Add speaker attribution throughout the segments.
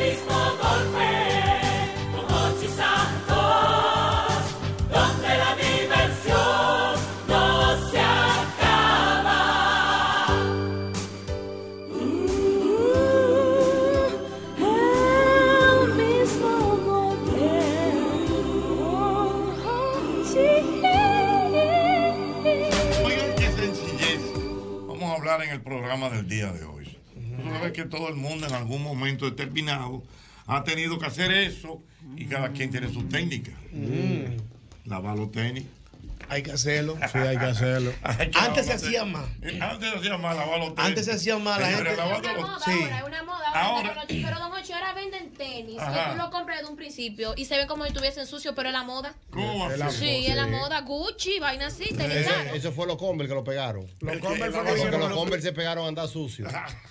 Speaker 1: mismo golpe con Hochi Santos, donde la diversión no se acaba. el mismo golpe
Speaker 2: Oigan qué sencillez. Vamos a hablar en el programa del día de hoy. Tú sabes que todo el mundo en algún momento determinado ha tenido que hacer eso y cada quien tiene su técnica. Lavar los tenis.
Speaker 3: Mm. Hay que hacerlo.
Speaker 2: Sí, hay que hacerlo.
Speaker 3: Antes se hacía más.
Speaker 2: Eh, Antes se hacía más lavar los tenis.
Speaker 3: Antes se hacía más, la
Speaker 2: Señores,
Speaker 3: gente-
Speaker 2: lavando
Speaker 4: una
Speaker 2: los-
Speaker 4: moda
Speaker 3: sí.
Speaker 4: ahora, es una moda ahora.
Speaker 2: Oh, Ahora.
Speaker 4: Pero, los- pero don Hochi, ahora venden tenis.
Speaker 2: Ajá.
Speaker 4: Y tú lo compras desde un principio y se ven como si estuviesen sucios, pero es la moda.
Speaker 2: ¿Cómo así?
Speaker 5: Es la
Speaker 4: Sí, es la moda. Gucci, vaina así, tenis
Speaker 5: Eso,
Speaker 4: caros.
Speaker 5: eso fue los Converse que lo pegaron.
Speaker 3: Los
Speaker 2: El que
Speaker 3: Converse fue
Speaker 2: lava
Speaker 3: que
Speaker 2: los
Speaker 5: Porque
Speaker 3: hicieron
Speaker 5: los
Speaker 3: los-
Speaker 5: Converse se pegaron a andar sucios.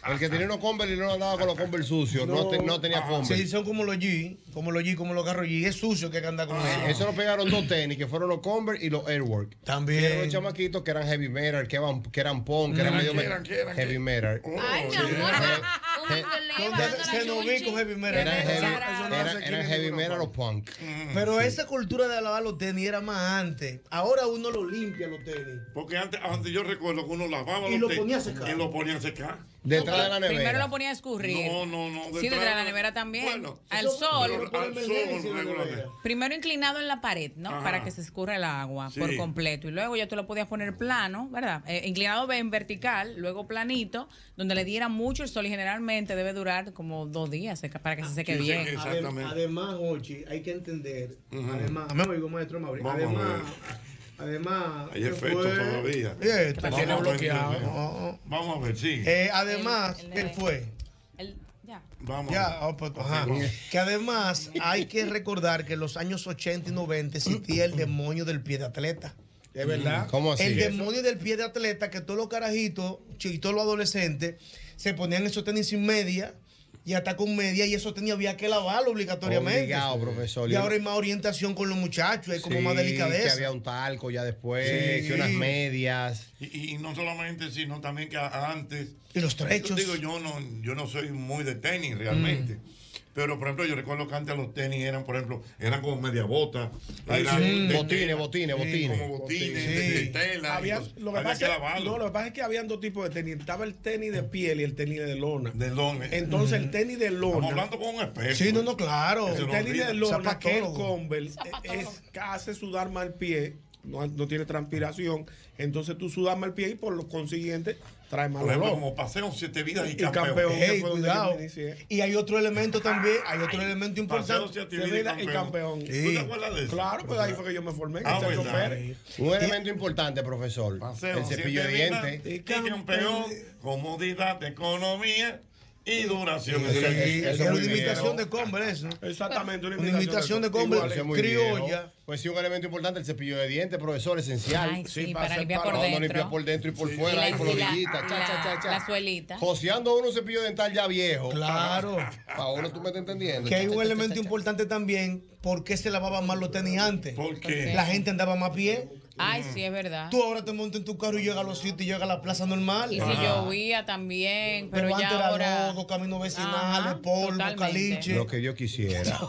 Speaker 5: El que tenía unos Converse y no andaba con los Converse sucios, no, te- no tenía
Speaker 3: ah, Sí,
Speaker 5: Converse.
Speaker 3: son como los G, como los G, como los carros G. Es sucio que anda con eso.
Speaker 5: Eh, Eso lo pegaron dos tenis, que fueron los Converse y los Airwork. Y eran los
Speaker 3: También.
Speaker 5: chamaquitos que eran heavy metal, que eran, que eran punk, que eran
Speaker 2: ¿Qué
Speaker 5: medio
Speaker 2: eran, qué eran, qué?
Speaker 5: heavy metal.
Speaker 2: Oh,
Speaker 4: Ay, mi
Speaker 2: sí.
Speaker 4: amor.
Speaker 5: Sí.
Speaker 4: un
Speaker 5: Sí.
Speaker 4: lío,
Speaker 3: Ya
Speaker 4: dando la
Speaker 3: Se nos vi
Speaker 4: chuchi.
Speaker 3: con heavy metal.
Speaker 5: Eran
Speaker 3: Eso-
Speaker 5: heavy,
Speaker 3: eso no
Speaker 5: eran-
Speaker 3: hace
Speaker 5: eran
Speaker 3: aquí
Speaker 5: heavy
Speaker 3: ninguno.
Speaker 5: metal o punk.
Speaker 2: Mm,
Speaker 3: Pero esa cultura de lavar los tenis era más antes. Ahora uno lo limpia los tenis.
Speaker 2: Porque antes, antes yo recuerdo que uno lavaba
Speaker 3: Y
Speaker 2: los
Speaker 3: lo
Speaker 2: tenis.
Speaker 3: ponía a secar.
Speaker 2: Y lo ponía a secar.
Speaker 5: Detrás de la
Speaker 6: Primero lo
Speaker 5: nevera.
Speaker 6: ponía a escurrir.
Speaker 2: No, no, no.
Speaker 6: sí, detrás de la nevera también.
Speaker 2: Bueno,
Speaker 6: al
Speaker 2: eso-
Speaker 6: sol.
Speaker 2: pero Al sol regularmente.
Speaker 6: Primero inclinado en la pared, ¿no?
Speaker 2: Ajá.
Speaker 6: Para que se escurra el agua
Speaker 2: Sí.
Speaker 6: por completo. Y luego ya tú lo podías poner plano, ¿verdad? Eh, inclinado en vertical, luego planito, donde le diera mucho el sol y generalmente debe durar como dos días seca- para que se seque
Speaker 2: Sí, sí,
Speaker 6: bien.
Speaker 2: sí.
Speaker 3: Adem-
Speaker 2: Exactamente.
Speaker 3: Además, Ochi, hay que entender.
Speaker 2: Ujú.
Speaker 3: Además, me oigo, maestro Mauri.
Speaker 2: Vamos a
Speaker 3: Además,
Speaker 2: ver.
Speaker 3: además.
Speaker 2: Hay
Speaker 3: ¿qué
Speaker 2: efecto
Speaker 3: fue?
Speaker 2: todavía.
Speaker 3: Eh, te
Speaker 2: Vamos
Speaker 3: tiene
Speaker 2: a ver,
Speaker 3: bloqueado.
Speaker 2: sí, sí.
Speaker 3: Oh, oh.
Speaker 2: Vamos a ver, sí.
Speaker 3: Eh, además,
Speaker 6: El- el-
Speaker 3: ¿qué fue?
Speaker 6: El- ya.
Speaker 2: Vamos.
Speaker 3: Ya, oh, pues, ajá. Que además hay que recordar que en los años 80 y 90 existía el demonio del pie de atleta.
Speaker 5: ¿Es verdad? ¿Cómo así?
Speaker 3: El demonio del pie de atleta, que todos los carajitos chi- y todos los adolescentes se ponían esos tenis sin media y hasta con media, y esos tenis había que lavarlo obligatoriamente.
Speaker 5: Obligado, profesor.
Speaker 3: Y ahora hay más orientación con los muchachos, hay como
Speaker 5: Sí,
Speaker 3: más
Speaker 5: Que
Speaker 3: delicadeza.
Speaker 5: había un talco ya después,
Speaker 3: Sí.
Speaker 5: que unas medias.
Speaker 2: Y, y no solamente, sino también que a- antes.
Speaker 3: Y los trechos.
Speaker 2: Yo digo, yo no, yo no soy muy de tenis realmente. Pero, por ejemplo, yo recuerdo que antes los tenis eran, por ejemplo, eran como media bota. eran de tela,
Speaker 5: Botines, botines, botines.
Speaker 2: Como botines, de, de tela.
Speaker 7: Había-
Speaker 2: y todo.
Speaker 7: lo, que
Speaker 2: Había
Speaker 7: pasa, es-
Speaker 2: lavarlo.
Speaker 7: no, lo que pasa es que habían dos tipos de tenis. Estaba el tenis de piel y el tenis de lona.
Speaker 2: de lona.
Speaker 7: Entonces el tenis de
Speaker 2: Estamos
Speaker 7: lona,
Speaker 2: hablando con un experto.
Speaker 3: Sí, no, no, claro.
Speaker 2: Eso
Speaker 7: el
Speaker 2: no
Speaker 7: tenis
Speaker 2: olvida.
Speaker 7: de lona que es
Speaker 3: Zapatólogo.
Speaker 7: Converse eh, es, hace sudar mal el pie, no, no tiene transpiración, entonces tú sudas mal el pie y por lo consiguiente traes mal
Speaker 2: Por ejemplo,
Speaker 7: olor.
Speaker 2: como paseo siete vidas y,
Speaker 7: Y
Speaker 2: campeón.
Speaker 7: campeón.
Speaker 2: Eh,
Speaker 3: Ey,
Speaker 7: fue donde
Speaker 3: cuidado.
Speaker 7: yo me inicié.
Speaker 3: Y hay otro elemento también, hay otro elemento
Speaker 2: Paseo
Speaker 3: importante.
Speaker 2: siete
Speaker 7: Se
Speaker 2: vidas
Speaker 7: mira y campeón.
Speaker 2: ¿Tú te acuerdas de eso?
Speaker 7: Claro, pues ahí fue que yo me formé.
Speaker 2: Ah,
Speaker 7: que Chacho
Speaker 2: verdad.
Speaker 7: Pérez.
Speaker 5: Un elemento importante, profesor.
Speaker 2: Paseo,
Speaker 5: el cepillo de
Speaker 2: siete vidas,
Speaker 5: dientes.
Speaker 2: Y campeón, comodidad, economía y duración.
Speaker 5: Eso es-
Speaker 3: Sí,
Speaker 5: eso
Speaker 3: es
Speaker 5: es
Speaker 3: una
Speaker 5: muy
Speaker 3: imitación
Speaker 5: viejo.
Speaker 3: de Converse, eso.
Speaker 7: Exactamente, una
Speaker 3: Una imitación de Converse.
Speaker 5: Eso es muy
Speaker 3: criolla.
Speaker 5: viejo. Pues sí, un elemento importante, el cepillo de dientes, profesor, esencial.
Speaker 6: Ay, sí,
Speaker 7: sí,
Speaker 6: para
Speaker 7: pasa el
Speaker 6: limpiar
Speaker 7: palo.
Speaker 6: por
Speaker 5: No, no
Speaker 6: dentro.
Speaker 5: limpia por dentro y por
Speaker 6: Y
Speaker 5: fuera,
Speaker 6: la-
Speaker 5: ahí por
Speaker 6: y la-
Speaker 5: orillita. Cha, cha, cha, cha.
Speaker 6: la suelita.
Speaker 5: Joseando uno un cepillo dental ya viejo.
Speaker 3: Claro.
Speaker 5: Paolo, tú me estás entendiendo.
Speaker 3: Que hay un elemento importante también, ¿por qué se lavaban más los tenis antes?
Speaker 2: ¿Por qué?
Speaker 3: La gente andaba más a pie.
Speaker 6: Ay,
Speaker 2: Mm.
Speaker 6: sí, es verdad.
Speaker 3: Tú ahora te montas en tu carro y llegas a los sitios y llegas a la plaza normal.
Speaker 6: Y si llovía también,
Speaker 3: Pero,
Speaker 6: pero, ya
Speaker 3: antes
Speaker 6: ahora.
Speaker 3: era lodo, caminos vecinales,
Speaker 6: Ajá,
Speaker 3: polvo,
Speaker 6: totalmente.
Speaker 3: caliche.
Speaker 5: Lo que yo quisiera.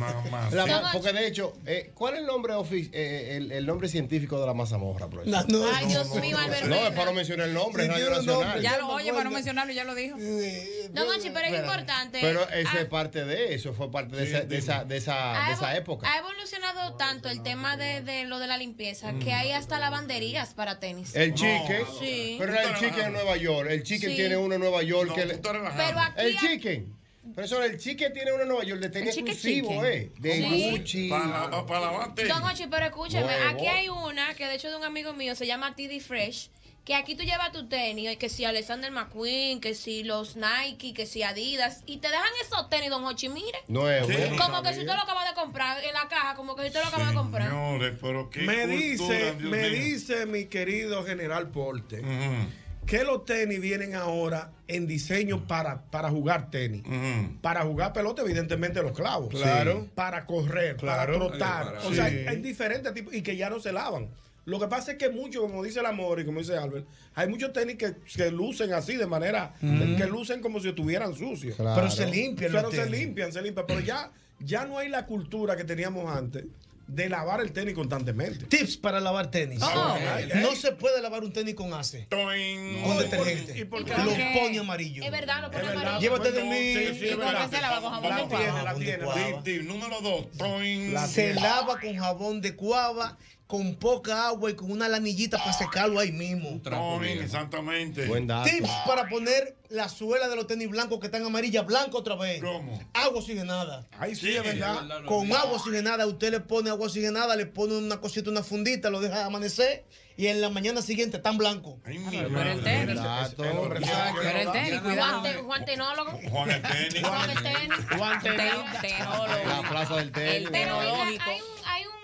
Speaker 2: Mamá.
Speaker 5: La-
Speaker 4: Sí.
Speaker 5: porque de hecho, eh, ¿cuál es el nombre, ofi- eh, el, el nombre científico de la mazamorra, profesor?
Speaker 3: No, no,
Speaker 4: Ay,
Speaker 3: no.
Speaker 4: Dios mío, Albert.
Speaker 5: No, es
Speaker 4: Vera.
Speaker 5: para no mencionar el nombre, es
Speaker 3: Sí,
Speaker 5: Radio
Speaker 3: tiene un nombre.
Speaker 5: Nacional.
Speaker 6: Ya
Speaker 3: Ya
Speaker 6: lo
Speaker 3: me
Speaker 6: oye, para no
Speaker 3: acuerdo.
Speaker 6: mencionarlo, ya lo dijo.
Speaker 3: Eh,
Speaker 4: Don Hochi, pero es importante.
Speaker 5: Pero eso
Speaker 4: Ha-
Speaker 5: es parte de eso, fue parte de, esa, de, esa, de, esa,
Speaker 4: ha
Speaker 5: de
Speaker 4: evo-
Speaker 5: esa
Speaker 4: Ha
Speaker 5: época.
Speaker 4: evolucionado tanto el tema de, de lo de la limpieza que hay hasta lavanderías para tenis.
Speaker 5: Mm. El chicken,
Speaker 4: Sí.
Speaker 5: pero era el chicken en Nueva York. El chicken
Speaker 4: Sí.
Speaker 5: tiene uno en Nueva York. que le-
Speaker 4: Pero aquí
Speaker 5: el
Speaker 4: ha-
Speaker 5: chicken. Profesor, el chicken tiene uno en Nueva York. Le tenía
Speaker 6: El chicken
Speaker 5: exclusivo,
Speaker 6: chicken.
Speaker 5: ¿eh? De
Speaker 4: Sí.
Speaker 5: Gucci.
Speaker 2: Para, para, lavarte.
Speaker 4: Don Hochi, pero escúcheme,
Speaker 5: Nuevo.
Speaker 4: aquí hay una que de hecho de un amigo mío se llama TD Fresh, Que aquí tú llevas tu tenis, y que si Alexander McQueen, que si los Nike, que si Adidas, y te dejan esos tenis, don Hochi, mire.
Speaker 5: Nuevo.
Speaker 2: Sí.
Speaker 5: ¿eh?
Speaker 2: no
Speaker 4: como que
Speaker 2: sabía.
Speaker 4: si usted lo acaba de comprar en la caja, como que si usted lo acaba de comprar.
Speaker 2: Señores, pero qué
Speaker 7: Me
Speaker 2: cultura,
Speaker 7: dice,
Speaker 2: Dios
Speaker 7: me
Speaker 2: mío.
Speaker 7: dice mi querido general Porte
Speaker 2: Ujú,
Speaker 7: que los tenis vienen ahora en diseño para, para jugar tenis.
Speaker 2: ujú.
Speaker 7: Para jugar pelota, evidentemente los clavos.
Speaker 5: Claro.
Speaker 7: Sí. Para correr,
Speaker 5: Claro.
Speaker 7: para trotar.
Speaker 8: Ay,
Speaker 7: O sea,
Speaker 5: Sí.
Speaker 7: hay diferentes tipos y que ya no se lavan. Lo que pasa es que muchos, como dice el amor y como dice Albert, hay muchos tenis que, que lucen así, de manera que lucen como si estuvieran sucios.
Speaker 5: Claro.
Speaker 3: Pero se limpian
Speaker 7: Pero
Speaker 3: los
Speaker 7: se
Speaker 3: tenis.
Speaker 7: limpian, se limpian. Pero ya, ya no hay la cultura que teníamos antes de lavar el tenis constantemente. Ah,
Speaker 3: Tips para lavar tenis.
Speaker 6: Oh.
Speaker 3: No se puede lavar un tenis con ace,
Speaker 2: Toin.
Speaker 3: con
Speaker 2: No,
Speaker 3: detergente.
Speaker 7: ¿y por qué?
Speaker 3: Lo
Speaker 6: ¿Por qué?
Speaker 3: pone amarillo.
Speaker 4: Es verdad, lo pone
Speaker 7: Es verdad.
Speaker 4: amarillo.
Speaker 3: Llévate de
Speaker 7: Bueno, sí, sí,
Speaker 3: mí.
Speaker 7: es
Speaker 6: ¿Y con
Speaker 7: verdad.
Speaker 6: qué se lava? ¿Con jabón
Speaker 7: La
Speaker 6: de cuava?
Speaker 7: tiene, la tiene.
Speaker 3: Jabón de
Speaker 2: Tip, tip, número dos. Toin.
Speaker 7: La-
Speaker 3: Se lava con jabón de cuava, con poca agua y con una lanillita para secarlo ahí mismo.
Speaker 8: trapo,
Speaker 2: Toin,
Speaker 8: mira.
Speaker 2: exactamente.
Speaker 5: Buen dato.
Speaker 2: pues.
Speaker 3: Tips para poner la suela de los tenis blancos que están amarillas, blanco otra vez.
Speaker 2: ¿Cómo?
Speaker 3: Agua oxigenada.
Speaker 7: Ahí sí,
Speaker 2: Sí,
Speaker 7: es
Speaker 8: es
Speaker 7: verdad.
Speaker 8: verdad. Claro,
Speaker 3: Con
Speaker 8: bien.
Speaker 3: agua oxigenada, usted le pone agua oxigenada, le pone una cosita, una fundita, lo deja amanecer y en la mañana siguiente están blancos.
Speaker 2: Ay, mi
Speaker 6: pero
Speaker 2: madre.
Speaker 6: el tenis.
Speaker 5: Dato.
Speaker 7: El hombre sabe que
Speaker 6: Pero el
Speaker 7: no da.
Speaker 6: tenis, cuidado.
Speaker 4: Guante, guantenólogo.
Speaker 2: Juan el tenis.
Speaker 4: Juan el tenis.
Speaker 6: Te-
Speaker 5: La
Speaker 6: teólogo.
Speaker 5: plaza del
Speaker 6: El
Speaker 5: tenis.
Speaker 4: Pero mira,
Speaker 6: Tecnológico.
Speaker 4: hay un, hay un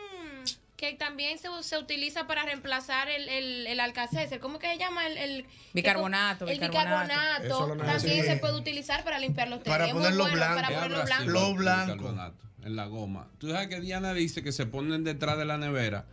Speaker 4: que también se, se utiliza para reemplazar el, el, el alcacéser. ¿Cómo que se llama? El, el-
Speaker 6: Bicarbonato,
Speaker 4: El
Speaker 6: bicarbonato.
Speaker 4: bicarbonato.
Speaker 7: Eso lo
Speaker 4: también
Speaker 7: necesito.
Speaker 4: se puede utilizar para limpiar los tenis.
Speaker 3: Para
Speaker 4: Es muy
Speaker 3: ponerlo
Speaker 4: bueno,
Speaker 3: blanco.
Speaker 4: Para
Speaker 3: Es
Speaker 4: ponerlo
Speaker 8: Abrasivo,
Speaker 4: blanco.
Speaker 3: Lo blanco.
Speaker 8: bicarbonato, En la goma. Tú sabes que Diana dice que se ponen detrás de la nevera.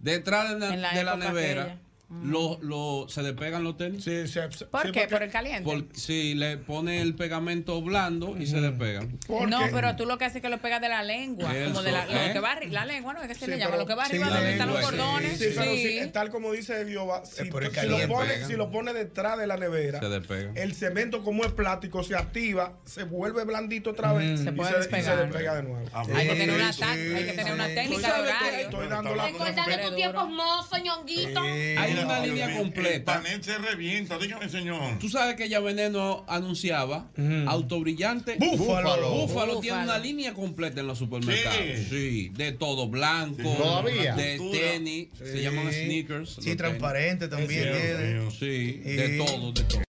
Speaker 8: Detrás de la,
Speaker 6: En la
Speaker 8: de la
Speaker 6: época
Speaker 8: nevera
Speaker 6: aquella.
Speaker 8: los- los- se despegan los tenis.
Speaker 7: Sí, se- se-
Speaker 6: ¿Por
Speaker 7: sí,
Speaker 6: qué?
Speaker 7: porque-
Speaker 6: ¿Por el caliente?
Speaker 8: Por- si le pone el pegamento blando y se despegan.
Speaker 7: porque-
Speaker 6: No, pero tú lo que haces es que lo pegas de la lengua.
Speaker 8: Eso,
Speaker 6: como de la,
Speaker 8: ¿eh?
Speaker 6: lo que va arri- la lengua, ¿no? Es que se
Speaker 7: Sí,
Speaker 6: le llama.
Speaker 7: pero-
Speaker 6: Lo que va
Speaker 7: sí,
Speaker 6: arriba
Speaker 7: la
Speaker 6: donde están los
Speaker 8: lengua, sí,
Speaker 6: cordones.
Speaker 7: Sí, pero
Speaker 6: sí.
Speaker 7: si- tal como dice Dioba, si,
Speaker 3: por el
Speaker 7: si lo
Speaker 3: caliente.
Speaker 7: pone, si lo pone detrás de la nevera,
Speaker 8: Se despega.
Speaker 7: el cemento como es plástico se activa, se vuelve blandito otra vez
Speaker 6: Mm. Se
Speaker 7: y
Speaker 6: puede
Speaker 7: y
Speaker 6: despegar.
Speaker 7: despega de nuevo.
Speaker 2: Ah,
Speaker 6: Hay que tener una,
Speaker 2: sí,
Speaker 6: tac-
Speaker 2: sí.
Speaker 6: hay que tener una
Speaker 3: sí.
Speaker 7: Tú
Speaker 6: técnica de
Speaker 7: sabes que
Speaker 6: horario.
Speaker 7: estoy dando la
Speaker 4: Recordando
Speaker 6: Pero
Speaker 4: tus tiempos
Speaker 6: duro.
Speaker 4: mozos, ñonguito.
Speaker 8: Hay
Speaker 2: Mira,
Speaker 8: una
Speaker 2: Dios
Speaker 8: línea
Speaker 2: mío,
Speaker 8: completa.
Speaker 2: El panel se revienta, dígame, señor.
Speaker 8: Tú sabes que ya Veneno anunciaba autobrillante.
Speaker 5: Búfalo.
Speaker 8: Búfalo tiene
Speaker 6: Búfalo.
Speaker 8: una línea completa en los supermercados.
Speaker 2: Sí.
Speaker 8: Sí, de todo blanco,
Speaker 2: Sí.
Speaker 5: Todavía.
Speaker 8: de
Speaker 2: Cultura.
Speaker 8: tenis, se llaman sneakers. los
Speaker 3: Sí,
Speaker 8: tenis.
Speaker 3: transparente también.
Speaker 2: Dios
Speaker 3: tiene.
Speaker 2: mío.
Speaker 8: Sí,
Speaker 3: Sí.
Speaker 9: Eh,
Speaker 8: de todo, de todo.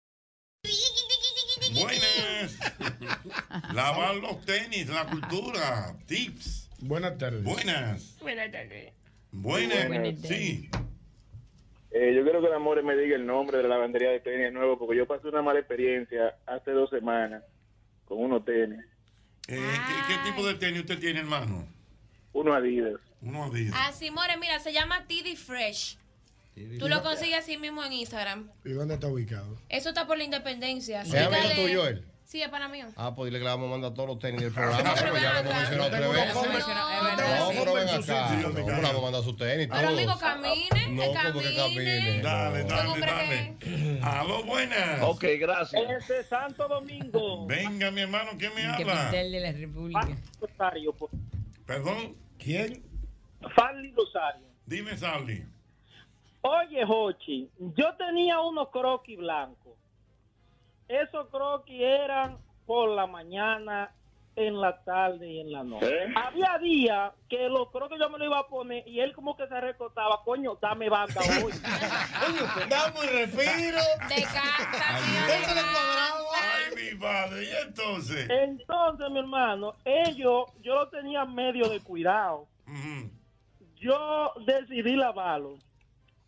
Speaker 2: Buenas. Lavar los tenis, la cultura, tips.
Speaker 7: Buenas tardes.
Speaker 2: Buenas. Buenas. Sí.
Speaker 10: Eh, yo quiero que el amor me diga el nombre de la lavandería de tenis de nuevo, porque yo pasé una mala experiencia hace dos semanas con unos tenis,
Speaker 2: Eh, ¿qué, qué tipo de tenis usted tiene, hermano?
Speaker 10: unos Adidas.
Speaker 2: Uno días.
Speaker 4: Así, more, mira, se llama TD Fresh. Tú lo consigues así mismo en Instagram.
Speaker 7: ¿Y dónde está ubicado?
Speaker 4: Eso está por la independencia.
Speaker 5: ¿Es amigo
Speaker 4: Dígale-
Speaker 5: tuyo él?
Speaker 4: Sí, es para mí. No,
Speaker 5: Ah, pues dile que le vamos a mandar todos los tenis del programa.
Speaker 4: pero
Speaker 5: porque
Speaker 4: ven
Speaker 5: ya lo hemos
Speaker 4: acá.
Speaker 5: mencionado tres veces.
Speaker 7: Tengo
Speaker 5: No,
Speaker 7: dos
Speaker 6: No,
Speaker 5: pero ven acá.
Speaker 2: Sí,
Speaker 5: No,
Speaker 2: me
Speaker 5: ¿Cómo
Speaker 2: callo.
Speaker 5: le vamos a mandar sus tenis?
Speaker 4: Pero
Speaker 5: todos?
Speaker 4: amigo, camine,
Speaker 5: No, ¿cómo que
Speaker 4: camine.
Speaker 5: camine?
Speaker 2: Dale,
Speaker 5: No.
Speaker 2: dale,
Speaker 4: hombre
Speaker 2: dale. Aló, buenas.
Speaker 10: Ese es Santo Domingo,
Speaker 2: Venga, mi hermano, ¿quién me
Speaker 6: Que
Speaker 2: habla?
Speaker 6: pintel de la República.
Speaker 10: Rosario, pues. por-
Speaker 2: Perdón,
Speaker 7: ¿Quién?
Speaker 10: Farley Rosario.
Speaker 2: dime, Sally.
Speaker 10: Oye, Hochi, yo tenía unos croquis blancos. Esos croquis eran por la mañana, en la tarde y en la noche. Había días que los croquis yo me los iba a poner y él como que se recortaba, coño, dame banda hoy.
Speaker 1: Ah,
Speaker 10: pues,
Speaker 3: Coño, dame un respiro.
Speaker 4: Descansa, mío,
Speaker 3: Eso le cuadraba.
Speaker 4: descansa.
Speaker 2: Ay, mi padre, ¿y entonces?
Speaker 10: Entonces, mi hermano, ellos, yo lo tenía medio de cuidado.
Speaker 2: Ujú.
Speaker 10: Yo decidí lavarlo.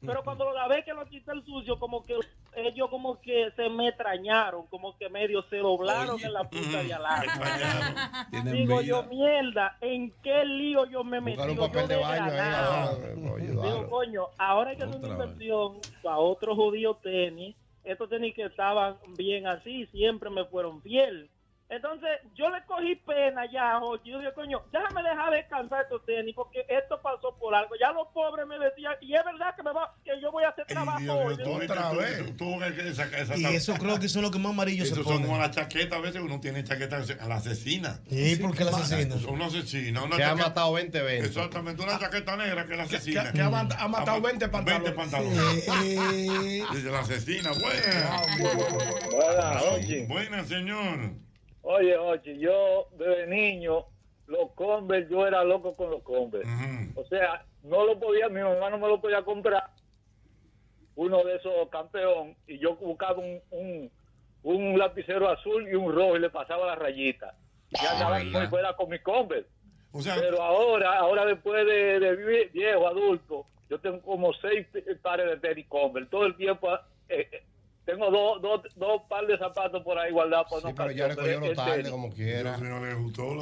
Speaker 10: Pero cuando lo lavé que lo quité el sucio, como que ellos como que se me extrañaron, como que medio se doblaron
Speaker 8: Oye.
Speaker 10: en la punta de
Speaker 2: Ay,
Speaker 10: alarma.
Speaker 2: payaso.
Speaker 8: Tienen
Speaker 10: Digo
Speaker 8: vida.
Speaker 10: yo, mierda, ¿en qué lío yo me metí?
Speaker 5: Buscar un
Speaker 10: Yo
Speaker 5: papel de baño ahí.
Speaker 10: desgranado.
Speaker 5: ah, para
Speaker 10: Digo,
Speaker 5: ayudarlo.
Speaker 10: coño, ahora hay que hacer una
Speaker 8: Otra vez.
Speaker 10: inversión para otro judío tenis. Estos tenis que estaban bien así, siempre me fueron fiel. Entonces, yo le cogí pena ya, Jorge. Yo dije, coño, déjame dejar descansar estos tenis porque esto pasó por algo. Ya los pobres me decían, y es verdad que me va, que yo voy a hacer
Speaker 2: Ay,
Speaker 10: trabajo
Speaker 2: Dios
Speaker 10: hoy.
Speaker 2: mío, tú viste,
Speaker 7: Otra
Speaker 2: tú-
Speaker 7: vez.
Speaker 2: tú- tú ves que esa- esa-
Speaker 3: Y esos creo que son los que más amarillos se
Speaker 2: Esos son como
Speaker 3: ponen.
Speaker 2: las chaquetas, a veces uno tiene chaqueta a la asesina.
Speaker 3: Sí, porque la asesina.
Speaker 2: Son una asesina, una
Speaker 5: Se ha
Speaker 2: chaqueta-
Speaker 5: matado 20 veces.
Speaker 2: Exactamente, una chaqueta negra que la
Speaker 7: Que,
Speaker 2: asesina.
Speaker 7: que ha, mat- ha matado
Speaker 2: Ha
Speaker 7: 20 pantalones.
Speaker 2: 20 pantalones.
Speaker 3: Eh,
Speaker 2: Dice la asesina, buena. Ah, Buena, señor.
Speaker 10: Oye, oye, yo desde niño, los Converse, yo era loco con los Converse.
Speaker 2: Ujú.
Speaker 10: O sea, no lo podía, mi mamá no me lo podía comprar. uno de esos campeón y yo buscaba un, un, un lapicero azul y un rojo y le pasaba la rayita. Ya andaba muy fuera con mi Converse. Pero ahora, ahora después de, de vie- viejo, adulto, yo tengo como seis p- pares de tenis Converse. Todo el tiempo eh, eh, tengo dos dos dos par de zapatos por ahí guardados. por no
Speaker 5: pero
Speaker 10: cambiar,
Speaker 5: ya recogieron
Speaker 10: el
Speaker 5: tarde,
Speaker 10: tenis.
Speaker 5: como quiera.
Speaker 2: los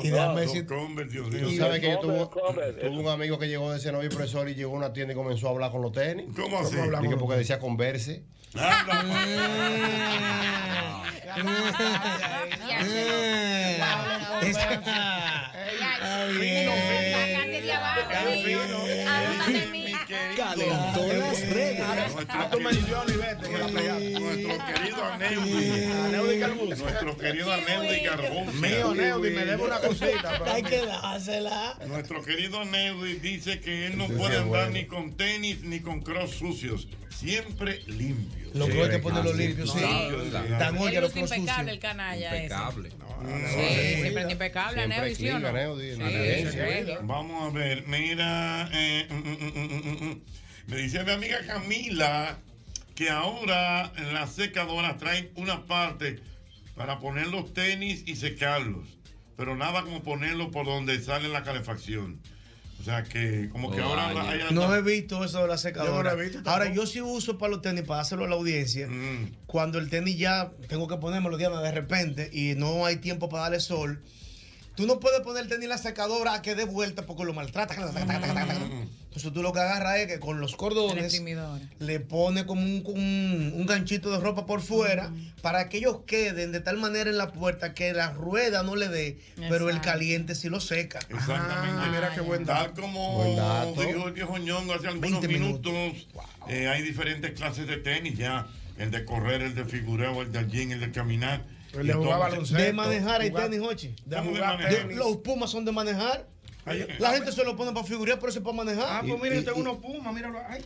Speaker 5: Y
Speaker 2: dos,
Speaker 5: déjame
Speaker 2: dos
Speaker 5: decir-
Speaker 2: Converse, Dios mío.
Speaker 5: Tú sabes que yo tuve,
Speaker 10: Converse,
Speaker 5: tuve un amigo que llegó de ese novio profesor y llegó a una tienda y comenzó a hablar con los tenis.
Speaker 2: ¿Cómo así?
Speaker 5: Dije,
Speaker 2: Hablamos
Speaker 5: porque decía
Speaker 6: Eh.
Speaker 5: converse.
Speaker 1: Eh. Eh.
Speaker 6: Eh.
Speaker 11: Calentó las redes.
Speaker 2: Nuestro querido Aneudi Carbón.
Speaker 7: Mío, Neudi, me debe una cosita. pero-
Speaker 3: Hay que dársela.
Speaker 2: Nuestro querido Neudi dice que él no puede andar ni con tenis ni con cross sucios. Siempre limpio.
Speaker 3: Lo que hay que ponerlo limpio, sí. Tan hoy que
Speaker 12: Él
Speaker 3: los
Speaker 12: luce
Speaker 3: cross sucios.
Speaker 12: impecable el canalla ese.
Speaker 2: Sí,
Speaker 12: Sí, siempre impecable,
Speaker 2: Siempre
Speaker 12: Neudi, ¿sí o no?
Speaker 2: clean, Neudi,
Speaker 12: Sí,
Speaker 2: en la gerencia.
Speaker 12: sí.
Speaker 2: Vamos a ver, mira. eh, mm, mm, mm, mm, mm. me dice mi amiga Camila que ahora en las secadoras traen una parte para poner los tenis y secarlos. Pero nada como ponerlos por donde sale la calefacción. O sea que, como que ahora hay hasta-
Speaker 3: No he visto eso de la
Speaker 2: Yo no
Speaker 3: secadora.
Speaker 2: lo he visto tampoco. Mm.
Speaker 3: Ahora, yo sí uso para los tenis, para hacerlo a la audiencia. Cuando el tenis ya tengo que ponérmelo, Diana, de repente, y no hay tiempo para darle sol, tú no puedes poner el tenis en la secadora a que dé vuelta porque lo maltrata.
Speaker 2: Mm.
Speaker 3: Entonces tú lo que agarras es que con los cordones le pone como un, un- un ganchito de ropa por fuera para que ellos queden de tal manera en la puerta que la rueda no le dé, pero el
Speaker 2: Exacto.
Speaker 3: caliente sí lo seca.
Speaker 2: Exactamente. Ah, mira qué buen dato. Tal como
Speaker 3: Buen dato.
Speaker 2: dijo el viejo ñongo hace algunos minutos, eh, hay diferentes clases de tenis ya. El de correr, el de figureo, el de jean, el de caminar.
Speaker 7: El de
Speaker 2: Y
Speaker 7: jugar
Speaker 2: todo.
Speaker 7: baloncesto.
Speaker 3: De manejar hay tenis, Hochi.
Speaker 2: De jugar
Speaker 3: De-
Speaker 2: tenis.
Speaker 3: Los Pumas son de manejar. La gente se lo pone para figurar, pero eso es para manejar.
Speaker 5: Ah, pues mira, yo tengo unos
Speaker 3: Pumas, míralo. Ay,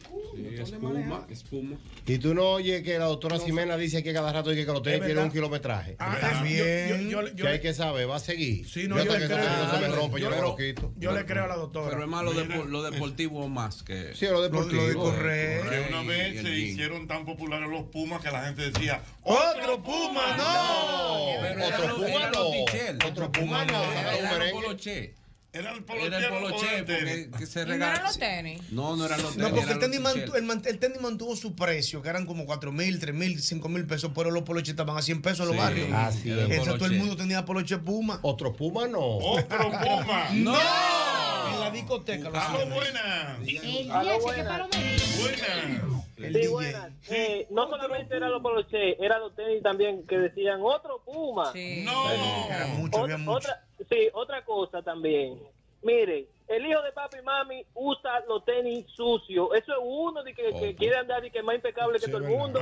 Speaker 8: Espuma, espuma.
Speaker 5: Y tú no oyes que la doctora Ximena dice que cada rato dice que los tenis
Speaker 8: Es
Speaker 5: tienen un
Speaker 8: verdad.
Speaker 5: kilometraje.
Speaker 7: Ah,
Speaker 5: También.
Speaker 7: yo- yo- yo-
Speaker 5: que hay que saber, va a seguir.
Speaker 7: Sí, no,
Speaker 5: yo
Speaker 7: yo
Speaker 5: hasta
Speaker 7: le
Speaker 5: que
Speaker 7: creo.
Speaker 5: esa vaina no se me
Speaker 7: Yo
Speaker 5: rompe, yo,
Speaker 7: le-
Speaker 5: me lo quito.
Speaker 7: yo le creo a la doctora.
Speaker 8: Pero es más lo, depo- lo deportivo más que.
Speaker 5: Sí, lo deportivo.
Speaker 8: de
Speaker 2: correr.
Speaker 8: correr
Speaker 2: Que una
Speaker 8: y- y el
Speaker 2: vez se
Speaker 8: jean.
Speaker 2: hicieron tan populares los Pumas que la gente decía,
Speaker 3: ¡Otro Puma! ¡No!
Speaker 8: Otro Puma no. Otro Puma
Speaker 2: no.
Speaker 8: Era el poloche.
Speaker 2: Era el
Speaker 8: poloche. Era el poloche porque que se
Speaker 12: ¿Y no eran
Speaker 8: regaló.
Speaker 12: los tenis?
Speaker 8: No, no eran los tenis.
Speaker 3: No, porque
Speaker 8: eran
Speaker 3: el tenis,
Speaker 8: los
Speaker 3: mantu- el, man- el tenis mantuvo su precio, que eran como 4 mil, 3 mil, 5 mil pesos, pero los poloches estaban a 100 pesos en los
Speaker 8: Sí,
Speaker 3: barrios.
Speaker 8: así es.
Speaker 3: Entonces todo el
Speaker 8: Poloche.
Speaker 3: mundo tenía poloche Puma.
Speaker 5: Otro Puma no.
Speaker 2: Otro Puma.
Speaker 3: ¡No!
Speaker 11: ¡No!
Speaker 3: En la discoteca. los
Speaker 2: ¡Aló,
Speaker 3: señores.
Speaker 2: buenas!
Speaker 11: DH, qué palomería.
Speaker 10: Sí, buenas. Eh, no solamente eran los poloche, eran los tenis también que decían otro Puma.
Speaker 11: No.
Speaker 10: Era
Speaker 3: mucho, había mucho.
Speaker 10: Otra, sí, otra cosa también. Mire, el hijo de papi y mami usa los tenis sucios. Eso es uno de que, que quiere andar y que es más impecable que todo el mundo.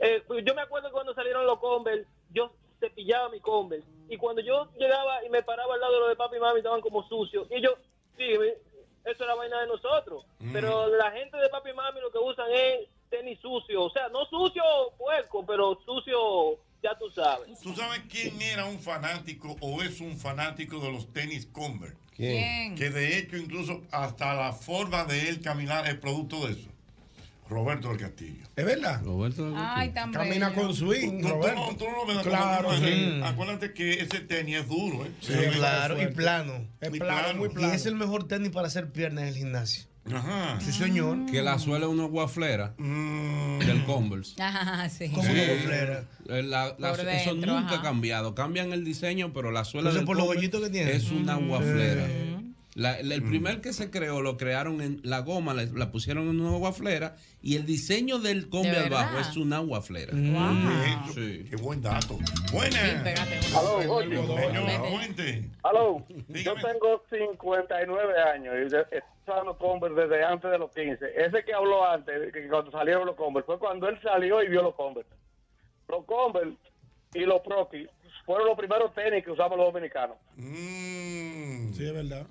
Speaker 10: Eh, eh, yo me acuerdo cuando salieron los Converse, yo cepillaba mi Converse. Y cuando yo llegaba y me paraba al lado de los de papi y mami, estaban como sucios. Y yo, sí, eso era vaina de nosotros. Pero la gente de papi y mami lo que usan es tenis sucio. O sea, no sucio puerco, pero sucio, ya tú sabes.
Speaker 2: ¿Tú sabes quién era un fanático o es un fanático de los tenis Converse?
Speaker 11: ¿Quién?
Speaker 2: Que de hecho incluso hasta la forma de él caminar es producto de eso. Roberto del Castillo.
Speaker 7: ¿Es verdad?
Speaker 8: Roberto
Speaker 12: Ay, tan
Speaker 7: Camina
Speaker 12: bello.
Speaker 7: con swing,
Speaker 2: Tú- tú
Speaker 7: Roberto.
Speaker 2: no- tú no lo ves de
Speaker 7: Claro,
Speaker 2: forma
Speaker 7: sí.
Speaker 2: normal. Acuérdate que ese tenis es duro, ¿eh?
Speaker 3: Sí, claro, y plano.
Speaker 2: Es Muy plano, plano. muy plano.
Speaker 3: Y es el mejor tenis para hacer piernas en el gimnasio.
Speaker 2: Ajá.
Speaker 3: Sí,
Speaker 12: Mm.
Speaker 3: señor.
Speaker 8: Que la suela es una guaflera del Converse.
Speaker 12: Ajá, sí.
Speaker 8: Sí. Eh, la- la-
Speaker 12: Por
Speaker 8: eso
Speaker 12: dentro,
Speaker 8: nunca
Speaker 12: ajá.
Speaker 8: ha cambiado. Cambian el diseño, pero la suela
Speaker 3: Entonces,
Speaker 8: del
Speaker 3: por los
Speaker 8: cobre
Speaker 3: hoyitos que tiene.
Speaker 8: es una
Speaker 3: Mm.
Speaker 8: guaflera. La- la- el primer que se creó lo crearon en la goma, la, la pusieron en una guaflera y el diseño del combi
Speaker 2: ¿De
Speaker 8: al bajo
Speaker 2: verdad?
Speaker 8: es una guaflera.
Speaker 2: Wow.
Speaker 8: Sí.
Speaker 2: Qué buen dato. Buenas.
Speaker 10: Aló, Jorge.
Speaker 2: Señor, cuente.
Speaker 10: Aló, yo tengo 59 años y de- estoy usando Converse desde antes de los 15. Ese que habló antes, que cuando salieron los Converse, fue cuando él salió y vio los Converse. Los Converse y los Proki fueron los primeros tenis que usamos los dominicanos.
Speaker 7: Sí, es verdad.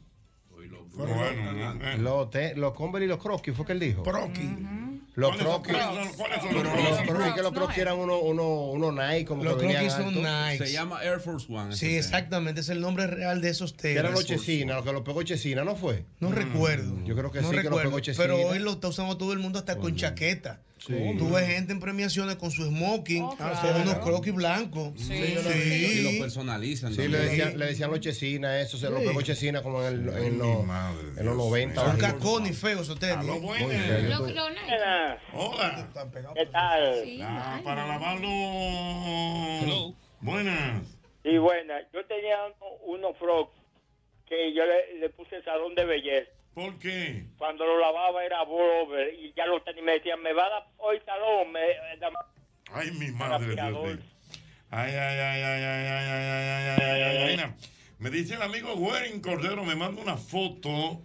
Speaker 5: Los, te- los Converse y los Croquis, fue que él dijo. Los Croquis. Los Croquis, que los Croquis eran unos uno, uno Nike, como
Speaker 3: Los
Speaker 5: que venían
Speaker 3: Croquis son Nikes.
Speaker 8: Se llama Air Force One. ese
Speaker 3: Sí,
Speaker 8: tenis.
Speaker 3: exactamente. Es el nombre real de esos
Speaker 5: Que
Speaker 3: tenis.
Speaker 5: eran los Chesina, los que los pegó Chesina, ¿no fue?
Speaker 3: No recuerdo.
Speaker 5: Yo creo que
Speaker 3: no
Speaker 5: sí, que los
Speaker 3: recuerdo,
Speaker 5: pegó Chesina.
Speaker 3: pero hoy lo está usando todo el mundo hasta con chaqueta. Tuve gente en premiaciones con su smoking,
Speaker 4: Oh,
Speaker 5: claro.
Speaker 3: con unos croquis blancos.
Speaker 8: Y lo personalizan.
Speaker 5: Sí, le
Speaker 8: también.
Speaker 5: decían, le decían los chesinas, eso se lo
Speaker 3: Sí.
Speaker 5: pegó chesina como en, el, en, los, en los 90.
Speaker 3: Son
Speaker 5: Muy
Speaker 3: cacones feos ¿eh? esos tenis.
Speaker 5: muy feo.
Speaker 2: Hola.
Speaker 13: ¿Qué tal?
Speaker 2: Ah, para lavarlo. Buenas.
Speaker 13: Y buena, yo tenía uno- unos frogs que yo le, le puse salón de belleza.
Speaker 2: ¿Por qué?
Speaker 13: Cuando lo lavaba era over y ya los tenis me decían, me va a dar hoy salón. Me, eh,
Speaker 2: Ay, mi madre. Dios mío. Ay, ay, ay, ay, ay, ay, ay, ay, ay, ay, ay, ay. Mira, Me dice el amigo Waring Cordero, me manda una foto.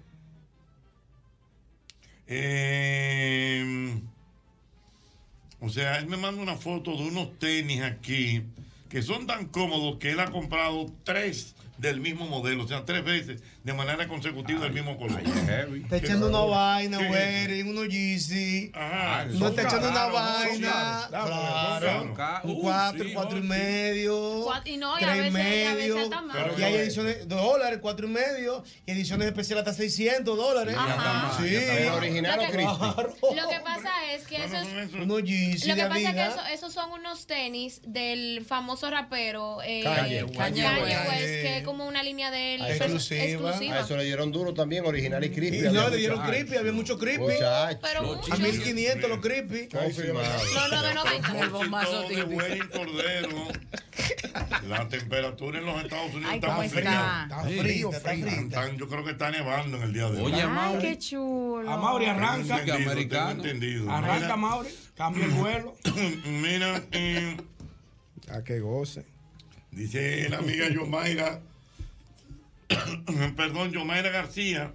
Speaker 2: Eh, o sea, él me manda una foto de unos tenis aquí que son tan cómodos que él ha comprado tres del mismo modelo, o sea, tres veces de manera consecutiva del mismo color.
Speaker 3: Está echando una vaina,
Speaker 2: ¿Qué es eso?
Speaker 3: güey, unos Yeezy.
Speaker 2: Ajá,
Speaker 3: No
Speaker 2: Ah, son
Speaker 3: está echando una
Speaker 2: caros, son
Speaker 3: vaina.
Speaker 2: caros, claro,
Speaker 3: Claro.
Speaker 2: son caros.
Speaker 3: Un
Speaker 2: Uh,
Speaker 3: cuatro,
Speaker 2: sí,
Speaker 3: cuatro y medio.
Speaker 4: Cuatro- y no, y a
Speaker 3: tres
Speaker 4: veces- y a veces
Speaker 3: medio.
Speaker 4: hasta más. Pero
Speaker 3: Y hay
Speaker 4: no es.
Speaker 3: ediciones de dólares, cuatro y medio. Y ediciones especiales hasta 600 dólares.
Speaker 5: Ajá. más,
Speaker 3: Sí.
Speaker 5: ya está más. ¿La original o Christie?
Speaker 3: Claro.
Speaker 4: Lo que pasa es que eso es.
Speaker 3: Unos Yeezy
Speaker 4: Lo que
Speaker 3: de
Speaker 4: pasa es que
Speaker 3: Adidas.
Speaker 4: eso- esos son unos tenis del famoso rapero eh,
Speaker 5: Kanye West.
Speaker 4: Kanye
Speaker 5: Kanye
Speaker 4: West,
Speaker 5: West.
Speaker 4: que es como una línea de él
Speaker 5: A eso-
Speaker 4: Ah, exclusiva.
Speaker 5: A Ah, eso le dieron duro también, original y creepy.
Speaker 3: Y no, le dieron creepy,
Speaker 5: había mucho
Speaker 3: creepy.
Speaker 4: Pero
Speaker 3: A 1500 los creepy.
Speaker 4: No, no, no, no,
Speaker 2: A
Speaker 4: no.
Speaker 2: propósito de Wayne Cordero, la temperatura en los Estados Unidos
Speaker 12: Ay,
Speaker 2: está
Speaker 12: ¿cómo
Speaker 2: muy
Speaker 12: está?
Speaker 2: fría.
Speaker 12: Está frío,
Speaker 2: está Están- Yo creo que está nevando en el día de hoy.
Speaker 8: Oye,
Speaker 12: Ay, qué chulo.
Speaker 2: Mauri
Speaker 8: arranca. Americano.
Speaker 2: Arranca,
Speaker 7: Mauri. Cambia el vuelo.
Speaker 2: Mira, eh,
Speaker 7: A que goce.
Speaker 2: dice la amiga Yomaira, perdón, Yomaira García,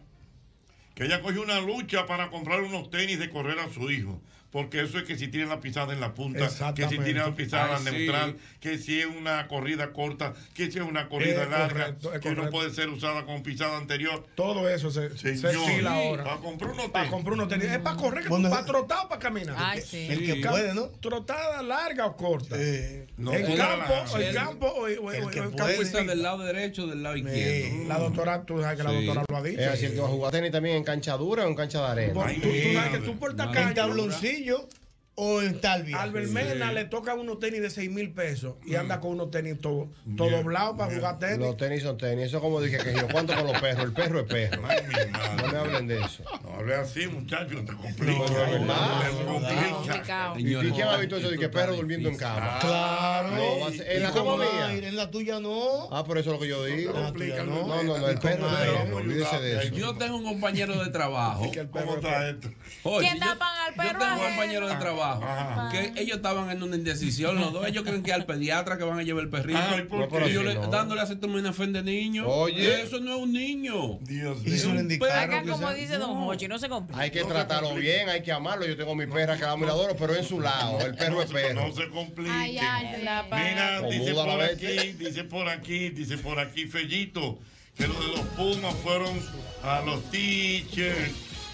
Speaker 2: que ella cogió una lucha para comprar unos tenis de correr a su hijo. Porque eso es que si tiene la pisada en la punta, que si
Speaker 7: Exactamente.
Speaker 2: tiene la pisada
Speaker 7: Ay, sí.
Speaker 2: neutral, que si es una corrida corta, que si es una corrida
Speaker 7: Es
Speaker 2: larga,
Speaker 7: correcto, es
Speaker 2: que no
Speaker 7: correcto.
Speaker 2: puede ser usada con pisada anterior.
Speaker 7: Todo eso se, se
Speaker 2: Señor,
Speaker 7: estila
Speaker 2: sí,
Speaker 7: ahora.
Speaker 2: para comprar unos tenis.
Speaker 7: Para comprar unos tenis. Es para correr,
Speaker 2: Bueno,
Speaker 7: para trotar o para caminar.
Speaker 2: Ay, sí.
Speaker 7: El que
Speaker 2: Sí.
Speaker 7: puede, ¿no? Trotada larga o corta.
Speaker 8: No,
Speaker 7: el,
Speaker 8: puede
Speaker 7: campo,
Speaker 8: relajarse.
Speaker 7: el campo o el, o el- o el campo
Speaker 8: Puede estar
Speaker 7: está-
Speaker 8: del lado derecho o del lado izquierdo.
Speaker 7: La doctora, tú sabes que la
Speaker 8: Sí.
Speaker 7: doctora lo ha dicho.
Speaker 5: Es así, el que va a jugar tenis también en cancha dura o en cancha de arena.
Speaker 7: Por- tú, tú sabes que tú portas
Speaker 5: Madre.
Speaker 7: caña.
Speaker 5: En tabloncillo
Speaker 7: o en talvia. Albert
Speaker 5: Sí.
Speaker 7: Mena le toca unos tenis de 6 mil pesos y anda con unos tenis todo, todo
Speaker 5: Mm. Bien,
Speaker 7: doblado para jugar tenis.
Speaker 5: Los tenis son tenis. Eso es como dije que yo cuánto con los perros. El perro es perro. No me hablen de eso.
Speaker 2: No hablé así, muchachos, te complica. Te
Speaker 5: Ah,
Speaker 2: complica.
Speaker 5: ¿Y y quién ha visto eso de que perro durmiendo en cama?
Speaker 3: Claro.
Speaker 5: No, va a ser- en la cama mía.
Speaker 3: En la tuya no.
Speaker 5: Ah, por eso es lo que yo digo. No, no, no, el perro es perro. Olvídese de eso.
Speaker 8: Yo tengo un compañero de trabajo.
Speaker 2: ¿Cómo está esto?
Speaker 8: Oye,
Speaker 4: ¿Quién
Speaker 8: yo-
Speaker 4: tapan al
Speaker 8: Yo
Speaker 4: perro?
Speaker 8: tengo un
Speaker 4: ajeno?
Speaker 8: compañero de trabajo que ellos estaban en una indecisión, los dos. Ellos creen que al pediatra que van a llevar el perrito.
Speaker 5: Ay, ¿por
Speaker 8: Y
Speaker 5: qué?
Speaker 8: yo le-
Speaker 5: No.
Speaker 8: dándole acetaminofén de niño.
Speaker 5: Oye.
Speaker 8: Eso no es un niño.
Speaker 2: Dios
Speaker 12: Acá, como dice Don Hochi, no se complica.
Speaker 5: Hay que tratarlo bien, hay que amarlo. Yo tengo mi perra que la amo y la adoro, pero en su lado. El perro es perro.
Speaker 2: No se complique.
Speaker 12: Ay, Albert. La pa-
Speaker 2: Mira,
Speaker 5: O
Speaker 2: dice
Speaker 5: muda la
Speaker 2: por
Speaker 5: bestia.
Speaker 2: aquí, dice por aquí, dice por aquí, Fellito, que los de los Pumas fueron a los teachers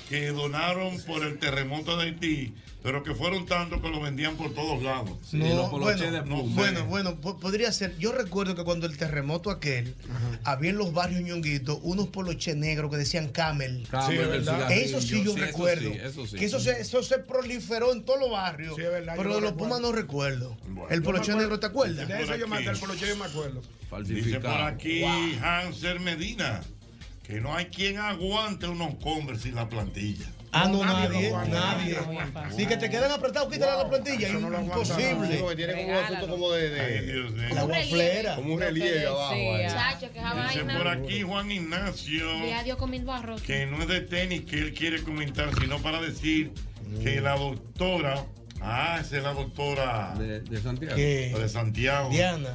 Speaker 2: que donaron por el terremoto de Haití, pero que fueron tantos que lo vendían por todos lados.
Speaker 3: No, bueno,
Speaker 2: No sé.
Speaker 3: bueno, bueno, po- podría ser. Yo recuerdo que cuando el terremoto aquel, había en los barrios ñonguitos unos poloches negros que decían camel.
Speaker 8: Camel, Sí, es el verdad. cigarrillo,
Speaker 3: Eso sí yo
Speaker 8: sí, eso
Speaker 3: recuerdo.
Speaker 8: sí, eso sí.
Speaker 3: Que eso se, eso se proliferó en todos los barrios. pero de
Speaker 7: yo lo
Speaker 3: los Pumas no recuerdo. el
Speaker 7: Yo me
Speaker 3: poloche
Speaker 7: acuerdo-
Speaker 3: negro, ¿te acuerdas?
Speaker 7: De eso yo me
Speaker 2: aquí.
Speaker 7: el poloche, yo me acuerdo.
Speaker 2: Dice por aquí Hanser Medina que no hay quien aguante unos Converse sin la plantilla.
Speaker 3: Ah, no, nadie, nadie. Sí, que te quedan apretados, quítale la plantilla. Imposible.
Speaker 5: Digo que tiene como un asunto como de. de-
Speaker 3: La guaflera.
Speaker 5: Como un relieve abajo. ahí.
Speaker 4: Chacho, que esa
Speaker 2: Dice
Speaker 4: vaina.
Speaker 2: por aquí Juan Ignacio
Speaker 4: Ve a Dios comiendo arroz.
Speaker 2: que no es de tenis que él quiere comentar, sino para decir que la doctora, ah, esa es la doctora
Speaker 8: de, Santiago,
Speaker 2: La de Santiago,
Speaker 3: Diana,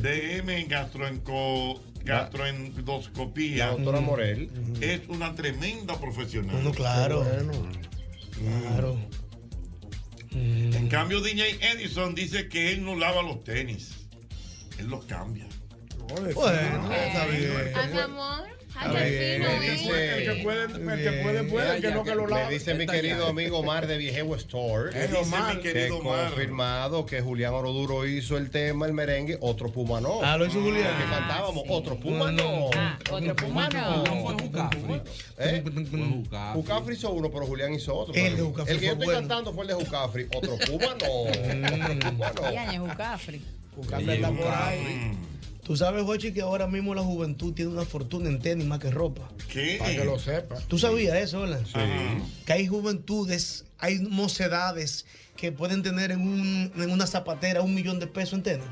Speaker 2: DM en gastroenco- gastroendoscopía,
Speaker 5: La doctora Morel.
Speaker 2: es una tremenda profesional.
Speaker 3: No, claro. Claro.
Speaker 7: Mm.
Speaker 2: En cambio, DJ Edison dice que él no lava los tenis, él los cambia.
Speaker 3: Bueno, está bien.
Speaker 4: Ay, Ah, mi amor. Ay,
Speaker 5: Está
Speaker 4: qué
Speaker 5: bien.
Speaker 4: fino,
Speaker 5: Me
Speaker 4: ¿eh?
Speaker 5: dice-
Speaker 7: El que puede, el que puede, puede, el que
Speaker 5: Ya,
Speaker 7: no,
Speaker 5: ya,
Speaker 7: que lo lave.
Speaker 5: Me dice mi querido amigo Omar de Viejevo Store.
Speaker 7: ¿Qué dice mi querido
Speaker 5: que
Speaker 7: Omar?
Speaker 5: confirmado que Julián Oroduro hizo el tema, el merengue, otro Puma no. Ah,
Speaker 3: Ah, lo hizo Julián. Ah.
Speaker 5: El Que cantábamos, otro Puma no.
Speaker 12: Otro pumano.
Speaker 5: ¿Eh? Jucafri hizo uno, pero Julián hizo otro.
Speaker 3: El de
Speaker 5: Pero
Speaker 3: Jucafri
Speaker 5: el que yo
Speaker 3: fue
Speaker 5: estoy
Speaker 3: bueno.
Speaker 5: cantando fue el de Jucafri. Otro cubano. Otro
Speaker 12: Y
Speaker 5: cubano.
Speaker 12: añe Jucafri.
Speaker 3: Jucafri anda por ahí. Tú sabes, Jochi, que ahora mismo la juventud tiene una fortuna en tenis más que ropa.
Speaker 2: ¿Qué?
Speaker 7: Para que lo sepa.
Speaker 3: ¿Tú sabías eso, hola? Que hay juventudes, hay mocedades que pueden tener en, un- en una zapatera un millón de pesos en tenis.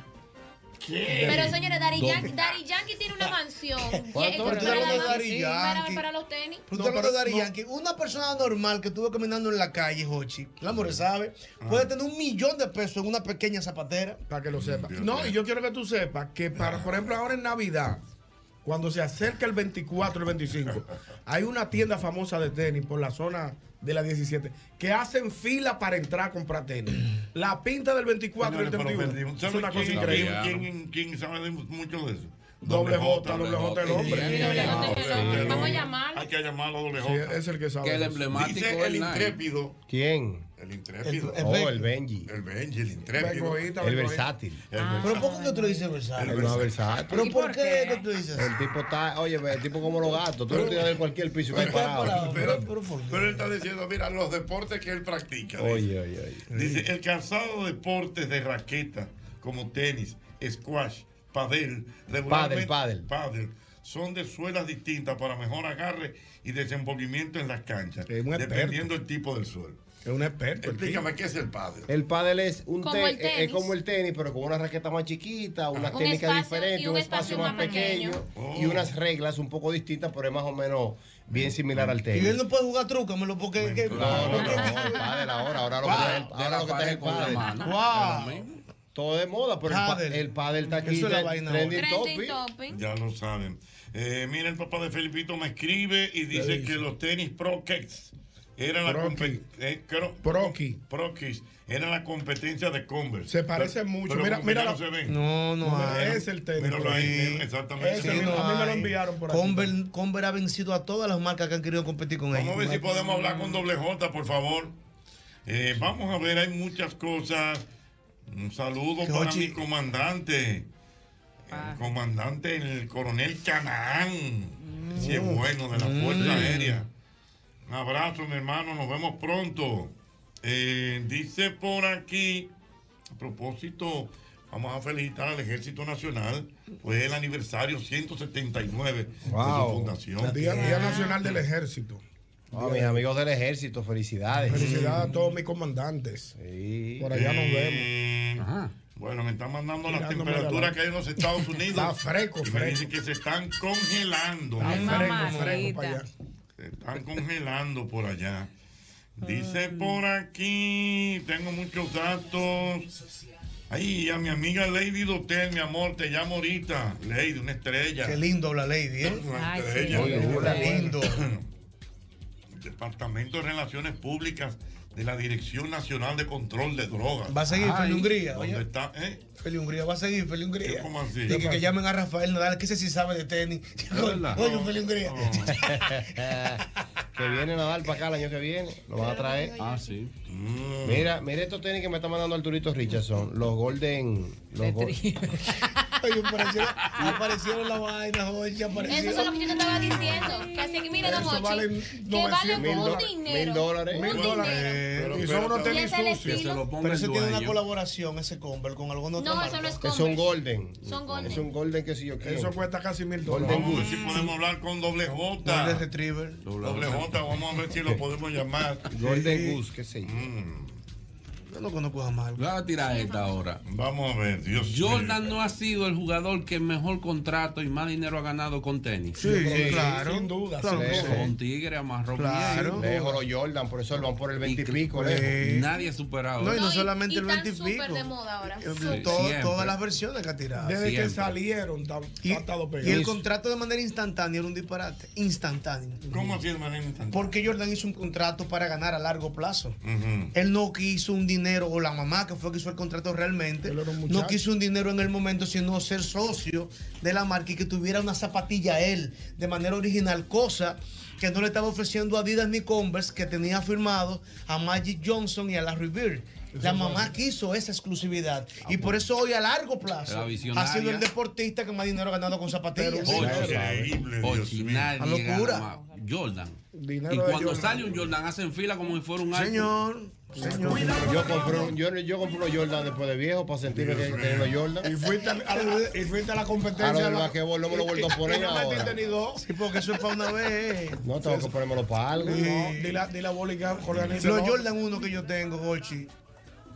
Speaker 4: Pero señores, Dari
Speaker 3: ¿Dónde?
Speaker 4: Yankee, Daddy Yankee tiene una mansión.
Speaker 3: ¿Cuánto? Pero tú
Speaker 4: para,
Speaker 3: estás hablando de
Speaker 4: la-
Speaker 3: Daddy
Speaker 4: sí,
Speaker 3: Yankee.
Speaker 4: para, para los tenis.
Speaker 3: Pero usted lo de Daddy Yankee, una persona normal que estuvo caminando en la calle, Jochi, el amor sabe, puede tener un millón de pesos en una pequeña zapatera.
Speaker 7: Para que lo sepa. No, y yo quiero que tú sepas que, para, por ejemplo, ahora en Navidad, cuando se acerca el 24, el 25, hay una tienda famosa de tenis por la zona de la 17 que hacen fila para entrar a comprar tenis. La pinta del 24 y el
Speaker 2: Señores, pero
Speaker 7: 31
Speaker 2: perdimos.
Speaker 7: es una
Speaker 2: ¿Sabe
Speaker 7: cosa
Speaker 2: quién-
Speaker 7: increíble.
Speaker 2: quién- quién- quién sabe de mucho de eso?
Speaker 7: Doble J, doble J el
Speaker 2: Sí,
Speaker 7: hombre.
Speaker 2: hombre.
Speaker 4: Vamos a llamarlo.
Speaker 2: Hay que llamarlo doble
Speaker 7: Sí,
Speaker 2: J.
Speaker 7: es el que sabe.
Speaker 2: Que el
Speaker 7: de eso.
Speaker 2: emblemático Dice el online. intrépido.
Speaker 5: ¿Quién?
Speaker 2: El intrépido.
Speaker 5: El- el Oh, el Benji.
Speaker 2: El Benji, el intrépido.
Speaker 5: El versátil.
Speaker 3: Pero ¿por qué tú le dices Ah. versátil?
Speaker 5: El más versátil.
Speaker 3: ¿Pero por qué que tú dices?
Speaker 5: El tipo está, oye, el tipo como los gatos, tú lo tiras de cualquier piso que hay parado.
Speaker 2: Pero él está diciendo, mira, los deportes que él practica. dice.
Speaker 5: Oye, oye, oye.
Speaker 2: Dice, el calzado de deportes de raqueta, como tenis, squash, padel, regularmente-
Speaker 5: Pádel,
Speaker 2: pádel, son de suelas distintas para mejor agarre y desenvolvimiento en las canchas,
Speaker 5: experto.
Speaker 2: dependiendo el tipo del suelo.
Speaker 7: Es un experto.
Speaker 2: Explícame qué es el pádel.
Speaker 5: El pádel es un
Speaker 2: Como
Speaker 5: te- eh,
Speaker 2: el
Speaker 5: es- es
Speaker 2: tenis.
Speaker 5: como el tenis, pero con una raqueta más chiquita, unas
Speaker 2: Un
Speaker 5: técnicas
Speaker 2: espacio
Speaker 5: diferentes,
Speaker 2: y un
Speaker 5: un espacio
Speaker 2: espacio
Speaker 5: más
Speaker 2: más
Speaker 5: pequeño
Speaker 2: pequeño.
Speaker 5: y unas reglas un poco distintas, pero es más o menos bien similar al
Speaker 3: Y él
Speaker 5: tenis.
Speaker 3: no puede jugar trucámelo porque... que-
Speaker 5: No, no, no, pádel ahora, ahora lo que está es el- ahora lo que está es el pádel. Todo de moda, pero el pa-
Speaker 2: Pádel.
Speaker 5: el pádel está aquí. tre- trending topic.
Speaker 2: Ya lo saben. Eh, mira, el papá de Felipito me escribe y dice que los tenis Pro Kicks eran la,
Speaker 7: Pro
Speaker 2: compe- eh, creo-
Speaker 7: Proqui.
Speaker 2: Pro Kicks eran la competencia de Converse.
Speaker 7: Se parece
Speaker 2: Pero-
Speaker 7: mucho.
Speaker 2: pero
Speaker 7: Mira,
Speaker 2: como que
Speaker 7: mira.
Speaker 2: ya
Speaker 7: la-
Speaker 2: no se ven.
Speaker 7: Mira, Es el tenis.
Speaker 2: Míralo ahí, mira, exactamente.
Speaker 7: Ese mismo, a mí me lo enviaron por aquí.
Speaker 3: Conver, Conver ha vencido a todas las marcas que han querido competir con ellos.
Speaker 2: Vamos a ver si podemos hablar con doble J, por favor. Eh, vamos a ver, hay muchas cosas. Un saludo para mi comandante. El comandante, el coronel Canaán. Si es bueno, de la Fuerza Aérea. Un abrazo, mi hermano. Nos vemos pronto. Eh, dice por aquí, a propósito, vamos a felicitar al Ejército Nacional. Fue el aniversario 179 de su
Speaker 5: Wow.
Speaker 2: fundación.
Speaker 7: Día, Día Nacional del Ejército.
Speaker 5: Ah, mis amigos del ejército, felicidades.
Speaker 7: Felicidades a todos mis comandantes. Por allá nos vemos.
Speaker 2: Eh, Bueno, me están mandando las
Speaker 7: Tirándome
Speaker 2: temperaturas
Speaker 7: la-
Speaker 2: que hay en los Estados Unidos.
Speaker 7: Está fresco,
Speaker 2: Y me
Speaker 7: fresco.
Speaker 2: dicen que se están congelando.
Speaker 7: Está Ay, fresco, mamacita. fresco para allá.
Speaker 2: Se están congelando por allá. Dice por aquí, tengo muchos datos. Ay, a mi amiga Lady Dotel, mi amor, te llamo ahorita. Lady, una estrella.
Speaker 3: Qué lindo habla Lady, ¿eh?
Speaker 2: Una estrella. Departamento de Relaciones Públicas de la Dirección Nacional de Control de Drogas.
Speaker 3: Va a seguir Feli Hungría,
Speaker 2: ¿Dónde
Speaker 3: oye.
Speaker 2: está? ¿Eh?
Speaker 3: Feli Hungría, va a seguir Feli Hungría.
Speaker 2: ¿Cómo así?
Speaker 3: Y que, que llamen a Rafael Nadal, que ese sí sabe de tenis.
Speaker 5: verdad?
Speaker 3: Oye, Feli Hungría.
Speaker 5: que viene Nadal para acá el año que viene. Lo van a traer. Ah, sí.
Speaker 3: Mm.
Speaker 5: Mira, mira estos tenis que me está mandando Arturito Richardson. Los Golden. Los gol-
Speaker 3: Oye, aparecieron, aparecieron las vainas, oye, aparecieron.
Speaker 4: Eso es lo que yo te estaba diciendo. Que así que mira, don
Speaker 3: Eso
Speaker 4: Hochi,
Speaker 3: vale
Speaker 4: que
Speaker 3: 900
Speaker 4: vale
Speaker 3: mil
Speaker 4: un
Speaker 3: dólares.
Speaker 4: dinero.
Speaker 3: Mil dólares.
Speaker 4: un
Speaker 3: Mil
Speaker 4: dinero.
Speaker 3: dólares.
Speaker 7: Eh,
Speaker 3: Pero
Speaker 7: y son unos
Speaker 3: espérate.
Speaker 7: tenis
Speaker 4: Y ese
Speaker 7: sucios.
Speaker 4: estilo. Se lo ponga
Speaker 3: Pero eso
Speaker 7: el
Speaker 3: tiene una
Speaker 7: dueño.
Speaker 3: colaboración, ese Conver, con alguna otra
Speaker 4: No,
Speaker 3: marca.
Speaker 4: eso no es
Speaker 5: Que son Golden.
Speaker 4: Son
Speaker 5: Es un Golden que si yo quiero.
Speaker 7: Eso cuesta casi mil dólares.
Speaker 2: Vamos a ver si podemos hablar con Doble J.
Speaker 5: Golden
Speaker 3: Retriever.
Speaker 2: Doble, J, vamos a ver si lo podemos llamar.
Speaker 5: Golden Goose, qué sé yo.
Speaker 2: Mm.
Speaker 3: Yo no conozco a Mal.
Speaker 8: Voy a tirar esta ahora.
Speaker 2: Vamos a ver, Dios
Speaker 8: Jordan no ha sido el jugador que mejor contrato y más dinero ha ganado con tenis.
Speaker 7: Sin duda.
Speaker 8: Claro,
Speaker 7: sin duda.
Speaker 8: Con Tigre, amarró
Speaker 7: Claro.
Speaker 8: bien.
Speaker 5: Lejos los Jordan, por eso lo van por el 20 y pico.
Speaker 8: Eh,
Speaker 5: lejos.
Speaker 8: Nadie ha superado.
Speaker 3: No, y no,
Speaker 8: eso.
Speaker 3: solamente
Speaker 4: y
Speaker 3: el
Speaker 4: tan
Speaker 3: 20 y
Speaker 4: súper
Speaker 3: pico.
Speaker 4: de moda ahora.
Speaker 3: Eh,
Speaker 8: Sí,
Speaker 3: todo-
Speaker 8: siempre.
Speaker 3: todas las versiones que ha tirado.
Speaker 7: Desde
Speaker 3: Siempre.
Speaker 7: que salieron, ta-
Speaker 3: Y,
Speaker 7: ha estado
Speaker 3: y el
Speaker 7: pegado.
Speaker 3: contrato de manera instantánea era un disparate. Instantáneo.
Speaker 2: ¿Cómo así de manera instantánea?
Speaker 3: Porque Jordan hizo un contrato para ganar a largo plazo. Él no quiso un, din- dinero, o la mamá que fue que hizo el contrato realmente, no
Speaker 7: muchacho.
Speaker 3: quiso un dinero en el momento, sino ser socio de la marca y que tuviera una zapatilla él de manera original, cosa que no le estaba ofreciendo a Adidas ni Converse, que tenía firmado a Magic Johnson y a Larry Bird. La mamá quiso esa exclusividad
Speaker 5: Ah, pues.
Speaker 3: y por eso hoy a largo plazo
Speaker 8: Era visionaria.
Speaker 3: ha sido el deportista que más dinero ha ganado con zapatillas.
Speaker 8: Ochi, nadie
Speaker 3: Una
Speaker 8: gana
Speaker 3: locura.
Speaker 8: más. Jordan.
Speaker 3: Dinero
Speaker 8: y
Speaker 3: de
Speaker 8: cuando
Speaker 3: Jordan.
Speaker 8: sale un Jordan, hacen fila como si fuera un
Speaker 5: Señor,
Speaker 8: señor.
Speaker 5: Yo compré, un- yo, yo compré unos Jordan después de viejo para sentirme que tenía los Jordan.
Speaker 7: Y fuiste a la, y fuiste a la competencia.
Speaker 5: A lo del
Speaker 7: la-
Speaker 5: basquetbol no me lo he vuelto a
Speaker 7: Y- y-
Speaker 5: poner
Speaker 7: y no metiste
Speaker 5: ahora.
Speaker 7: ni dos.
Speaker 3: Sí, porque eso es para una vez.
Speaker 5: No, tengo que ponérmelo para algo.
Speaker 3: Sí.
Speaker 7: Di la, di la bola y que organiza.
Speaker 3: Los Jordan 1 que yo tengo, Golchi,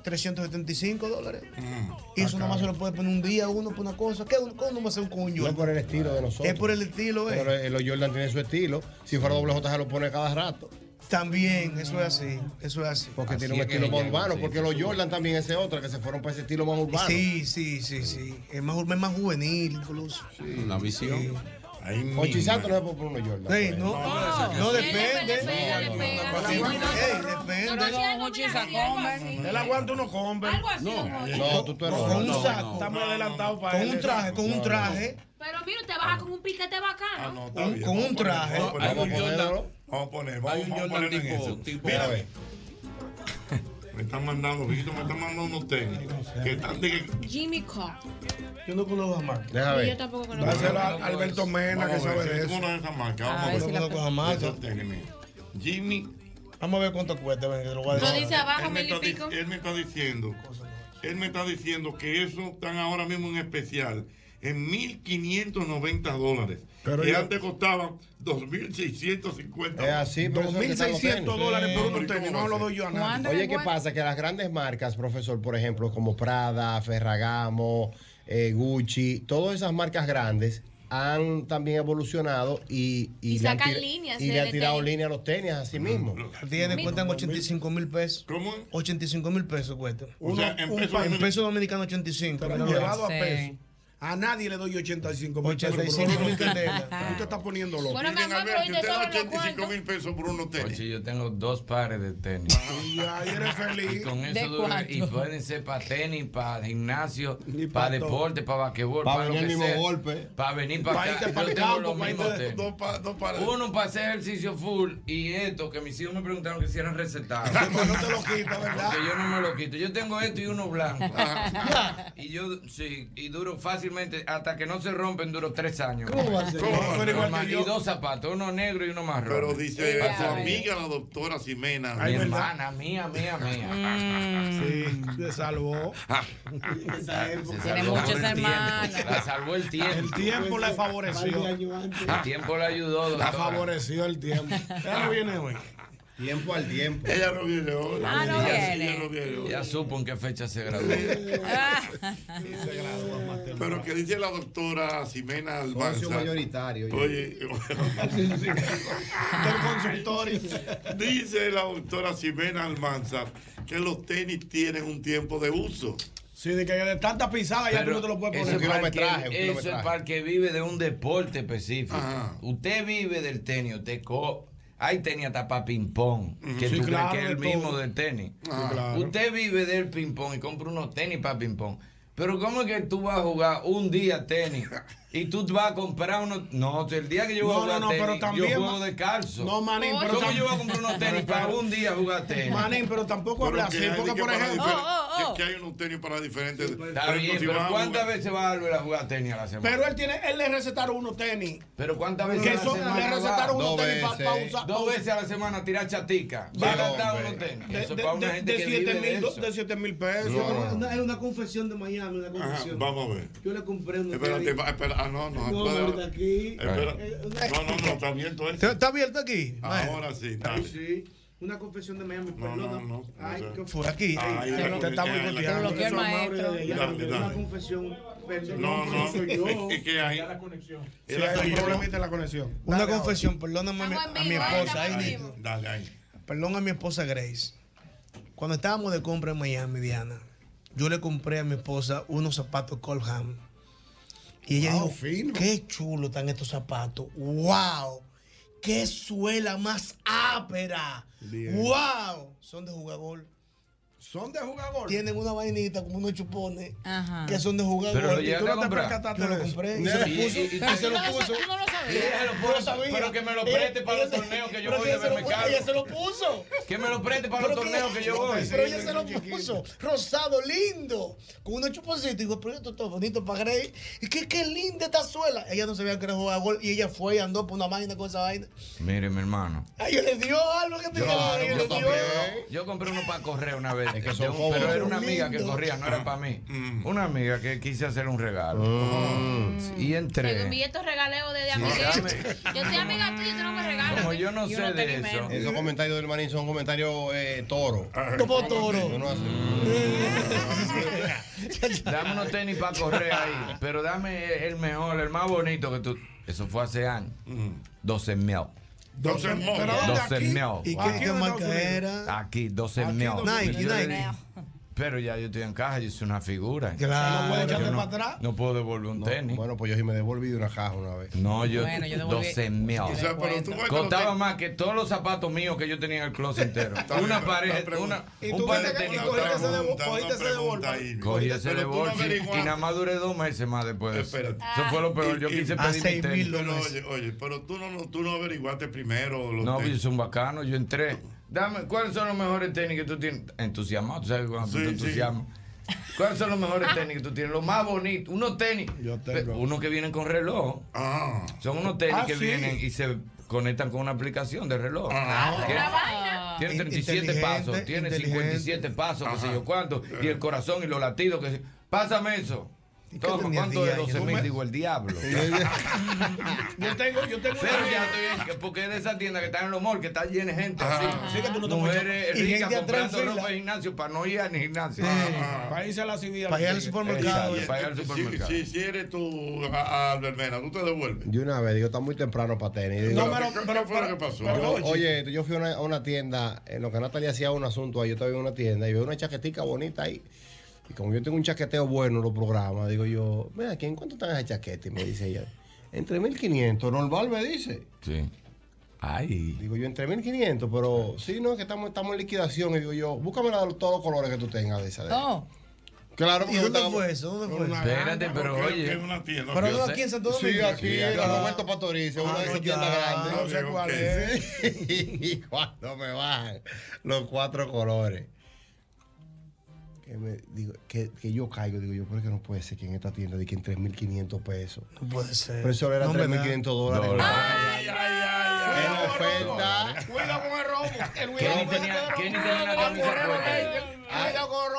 Speaker 3: 375 dólares.
Speaker 5: Ah,
Speaker 3: Y eso nada más se lo puede poner un día uno por una cosa. ¿Qué uno, ¿Cómo va a hacer con un
Speaker 5: No
Speaker 3: Jordan?
Speaker 5: es por el estilo de nosotros.
Speaker 3: Es por el estilo, eh.
Speaker 5: Pero eh, los Jordan tienen su estilo. Si fuera doble J se lo pone cada rato.
Speaker 3: También, eso es así. Eso es así.
Speaker 5: Porque tiene un estilo más urbano. porque los Jordan también ese otro, que se fueron para ese estilo más urbano.
Speaker 3: Sí, sí, sí, sí. Es más, ur- es más juvenil incluso.
Speaker 8: Una visión.
Speaker 5: Ocho y Santos no se puede poner unos Jordan.
Speaker 3: Sí, no, no,
Speaker 5: no,
Speaker 3: no
Speaker 5: le
Speaker 3: depende.
Speaker 5: pega, le pega.
Speaker 3: No, no,
Speaker 5: Sí,
Speaker 3: no,
Speaker 5: no,
Speaker 3: no, Ey,
Speaker 1: No, no,
Speaker 3: depende.
Speaker 1: sí, algo Ocho y mira, sí, algo Sacombe. así.
Speaker 7: Él aguanta unos Converse.
Speaker 1: Algo así,
Speaker 7: No,
Speaker 1: como-
Speaker 5: No, tú te
Speaker 7: no,
Speaker 5: robas.
Speaker 7: con
Speaker 5: No,
Speaker 7: un
Speaker 5: no,
Speaker 7: saco.
Speaker 5: no.
Speaker 7: Estamos adelantados para
Speaker 3: Con
Speaker 7: él.
Speaker 3: un traje, con un traje.
Speaker 4: Pero mira, usted baja con un piquete bacano.
Speaker 3: Con- Con un traje.
Speaker 2: Hay un
Speaker 3: Jordan.
Speaker 2: Vamos a poner, vamos, vamos a poner en eso. Mira, me están mandando, Vito, me están mandando unos tenis. Que están de que.
Speaker 4: Jimmy Cobb.
Speaker 3: Yo no conozco a marca.
Speaker 5: Deja
Speaker 4: ver. Yo tampoco conozco.
Speaker 7: Dáselo a Alberto Mena, que
Speaker 2: Vamos a
Speaker 7: sabe
Speaker 2: ver si
Speaker 7: de
Speaker 2: tú
Speaker 7: eso. Ah,
Speaker 2: conoces esa marca. Vamos
Speaker 3: A
Speaker 2: a
Speaker 3: ver
Speaker 2: ver.
Speaker 3: si la
Speaker 2: Esos
Speaker 3: conozco jamás.
Speaker 2: tenis. Jimmy.
Speaker 3: Vamos a ver cuánto cuesta. ven, que te lo voy a
Speaker 2: No,
Speaker 3: decir.
Speaker 2: él me, está, dic- él me está diciendo, él me está diciendo que eso están ahora mismo en especial en 1590 dólares.
Speaker 7: Pero
Speaker 2: que
Speaker 7: yo-
Speaker 2: antes costaban 2650.
Speaker 5: Es así, por eso es que están los tenis. Oye, ¿qué pasa? Que las grandes marcas, profesor, por ejemplo, como Prada, Ferragamo, eh, Gucci, todas esas marcas grandes han también evolucionado y,
Speaker 4: Y
Speaker 5: le han
Speaker 4: sacan
Speaker 5: tira-
Speaker 4: líneas
Speaker 5: y
Speaker 4: de-
Speaker 5: le han
Speaker 4: de
Speaker 5: tirado
Speaker 4: tenis.
Speaker 5: líneas a los tenis a
Speaker 14: Mm,
Speaker 5: sí mismo.
Speaker 3: Tiene, cuentan 85 mil pesos.
Speaker 2: ¿Cómo?
Speaker 3: 85 mil pesos cuesta.
Speaker 7: O sea, en
Speaker 3: Un-
Speaker 7: pesos-
Speaker 3: en pesos dominicanos 85.
Speaker 7: Pero
Speaker 3: mira,
Speaker 7: llevado a
Speaker 3: sí.
Speaker 7: peso. Ah, A nadie le doy 85 mil
Speaker 3: 85 mil candelas.
Speaker 7: Usted está poniendo loco.
Speaker 4: Bueno, mi
Speaker 7: Miren,
Speaker 4: amor, pero
Speaker 7: Alberto,
Speaker 4: hoy te
Speaker 7: usted da
Speaker 4: sobran los
Speaker 7: 85
Speaker 4: cuartos.
Speaker 2: mil pesos por unos tenis.
Speaker 14: Oye, yo tengo dos pares de tenis.
Speaker 7: Ay, eres feliz.
Speaker 14: Y con
Speaker 7: ¿De
Speaker 14: eso dura, y
Speaker 7: cuánto?
Speaker 14: pueden ser para tenis, para gimnasio, para
Speaker 7: pa' todo.
Speaker 14: deporte, para basquetbol,
Speaker 5: Pa'
Speaker 14: para lo
Speaker 5: venir
Speaker 14: que
Speaker 5: el mismo
Speaker 14: sea.
Speaker 5: golpe.
Speaker 14: Para venir para
Speaker 5: Pa' irte
Speaker 14: acá.
Speaker 5: pa'l
Speaker 14: Yo tengo
Speaker 5: campo,
Speaker 14: los
Speaker 5: pa' irte
Speaker 14: mismos
Speaker 5: de-
Speaker 14: tenis.
Speaker 5: dos
Speaker 14: Uno para hacer ejercicio full y esto que mis hijos me preguntaron que si eran recetados.
Speaker 7: no te lo quito, ¿verdad?
Speaker 14: Porque yo no me lo quito. Yo tengo esto y uno blanco. y yo, sí, y duro fácilmente, hasta que no se rompen, duro tres años.
Speaker 2: ¿Cómo va a ser? ¿Cómo va a ser?
Speaker 14: Normal.
Speaker 2: Igual que yo.
Speaker 14: Y dos zapatos, uno negro y uno marrón.
Speaker 2: Pero dice
Speaker 14: Para
Speaker 2: su
Speaker 14: salir.
Speaker 2: amiga, la doctora Ximena.
Speaker 14: Mi hermana, mía, mía, mía.
Speaker 7: Sí, se salvó.
Speaker 14: Se
Speaker 7: Tiene
Speaker 14: salvó
Speaker 7: muchos
Speaker 14: el tiempo.
Speaker 7: hermanos.
Speaker 14: La salvó el tiempo.
Speaker 7: El tiempo
Speaker 2: Ah,
Speaker 7: le favoreció.
Speaker 14: El tiempo le ayudó,
Speaker 7: La
Speaker 14: doctora.
Speaker 7: favoreció el tiempo. Ella no viene hoy.
Speaker 5: Tiempo al tiempo.
Speaker 2: Ella no viene hoy.
Speaker 7: Ah, no
Speaker 14: Ella-
Speaker 7: viene.
Speaker 14: ella no viene hoy. Ya supo en qué fecha se graduó.
Speaker 2: Pero que dice la doctora Ximena Albanza.
Speaker 5: mayoritario.
Speaker 2: Oye,
Speaker 7: consultorio.
Speaker 2: Dice la doctora Ximena Almanza que los tenis tienen un tiempo de uso.
Speaker 7: Sí, de que de tanta pisada ya tú no te lo puedes
Speaker 14: Eso
Speaker 7: poner.
Speaker 14: es para el que- Eso es para el que vive de un deporte específico. Usted vive del tenis, usted co hay tenis hasta para ping-pong, que
Speaker 7: Sí,
Speaker 14: tú crees
Speaker 7: claro,
Speaker 14: que es
Speaker 7: de
Speaker 14: el mismo
Speaker 7: todo.
Speaker 14: del tenis.
Speaker 7: Ah. claro.
Speaker 14: Usted vive del ping-pong y compra unos tenis para ping-pong. Pero ¿cómo es que tú vas a jugar un día tenis y tú vas a comprar unos... No, el día que yo voy a
Speaker 7: No, no,
Speaker 14: jugar
Speaker 7: no,
Speaker 14: tenis,
Speaker 7: pero también,
Speaker 14: yo juego
Speaker 7: ma-
Speaker 14: de calzo.
Speaker 7: No, Manín, pero
Speaker 14: ¿Cómo
Speaker 7: tam-
Speaker 14: yo voy a comprar unos tenis para un día jugar tenis?
Speaker 7: Manín, pero tampoco habla así, porque por ejemplo.
Speaker 2: Que, que hay unos tenis para diferentes.
Speaker 14: Está bien, pero ¿cuántas veces va a volver a jugar tenis a la semana?
Speaker 7: Pero él tiene, él le recetaron unos tenis.
Speaker 14: Pero ¿cuántas veces
Speaker 7: Que
Speaker 14: a la
Speaker 7: eso-
Speaker 14: semana
Speaker 7: le
Speaker 14: va?
Speaker 7: recetaron unos
Speaker 14: Dos
Speaker 7: tenis pa-
Speaker 14: veces. eh.
Speaker 7: pa usar-
Speaker 14: Dos veces a la semana tirar chatica. Va a gastar unos tenis.
Speaker 7: De,
Speaker 14: Eso
Speaker 7: de,
Speaker 14: para una
Speaker 7: de,
Speaker 14: gente
Speaker 7: de
Speaker 14: que
Speaker 7: siete
Speaker 14: vive de
Speaker 7: mil, do-
Speaker 14: eso.
Speaker 7: de siete mil pesos.
Speaker 14: No, no,
Speaker 7: no.
Speaker 3: Es una confesión de Miami, una
Speaker 2: Ajá,
Speaker 3: confesión.
Speaker 2: vamos a ver.
Speaker 3: Yo le compré unos
Speaker 2: Espérate,
Speaker 3: tenis.
Speaker 2: va, espera. Ah, no, no.
Speaker 3: No,
Speaker 2: espera.
Speaker 3: ahorita aquí.
Speaker 2: Espera.
Speaker 3: Eh,
Speaker 2: No, no, no, está abierto eso.
Speaker 3: ¿Está abierto aquí?
Speaker 2: Ahora sí, dale.
Speaker 3: Sí. Una confesión de Miami,
Speaker 2: No, no,
Speaker 3: perdona.
Speaker 2: no.
Speaker 3: Ay,
Speaker 2: no sé.
Speaker 3: ¿qué fue aquí?
Speaker 2: Ahí,
Speaker 3: Te
Speaker 2: ahí,
Speaker 3: lo- te estamos
Speaker 2: ahí, ahí,
Speaker 3: boicoteando.
Speaker 2: ahí.
Speaker 3: Bloqueó al maestro.
Speaker 2: Dale,
Speaker 3: Una
Speaker 2: dale.
Speaker 3: confesión, perdón.
Speaker 2: No, no,
Speaker 3: soy yo.
Speaker 2: es que hay.
Speaker 7: Sí, hay un problemita en la conexión.
Speaker 3: Una confesión, perdóname a mi,
Speaker 7: Estamos en
Speaker 3: a mi
Speaker 7: vivo,
Speaker 3: esposa.
Speaker 7: estamos en
Speaker 3: ahí,
Speaker 7: vivo.
Speaker 2: Dale, ahí.
Speaker 3: Perdón a mi esposa Grace. Cuando estábamos de compra en Miami, Diana, yo le compré a mi esposa unos zapatos Colham. Y ella dijo, qué chulo están estos zapatos. ¡Wow! ¡Qué suela más ápera!
Speaker 7: Bien.
Speaker 3: ¡Wow! Son de jugador.
Speaker 7: eh. Son de jugar golf.
Speaker 3: Tienen una vainita como unos chupones
Speaker 6: Ajá.
Speaker 3: que son de jugar
Speaker 14: Pero
Speaker 3: golf.
Speaker 14: lo llegaste
Speaker 3: ¿Y tú
Speaker 14: a
Speaker 3: no te
Speaker 14: comprar?
Speaker 3: percataste
Speaker 14: Yo lo
Speaker 3: de eso?
Speaker 14: compré.
Speaker 3: Y se lo
Speaker 14: Y-
Speaker 3: puso.
Speaker 14: y- y-
Speaker 3: y se lo
Speaker 14: Tú no
Speaker 3: puso.
Speaker 14: lo sabías.
Speaker 3: Y ella
Speaker 14: Tú no lo sabías. Pero que me lo preste para los
Speaker 3: Ella-
Speaker 14: torneos que yo
Speaker 3: pero
Speaker 14: voy
Speaker 3: que
Speaker 14: de
Speaker 3: ella se lo-
Speaker 14: Bermecal.
Speaker 3: Ella se lo puso.
Speaker 14: Que me lo preste para los
Speaker 3: Pero
Speaker 14: torneos que yo voy.
Speaker 3: Pero ella se lo puso. Rosado, lindo. Con unos chuponcitos. Y digo, pero esto está bonito para Grey. Y que qué linda esta suela. Ella no sabía que era jugar gol. Y ella fue y andó por una máquina con esa vaina.
Speaker 14: Mire, mi hermano.
Speaker 3: Ay, yo le dio algo que te
Speaker 14: Yo,
Speaker 3: ella
Speaker 14: yo
Speaker 3: le dio.
Speaker 14: compré uno, yo compré uno para correr una vez.
Speaker 5: que
Speaker 14: de
Speaker 5: son
Speaker 14: un-
Speaker 5: cómodos.
Speaker 14: pero era una
Speaker 5: Son
Speaker 14: amiga que
Speaker 5: lindos.
Speaker 14: corría, no era para mí.
Speaker 3: Mm.
Speaker 14: Una amiga que quise hacer un regalo.
Speaker 5: Mm.
Speaker 14: Y
Speaker 4: Según vi
Speaker 14: entré.
Speaker 4: estos regaleos de, de
Speaker 14: Sí,
Speaker 4: amiguetes.
Speaker 14: dame.
Speaker 4: Yo soy amiga tuya y tú no me regalas.
Speaker 14: Como yo no
Speaker 4: Y
Speaker 14: sé
Speaker 4: uno
Speaker 14: de
Speaker 4: tiene
Speaker 14: eso.
Speaker 4: menos.
Speaker 5: Esos comentarios del manín son comentarios eh, toro.
Speaker 3: Como toro.
Speaker 5: Yo no hace-
Speaker 14: Mm. Dame unos tenis para correr ahí. Pero dame el mejor, el más bonito que tú. Eso fue hace años.
Speaker 5: Mm.
Speaker 14: 12 mil.
Speaker 2: 12 mil. ¿Pero dónde?
Speaker 14: 12
Speaker 2: ¿Aquí?
Speaker 14: mil.
Speaker 2: ¿Y
Speaker 14: Wow.
Speaker 3: qué- qué marca era?
Speaker 14: Aquí, 12
Speaker 3: Aquí,
Speaker 14: mil.
Speaker 3: 12 Nike,
Speaker 14: Yo le-
Speaker 3: Nike.
Speaker 14: Pero ya yo estoy en caja, yo soy una figura.
Speaker 5: Claro. No puede echarte
Speaker 14: Yo no-
Speaker 5: para atrás.
Speaker 14: No puedo devolver un
Speaker 5: No,
Speaker 14: tenis.
Speaker 5: Bueno, pues yo sí me devolví de una caja una vez.
Speaker 14: No, yo,
Speaker 5: Bueno, yo devolví-
Speaker 14: 12 mil.
Speaker 5: O sea, pero tú vas a
Speaker 14: Costaba más que todos los zapatos míos que yo tenía en el closet entero. una pareja, una,
Speaker 2: Y
Speaker 14: un
Speaker 2: tú
Speaker 14: par de
Speaker 2: viste que
Speaker 14: tenis.
Speaker 2: cogiste ese de-
Speaker 14: Una
Speaker 2: cogiste ese de
Speaker 14: pregunta
Speaker 2: bolsa.
Speaker 14: ahí. Cogí ese
Speaker 2: Pero
Speaker 14: de
Speaker 2: tú no
Speaker 14: bolsa y-
Speaker 2: averiguaste. Ah,
Speaker 14: y nada más duré dos meses más después. de eso. Eso fue lo peor. Yo
Speaker 2: Y- y-
Speaker 14: quise pedir mi tenis.
Speaker 2: Pero Oye, oye, pero tú no, no- tú no averiguaste primero los
Speaker 14: No,
Speaker 2: tenis.
Speaker 14: pues yo soy un bacano, yo entré. Dame, ¿cuáles son los mejores tenis que tú tienes? Entusiasmado, tú sabes que cuando tú te
Speaker 2: Sí, sí.
Speaker 14: entusiasmas. ¿Cuáles son los mejores tenis que tú tienes? Los más bonitos, unos tenis. Unos que vienen con reloj. Son unos tenis
Speaker 2: Ah,
Speaker 14: que
Speaker 2: sí.
Speaker 14: vienen y se conectan con una aplicación de reloj.
Speaker 2: Ah.
Speaker 14: Que-
Speaker 1: Otra vaina.
Speaker 14: tiene
Speaker 1: Inteligente,
Speaker 14: 37 pasos, tiene
Speaker 1: inteligente.
Speaker 14: 57 pasos, qué sé yo cuánto, y
Speaker 2: Eh.
Speaker 14: el corazón y los latidos, que se- Pásame eso. Toma,
Speaker 7: tenía
Speaker 14: ¿cuánto
Speaker 7: 10
Speaker 14: de
Speaker 7: años?
Speaker 14: 12
Speaker 7: ¿Tú
Speaker 14: mil?
Speaker 7: me-
Speaker 14: Digo, el diablo.
Speaker 7: Yo tengo, yo tengo
Speaker 14: Pero
Speaker 7: una-
Speaker 14: ya estoy bien, que porque es de esa tienda que está en los malls, que está llena de gente
Speaker 7: Ajá.
Speaker 14: así.
Speaker 7: Sí, que tú no te
Speaker 14: Mujeres
Speaker 7: puedes- y
Speaker 14: ricas
Speaker 7: gente atrás en
Speaker 14: comprando
Speaker 7: fila.
Speaker 14: ropa de gimnasio para no ir al gimnasio.
Speaker 7: Para irse a la civil.
Speaker 14: Para ir al supermercado.
Speaker 2: Oye,
Speaker 14: Pagar el
Speaker 2: si-
Speaker 14: supermercado.
Speaker 2: Si, si eres tú, a, a Bermena, tú te devuelves.
Speaker 5: Yo una vez, digo, está muy temprano para tenis. Digo,
Speaker 2: ¿Qué- ¿Qué, qué fue lo que pasó?
Speaker 5: Yo, oye, yo fui a una, a una tienda, en lo que Natalia hacía un asunto ahí, yo estaba en una tienda y veo una chaquetica bonita ahí. Y como yo tengo un chaqueteo bueno en los programas, digo yo, mira, aquí en cuánto están esas chaquetas? Y me dice ella, entre 1500, normal me dice.
Speaker 14: Sí. Ay.
Speaker 5: Digo yo, entre 1500, pero sí, no, es que estamos, estamos en liquidación. Y digo yo, búscame la de todos los colores que tú tengas de esa. de-
Speaker 6: Oh.
Speaker 5: Claro, porque
Speaker 3: ¿Y
Speaker 5: yo
Speaker 3: dónde
Speaker 5: estaba-
Speaker 3: fue eso? ¿Dónde fue eso?
Speaker 14: Espérate, pero
Speaker 5: Creo que
Speaker 14: oye.
Speaker 5: es una tienda,
Speaker 3: Pero
Speaker 5: yo
Speaker 3: no
Speaker 5: sé.
Speaker 3: aquí en Santo
Speaker 5: Sí,
Speaker 3: Domingo.
Speaker 5: aquí, en la Roberto Pastoriza, una
Speaker 3: Ah,
Speaker 5: de esas
Speaker 3: no,
Speaker 5: tiendas
Speaker 3: ya.
Speaker 5: grandes.
Speaker 3: No sé cuál
Speaker 5: Sí. Y cuando me bajan los cuatro colores, que, me, digo, que, que yo caigo, digo yo, pero es que no puede ser que en esta tienda de que en 3.500 pesos.
Speaker 3: No puede ser.
Speaker 5: Pero eso era
Speaker 3: No,
Speaker 5: 3.500 dólares. Ah,
Speaker 2: Ay, ay, ay, ay. Cuidado con el robo.
Speaker 1: Ah,
Speaker 2: El
Speaker 5: Kenny
Speaker 14: tenía, Kenny tenía una
Speaker 5: camisa
Speaker 3: Pero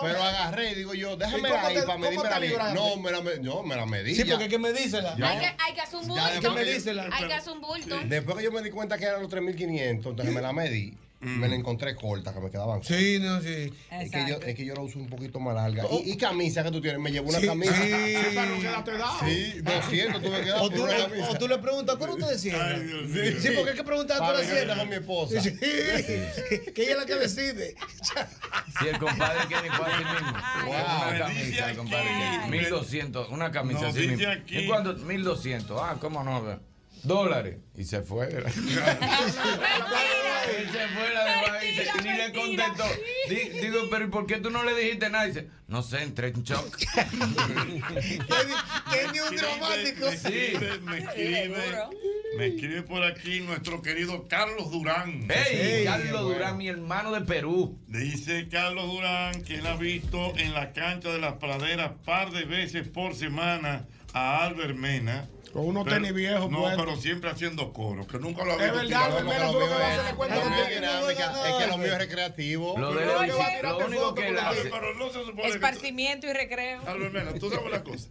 Speaker 5: Pero agarré y digo yo, déjame
Speaker 3: cómo
Speaker 5: ahí
Speaker 3: te-
Speaker 5: para
Speaker 3: cómo
Speaker 5: medirme
Speaker 3: te
Speaker 5: la bien.
Speaker 3: libraste?
Speaker 5: No, me la, me- no, me la medí.
Speaker 3: Sí,
Speaker 5: ya.
Speaker 3: porque es que me dice la.
Speaker 5: Ya.
Speaker 4: Hay que, hay que hacer un bulto.
Speaker 5: Ya, después me dice la-
Speaker 4: Hay que hacer un bulto.
Speaker 5: Después que yo me di cuenta que eran los 3500, entonces me la medí. Me la encontré corta, que me quedaban.
Speaker 3: Sí, no, sí.
Speaker 5: Es que, yo, es que yo la uso un poquito más larga. Y, y camisa que tú tienes, me llevo una
Speaker 3: Oh. Sí,
Speaker 5: camisa.
Speaker 3: sí.
Speaker 5: Sí,
Speaker 3: Sí, para no quedarte dado.
Speaker 5: Sí, 200 tuve que dar
Speaker 3: O
Speaker 5: por
Speaker 3: tú,
Speaker 5: una
Speaker 3: o-
Speaker 5: camisa.
Speaker 3: o tú le preguntas, ¿cuándo ustedes cierran? Sí, sí, porque hay que preguntar a
Speaker 5: Para
Speaker 3: la
Speaker 5: venir
Speaker 3: cierran.
Speaker 5: con mi esposa.
Speaker 3: Sí, que ella es la que decide.
Speaker 14: Si el compadre Kenny fue así mismo. una
Speaker 2: dice
Speaker 14: camisa,
Speaker 2: aquí.
Speaker 14: compadre Kenny. 1200, una camisa
Speaker 2: No,
Speaker 14: así
Speaker 2: dice
Speaker 14: mismo.
Speaker 2: aquí.
Speaker 14: ¿Y cuánto? 1200. Ah, cómo no. Dólares. Y se fue. Y se fue la de Guay, dice, y ni le contestó. Di- Digo, pero ¿y por qué tú no le dijiste nada? Y dice, no sé, entré en shock.
Speaker 3: Kenny un
Speaker 2: dramático. Me escribe, me escribe,
Speaker 14: seguro.
Speaker 2: me escribe por aquí nuestro querido Carlos Durán.
Speaker 14: Ey, Carlos Durán,
Speaker 2: mi hermano de Perú. Dice Carlos Durán que él ha visto en la cancha de las praderas par de veces por semana a Albert Mena.
Speaker 7: Con unos
Speaker 2: Pero-
Speaker 7: tenis viejos,
Speaker 2: No,
Speaker 7: puestos.
Speaker 2: pero siempre haciendo coros, que nunca lo
Speaker 7: Es
Speaker 2: había
Speaker 7: verdad, Albert Mena fue lo que más se le cuenta a los tenis.
Speaker 5: Es que lo mío es recreativo.
Speaker 14: Lo de
Speaker 5: Yo
Speaker 14: él
Speaker 5: creo que va a
Speaker 14: es-
Speaker 5: tirarte
Speaker 14: lo único
Speaker 5: fotos
Speaker 14: que
Speaker 5: con
Speaker 14: él
Speaker 5: la-
Speaker 14: hace-
Speaker 2: Pero no se supone que tú-
Speaker 6: Esparcimiento y recreo.
Speaker 2: Albert Mena, tú sabes una cosa.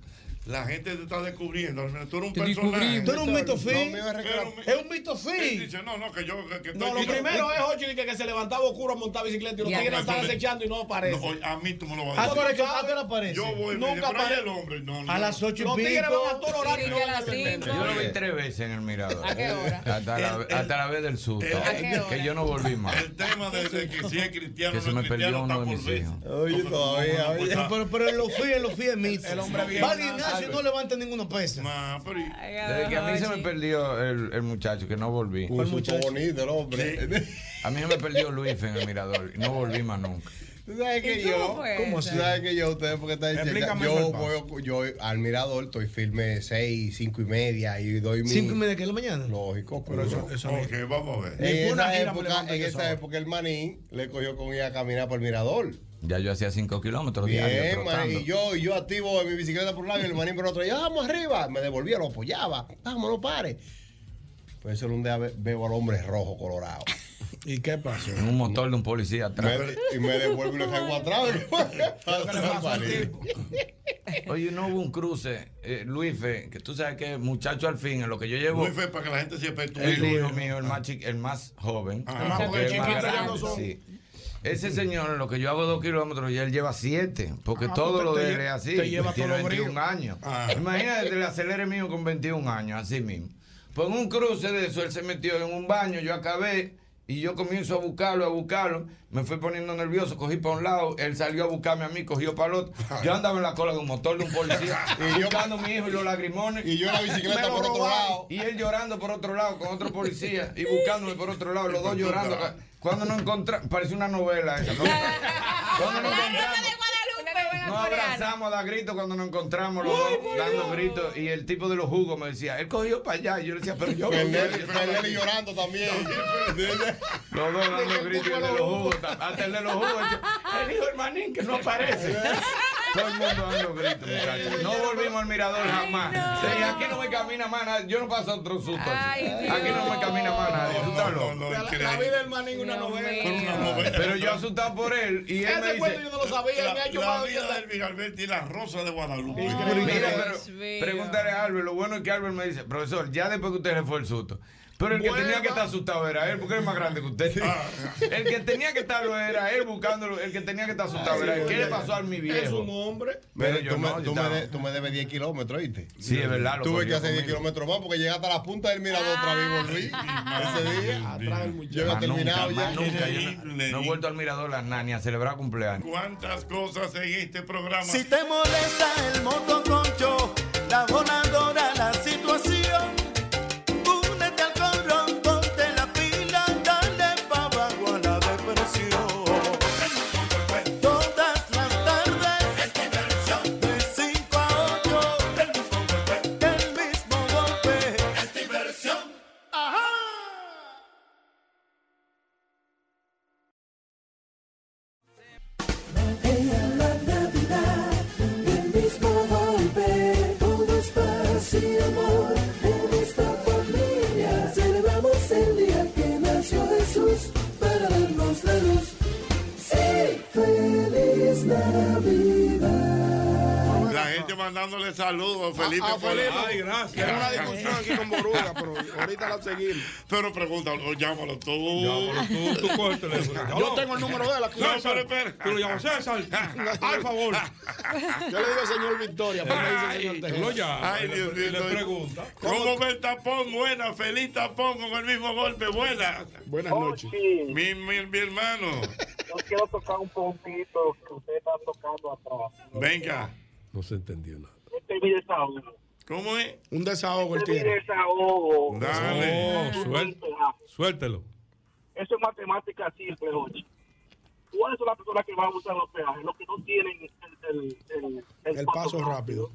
Speaker 2: La gente te está descubriendo, Albert Mena, tú eres un
Speaker 3: Te
Speaker 2: personaje.
Speaker 3: descubrimos. Tú eres un mito fin.
Speaker 2: Lo mío es recreativo.
Speaker 3: Es un mito
Speaker 2: Él
Speaker 3: fin.
Speaker 2: dice, no, no, que yo... Que, que
Speaker 7: No,
Speaker 2: estoy-
Speaker 7: lo primero es Ochi que, que se levantaba oscuro a montar bicicleta y los
Speaker 2: Ya.
Speaker 7: tigres están
Speaker 2: Entonces,
Speaker 7: acechando y no aparece. Ah,
Speaker 2: No, oye, a mí tú me lo vas
Speaker 3: ¿A
Speaker 2: a
Speaker 3: qué
Speaker 2: decir.
Speaker 3: hora, ¿A qué hora aparece?
Speaker 2: Yo voy, me
Speaker 3: Nunca
Speaker 2: dice, pero ahí
Speaker 3: aparece.
Speaker 2: el hombre, no, no.
Speaker 3: A las ocho y
Speaker 7: Los
Speaker 3: pico.
Speaker 7: tigres van a todo horario y no van a
Speaker 3: Sí,
Speaker 7: atender.
Speaker 14: Yo lo vi tres veces en el mirador.
Speaker 2: ¿A qué hora?
Speaker 14: Hasta la, hasta la vez del susto.
Speaker 2: el- ¿A qué
Speaker 14: que yo no volví más.
Speaker 2: El tema de, de que si es cristiano
Speaker 14: Que se me perdió uno de mis hijos.
Speaker 5: Oye, todavía, oye.
Speaker 3: Pero, pero, pero en los fíes, en los fíes es mito.
Speaker 14: El hombre bien
Speaker 3: Va al
Speaker 14: nazi.
Speaker 3: gimnasio y no levanta ninguno peso.
Speaker 14: Desde que a mí se me perdió el, el muchacho, que no volví.
Speaker 5: Un susto bonito el hombre.
Speaker 14: A mí se me perdió Luis en el mirador y no volví más nunca.
Speaker 5: Tú sabes que
Speaker 14: ¿Y cómo
Speaker 5: yo,
Speaker 14: fue
Speaker 5: ¿cómo
Speaker 14: eso?
Speaker 5: tú sabes que yo, ustedes porque están diciendo,
Speaker 14: Explícame
Speaker 5: yo
Speaker 14: eso,
Speaker 5: voy, yo al mirador estoy firme 6, 5 y media y doy mi...
Speaker 15: ¿Cinco y media que es la mañana?
Speaker 5: Lógico, pero eso,
Speaker 2: Ok, vamos a ver.
Speaker 5: En
Speaker 15: Ninguna
Speaker 5: esa,
Speaker 15: gira me
Speaker 5: época,
Speaker 15: levanta
Speaker 5: en
Speaker 15: yo
Speaker 5: esa
Speaker 15: solo.
Speaker 5: época el manín le cogió con ir a caminar por el mirador.
Speaker 14: Ya yo hacía 5 kilómetros diarios
Speaker 5: Bien, man,
Speaker 14: trotando.
Speaker 5: y yo, y yo activo en mi bicicleta por un lado y el manín por otro. Y yo, vamos arriba. Me devolvía, lo apoyaba. Vamos, no pare. Pues eso era un día ve- veo al hombre rojo colorado.
Speaker 7: ¿Y qué pasó?
Speaker 14: En un motor de un policía atrás.
Speaker 5: Me- y me devuelve y le caigo atrás.
Speaker 14: Oye, no hubo un cruce, eh, Luife, que tú sabes que muchacho al fin, en lo que yo llevo.
Speaker 2: Luife, para que la gente sepa tú.
Speaker 14: El hijo mío, el más, chi- el más joven.
Speaker 2: Ah, el más joven,
Speaker 14: el más
Speaker 2: chiquito, ya
Speaker 14: grande,
Speaker 2: no son.
Speaker 14: sí. Ese señor, en lo que yo hago dos kilómetros, y él lleva siete, porque
Speaker 7: Ah,
Speaker 14: todo
Speaker 7: pues
Speaker 14: lo
Speaker 7: te
Speaker 14: de
Speaker 7: lle-
Speaker 14: él es así.
Speaker 7: te lleva
Speaker 14: tiene
Speaker 7: todo lo
Speaker 14: 21
Speaker 7: brío.
Speaker 14: años. Imagínate, el acelere mío con 21 años, así mismo. Pues en un cruce de eso, él se metió en un baño, yo acabé. Y yo comienzo a buscarlo, a buscarlo. Me fui poniendo nervioso, cogí para un lado. Él salió a buscarme a mí, cogió para el otro. Yo andaba en la cola de un motor de un policía.
Speaker 5: Y
Speaker 14: y
Speaker 5: yo-
Speaker 14: yo a mi hijo y los lagrimones.
Speaker 5: Y yo en la bicicleta
Speaker 14: Me lo
Speaker 5: por otro
Speaker 14: robaron.
Speaker 5: lado.
Speaker 14: Y él llorando por otro lado con otro policía y buscándome por otro lado, los dos llorando. Cuando no encontramos, parece una novela esa. ¿no? Cuando no encontramos, nos abrazamos a dar gritos cuando nos encontramos los dos dando gritos. Y el tipo de los jugos me decía, él cogió para allá. Y yo le decía, pero yo.
Speaker 5: Fernández llorando también.
Speaker 14: Los dos dando gritos y el de los jugos. tam- Hasta el de los jugos. El hijo del manín que no aparece. Todo el mundo dando gritos, muchachos. No volvimos al mirador jamás. Sí, aquí no me camina más nadie. Yo no paso otro susto. así. aquí no me camina más nadie. Tú estás loco.
Speaker 7: La vida del manín una novela.
Speaker 14: Pero yo asustado por él y él
Speaker 7: Ese
Speaker 14: me dice.
Speaker 7: cuento yo no lo sabía,
Speaker 2: La,
Speaker 7: me ha hecho
Speaker 2: la
Speaker 7: mal
Speaker 2: vida del Villalberti y la rosa de Guadalupe.
Speaker 14: Mira, pero pregúntale a Albert. Lo bueno es que Albert me dice, profesor, ya después que usted le fue el susto. Pero el que tenía que estar asustado era él, porque él es más grande que usted. Ah, El que tenía que estarlo era él buscándolo. El que tenía que estar
Speaker 5: Ah,
Speaker 14: asustado era él. ¿Qué le pasó a mi viejo?
Speaker 7: Es un hombre.
Speaker 5: Pero
Speaker 14: yo
Speaker 5: tú, me,
Speaker 14: no, yo
Speaker 5: tú, me
Speaker 14: estaba-
Speaker 5: de- tú me debes 10 kilómetros, ¿oíste?
Speaker 14: Sí, es verdad, lo
Speaker 5: Tuve
Speaker 14: cogió
Speaker 5: que hacer 10
Speaker 14: conmigo.
Speaker 5: kilómetros más porque llegué hasta la punta del mirador otra vez y volví. Ese día. Yo había
Speaker 14: Más
Speaker 5: terminado
Speaker 14: nunca,
Speaker 5: ya.
Speaker 14: más nunca. Yo no- no he vuelto al mirador las nani a celebrar cumpleaños.
Speaker 2: ¿Cuántas cosas en este programa?
Speaker 1: Si te molesta el motoconcho, la voladora, la situación, únete al corro, ponte la pila, dale pa' abajo a la depresión. Todas las tardes, de 5 a 8, el mismo golpe, es diversión. ¡Ajá!
Speaker 16: mismo golpe, todo es paz y amor. En esta familia celebramos el día que nació Jesús para darnos la luz. Sí, feliz Navidad.
Speaker 2: La gente mandándole saludos. Felipe.
Speaker 7: Ah, Felipe.
Speaker 2: Fol-
Speaker 7: Ay, gracias. Tengo una discusión aquí con Boruga, pero ahorita la seguimos.
Speaker 2: Pero pregúntalo, llámalo tú.
Speaker 7: Llámalo tú, tú coge el teléfono. Yo tengo el número de él aquí.
Speaker 2: No,
Speaker 7: César.
Speaker 2: pero espera.
Speaker 7: Tú lo llamas César. Al favor.
Speaker 2: Yo le digo señor Victoria,
Speaker 7: pero me dice señor Tejeda.
Speaker 2: Lo llama,
Speaker 7: Ay,
Speaker 2: le-
Speaker 7: Dios mío,
Speaker 2: le
Speaker 7: no.
Speaker 2: pregunta. ¿Cómo ve el tapón? Buena, feliz tapón con el mismo golpe. Buena.
Speaker 7: Buenas
Speaker 2: noches. Mi, mi, mi hermano.
Speaker 10: Oh, Yo quiero tocar un puntito que usted está tocando atrás.
Speaker 2: Venga.
Speaker 7: No se entendió nada.
Speaker 10: Este es mi desahogo.
Speaker 2: ¿Cómo es?
Speaker 7: Un desahogo el
Speaker 10: Este es mi
Speaker 7: tiene.
Speaker 10: desahogo.
Speaker 7: Dale. Oh, suel- suéltelo.
Speaker 10: Eso es matemática simple, Jorge. ¿Cuáles son las personas que van a usar los peajes? Los que no tienen el, el- el- el
Speaker 7: El paso rápido.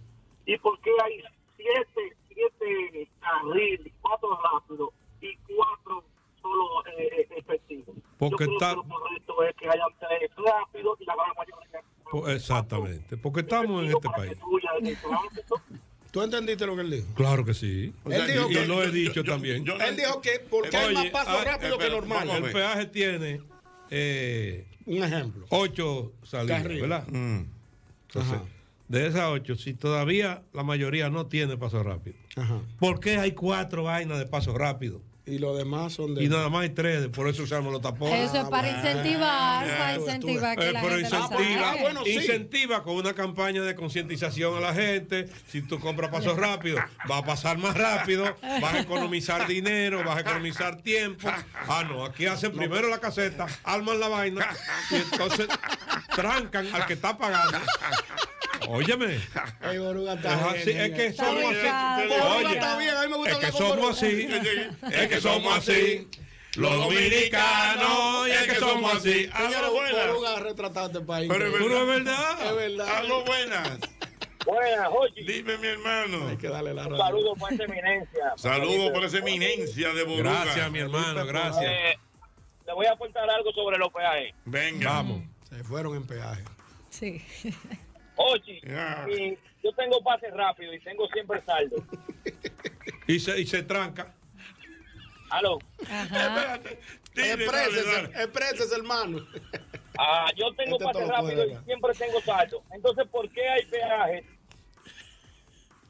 Speaker 10: ¿Y por qué hay siete, siete carriles, cuatro rápidos y cuatro solo eh, eh, efectivos?
Speaker 9: Porque
Speaker 10: Yo creo
Speaker 9: está-
Speaker 10: que lo correcto es que hayan tres rápidos y la gran mayoría
Speaker 9: Po- Exactamente, porque estamos en este país.
Speaker 10: tuya en el tránsito.
Speaker 7: ¿Tú entendiste lo que él dijo?
Speaker 9: Claro que sí.
Speaker 7: O sea,
Speaker 9: y
Speaker 7: dijo
Speaker 9: y
Speaker 7: que-
Speaker 9: lo he dicho también.
Speaker 7: él dijo que porque hay más
Speaker 9: Oye,
Speaker 7: pasos
Speaker 9: ah,
Speaker 7: rápidos que
Speaker 9: espera,
Speaker 7: normal.
Speaker 9: El peaje tiene eh,
Speaker 7: Un ejemplo.
Speaker 9: ocho salidas,
Speaker 7: Carril.
Speaker 9: ¿verdad? Entonces, de esas ocho, si todavía la mayoría no tiene paso rápido, ¿por qué hay cuatro vainas de paso rápido?
Speaker 7: Y los demás son de.
Speaker 9: Y nada más hay tres, por eso usamos los tapones. Ah,
Speaker 17: Eso es para incentivar, para incentivar que
Speaker 9: Eh,
Speaker 17: la
Speaker 9: pero
Speaker 17: gente lo
Speaker 9: incentiva,
Speaker 17: saque.
Speaker 7: Ah,
Speaker 9: incentiva con una campaña de concientización a la gente. Si tú compras pasos rápidos, va a pasar más rápido, vas a economizar dinero, vas a economizar tiempo. Ah, no, aquí hacen primero la caseta, arman la vaina y entonces trancan al que está pagando. Óyeme. Es así, es que somos así. Oye,
Speaker 7: está bien, a mí me gusta
Speaker 9: es que somos así. Es que somos así. Los dominicanos, y es que somos así. Ah,
Speaker 1: Señora,
Speaker 9: Aló, buenas.
Speaker 1: Boruga ha retratado este país.
Speaker 9: Pero es verdad.
Speaker 1: Tú no
Speaker 9: Es
Speaker 1: Es verdad.
Speaker 9: Aló, buenas.
Speaker 10: Buenas, Jochi.
Speaker 9: Dime, mi hermano. Hay que darle la
Speaker 10: Un saludo por esa eminencia.
Speaker 9: Saludos por esa eminencia de Boruga.
Speaker 10: Gracias,
Speaker 9: mi hermano, gracias.
Speaker 10: Eh, le voy a aportar algo sobre los peajes.
Speaker 9: Venga. Vamos.
Speaker 1: Se fueron en peaje.
Speaker 10: Sí. Ochi, y yo tengo pase rápido y tengo siempre saldo.
Speaker 9: Y se, y se tranca.
Speaker 10: Aló.
Speaker 1: Exprésese, exprésese, hermano.
Speaker 10: Ah, yo tengo
Speaker 1: Este
Speaker 10: pase
Speaker 1: todo lo puede,
Speaker 10: rápido y
Speaker 1: ¿verdad?
Speaker 10: siempre tengo saldo. Entonces, ¿por qué hay peajes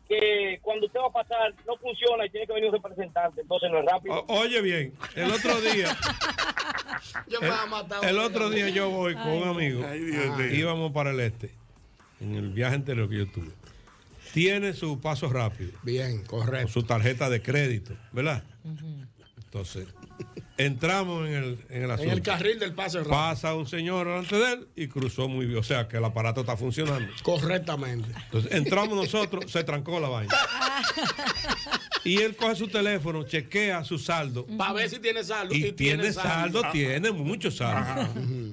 Speaker 10: que cuando usted va a pasar no funciona y tiene que venir un representante? Entonces no es rápido.
Speaker 9: O- oye bien, el otro día,
Speaker 1: Yo me voy a matar.
Speaker 9: el otro día yo voy con un amigo. Íbamos para el este. En el viaje entero que yo tuve. Tiene su paso rápido.
Speaker 1: Bien, correcto.
Speaker 9: Su tarjeta de crédito, ¿verdad? Entonces, entramos en el, en el
Speaker 1: En
Speaker 9: asunto.
Speaker 1: el carril del paso rápido.
Speaker 9: Pasa un señor delante de él y cruzó muy bien. O sea que el aparato está funcionando.
Speaker 1: Correctamente.
Speaker 9: Entonces entramos nosotros, se trancó la vaina. Y él coge su teléfono, chequea su saldo.
Speaker 1: Para ver si tiene saldo.
Speaker 9: Y tiene saldo,
Speaker 1: Ah,
Speaker 9: tiene mucho saldo.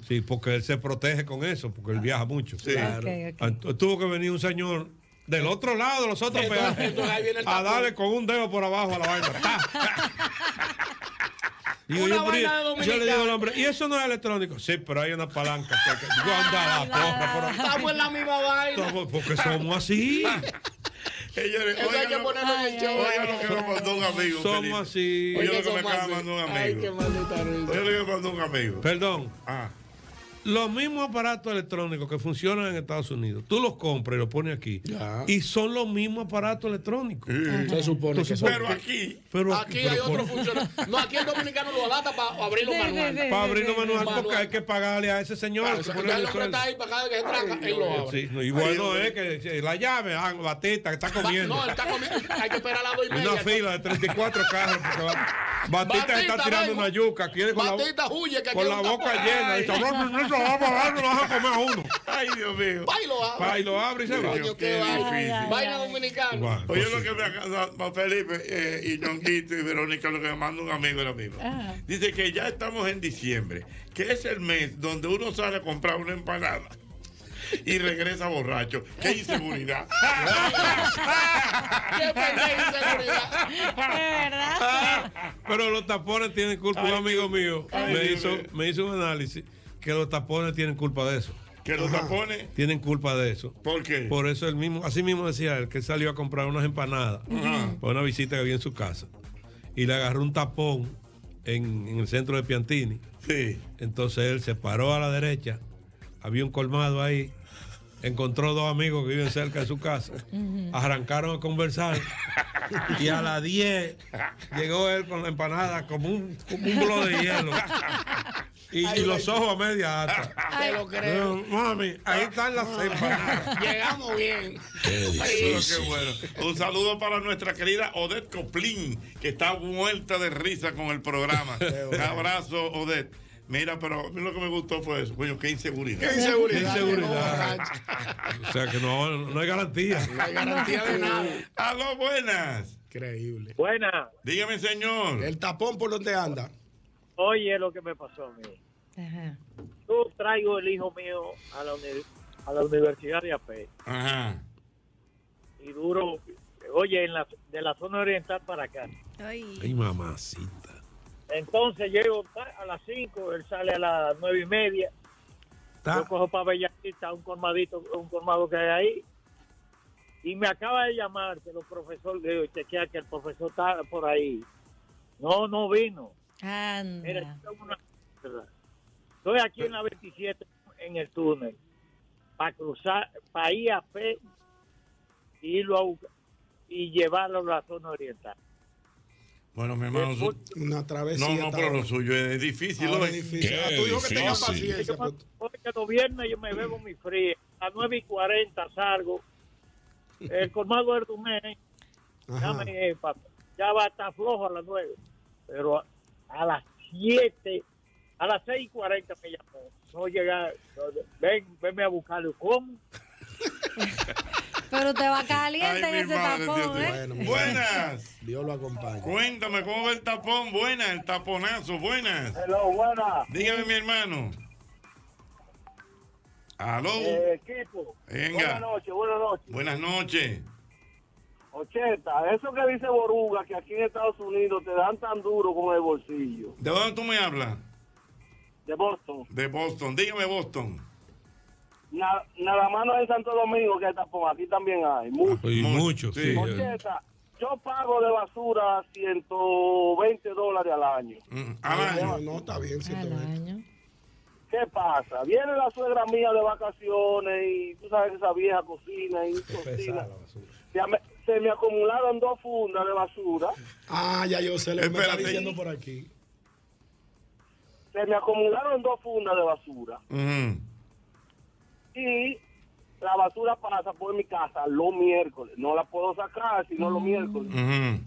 Speaker 9: Sí, porque él se protege con eso, porque él viaja mucho.
Speaker 1: Claro. Ok, ok.
Speaker 9: Entonces, Tuvo que venir un señor del otro lado de los otros
Speaker 1: Entonces-
Speaker 9: peajes
Speaker 1: entonces ahí viene el
Speaker 9: a
Speaker 1: tapón.
Speaker 9: darle con un dedo por abajo a la vaina. ¡Ta! Y yo,
Speaker 1: Una
Speaker 9: yo,
Speaker 1: vaina de
Speaker 9: yo le digo
Speaker 1: dominicano.
Speaker 9: al hombre, ¿y eso no es electrónico? Sí, pero hay una palanca. que- que- Digo, anda la porra, por ahí.
Speaker 1: Estamos en la misma vaina.
Speaker 9: Estamos- Porque somos así.
Speaker 1: Eso hay que ponerlo en el show.
Speaker 2: Oiga lo que nos mandó un amigo.
Speaker 9: Somos
Speaker 2: Felipe.
Speaker 9: así.
Speaker 2: Oiga lo que me
Speaker 9: Somos
Speaker 2: acaba de
Speaker 9: así.
Speaker 2: mandar un
Speaker 9: Ay,
Speaker 2: amigo.
Speaker 9: qué
Speaker 1: maldita risa.
Speaker 2: Oiga lo que me mandó un amigo.
Speaker 9: Perdón.
Speaker 1: Ah.
Speaker 9: Los mismos aparatos electrónicos que funcionan en Estados Unidos, tú los compras y los pones aquí. Y son los mismos aparatos electrónicos.
Speaker 1: Se supone que son.
Speaker 9: pero aquí. Pero
Speaker 1: Aquí hay otro funcionario. No, aquí el dominicano lo alata para abrirlo manual.
Speaker 9: Para abrirlo manual, porque hay que pagarle a ese señor. que pone
Speaker 1: Ya
Speaker 9: el
Speaker 1: el hombre está ahí para cada vez que se tranca, él lo abre.
Speaker 9: Sí, no, y bueno es que sí, la llave, ah, Batista, que está comiendo.
Speaker 1: No, él está comiendo. Hay que esperar a las dos y media.
Speaker 9: Una fila de 34 carros. porque va- Batista, se está
Speaker 1: Batista,
Speaker 9: tirando
Speaker 1: ven.
Speaker 9: una yuca. Quiere con
Speaker 1: Batista,
Speaker 9: la,
Speaker 1: huye, que aquí
Speaker 9: con
Speaker 1: hay
Speaker 9: la
Speaker 1: un
Speaker 9: boca
Speaker 1: tapón.
Speaker 9: llena.
Speaker 1: Ay.
Speaker 9: Dice, "Bro, bro, bro, lo vas a comer, lo vas a comer a uno. Ay, Dios mío.
Speaker 1: Va y lo abre.
Speaker 9: Va y lo abre y se va.
Speaker 1: Coño, qué vaina. Vaina dominicana.
Speaker 2: Oye, lo que me acaba Felipe eh, y Ñonguito y Verónica, lo que me manda un amigo ahora mismo.
Speaker 1: Ajá.
Speaker 2: Dice que ya estamos en diciembre, que es el mes donde uno sale a comprar una empanada y regresa borracho. ¡Qué inseguridad!
Speaker 1: Qué pendejo inseguridad.
Speaker 9: ¿Verdad? Pero los tapones tienen culpa. Un amigo mío me hizo, me hizo un análisis que los tapones tienen culpa de eso.
Speaker 2: Que los
Speaker 9: Ajá.
Speaker 2: tapones-
Speaker 9: Tienen culpa de eso.
Speaker 2: ¿Por qué?
Speaker 9: Por eso él mismo, así mismo decía él, que él salió a comprar unas empanadas para una visita que había en su casa. Y le agarró un tapón en, en el centro de Piantini.
Speaker 2: Sí.
Speaker 9: Entonces él se paró a la derecha, había un colmado ahí, encontró dos amigos que viven cerca de su casa, arrancaron a conversar y a las 10 llegó él con la empanada como un, como un bloque de hielo. Y, y los ojos a media alta.
Speaker 1: Te lo creo. Ah.
Speaker 9: Mami, ahí están las empanadas.
Speaker 1: Llegamos bien.
Speaker 2: Qué bueno. Un saludo para nuestra querida Odette Coplin, que está muerta de risa con el programa. Un abrazo, Odette. Mira, pero a mí lo que me gustó fue eso. Coño, qué inseguridad.
Speaker 1: Qué inseguridad.
Speaker 9: Qué inseguridad. O sea que no, no hay garantía. No
Speaker 1: hay garantía de nada.
Speaker 2: Aló, buenas.
Speaker 1: Increíble.
Speaker 2: Buenas. Dígame, señor.
Speaker 1: El tapón por donde anda.
Speaker 10: Oye, lo que me pasó a mí. Yo traigo el hijo mío a la, uni- a la Universidad de AP
Speaker 2: Ajá.
Speaker 10: y duro, oye, en la, de la zona oriental para acá.
Speaker 9: Ay, mamacita.
Speaker 10: Entonces llego ta- a las 5, él sale a las 9 y media. Yo cojo para Bellavista, un colmadito, un colmado que hay ahí. Y me acaba de llamar que los profesores, le digo, chequea que el profesor está por ahí. No, no vino. Mira, yo tengo una mierda. Estoy aquí en la 27 en el túnel para cruzar, para ir a P y irlo a buscar- y llevarlo a la zona oriental.
Speaker 2: Bueno, mi hermano. su-
Speaker 1: Una travesía.
Speaker 2: No, no, pero lo suyo es difícil.
Speaker 1: Ahora
Speaker 2: ¿no?
Speaker 1: es difícil. Qué Ah, tú dijo que tenga difícil. paciencia,
Speaker 10: Yo me- Porque los viernes yo me bebo mi fría. A 9 y 40 salgo. El colmado del Dumé ya,
Speaker 1: Ajá.
Speaker 10: me- ya va a estar flojo a las 9. Pero a, a las 7, a las 6 y 40 me llamó. No llega, no, ven, venme a buscarlo. ¿Cómo?
Speaker 6: Pero te va caliente
Speaker 2: Ay,
Speaker 6: en
Speaker 2: mi
Speaker 6: ese
Speaker 7: Ah,
Speaker 2: madre, Dios
Speaker 6: tapón,
Speaker 2: te-
Speaker 6: ¿eh?
Speaker 2: Buenas.
Speaker 7: Dios lo acompaña.
Speaker 2: Cuéntame cómo va el tapón. Buenas, el taponazo. Buenas.
Speaker 18: Hello, buenas.
Speaker 2: Dígame, mi hermano. Aló.
Speaker 18: Eh, equipo.
Speaker 2: Venga.
Speaker 18: Buenas noches, buenas noches.
Speaker 2: Buenas noches.
Speaker 18: 80, eso que dice Boruga, que aquí en Estados Unidos te dan tan duro con el bolsillo.
Speaker 2: ¿De dónde tú me hablas?
Speaker 18: De Boston.
Speaker 2: De Boston. Dígame, Boston.
Speaker 18: Na- nada más no es en Santo Domingo que hay tapón, aquí también hay. Mucho.
Speaker 9: Y mucho, sí.
Speaker 18: Ocheta, yo pago de basura 120 dólares al año.
Speaker 2: Al
Speaker 7: año. No, está bien, 120.
Speaker 18: ¿Qué pasa? Viene la suegra mía de vacaciones y tú sabes que esa vieja cocina y cocina. Se, ame- se me acumularon dos fundas de basura.
Speaker 7: Ah, ya yo sé, le me está
Speaker 18: Espérate.
Speaker 7: diciendo por aquí.
Speaker 18: Se me acumularon dos fundas de basura. Y la basura pasa por mi casa los miércoles. No la puedo sacar, sino
Speaker 1: Mm.
Speaker 18: los miércoles.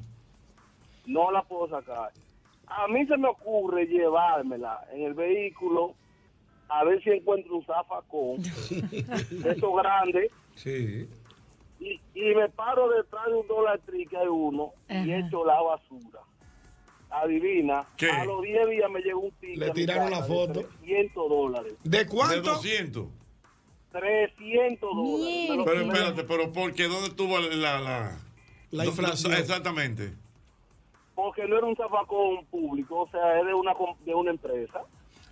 Speaker 18: No la puedo sacar. A mí se me ocurre llevármela en el vehículo a ver si encuentro un zafacón de esos grandes
Speaker 9: Sí.
Speaker 18: y, y me paro detrás de un dólar tri que hay uno y echo la basura. Adivina,
Speaker 9: ¿Qué?
Speaker 18: a los 10 días me llegó un ticket.
Speaker 9: Le
Speaker 18: a mi
Speaker 9: tiraron
Speaker 18: casa
Speaker 9: la
Speaker 18: de
Speaker 9: foto.
Speaker 18: 300 dólares.
Speaker 7: ¿De
Speaker 2: De 200.
Speaker 18: 300 dólares. Me lo
Speaker 2: Pero
Speaker 18: quitaron.
Speaker 2: espérate, pero porque ¿dónde estuvo la, la,
Speaker 7: La
Speaker 2: no-
Speaker 7: inflación.
Speaker 2: no- exactamente.
Speaker 18: Porque no era un zafacón público, o sea, es de una, com- de una empresa.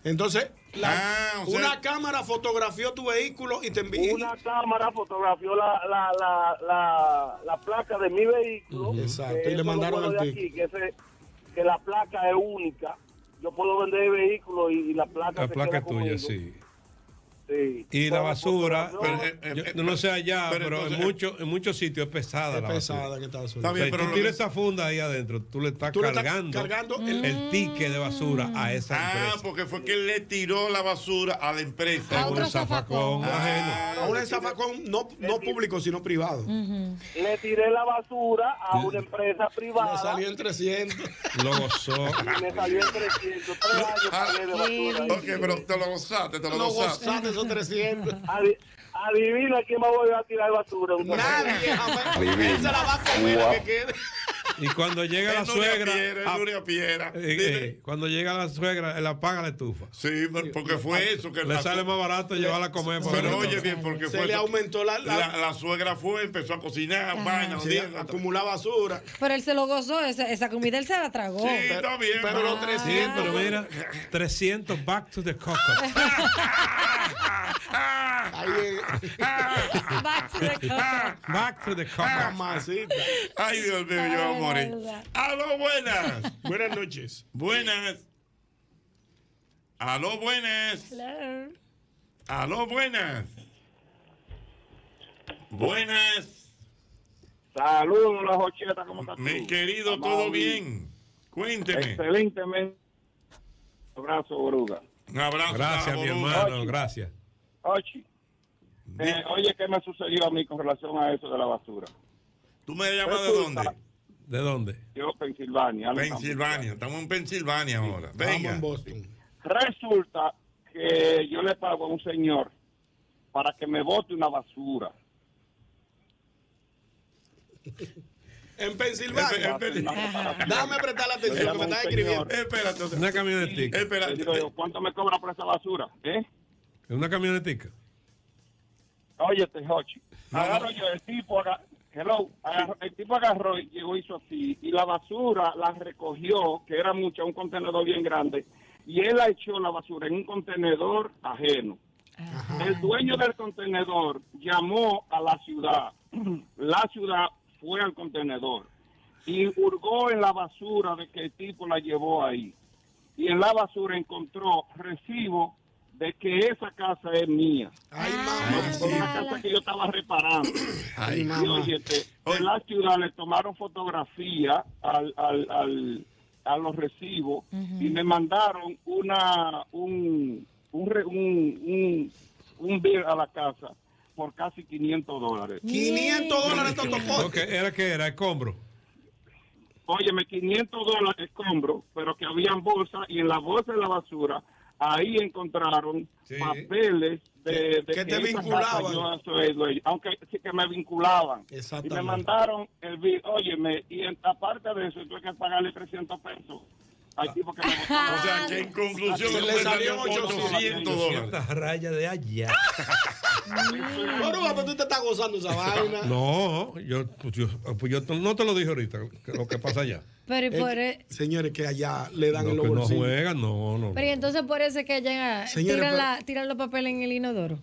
Speaker 7: Entonces, la-
Speaker 18: Ah, o sea-
Speaker 7: una cámara fotografió tu vehículo y te envió.
Speaker 18: Una cámara fotografió la, la, la, la, la placa de mi vehículo.
Speaker 7: Exacto,
Speaker 18: que
Speaker 7: y
Speaker 18: eso
Speaker 7: le
Speaker 18: es lo
Speaker 7: mandaron
Speaker 18: bueno de
Speaker 7: el
Speaker 18: aquí, que, ese- que la placa es única. Yo puedo vender el vehículo y, y la
Speaker 19: Ah,
Speaker 18: placa
Speaker 9: La
Speaker 18: se
Speaker 9: placa
Speaker 18: queda
Speaker 9: tuya,
Speaker 18: conmigo.
Speaker 9: sí.
Speaker 18: Sí.
Speaker 9: Y la basura,
Speaker 18: Pero, eh,
Speaker 9: yo- no, no sé allá, pero,
Speaker 18: pero
Speaker 9: en,
Speaker 18: entonces-
Speaker 9: muchos en muchos sitios es pesada.
Speaker 7: Es
Speaker 9: la
Speaker 7: pesada
Speaker 9: basura.
Speaker 7: en Estados
Speaker 9: Está
Speaker 7: Unidos.
Speaker 9: bien,
Speaker 7: O sea,
Speaker 9: pero
Speaker 7: tú
Speaker 9: tú
Speaker 7: tienes
Speaker 9: tienes esa funda ahí adentro, tú le estás
Speaker 7: Tú le estás
Speaker 9: cargando,
Speaker 7: cargando
Speaker 9: el,
Speaker 7: el-
Speaker 9: ticket de basura a esa
Speaker 2: Ah,
Speaker 9: empresa.
Speaker 2: porque fue que él le tiró la basura a la empresa.
Speaker 7: A otro
Speaker 9: zafacón.
Speaker 7: ajeno. A un zafacón no, no público, sino privado.
Speaker 18: Le tiré la basura a una empresa privada.
Speaker 7: Le salió en 300.
Speaker 9: Lo gozó.
Speaker 18: Me salió en 300. Tres años pagué de basura.
Speaker 2: Ok, pero te lo gozaste, te lo,
Speaker 18: Lo
Speaker 2: gozaste.
Speaker 18: gozaste, son 300. Adi- adivina quién va a volver a tirar basura. Nadie.
Speaker 9: Él se la va a comer,
Speaker 18: Guau.
Speaker 9: que Y cuando llega la
Speaker 2: Es Nuria
Speaker 9: suegra.
Speaker 2: Piera, es
Speaker 9: ah,
Speaker 2: Nuria Piera.
Speaker 9: eh, eh, cuando llega la suegra, él apaga la estufa. ah,
Speaker 2: Sí, porque fue eso que
Speaker 9: le
Speaker 2: la-
Speaker 9: sale más barato llevarla a comer. para
Speaker 2: Pero
Speaker 9: otro
Speaker 2: oye
Speaker 9: lado.
Speaker 2: bien, porque
Speaker 7: Se
Speaker 2: fue
Speaker 7: le aumentó la- la-
Speaker 2: la suegra fue, empezó a cocinar, vaina,
Speaker 7: Sí, acumular basura.
Speaker 6: Pero él se lo gozó, esa, esa comida él se la
Speaker 9: Oh,
Speaker 6: tragó.
Speaker 2: bien.
Speaker 7: Pero los
Speaker 9: Ah.
Speaker 7: 300.
Speaker 9: Sí, pero mira, 300 back to the coco.
Speaker 6: Back to the
Speaker 9: Back to the coco.
Speaker 2: Ay, Dios mío, yo voy a morir. Aló, buenas.
Speaker 7: Buenas noches.
Speaker 2: Buenas. Aló, buenas. Aló, buenas. Buenas.
Speaker 18: Saludos, las ochetas, ¿cómo estás?
Speaker 2: Mi querido, todo bien. Cuénteme.
Speaker 18: Excelentemente. Abrazo, Boruga.
Speaker 2: Un abrazo.
Speaker 9: Gracias, mi
Speaker 2: Boruga.
Speaker 9: hermano, gracias.
Speaker 18: Ochi. eh, oye, ¿qué me sucedió a mí con relación a eso de la basura?
Speaker 2: ¿Tú me llamas de dónde?
Speaker 9: ¿De dónde?
Speaker 18: Yo, Pensilvania.
Speaker 2: Pensilvania. Estamos en Pensilvania ahora. Venga.
Speaker 18: Resulta que yo le pago a un señor para que me bote una basura.
Speaker 7: En Pensilvania. Déjame prestar la atención que me estás escribiendo.
Speaker 2: Espérate.
Speaker 9: Una camionetica.
Speaker 2: Espérate.
Speaker 18: ¿Cuánto me cobra por esa basura? ¿Eh?
Speaker 9: Una camionetica.
Speaker 18: Óyete, Hochi. Agarro yo, el tipo, aga- hello, agarro- el tipo agarró y llegó, hizo así, y la basura la recogió, que era mucha, un contenedor bien grande, y él la echó la basura en un contenedor ajeno. El dueño del contenedor llamó a la ciudad, la ciudad fue al contenedor y hurgó en la basura de que el tipo la llevó ahí. Y en la basura encontró recibo de que esa casa es mía. Por una casa que yo estaba reparando.
Speaker 2: Ay,
Speaker 18: y
Speaker 2: mamá.
Speaker 18: oye, te- en la ciudad le tomaron fotografía al, al- al- a los recibos y me mandaron una un un, re- un, un, un bill a la casa por casi 500 dólares.
Speaker 7: 500 dólares, Totopo.
Speaker 9: Ok, ¿Era qué? Era escombro.
Speaker 18: Óyeme, 500 dólares escombro, pero que habían bolsas y en la bolsa de la basura ahí encontraron papeles de, de
Speaker 1: Que te
Speaker 18: esa
Speaker 1: vinculaban.
Speaker 18: casa yo soy dueño, aunque sí que me vinculaban. Y me mandaron el bill, óyeme, y en- aparte de eso tuve que pagarle 300 pesos. Al tipo que me botaron.
Speaker 2: O sea, que en conclusión,
Speaker 18: Se le
Speaker 2: usted
Speaker 18: salió
Speaker 2: salió con 800 dólares.
Speaker 9: raya de allá.
Speaker 18: Mm.
Speaker 7: Oruga, pero tú te estás gozando esa vaina.
Speaker 9: No, yo, pues yo, pues yo no te lo dije ahorita, que lo que pasa allá.
Speaker 6: Pero, y por, e-
Speaker 1: Señores, que allá le dan
Speaker 9: No,
Speaker 1: en los
Speaker 9: que no
Speaker 1: bolsillos.
Speaker 9: juegan, no, no.
Speaker 6: pero y entonces por eso es que allá
Speaker 9: Señores,
Speaker 6: tiran,
Speaker 9: pero-
Speaker 6: la- tiran los papeles en el inodoro.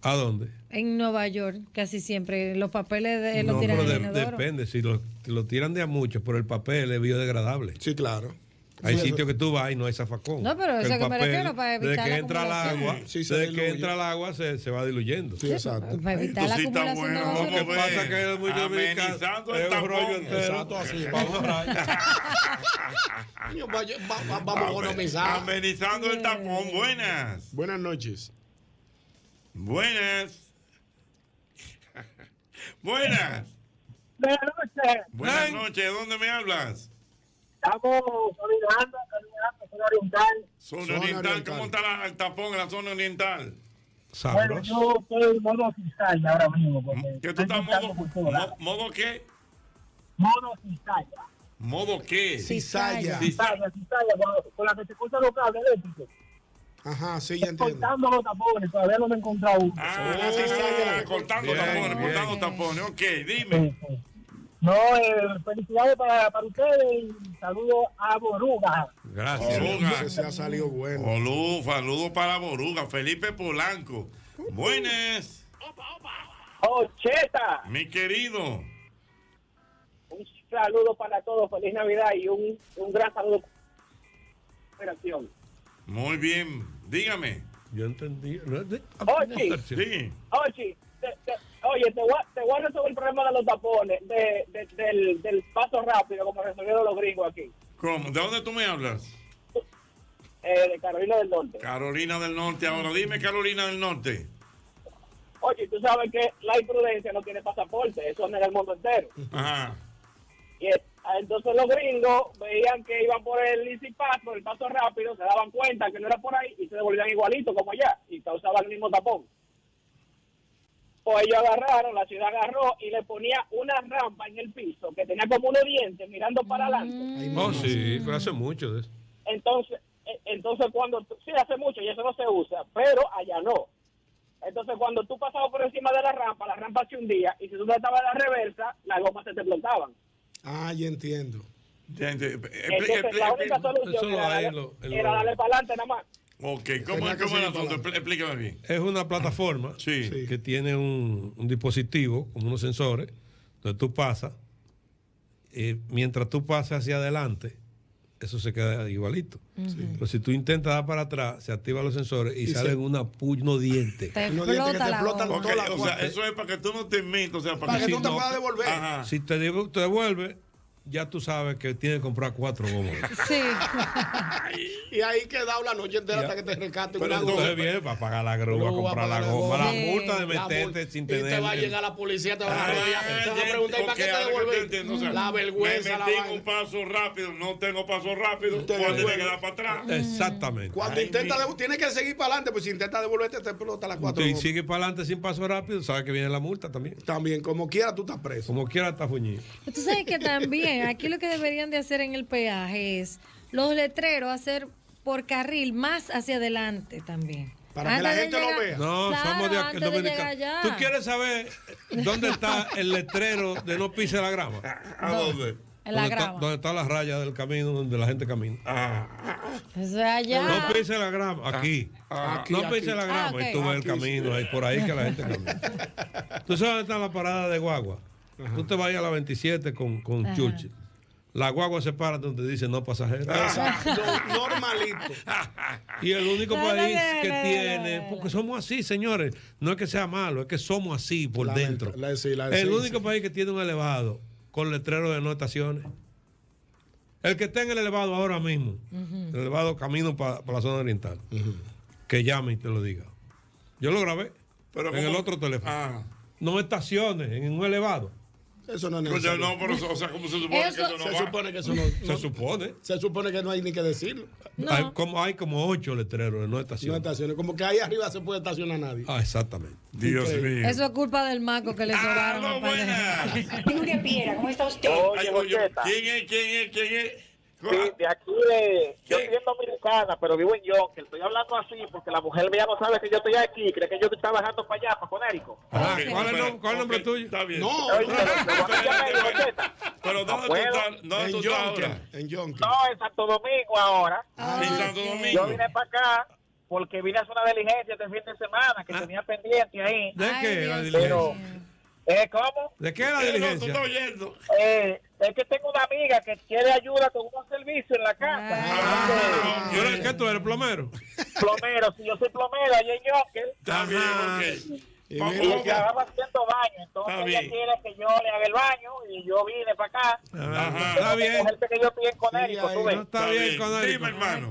Speaker 9: ¿A dónde?
Speaker 6: En Nueva York, casi siempre. Los papeles de, los
Speaker 9: no,
Speaker 6: Eh, tiran
Speaker 9: pero
Speaker 6: en el
Speaker 9: de-
Speaker 6: inodoro.
Speaker 9: depende, si lo, lo tiran de a muchos, pero el papel es biodegradable.
Speaker 1: Sí, claro.
Speaker 9: Hay
Speaker 1: Sí, eso-
Speaker 9: sitios que tú vas y no hay zafacón.
Speaker 6: No, pero
Speaker 9: Que
Speaker 6: eso
Speaker 9: el
Speaker 6: que me
Speaker 9: papel,
Speaker 6: refiero, para evitar
Speaker 9: Desde
Speaker 6: la
Speaker 9: que entra el
Speaker 6: acumulación.
Speaker 9: agua,
Speaker 1: Sí, se
Speaker 9: desde que
Speaker 1: diluye.
Speaker 9: entra el agua se, se va diluyendo.
Speaker 1: Sí, exacto.
Speaker 6: Pues, Para evitar la
Speaker 9: Esto sí está
Speaker 6: acumulación de
Speaker 9: bueno.
Speaker 6: basura.
Speaker 9: Lo que pasa es que es muy dominicano. Es un rollo entero.
Speaker 1: Exacto, así. Vamos a
Speaker 7: Coño, vaya- va- va- Vamos a economizar.
Speaker 2: Amenizando el tapón, buenas.
Speaker 1: Buenas noches.
Speaker 2: Buenas. Buenas.
Speaker 10: Buenas noches.
Speaker 2: Buenas noches, ¿dónde me hablas?
Speaker 10: Estamos caminando, caminando, zona oriental.
Speaker 2: Zona, oriental. ¿cómo está la- el tapón en la zona oriental?
Speaker 10: Bueno, yo estoy en modo fiscal ahora mismo.
Speaker 1: Mm,
Speaker 10: Porque
Speaker 2: ¿Qué tú
Speaker 10: estoy
Speaker 2: estás
Speaker 10: buscando
Speaker 2: modo,
Speaker 10: cultura.
Speaker 2: mo- modo qué?
Speaker 10: Modo fiscal.
Speaker 2: ¿Modo qué?
Speaker 10: Fiscal,
Speaker 2: Cis-
Speaker 10: fiscal, con- con la que se cortan los cables eléctricos.
Speaker 1: Ajá, sí, ya entiendo.
Speaker 10: Cortando los tapones, todavía no me he encontrado uno.
Speaker 2: Ah, la cizalla, cortando tapones, cortando tapones. Ok, dime.
Speaker 10: No, eh, felicidades para, para ustedes y saludos a Boruga.
Speaker 2: Gracias. Boruga.
Speaker 1: Se ha salido bueno.
Speaker 2: Olú, saludos para Boruga. Felipe Polanco. Buenas.
Speaker 10: Ocheta.
Speaker 2: Mi querido.
Speaker 10: Un saludo para todos, feliz Navidad y un, un gran saludo. Operación.
Speaker 2: Muy bien. Dígame.
Speaker 9: Yo entendí.
Speaker 10: Ochi,
Speaker 2: Sí.
Speaker 10: Ochi, te- te- oye, te voy, a, te voy a resolver el problema de los tapones, de, de- del, del paso rápido, como resolvieron los gringos aquí,
Speaker 2: ¿Cómo? ¿De dónde tú me hablas?
Speaker 10: eh, de Carolina del Norte.
Speaker 2: Carolina del Norte. Ahora dime, Carolina del Norte.
Speaker 10: Oye, tú sabes que la imprudencia no tiene pasaporte, eso es en el mundo entero.
Speaker 2: Ajá.
Speaker 10: Y eh, entonces los gringos veían que iban por el easy pass, por el paso rápido, se daban cuenta que no era por ahí y se devolvían igualito como allá y causaban el mismo tapón. Pues ellos agarraron, la ciudad agarró y le ponía una rampa en el piso que tenía como unos dientes mirando para adelante.
Speaker 9: Oh, sí, pero hace mucho de eso.
Speaker 10: Entonces, eh, entonces cuando tú- sí hace mucho y eso no se usa, pero allá no. Entonces cuando tú pasabas por encima de la rampa, la rampa se hundía y si tú tratabas de la reversa, las gomas se te explotaban.
Speaker 1: Ah, ya entiendo.
Speaker 10: Entonces, la única solución era, darle- era darle para adelante nada más.
Speaker 2: Ok, ¿cómo es cómo es el asunto? Expl- Explícame bien.
Speaker 9: Es una plataforma que tiene un, un dispositivo con unos sensores donde tú pasas. eh, mientras tú pasas hacia adelante, eso se queda igualito. Pero si tú intentas dar para atrás, se activan los sensores y,
Speaker 1: Y se-
Speaker 9: salen una puño diente.
Speaker 6: Te
Speaker 1: Unos dientes que te explotan
Speaker 2: Ok,
Speaker 1: toda la
Speaker 2: o sea,
Speaker 1: puerta.
Speaker 2: eso es para que tú no te metas, o sea, para,
Speaker 1: Para que
Speaker 2: si
Speaker 1: no te puedas devolver.
Speaker 2: Ajá.
Speaker 9: eh, Si te, devu- te devuelve, ya tú sabes que tienes que comprar cuatro gomas.
Speaker 6: Sí.
Speaker 7: y ahí quedado la noche entera hasta que te rescate
Speaker 9: Pero
Speaker 7: una
Speaker 9: entonces viene para pagar la
Speaker 7: Grúa,
Speaker 9: grúa, comprar la
Speaker 7: pagar la
Speaker 9: goma,
Speaker 7: goma.
Speaker 9: la
Speaker 7: Sí.
Speaker 9: multa de
Speaker 7: La multa.
Speaker 9: meterte sin
Speaker 7: Y te va a
Speaker 9: tener.
Speaker 7: llegar la policía, te van a
Speaker 2: Ah,
Speaker 7: rodear, te van a
Speaker 2: ya
Speaker 7: preguntar ¿y para qué te
Speaker 2: entiendo, ok, ahora que te
Speaker 7: devolviste?
Speaker 2: entiendo, o sea,
Speaker 7: la vergüenza,
Speaker 2: Me
Speaker 7: la
Speaker 2: metí en
Speaker 7: vaina.
Speaker 2: un paso rápido, no tengo paso rápido, ¿cuál tiene que dar para
Speaker 9: Mm.
Speaker 2: atrás?
Speaker 9: Exactamente.
Speaker 1: Cuando
Speaker 9: Ay,
Speaker 1: intenta,
Speaker 9: mi-
Speaker 1: devol- tienes que seguir para adelante, pues si intenta devolverte, te explota las cuatro.
Speaker 9: Y
Speaker 1: gomas.
Speaker 9: sigue para adelante sin paso rápido, sabes que viene la multa también.
Speaker 1: También, como quiera tú estás preso.
Speaker 9: Como quiera estás fuñido.
Speaker 6: Tú sabes que también aquí lo que deberían de hacer en el peaje es los letreros hacer por carril más hacia adelante también.
Speaker 9: Para que la
Speaker 6: Antes de
Speaker 9: gente lo
Speaker 6: llegar-
Speaker 9: vea. No,
Speaker 6: Claro,
Speaker 9: somos de aquí
Speaker 6: antes de llegar
Speaker 9: dominicanos.
Speaker 6: allá.
Speaker 9: ¿Tú quieres saber dónde está el letrero de no pise la grama? ¿A dónde?
Speaker 6: En la
Speaker 9: ¿Dónde está,
Speaker 6: grama.
Speaker 9: donde está la raya del camino donde la gente camina.
Speaker 6: O sea, allá.
Speaker 9: No pise la grama, aquí.
Speaker 6: Ah,
Speaker 9: no
Speaker 6: aquí,
Speaker 9: pise
Speaker 6: aquí.
Speaker 9: la grama
Speaker 6: Ah,
Speaker 9: y tú
Speaker 6: ok.
Speaker 9: ves el camino, ahí, por ahí que la gente camina. ¿Tú sabes dónde está la parada de guagua? Tú te vas ahí a la 27 con, con
Speaker 6: Ajá.
Speaker 9: Churchill. La guagua se para donde dice no pasajero.
Speaker 1: Normalito.
Speaker 9: Y el único
Speaker 1: No, no,
Speaker 9: país
Speaker 1: no,
Speaker 9: que
Speaker 1: no, no,
Speaker 9: tiene, porque somos así, señores. No es que sea malo, es que somos así por
Speaker 1: Lamenta-
Speaker 9: dentro.
Speaker 1: la- sí, la- sí,
Speaker 9: el único país que tiene un elevado con letrero de no estaciones. El que está en el elevado ahora mismo, el elevado camino para la zona oriental, que llame y te lo diga. Yo lo grabé
Speaker 2: Pero
Speaker 9: en
Speaker 2: ¿cómo?
Speaker 9: Ah. el otro teléfono. No estaciones en un elevado.
Speaker 1: Eso no es
Speaker 9: O sea,
Speaker 1: necesario.
Speaker 9: Pues no, pero, o sea, ¿cómo se supone que eso no
Speaker 1: se
Speaker 9: va?
Speaker 1: supone que eso no,
Speaker 9: Se supone.
Speaker 1: Se supone que no hay ni que decirlo.
Speaker 9: Hay, como, hay como ocho letreros en no
Speaker 1: No
Speaker 9: estación.
Speaker 1: estaciones. Como que ahí arriba se puede estacionar nadie.
Speaker 9: Ah, exactamente. Dios
Speaker 1: Increíble.
Speaker 9: mío.
Speaker 6: Eso es culpa del maco que le sobraron. al padre.
Speaker 20: Nuria Piera, ¿cómo está usted?
Speaker 10: Oye, Jocheta.
Speaker 2: ¿Quién es? ¿Quién es? ¿Quién es?
Speaker 10: Sí, de aquí de. Yo soy dominicana, pero vivo en York. Estoy hablando así porque la mujer mía no sabe que yo estoy aquí. Cree que yo estoy trabajando para allá, para Conérico.
Speaker 9: Ah, ¿Cuál es el nom- cuál es el nombre tuyo? Está bien.
Speaker 1: No,
Speaker 9: Pero ¿dónde tú estás? ¿Dónde tú estás ahora?
Speaker 1: En Yonke.
Speaker 10: No, en Santo Domingo ahora.
Speaker 9: en Santo Domingo.
Speaker 10: Yo vine para acá porque vine a hacer una diligencia este fin de semana que
Speaker 9: Ah.
Speaker 10: tenía pendiente ahí.
Speaker 9: ¿De qué la
Speaker 10: Pero,
Speaker 9: diligencia?
Speaker 10: ¿eh, ¿Cómo?
Speaker 9: ¿De qué la diligencia?
Speaker 10: Eh, es que tengo una amiga que quiere ayuda con un servicio en la casa.
Speaker 9: ¿Y ahora qué tú eres plomero?
Speaker 10: Plomero, si yo soy plomero, allá en Yonkel.
Speaker 9: Está bien, ok.
Speaker 10: Y
Speaker 9: Vamos,
Speaker 10: ella
Speaker 9: vamos.
Speaker 10: estaba haciendo baño, entonces
Speaker 9: Está
Speaker 10: ella
Speaker 9: bien.
Speaker 10: quiere que yo le haga el baño y yo vine para acá.
Speaker 9: Ajá,
Speaker 10: Tengo
Speaker 9: está
Speaker 10: que
Speaker 9: bien.
Speaker 10: coger este que yo estoy en Conérico, tú ves.
Speaker 9: Está bien, Conérico.
Speaker 2: Dime, hermano.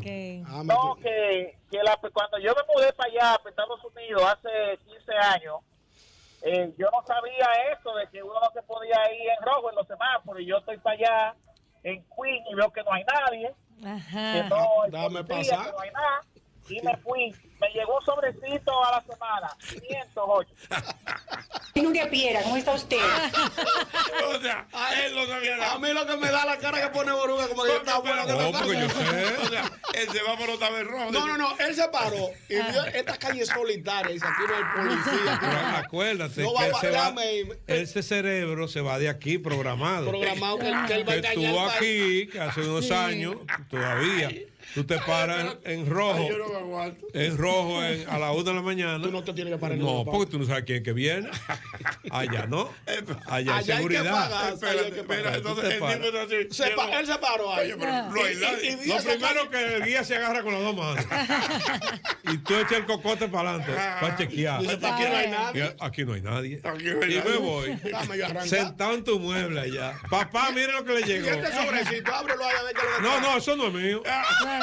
Speaker 10: No, que, que la- cuando yo me mudé para allá, para Estados Unidos, hace 15 años, eh, yo no sabía eso de que uno no se podía ir en rojo en los semáforos. Y yo estoy para allá en Queen y veo que no hay nadie. que no hay
Speaker 1: Dame
Speaker 10: policía,
Speaker 1: pasar.
Speaker 10: que no hay nada, Y me fui. Me llegó un sobrecito a la semana. 508.
Speaker 20: Nuria Piera, ¿cómo está usted?
Speaker 2: O sea, él no sabía nada.
Speaker 1: A mí lo que me da la cara que pone Boruga como que está bueno que
Speaker 2: No,
Speaker 1: te
Speaker 2: porque yo
Speaker 1: pasa.
Speaker 2: sé. O sea, él se va por otra vez rojo.
Speaker 1: No, no, no, él se paró y vio esta calle solitaria y dice, aquí no hay policía. aquí no
Speaker 9: Pero
Speaker 1: hay-
Speaker 9: acuérdate
Speaker 1: No va
Speaker 9: que
Speaker 1: a
Speaker 9: él se va,
Speaker 1: pararme y-
Speaker 9: ese cerebro se va de aquí programado.
Speaker 1: Programado que él- que él va a engañar
Speaker 9: estuvo
Speaker 1: al
Speaker 9: aquí que hace unos
Speaker 1: Sí.
Speaker 9: años, todavía. Tú te paras en, en rojo,
Speaker 1: Yo no me aguanto.
Speaker 9: en rojo en- a la una de la mañana. Tú no
Speaker 1: te tienes que parar en
Speaker 9: No,
Speaker 1: ninguna
Speaker 9: porque tú no sabes quién es que viene. Allá no. Allá
Speaker 1: Allá hay
Speaker 9: hay
Speaker 1: que pagar,
Speaker 9: seguridad.
Speaker 1: allá hay que pagar.
Speaker 9: espera,
Speaker 1: Tú
Speaker 9: entonces
Speaker 1: te
Speaker 9: el
Speaker 1: paras.
Speaker 9: tipo está así.
Speaker 1: Se
Speaker 9: yo
Speaker 1: pa-
Speaker 9: no-
Speaker 1: él se paró ahí.
Speaker 9: Oye, pero no hay
Speaker 1: Y-
Speaker 9: nadie.
Speaker 1: y- y
Speaker 9: Lo
Speaker 1: esa
Speaker 9: primero que el guía se agarra con las dos manos. y tú echas el cocote para adelante, para chequear.
Speaker 1: Dice, "Pa' Ah, pues aquí no hay nadie".
Speaker 9: Y Aquí no hay nadie.
Speaker 1: no hay
Speaker 9: y
Speaker 1: nadie.
Speaker 9: me voy.
Speaker 1: Dame, yo arranco.
Speaker 9: Sentado en tu mueble allá. Papá, mire lo que le
Speaker 1: Y
Speaker 9: llegó.
Speaker 1: este sobrecito, ábrelo ahí a ver qué es lo que
Speaker 9: No,
Speaker 1: está.
Speaker 9: no, eso no es mío.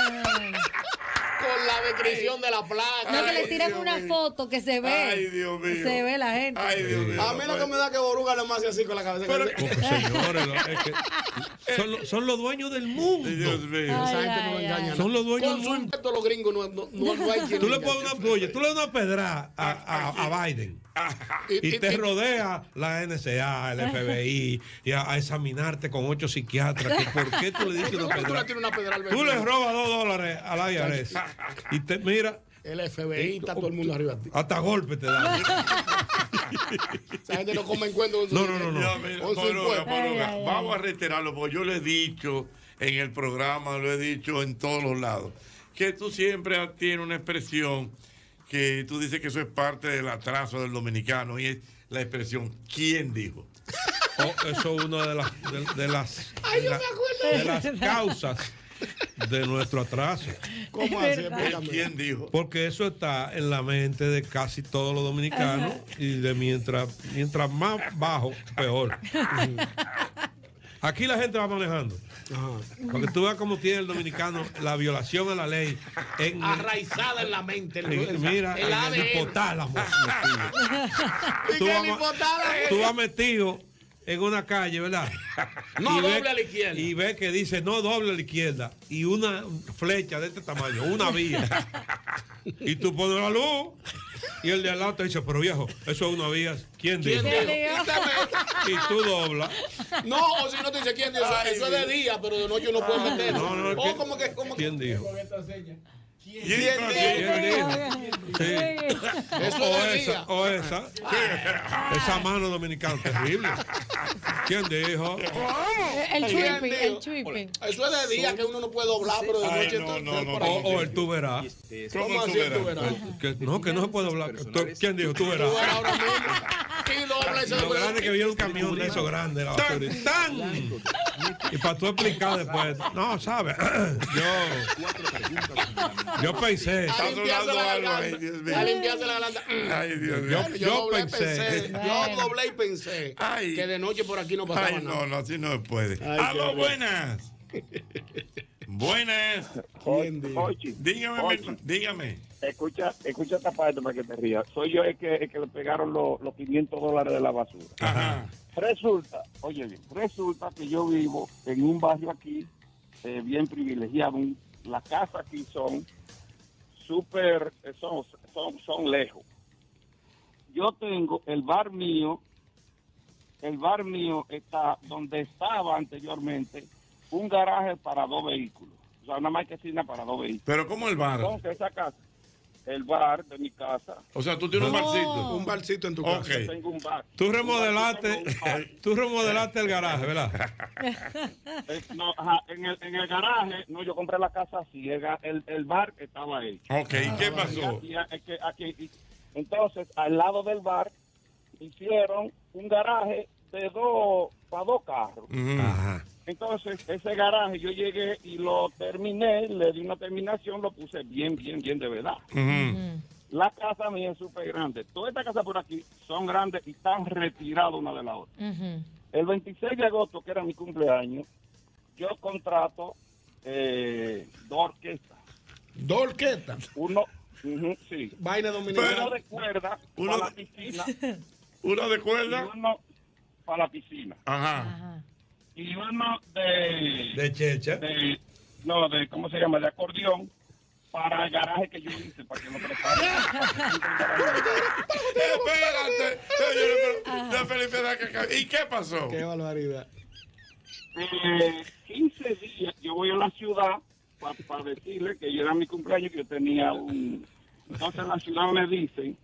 Speaker 1: Con la descripción de la placa.
Speaker 6: No, que le tiran
Speaker 1: Dios
Speaker 6: una
Speaker 1: mío.
Speaker 6: foto que se ve.
Speaker 1: Ay, Dios mío.
Speaker 6: Se ve la gente.
Speaker 9: Ay, Dios mío.
Speaker 1: A mí lo que me da que Boruga nomás hace así con la cabeza.
Speaker 9: Oh, pues, señores, lo- es que son, lo- son los dueños del mundo.
Speaker 1: Esa gente no engaña.
Speaker 9: Son los dueños
Speaker 1: Con
Speaker 9: del
Speaker 1: su
Speaker 9: mundo.
Speaker 1: impuesto los gringos no, no, no, no hay quien
Speaker 9: Tú le
Speaker 1: diga.
Speaker 9: pones una, oye, tú le das una pedra a, a- a Biden y te rodea la NSA, el FBI, y a, a examinarte con ocho psiquiatras. que ¿Por qué tú le dices una
Speaker 1: Tú le
Speaker 9: pedra?
Speaker 1: tiras una pedra al
Speaker 9: Tú le
Speaker 1: vecino.
Speaker 9: robas dos dólares al IRS y te mira,
Speaker 1: El FBI está todo el mundo arriba de ti.
Speaker 9: hasta golpe te da.
Speaker 1: Esa gente no come en cuento con su
Speaker 9: No, no, no, no.
Speaker 1: dinero,
Speaker 9: Ya, mira,
Speaker 1: con su
Speaker 2: Boruga,
Speaker 1: impuesto.
Speaker 2: Boruga, Vamos a reiterarlo, porque yo lo he dicho en el programa, lo he dicho en todos los lados, que tú siempre tienes una expresión que tú dices que eso es parte del atraso del dominicano y es la expresión ¿quién dijo?
Speaker 9: Oh, eso es una de las, de, de las,
Speaker 1: Ay,
Speaker 9: de
Speaker 1: yo
Speaker 9: la-
Speaker 1: me acuerdo.
Speaker 9: de las causas de nuestro atraso.
Speaker 1: ¿Cómo
Speaker 9: Es
Speaker 1: así?
Speaker 9: verdad.
Speaker 1: Explícame.
Speaker 2: ¿Quién dijo?
Speaker 9: Porque eso está en la mente de casi todos los dominicanos y de mientras, mientras más bajo, peor. Aquí la gente va manejando. Porque tú veas cómo tiene el dominicano la violación a la ley en,
Speaker 1: Arraizada en la mente. El,
Speaker 9: en- mira,
Speaker 1: el
Speaker 9: en el
Speaker 1: ADN.
Speaker 9: hipotálamo.
Speaker 1: ¿Y
Speaker 9: Tú Eh,
Speaker 1: qué
Speaker 9: vas
Speaker 1: le
Speaker 9: ma-
Speaker 1: importaba?
Speaker 9: Tú vas metido en una calle, ¿verdad?
Speaker 1: No
Speaker 9: ve-
Speaker 1: doble a la izquierda.
Speaker 9: Y ve que dice no doble a la izquierda. Y una flecha de este tamaño, una vía. y tú pones la luz. Y el de al lado te dice, pero viejo, eso es una vía. ¿Quién dijo?
Speaker 1: ¿Quién dijo?
Speaker 9: Y tú doblas.
Speaker 1: No, o si no te dice quién dijo.
Speaker 9: Ay,
Speaker 1: Eso es de día, pero de noche no puedes meter.
Speaker 9: No, no,
Speaker 1: O
Speaker 9: ¿quién-
Speaker 1: "Oh, como que. Como que-
Speaker 9: ¿Quién dijo?
Speaker 1: ¿Quién
Speaker 9: ¿Quién dijo? Sí.
Speaker 1: Eso
Speaker 9: O
Speaker 1: es de
Speaker 9: esa,
Speaker 1: día.
Speaker 9: o esa. Esa mano dominicana terrible. ¿Quién dijo?
Speaker 1: ¿Quién
Speaker 6: El tripping,
Speaker 1: dijo?
Speaker 6: el tripping.
Speaker 1: Eso es de día que uno no puede doblar, pero de
Speaker 9: Ay,
Speaker 1: noche
Speaker 9: no,
Speaker 1: entonces-
Speaker 9: no, no,
Speaker 1: por
Speaker 9: no,
Speaker 1: ahí.
Speaker 9: o, o el tú verás. Pues,
Speaker 1: ¿Cómo así el tú verás?
Speaker 9: Que- no, que no se puede hablar. Tú- ¿Quién dijo? Tú verás.
Speaker 1: Y dobla y se
Speaker 9: Lo
Speaker 1: dobla.
Speaker 9: grande que vio un camión de esos grandes. la basura. ¡Tan! Y para tú explicar después. No, ¿sabes? Yo, yo pensé.
Speaker 1: A limpiarse la garganta. A limpiarse la garganta. Mm.
Speaker 2: Ay, Dios mío.
Speaker 1: Yo, yo doblé y
Speaker 9: pensé.
Speaker 1: pensé. Yo doblé y pensé
Speaker 2: Ay.
Speaker 1: que de noche por aquí no pasaba
Speaker 2: Ay,
Speaker 1: nada.
Speaker 2: no, no, así no se puede.
Speaker 1: Ay,
Speaker 2: ¡Aló,
Speaker 1: qué
Speaker 2: buenas! buenas.
Speaker 18: Ochi,
Speaker 2: Dígame,
Speaker 18: Ochi.
Speaker 2: dígame.
Speaker 18: Escucha, escucha esta parte para que te rías. Soy yo el que, el que le pegaron los, los 500 dólares de la basura. Resulta, oye bien, resulta que yo vivo en un barrio aquí eh, bien privilegiado. un- Las casas aquí son súper, eh, son, son, son lejos. Yo tengo el bar mío, el bar mío está donde estaba anteriormente un garaje para dos vehículos. O sea, una marquesina para dos vehículos.
Speaker 2: Pero ¿cómo el bar?
Speaker 18: Entonces esa casa, el bar de mi casa.
Speaker 2: O sea, tú tienes un barcito.
Speaker 9: Un barcito en tu
Speaker 2: Ok.
Speaker 9: casa.
Speaker 18: Tengo un bar.
Speaker 9: Tú remodelaste, tú remodelaste el garaje, ¿verdad?
Speaker 18: Eh, no, ajá, en, el, en el garaje, no, yo compré la casa así, el, ga- el, el bar estaba ahí. Ah,
Speaker 2: Ok, ¿y qué pasó?
Speaker 18: Y aquí- aquí- aquí- y- entonces, al lado del bar, hicieron un garaje de dos, para dos carros.
Speaker 19: Ajá.
Speaker 18: Entonces, ese garaje yo llegué y lo terminé, le di una terminación, lo puse bien, bien, bien de verdad. La casa mía es súper grande. Todas estas casas por aquí son grandes y están retiradas una de la otra. El 26 de agosto, que era mi cumpleaños, yo contrato eh, dos orquestas.
Speaker 7: ¿Dos orquestas?
Speaker 18: Uno, ujú, sí.
Speaker 7: Vaina
Speaker 18: dominicana. Uno de cuerda
Speaker 2: Uno
Speaker 18: para la
Speaker 2: de-
Speaker 18: piscina.
Speaker 2: ¿Uno de cuerda?
Speaker 18: Y uno para la piscina.
Speaker 2: Ajá.
Speaker 18: Y uno de...
Speaker 9: De checha.
Speaker 18: de- no, de, ¿cómo se llama? De acordeón para el garaje que yo hice, para que lo
Speaker 2: Espérate. Oye, pero- de Felipe da que ca- ¿Y qué pasó?
Speaker 7: Qué barbaridad.
Speaker 18: eh, 15 días yo voy a la ciudad para decirle que yo era mi cumpleaños que yo tenía un... Entonces en la ciudad me dicen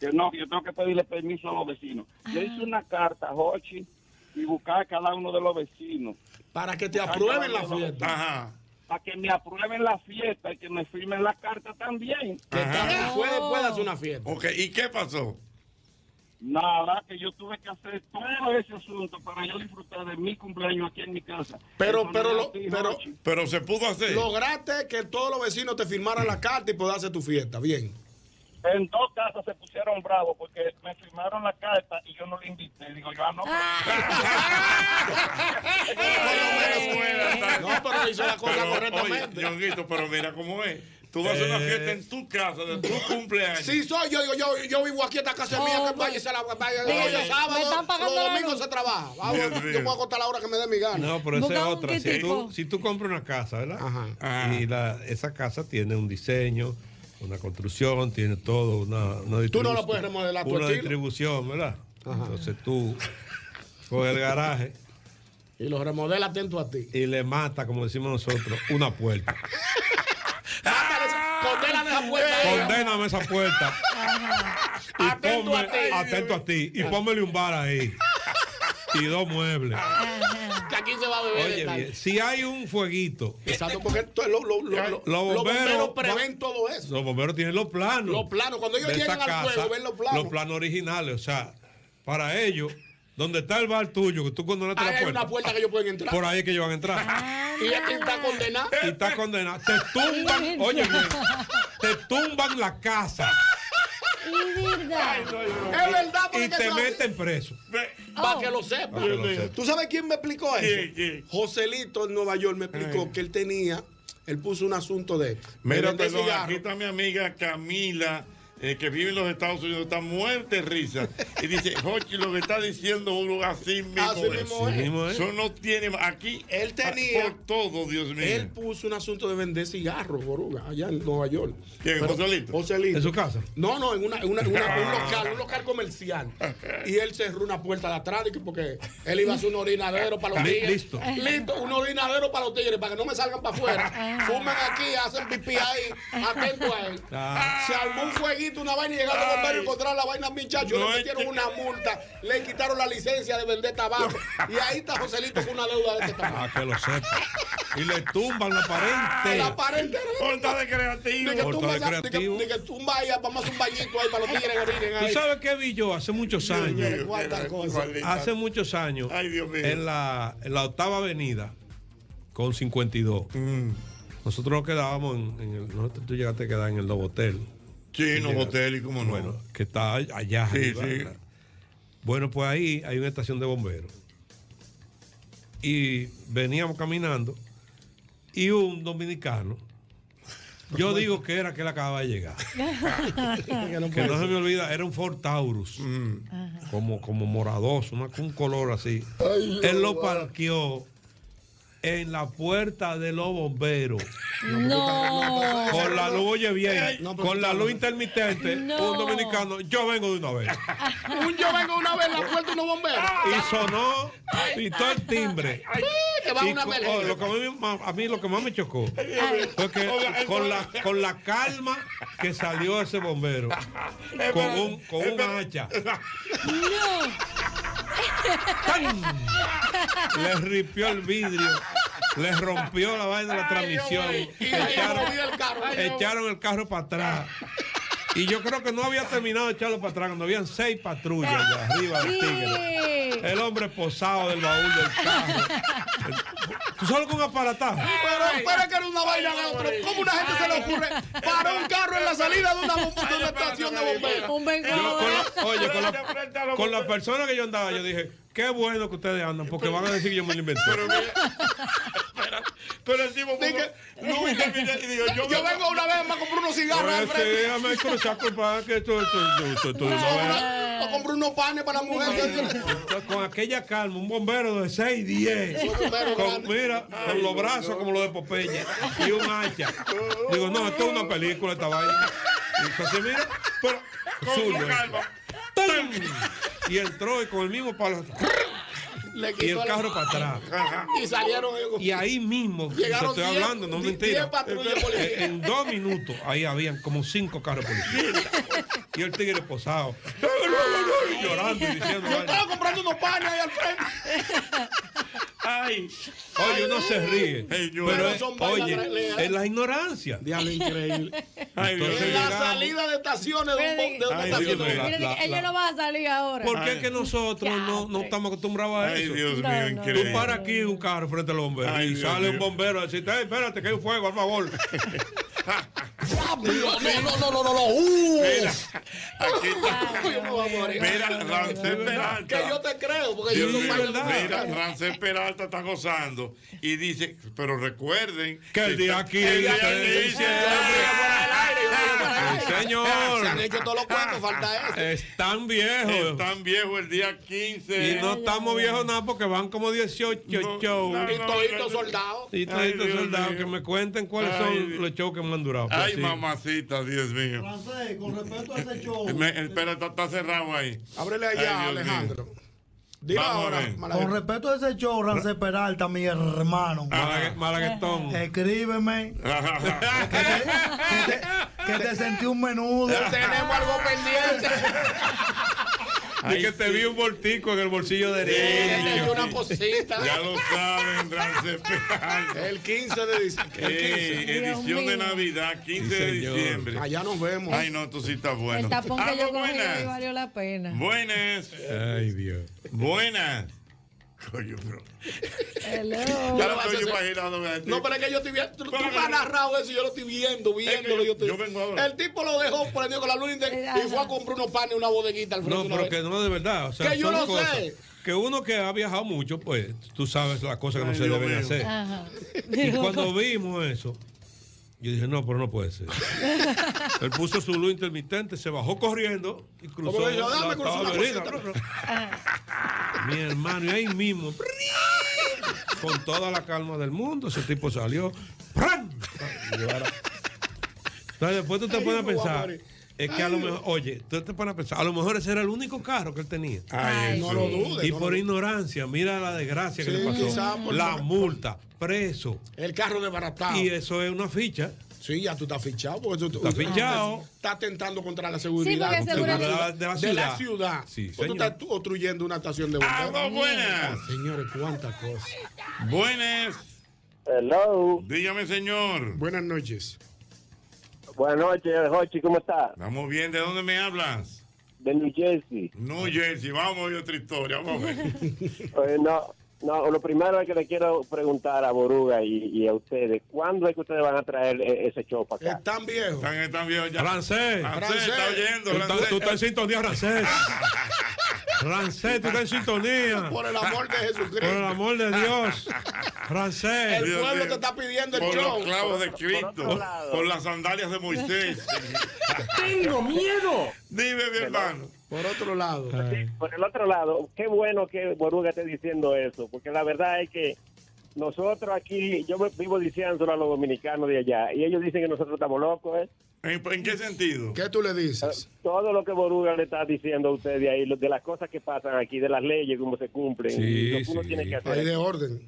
Speaker 18: que no, que yo tengo que pedirle permiso a los vecinos. Yo hice una carta, Jochi, y buscar a cada uno de los vecinos.
Speaker 7: Para que te
Speaker 18: Buscar a
Speaker 7: aprueben
Speaker 18: cada
Speaker 7: la
Speaker 18: uno de los
Speaker 7: fiesta.
Speaker 18: vecinos.
Speaker 7: Ajá.
Speaker 18: Para que me aprueben la fiesta y que me firmen la carta también.
Speaker 7: Puede, puede hacer una
Speaker 18: fiesta.
Speaker 2: Ok, ¿y qué pasó?
Speaker 18: Nada, que yo tuve que hacer todo ese asunto para yo disfrutar de mi cumpleaños aquí en mi casa.
Speaker 7: Pero,
Speaker 18: Eso
Speaker 7: pero,
Speaker 18: no
Speaker 7: lo-
Speaker 18: es así,
Speaker 7: pero,
Speaker 18: Jochi.
Speaker 2: pero se pudo hacer.
Speaker 7: Lograste que todos los vecinos te firmaran la carta y poder hacer tu fiesta. Bien.
Speaker 18: En dos casas se pusieron bravos porque me firmaron la carta y yo no le invité. Digo, yo ah, no.
Speaker 2: No, pero hizo la cosa correctamente. Oye, Ñonguito, pero mira cómo es. Tú vas a hacer
Speaker 7: Eh.
Speaker 2: una fiesta en tu casa de tu cumpleaños.
Speaker 7: Sí, soy yo, digo, yo, yo vivo aquí, esta casa es mía,
Speaker 9: Oh,
Speaker 7: que vaya, se la vaya.
Speaker 2: Oye,
Speaker 7: los sábados,
Speaker 21: me están pagando
Speaker 7: los
Speaker 21: la
Speaker 7: domingos
Speaker 21: luz.
Speaker 7: se trabaja. Vamos,
Speaker 9: Dios
Speaker 7: yo
Speaker 9: mío.
Speaker 7: puedo acostar la hora que me dé mi gana.
Speaker 9: No, pero esa es
Speaker 7: Buscamos
Speaker 9: otra.
Speaker 7: qué
Speaker 9: Si
Speaker 7: tipo.
Speaker 9: tú, si tú compras una casa, ¿verdad? Y la, esa casa tiene un diseño, una construcción, tiene todo, una, una
Speaker 7: Tú no
Speaker 9: distribu-
Speaker 7: la puedes remodelar a tu
Speaker 9: Una
Speaker 7: estilo.
Speaker 9: distribución, ¿verdad? Entonces tú coges el garaje.
Speaker 7: Y lo remodela atento a ti.
Speaker 9: Y le mata, como decimos nosotros, una puerta.
Speaker 7: Condena de esa puerta. ahí.
Speaker 9: Condéname esa puerta. Y
Speaker 7: Atento
Speaker 9: ponme-
Speaker 7: a ti.
Speaker 9: atento a ti. Y pónmele un bar ahí. Y dos muebles.
Speaker 7: Que aquí se va a beber. de
Speaker 9: Oye,
Speaker 7: tal.
Speaker 9: bien, si hay un fueguito,
Speaker 7: Exacto, porque esto es lo- lo- lo- lo-
Speaker 9: Los
Speaker 7: los bomberos
Speaker 9: bomberos
Speaker 7: prevén todo eso.
Speaker 9: los bomberos tienen los planos.
Speaker 7: Los planos, cuando ellos
Speaker 9: de
Speaker 7: llegan
Speaker 9: esa
Speaker 7: al fuego, ven los planos.
Speaker 9: Los planos originales, o sea, para ellos, donde está el bar tuyo, que tú condenaste
Speaker 7: Ahí
Speaker 9: la
Speaker 7: hay
Speaker 9: puerta,
Speaker 7: una puerta que ellos pueden entrar.
Speaker 9: por ahí es que ellos van a entrar.
Speaker 7: Y aquí está condenado.
Speaker 9: Y está condenado. Te tumban, oye, bien, te tumban la casa
Speaker 19: verdad.
Speaker 7: Es verdad, Ah, porque Oh.
Speaker 9: y te
Speaker 7: eso-
Speaker 9: meten preso.
Speaker 7: Para que lo sepa.
Speaker 9: Para que lo sepa.
Speaker 7: ¿Tú sabes quién me explicó eso?
Speaker 9: ¿Quién, quién?
Speaker 7: Joselito en Nueva York me explicó que él tenía, él puso un asunto de.
Speaker 2: Mira,
Speaker 7: de vender
Speaker 2: perdón,
Speaker 7: cigarro.
Speaker 2: aquí está mi amiga Camila, eh, que vive en los Estados Unidos, está muerta de risa. Y dice, Jochi, lo que está diciendo uno así mismo.
Speaker 7: Así
Speaker 2: es.
Speaker 7: mismo es. Así mismo es.
Speaker 2: Eso no tiene. Aquí ah,
Speaker 7: Él tenía-
Speaker 2: Por todo, Dios mío.
Speaker 7: Él puso un asunto de vender cigarros, Boruga, allá en Nueva York.
Speaker 2: ¿Quién,
Speaker 7: Pero-
Speaker 2: Joselito?
Speaker 7: Joselito.
Speaker 9: ¿En su casa?
Speaker 7: No, no, en, una, en, una- en una- en un
Speaker 9: Ah.
Speaker 7: local, un local comercial. Y él cerró una puerta de atrás de que- porque él iba a hacer un orinadero para los
Speaker 9: Li-
Speaker 7: tigres.
Speaker 9: listo.
Speaker 7: Listo, un orinadero para los tigres, para que no me salgan para afuera. Fumen aquí, hacen pipí ahí, atento a él.
Speaker 9: Ah.
Speaker 7: Se armó un fueguito, una vaina y llegaron los bomberos y encontraron la vaina, muchachos.
Speaker 9: No
Speaker 7: le
Speaker 9: es
Speaker 7: metieron una multa, le quitaron la licencia de vender tabaco. Y ahí está Joselito con una deuda de este tamaño.
Speaker 9: Para Ah, que lo sepa. Y le tumban la pared entera.
Speaker 7: Ah, La pared entera.
Speaker 2: Porta de creativo.
Speaker 7: Ni que
Speaker 9: Porta
Speaker 7: tumba
Speaker 9: de
Speaker 7: esa- ni que-
Speaker 9: creativo.
Speaker 7: ni que tumba ahí, vamos a hacer un bañito ahí para los tigres que orinen
Speaker 9: ¿Tú
Speaker 7: ahí.
Speaker 9: sabes qué vi yo hace muchos años? Hace muchos años, en la, en la octava avenida, con 52,
Speaker 2: Mm.
Speaker 9: nosotros nos quedábamos en, en el. Nosotros, tú llegaste a quedar en el Novotel.
Speaker 2: Sí,
Speaker 9: Tú
Speaker 2: Novotel, ¿y cómo no?
Speaker 9: Bueno, que está allá.
Speaker 2: Sí,
Speaker 9: arriba,
Speaker 2: sí.
Speaker 9: ¿verdad? Bueno, pues ahí hay una estación de bomberos. Y veníamos caminando y un dominicano Yo digo que era que él acababa de llegar. Que no se me olvida, era un Ford Taurus.
Speaker 7: Mm.
Speaker 9: Como, como moradoso, una- un color así.
Speaker 8: Ay,
Speaker 9: Él lo
Speaker 8: Jehová.
Speaker 9: parqueó en la puerta de los bomberos.
Speaker 8: No.
Speaker 9: Con la luz, oye bien,
Speaker 8: No, pero-
Speaker 9: con la luz intermitente,
Speaker 8: No.
Speaker 9: un dominicano, yo vengo de una vez.
Speaker 7: Un yo vengo una vez en la puerta de unos bomberos.
Speaker 9: Y sonó, y todo el timbre.
Speaker 7: Ay, que va
Speaker 9: Y
Speaker 7: una
Speaker 9: co-
Speaker 7: emergencia.
Speaker 9: oh, lo que a mí, más- a mí lo que más me chocó fue que con la, con la calma que salió ese bombero, con un, con un hacha, le ripió el vidrio, le rompió la vaina de la transmisión,
Speaker 7: Y ahí
Speaker 9: echaron,
Speaker 7: movió el carro.
Speaker 9: echaron el carro para atrás. Y yo creo que no había terminado de echarlo para atrás, cuando habían seis patrullas de arriba del tigre. El hombre posado del baúl del carro. Tú solo con aparataje.
Speaker 7: Pero, pero es que era una vaina de otro. ¿Cómo una gente se le ocurre parar un carro en la salida de una, bomba- de una estación de bomberos?
Speaker 9: Yo con la- oye, con la, con la persona que yo andaba, yo dije, qué bueno que ustedes andan, porque van a decir que yo me lo inventé.
Speaker 2: Pero el tipo como, no intervino y digo, yo,
Speaker 7: Yo vengo una vez más a comprar unos cigarros al
Speaker 9: Pero sí,
Speaker 7: frente.
Speaker 9: déjame cruzar culpa que esto, esto, esto, esto, esto, no,
Speaker 7: O comprar unos panes para la mujer.
Speaker 9: eh. Con aquella calma, un bombero de 6, 10.
Speaker 7: Un bombero
Speaker 9: Con, mira, con los brazos como los de Popeye. Y un hacha. Digo, no, esto es una película, esta vaina. Y entonces, mira, pero. zurdo, eh. ¡Tan! Y entró y con el mismo palo.
Speaker 7: Le
Speaker 9: Y
Speaker 7: quitó
Speaker 9: el
Speaker 7: la-
Speaker 9: carro para atrás.
Speaker 7: Y salieron ellos.
Speaker 9: Y ahí mismo, te
Speaker 7: Llegaron
Speaker 9: estoy
Speaker 7: diez-
Speaker 9: hablando, no es
Speaker 7: diez
Speaker 9: mentira.
Speaker 7: patrullas de policía.
Speaker 9: En, en dos minutos, ahí habían como cinco carros policías. Y el tigre posado, y llorando y diciendo.
Speaker 7: Yo estaba comprando unos panes ahí al frente.
Speaker 9: Ay, oye, uno se ríe. pero,
Speaker 7: Pero
Speaker 9: es-
Speaker 7: son vainas
Speaker 9: oye,
Speaker 7: reales.
Speaker 9: es la ignorancia.
Speaker 7: Diablo, increíble.
Speaker 9: Ay, Entonces
Speaker 7: En la
Speaker 9: llegamos-
Speaker 7: salida de estaciones de un bo- de una
Speaker 9: Ay,
Speaker 7: estación
Speaker 9: Dios
Speaker 7: de
Speaker 9: mío,
Speaker 7: bomberos.
Speaker 9: la- la-
Speaker 22: Ella no va a salir ahora.
Speaker 9: ¿Por qué es que nosotros no, no estamos acostumbrados a
Speaker 2: Ay,
Speaker 9: eso?
Speaker 2: Dios mío, No, no. increíble.
Speaker 9: Tú paras aquí un carro frente al bombero
Speaker 2: Ay,
Speaker 9: y
Speaker 2: Dios
Speaker 9: sale un
Speaker 2: mío.
Speaker 9: bombero a decirte, "Ey, espérate, que hay un fuego, por favor.
Speaker 7: No, no, no, no, no. Uh.
Speaker 2: Mira, aquí
Speaker 7: Yo me voy a morir.
Speaker 2: Mira, Rancé
Speaker 7: Que
Speaker 2: Peralta.
Speaker 7: yo te creo, porque yo
Speaker 2: Dios
Speaker 7: soy
Speaker 2: mío,
Speaker 7: malo.
Speaker 2: Mira, Rancé Peralta está gozando y dice, pero recuerden
Speaker 9: que el día aquí,
Speaker 2: el día
Speaker 9: que
Speaker 2: aquí,
Speaker 9: dice,
Speaker 2: señor.
Speaker 9: señor.
Speaker 2: Se han hecho todos los cuentos,
Speaker 7: falta
Speaker 9: Están viejos.
Speaker 2: Están viejos el día 15.
Speaker 9: Y no estamos viejos nada porque van como 18 shows.
Speaker 7: Y toditos soldados.
Speaker 9: Y todos estos soldados que me cuenten cuáles
Speaker 2: Ay,
Speaker 9: son los shows que me han durado.
Speaker 2: Ay,
Speaker 9: Sí.
Speaker 2: mamacita, Dios mío.
Speaker 5: Francés, con respeto a ese show.
Speaker 2: Me- espera, está, está cerrado ahí.
Speaker 7: Ábrele
Speaker 9: Eh,
Speaker 5: allá,
Speaker 7: Alejandro.
Speaker 5: Dilo
Speaker 2: ahora,
Speaker 5: Con respeto a ese show, Rancé Peralta, mi hermano.
Speaker 9: Malague- Malaguetón.
Speaker 5: Escríbeme que te sentí un menudo.
Speaker 7: Tenemos algo pendiente.
Speaker 9: Y que te vi un voltico en el bolsillo
Speaker 7: Tiene
Speaker 9: derecho.
Speaker 7: ahí una cosita.
Speaker 2: Ya lo saben, Rancé Peralta.
Speaker 7: El 15 de diciembre. El
Speaker 2: Eh,
Speaker 7: 15.
Speaker 2: edición de Navidad, 15 de diciembre.
Speaker 7: Allá nos vemos.
Speaker 2: Ay, no, tú sí estás bueno. Ah,
Speaker 22: El tapón que yo cogí ahí
Speaker 2: buenas.
Speaker 22: valió la pena.
Speaker 2: Buenas.
Speaker 9: Ay, Dios.
Speaker 2: Buenas. Coño, bro.
Speaker 22: Hello.
Speaker 2: Ya lo estoy imaginando. me da-
Speaker 7: Oh, No, pero es que yo estoy viendo. Tú, tú me has narrado eso y yo lo estoy viendo, viéndolo. yo, estoy- El tipo lo dejó prendido con la luz inter- y fue a comprar unos panes y una bodeguita al
Speaker 9: No,
Speaker 7: frente.
Speaker 9: pero que no, de verdad. O sea,
Speaker 7: Que yo
Speaker 9: son
Speaker 7: lo
Speaker 9: cosas
Speaker 7: sé.
Speaker 9: Que uno que ha viajado mucho, pues tú sabes las cosas que no
Speaker 2: Ay,
Speaker 9: se
Speaker 2: Dios
Speaker 9: deben
Speaker 2: mío.
Speaker 9: hacer.
Speaker 22: Ajá.
Speaker 9: Y cuando vimos eso, yo dije, no, pero no puede ser. Él puso su luz intermitente, se bajó corriendo y cruzó
Speaker 7: Como que yo,
Speaker 9: la
Speaker 7: dame, cruzo una
Speaker 9: taberna.
Speaker 7: cosita.
Speaker 22: Ah,
Speaker 9: Mi hermano, y ahí mismo, con toda la calma del mundo, ese tipo salió. ¡pran! Y yo era- Entonces después tú te
Speaker 7: Ay,
Speaker 9: pones a
Speaker 7: yo me voy a
Speaker 9: pensar,
Speaker 7: morir.
Speaker 9: es que a lo
Speaker 7: Ay.
Speaker 9: mejor, oye, tú te pones a pensar, a lo mejor ese era el único carro que él tenía.
Speaker 7: Ay, no lo dudes,
Speaker 9: Y
Speaker 7: no
Speaker 9: por
Speaker 7: lo-
Speaker 9: ignorancia, mira la desgracia que
Speaker 7: Sí,
Speaker 9: le
Speaker 7: quizá
Speaker 9: pasó.
Speaker 7: por-
Speaker 9: La multa, preso.
Speaker 7: El carro desbaratado.
Speaker 9: Y eso es una ficha.
Speaker 7: Sí, ya tú estás fichado. Porque tú,
Speaker 9: Estás fichado.
Speaker 7: Estás tentando contra la
Speaker 9: Sí,
Speaker 7: seguridad.
Speaker 9: porque Contra seguramente- de la- de la
Speaker 7: De la
Speaker 9: ciudad.
Speaker 7: ciudad.
Speaker 9: Sí,
Speaker 7: Porque tú
Speaker 9: señor.
Speaker 7: estás construyendo una estación de bomberos.
Speaker 2: Agua buena.
Speaker 7: Ah, Señores, cuántas cosas.
Speaker 2: Buenas.
Speaker 19: Hello.
Speaker 2: Dígame, señor.
Speaker 7: Buenas noches.
Speaker 19: Buenas noches, Jochi, ¿cómo estás?
Speaker 2: Estamos bien, ¿de dónde me hablas?
Speaker 19: De New Jersey.
Speaker 2: No, Jesse, vamos a otra historia, vamos a ver.
Speaker 19: Eh, no, no, lo primero que le quiero preguntar a Boruga y, y a ustedes, ¿cuándo es que ustedes van a traer eh, ese show para acá?
Speaker 7: Están viejos.
Speaker 2: Están, están viejos ya.
Speaker 9: Francés.
Speaker 2: Francés, está oyendo,
Speaker 9: Tú estás-
Speaker 2: Francés.
Speaker 9: Tú estás en sintonía, Francés. Rancet, tú estás en sintonía.
Speaker 7: Por el amor de Jesucristo.
Speaker 9: Por el amor de Dios. Rancet.
Speaker 7: El pueblo te está pidiendo el
Speaker 2: Por
Speaker 7: show.
Speaker 2: los clavos de Cristo.
Speaker 7: Por-
Speaker 2: Por,
Speaker 7: por-
Speaker 2: las sandalias de Moisés.
Speaker 7: Tengo miedo.
Speaker 2: Dime, mi hermano.
Speaker 7: Por otro lado.
Speaker 19: Sí, por el otro lado, qué bueno que Boruga esté diciendo eso, porque la verdad es que nosotros aquí, yo me vivo diciéndolo a los dominicanos de allá, y ellos dicen que nosotros estamos locos, ¿eh?
Speaker 2: ¿En, qué sentido?
Speaker 19: ¿Qué tú le dices? Eh, Todo lo que Boruga le está diciendo a usted de ahí, lo- de las cosas que pasan aquí, de las leyes, cómo se cumplen,
Speaker 23: Sí,
Speaker 19: y lo que uno
Speaker 23: sí.
Speaker 19: tiene que hacer.
Speaker 23: Hay de
Speaker 19: orden.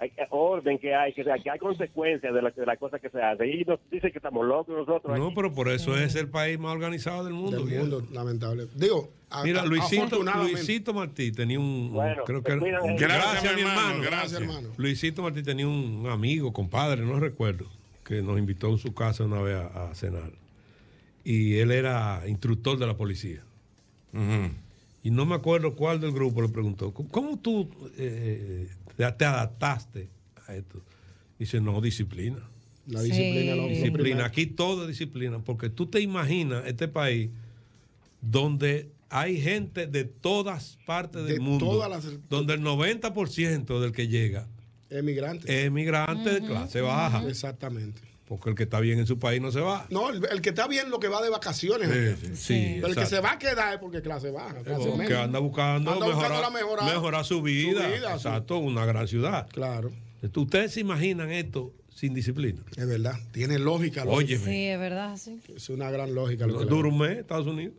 Speaker 19: Hay eh, orden que hay, que, que hay consecuencias de, la- de las cosas que se hacen. Y nos dicen que estamos locos nosotros.
Speaker 23: pues.
Speaker 9: No, pero por eso es el país más organizado del mundo.
Speaker 19: Del mundo,
Speaker 9: lamentable. Digo,
Speaker 19: a-
Speaker 9: mira,
Speaker 19: a-
Speaker 9: Luisito,
Speaker 19: afortunadamente.
Speaker 9: Luisito Martí tenía un. un-
Speaker 19: Bueno,
Speaker 9: creo
Speaker 19: se
Speaker 9: que era-
Speaker 19: cuidan, eh.
Speaker 9: gracias, mi hermano.
Speaker 19: Gracias,
Speaker 9: Gracias,
Speaker 19: hermano.
Speaker 9: Luisito Martí tenía un amigo, compadre, no recuerdo, que nos invitó a su casa una vez a, a cenar. Y él era instructor de la policía. Y no me acuerdo cuál del grupo le preguntó, "¿Cómo- ¿cómo tú eh, te, te adaptaste a esto? Dice, no, disciplina.
Speaker 7: La disciplina, Sí. lo- lo primero.
Speaker 9: Disciplina, aquí todo es disciplina, porque tú te imaginas este país donde hay gente de todas partes del
Speaker 7: De
Speaker 9: mundo,
Speaker 7: todas las-
Speaker 9: donde el 90% del que llega
Speaker 7: Emigrante.
Speaker 9: es emigrante de
Speaker 7: Ujú,
Speaker 9: clase baja.
Speaker 7: ujú.
Speaker 9: Exactamente. Porque el que está bien en su país no se va.
Speaker 7: No, el, el que está bien lo que va de vacaciones.
Speaker 9: Sí,
Speaker 7: ¿no?
Speaker 9: sí, sí,
Speaker 7: Pero el que
Speaker 9: exacto.
Speaker 7: se va a quedar es porque clase baja. Clase
Speaker 9: Porque
Speaker 7: media.
Speaker 9: anda buscando,
Speaker 7: Anda buscando
Speaker 9: mejorar,
Speaker 7: la mejora-
Speaker 9: mejorar su vida.
Speaker 7: su vida, su-
Speaker 9: exacto, una gran ciudad. Claro. Ustedes se imaginan esto sin disciplina. Es verdad, tiene lógica.
Speaker 7: lo que-
Speaker 9: Oye,
Speaker 22: Sí, es verdad, sí.
Speaker 7: Es una gran lógica. Lo que le-
Speaker 9: dura un mes Estados Unidos.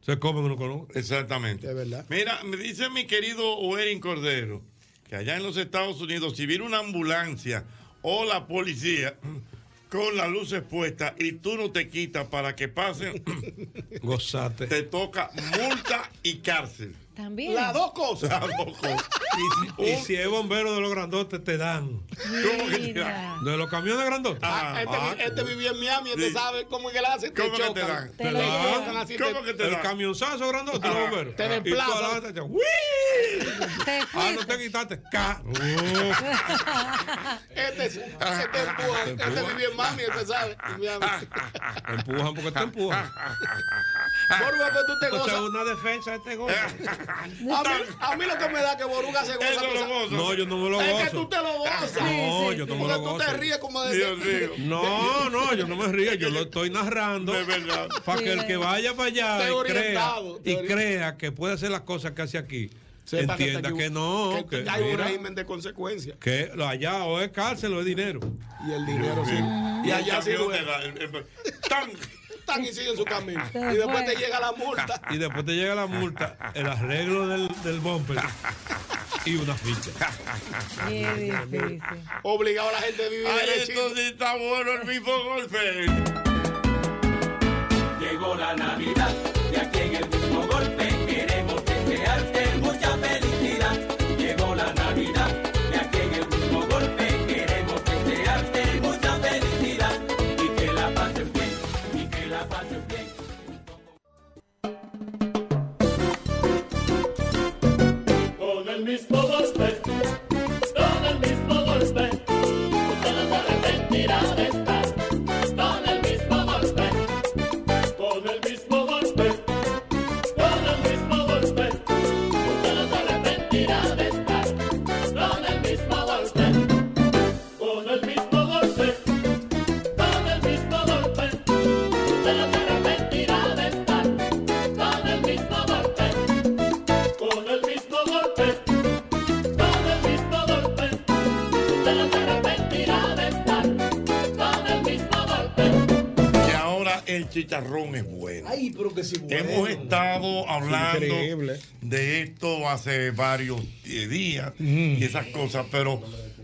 Speaker 9: Se comen uno con otro.
Speaker 2: Exactamente.
Speaker 7: Es verdad.
Speaker 2: Mira, me dice mi querido Oerin Cordero que allá en los Estados Unidos, si viene una ambulancia o la policía con las luces puestas y tú no te quitas para que pasen,
Speaker 9: gozate.
Speaker 2: Te toca multa y cárcel.
Speaker 22: También.
Speaker 2: Las dos cosas. Las dos cosas.
Speaker 9: Y, si- y si es bombero de los grandotes, te dan.
Speaker 7: ¿Cómo que te dan?
Speaker 9: De los camiones grandotes.
Speaker 7: Ah, este, vi- este vivía en Miami, este
Speaker 9: Sí.
Speaker 7: sabe cómo es que la hace.
Speaker 9: ¿Cómo que
Speaker 7: chocan.
Speaker 9: te dan?
Speaker 7: Te chocan así,
Speaker 9: ¿Cómo
Speaker 7: te-
Speaker 9: que te dan? El camionzazo grandote, los bomberos.
Speaker 7: Te
Speaker 9: Y tú
Speaker 7: desplazan.
Speaker 9: a la otra, te- ¡Uy! Ah, no te quitaste. Oh. Ca- Oh.
Speaker 7: Este, es- este empuja,
Speaker 9: Ah, Te
Speaker 7: este
Speaker 9: empuja.
Speaker 7: vivía en Miami, este sabe.
Speaker 9: Ah.
Speaker 7: en Miami.
Speaker 9: Te empujan porque te empujan.
Speaker 7: Boruga, pues tú te
Speaker 9: Ah. O sea,
Speaker 7: gozas.
Speaker 9: una defensa de este gol.
Speaker 7: A mí, a mí lo que me da que Boruga se goza. cosas-
Speaker 9: No, yo no me lo gozo. Ah,
Speaker 7: Es que tú te lo gozas.
Speaker 9: No, yo no me
Speaker 7: Porque
Speaker 9: lo
Speaker 7: tú
Speaker 9: gozo.
Speaker 7: te ríes como de.
Speaker 9: No, no, yo no me río, yo lo estoy narrando. Para que el que vaya para allá
Speaker 7: Estoy
Speaker 9: y crea,
Speaker 7: orientado, estoy
Speaker 9: y
Speaker 7: orientado.
Speaker 9: crea que puede hacer las cosas que hace aquí,
Speaker 7: Sepa que
Speaker 9: entienda
Speaker 7: está
Speaker 9: que no, que,
Speaker 7: Hay un
Speaker 9: mira,
Speaker 7: régimen de consecuencias.
Speaker 9: que lo allá o es cárcel o es dinero.
Speaker 7: Y el dinero sí. Y allá sí duele.
Speaker 2: Tan,
Speaker 7: eh, tan y siguen su camino.
Speaker 9: Se
Speaker 7: Y después te
Speaker 9: fue.
Speaker 7: llega la multa.
Speaker 9: Y después te llega la multa, el arreglo del, del bumper y una ficha.
Speaker 7: ah, Obligado a la gente a vivir
Speaker 2: Ay,
Speaker 7: derechito.
Speaker 2: esto sí está bueno el mismo golpe.
Speaker 23: Llegó la Navidad y aquí en el mismo golpe queremos desearte mucha felicidad. Llegó la Navidad y aquí en el mismo golpe queremos desearte mucha felicidad y que la pases bien y que la pases bien.
Speaker 1: Con el mismo golpe, con el mismo golpe, usted no se arrepentirá de estar. Con el mismo golpe, con el mismo golpe, con el mismo golpe, usted no se arrepentirá de estar. Con el mismo golpe, con el mismo golpe, con el mismo golpe, usted no se arrepentirá de estar. Con el mismo golpe. Con el mismo golpe, con el mismo golpe, usted no se arrepentirá de estar. Con el mismo golpe,
Speaker 2: Que ahora el chicharrón es bueno.
Speaker 7: Ay, pero que sí,
Speaker 2: Hemos estado hablando
Speaker 7: Increíble.
Speaker 2: de esto hace varios eh, días y esas cosas, pero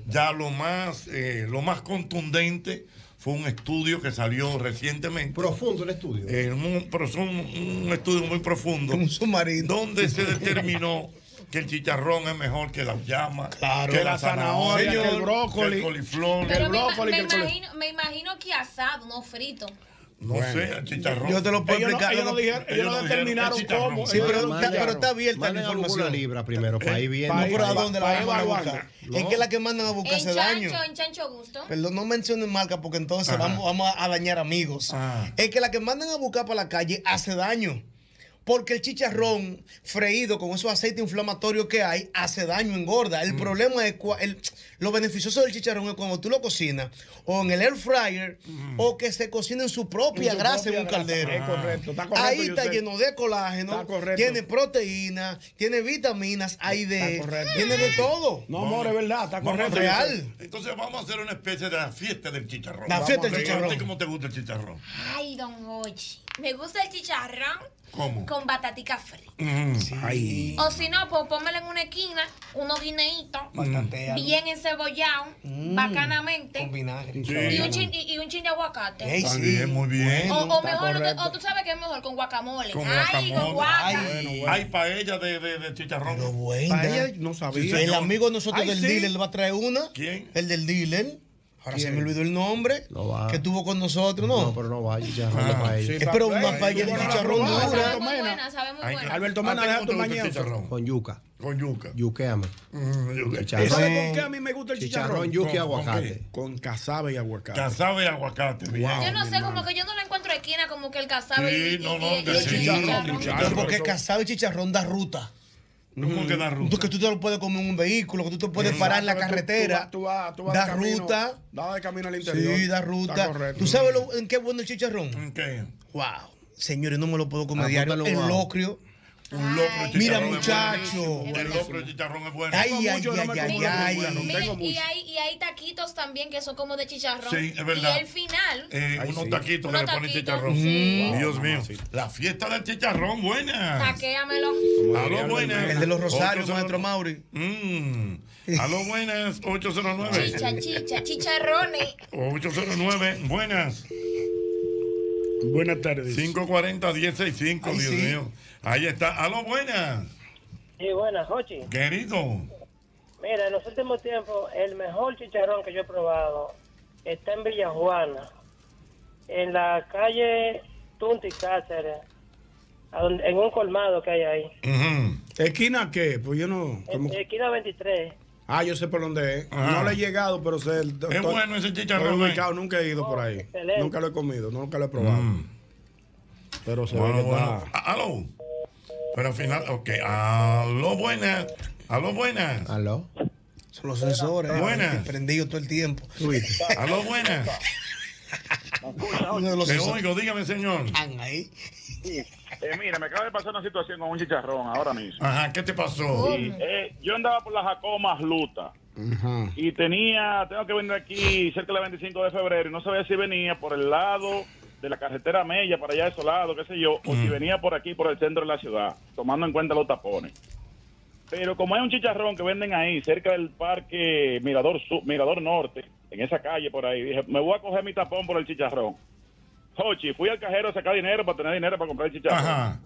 Speaker 2: ya lo más, eh, lo más contundente fue un estudio que salió recientemente.
Speaker 5: Profundo el estudio.
Speaker 2: Eh, un- pero son un estudio muy profundo. Un
Speaker 7: submarino.
Speaker 2: Donde se determinó que el chicharrón es mejor que la llama,
Speaker 7: Claro,
Speaker 2: que la zanahoria,
Speaker 7: señor,
Speaker 2: que
Speaker 7: el brócoli,
Speaker 2: que el coliflor,
Speaker 4: Pero me, ima- me imagino, me imagino que asado, no frito.
Speaker 2: No sé, el chicharrón.
Speaker 3: Yo te lo puedo
Speaker 2: Ellos no-
Speaker 3: explicar.
Speaker 2: ellos no dijeron- ellos no determinaron cómo.
Speaker 3: Sí, eh, pero, está,
Speaker 2: Manden
Speaker 3: pero
Speaker 2: alguna
Speaker 3: está Eh, abierta la
Speaker 5: Manden alguna
Speaker 3: información.
Speaker 5: libra primero, para ir viendo.
Speaker 3: No, pero ¿a
Speaker 5: para-
Speaker 3: dónde la
Speaker 5: para
Speaker 3: van a
Speaker 5: evaluar.
Speaker 3: buscar?
Speaker 5: No.
Speaker 3: Es que la que mandan a buscar
Speaker 4: En
Speaker 3: hace daño.
Speaker 4: chancho, en chancho gusto.
Speaker 3: Perdón, no mencionen marca porque entonces
Speaker 4: Ajá.
Speaker 3: vamos, vamos a dañar amigos. Es que la que mandan a buscar para la calle hace daño. Porque el chicharrón freído con esos aceites inflamatorios que hay hace daño, engorda. El problema es cua- el- lo beneficioso del chicharrón es cuando tú lo cocinas o en el air fryer o que se cocina en su propia
Speaker 7: En su
Speaker 3: grasa en
Speaker 7: propia
Speaker 3: un
Speaker 7: grasa.
Speaker 3: caldero.
Speaker 7: Es correcto, está correcto,
Speaker 3: Ahí está
Speaker 7: Yusef.
Speaker 3: lleno de colágeno,
Speaker 7: Está correcto.
Speaker 3: tiene proteína, tiene vitaminas, hay de, tiene Este, de todo.
Speaker 7: No, amor, es verdad, está
Speaker 3: Vamos,
Speaker 7: correcto.
Speaker 3: Real.
Speaker 2: Entonces vamos a hacer una especie de la fiesta del chicharrón.
Speaker 3: La fiesta del
Speaker 2: Porque
Speaker 3: chicharrón.
Speaker 2: ¿A ti cómo te gusta el chicharrón?
Speaker 4: Ay, don Hochi. Me gusta el chicharrón
Speaker 2: ¿Cómo? Mm.
Speaker 4: con batatica frita.
Speaker 2: Ay.
Speaker 4: O si no, pues pónmela en una esquina, unos guineitos,
Speaker 3: Bastante
Speaker 4: bien encebollado,
Speaker 3: Mm.
Speaker 4: bacanamente.
Speaker 3: vinagre.
Speaker 4: Y un, chin, y, y un chin de aguacate.
Speaker 2: Ey, Está sí. bien, muy bien.
Speaker 4: O, o
Speaker 2: Está
Speaker 4: mejor, lo que-
Speaker 2: correcto.
Speaker 4: o tú sabes que es mejor con guacamole.
Speaker 2: Con
Speaker 4: Ay, con
Speaker 2: guacamole.
Speaker 4: guaca.
Speaker 2: Hay paella de, de, de chicharrón. Pero
Speaker 3: bueno.
Speaker 2: no
Speaker 3: el amigo de nosotros del
Speaker 2: dealer
Speaker 3: dealer le va a traer una.
Speaker 2: ¿Quién?
Speaker 3: El del dealer. Ahora se
Speaker 5: ¿Quién?
Speaker 3: me olvidó el nombre.
Speaker 5: No va.
Speaker 3: que tuvo con nosotros, ¿no?
Speaker 5: No, pero no va, chicharrón
Speaker 3: Ah,
Speaker 5: no va a ir.
Speaker 3: sí, está- Pero una Ey, paella tú de no la chicharrón probas, dura.
Speaker 4: Sabe muy buena, sabe muy buena.
Speaker 2: Ah,
Speaker 7: Alberto Mena, deja tu mañana.
Speaker 5: Con yuca.
Speaker 2: Con yuca. Mm,
Speaker 5: Yuqueame.
Speaker 7: ¿Tú sabes con qué a mí me gusta el chicharrón?
Speaker 5: Chicharrón, yuca y
Speaker 7: Con- con
Speaker 5: aguacate.
Speaker 7: qué? Con cazabe y aguacate.
Speaker 2: Cazabe y aguacate.
Speaker 4: Yo no sé, como que yo no la encuentro esquina, como que el cazabe y- y, y- y-
Speaker 3: Sí,
Speaker 4: chicharrón.
Speaker 3: pero Porque casado y chicharrón da ruta. Mm.
Speaker 2: ¿Cómo que da ruta?
Speaker 3: Tú, que tú te lo puedes comer en un vehículo, que tú te puedes parar en la carretera.
Speaker 7: Tú vas, tú vas
Speaker 3: da
Speaker 7: de camino-
Speaker 3: ruta.
Speaker 7: Da de camino al interior.
Speaker 3: Sí, da
Speaker 7: Está
Speaker 3: ruta.
Speaker 7: correcto.
Speaker 3: ¿Tú sabes lo- en qué es bueno el chicharrón?
Speaker 7: Wow.
Speaker 3: Señores, no me lo puedo
Speaker 5: Ah,
Speaker 3: comer diario.
Speaker 7: Apúntalo,
Speaker 3: El
Speaker 7: wow.
Speaker 3: locrio.
Speaker 2: Un locro de
Speaker 3: Mira,
Speaker 2: chicharrón es
Speaker 3: muchacho.
Speaker 2: buenísimo. El locro de chicharrón es bueno.
Speaker 3: Ay, ay, ay, ay, ay.
Speaker 4: Miren, y hay, y hay taquitos también que son como de chicharrón.
Speaker 2: Sí, es verdad.
Speaker 4: Y el final.
Speaker 2: Eh, unos taquitos que
Speaker 4: Unos
Speaker 2: le ponen
Speaker 4: taquitos,
Speaker 2: chicharrón.
Speaker 4: sí.
Speaker 2: Dios mío. La fiesta del chicharrón, buena.
Speaker 4: Taquéamelo.
Speaker 2: Aló, buenas.
Speaker 3: El de los Rosarios, maestro
Speaker 2: Mauri. Mm. Aló, buenas. 809.
Speaker 4: Chicha, chicha, chicharrones.
Speaker 2: 809. Buenas. Buenas tardes. 540-165, Dios mío. Ahí está. Aló, buenas.
Speaker 22: Sí, buenas, Jochi.
Speaker 2: Querido.
Speaker 22: Mira, en los últimos tiempos, el mejor chicharrón que yo he probado está en Villajuana, en la calle Tunti Cáceres, a donde- en un colmado que hay ahí,
Speaker 7: ¿Esquina qué? Pues yo no. como-
Speaker 22: en esquina 23.
Speaker 7: Ah, yo sé por dónde es.
Speaker 2: Ajá.
Speaker 7: No le he llegado, pero sé. el- estoy-
Speaker 2: bueno ese chicharrón,
Speaker 7: estoy
Speaker 2: ¿eh?
Speaker 7: ubicado, nunca he ido por ahí.
Speaker 22: excelente.
Speaker 7: Nunca lo he comido, nunca lo he probado. Pero se ve
Speaker 2: Bueno,
Speaker 7: que está-
Speaker 2: bueno. Ah, Aló. Pero al final, ok. Aló, buenas. Aló, buenas.
Speaker 5: Aló.
Speaker 3: Son los sensores. eh,
Speaker 2: Buenas.
Speaker 3: Prendido todo el tiempo.
Speaker 2: Aló, buenas.
Speaker 3: Uno de los
Speaker 2: Te
Speaker 3: sensores.
Speaker 2: oigo, dígame, señor.
Speaker 3: Están ahí.
Speaker 24: Eh, mira, me acaba de pasar una situación con un chicharrón ahora mismo.
Speaker 2: Ajá, ¿qué te pasó?
Speaker 24: Sí, eh, yo andaba por la Jacomas Luta y tenía, tengo que venir aquí cerca del 25 de febrero y no sabía si venía por el lado de la carretera Mella, para allá de Solado, qué sé yo, o si venía por aquí, por el centro de la ciudad, tomando en cuenta los tapones. Pero como hay un chicharrón que venden ahí, cerca del parque Mirador, Sur- Mirador Norte, en esa calle por ahí, dije, me voy a coger mi tapón por el chicharrón. Jochi, fui al cajero a sacar dinero para tener dinero para comprar el chicharrón.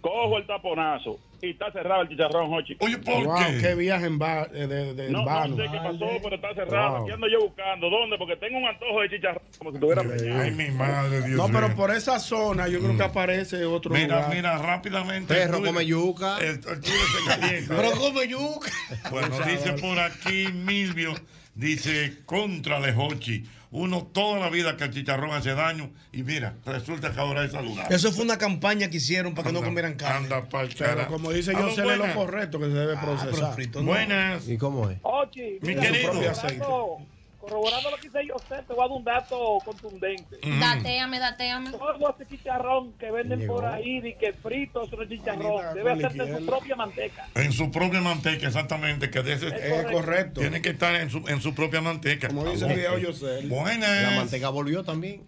Speaker 24: Cojo el taponazo y está cerrado el chicharrón, Jochi.
Speaker 2: Oye,
Speaker 7: Wow, qué viaje en, va- eh, de, de- en
Speaker 24: No, no
Speaker 7: vano.
Speaker 24: sé qué pasó, pero está cerrado.
Speaker 7: Wow.
Speaker 24: Aquí ando yo buscando. ¿Dónde? Porque tengo un antojo de chicharrón como si estuviera preñado.
Speaker 2: Ay, mi madre, Dios
Speaker 7: no, pero
Speaker 2: mío. Mm.
Speaker 7: por esa zona yo creo que aparece otro
Speaker 2: Mira,
Speaker 7: lugar.
Speaker 2: mira, rápidamente.
Speaker 7: Perro
Speaker 2: Twitter.
Speaker 7: come yuca.
Speaker 2: El, el Twitter se calienta.
Speaker 7: Pero
Speaker 3: come yuca.
Speaker 2: Bueno, dice por aquí Milvio, dice contra de Hochi. Uno toda la vida que el chicharrón hace daño y mira, resulta que ahora es saludable.
Speaker 3: Eso fue una campaña que hicieron para que no comieran carne.
Speaker 2: Anda pa'l
Speaker 7: Pero
Speaker 2: cara.
Speaker 7: como dice
Speaker 2: Aló,
Speaker 7: yo, se lee lo
Speaker 2: buenas.
Speaker 7: correcto que se debe procesar.
Speaker 2: Buenas.
Speaker 5: ¿Y cómo
Speaker 7: Oh.
Speaker 5: es?
Speaker 22: Ochi,
Speaker 5: Mi querido.
Speaker 22: corroborando, corroborando lo que dice yo, usted, te voy a dar un dato contundente.
Speaker 4: Dateame, dateame.
Speaker 22: Todo ese chicharrón que venden por ahí, de que frito sobre chicharrón, debe
Speaker 2: con
Speaker 22: hacerse su
Speaker 2: izquierda.
Speaker 22: propia manteca.
Speaker 2: En su propia manteca, exactamente. Que de ese,
Speaker 22: Es correcto.
Speaker 2: Tiene que estar en su, en su propia manteca. Como
Speaker 5: dice el viejo Yosel.
Speaker 2: Buenas.
Speaker 5: La manteca volvió también.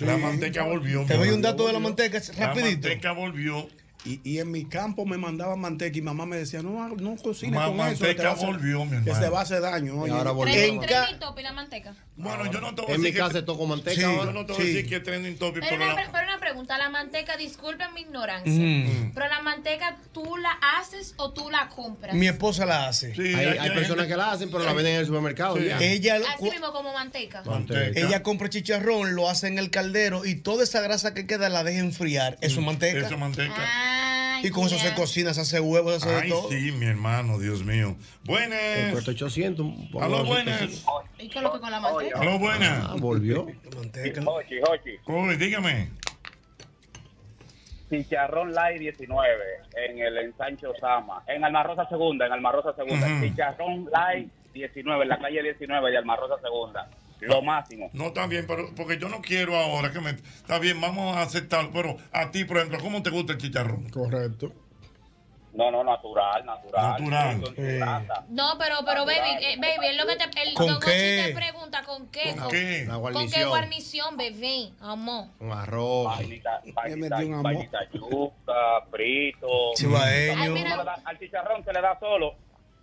Speaker 2: La manteca volvió.
Speaker 5: Te doy un
Speaker 3: dato de la
Speaker 5: manteca,
Speaker 2: La
Speaker 5: rapidito.
Speaker 2: manteca volvió.
Speaker 7: Y, y en mi campo me mandaban manteca y mamá me decía, no, no cocines
Speaker 2: Ma-
Speaker 7: con eso. que te
Speaker 2: manteca
Speaker 7: va a hacer-
Speaker 2: volvió, mi
Speaker 7: Que
Speaker 2: hermano.
Speaker 7: se va a hacer daño. oye.
Speaker 4: Tres guitos, pila de manteca.
Speaker 2: Bueno, yo no te voy a
Speaker 5: En mi
Speaker 2: decir que-
Speaker 5: casa toco manteca.
Speaker 2: Sí,
Speaker 5: ahora.
Speaker 2: yo no te voy a
Speaker 5: Sí.
Speaker 2: decir que es trending topic,
Speaker 4: Pero
Speaker 2: pero
Speaker 4: una,
Speaker 2: la-
Speaker 4: pre- pero una pregunta, la manteca, disculpen mi ignorancia,
Speaker 3: Mm.
Speaker 4: pero la manteca tú la haces o tú la compras.
Speaker 3: Mi esposa la hace.
Speaker 5: hay, hay personas que la hacen, pero la venden en el supermercado. ya.
Speaker 3: Ella,
Speaker 4: Así mismo como manteca.
Speaker 5: Manteca.
Speaker 3: ella compra chicharrón, lo hace en el caldero y toda esa grasa que queda la deja enfriar. Eso es manteca.
Speaker 2: Mm, Eso es manteca.
Speaker 4: Ah.
Speaker 3: Y con eso se cocina, se hace huevos, se hace de
Speaker 2: Ay,
Speaker 3: todo.
Speaker 2: sí, mi hermano, Dios mío. Buenas.
Speaker 5: Cuesta 800.
Speaker 2: A lo
Speaker 5: vamos ver si
Speaker 2: buenas.
Speaker 4: ¿Y qué es lo que con la manteca?
Speaker 2: A lo buenas.
Speaker 5: Ah, volvió.
Speaker 3: Manteca.
Speaker 24: Jochi, Jochi.
Speaker 2: Uy, dígame.
Speaker 8: Chicharrón Live 19 en el ensancho Sama, en Almarrosa Segunda, en Almarrosa Segunda,
Speaker 2: Ujú.
Speaker 8: Chicharrón Live 19, en la calle 19 de Almarrosa Segunda, lo máximo.
Speaker 2: No, está bien, pero porque yo no quiero ahora que me. Está bien, vamos a aceptarlo, pero a ti, por ejemplo, ¿cómo te gusta el chicharrón? Correcto.
Speaker 8: No, no, natural, natural.
Speaker 2: Natural.
Speaker 8: Con chulata.
Speaker 4: No, pero, pero, baby, eh, baby, es lo que te, el
Speaker 5: ¿Con
Speaker 4: Don Ochi
Speaker 5: qué?
Speaker 4: te pregunta con qué,
Speaker 5: ¿Con qué? La
Speaker 4: con qué
Speaker 5: guarnición.
Speaker 4: guarnición, bebé, amor.
Speaker 5: Un arroz.
Speaker 8: Le metí un amor. Yuca, frito.
Speaker 5: Chivaeño.
Speaker 8: Al chicharrón se le da- Al chicharrón se le da solo.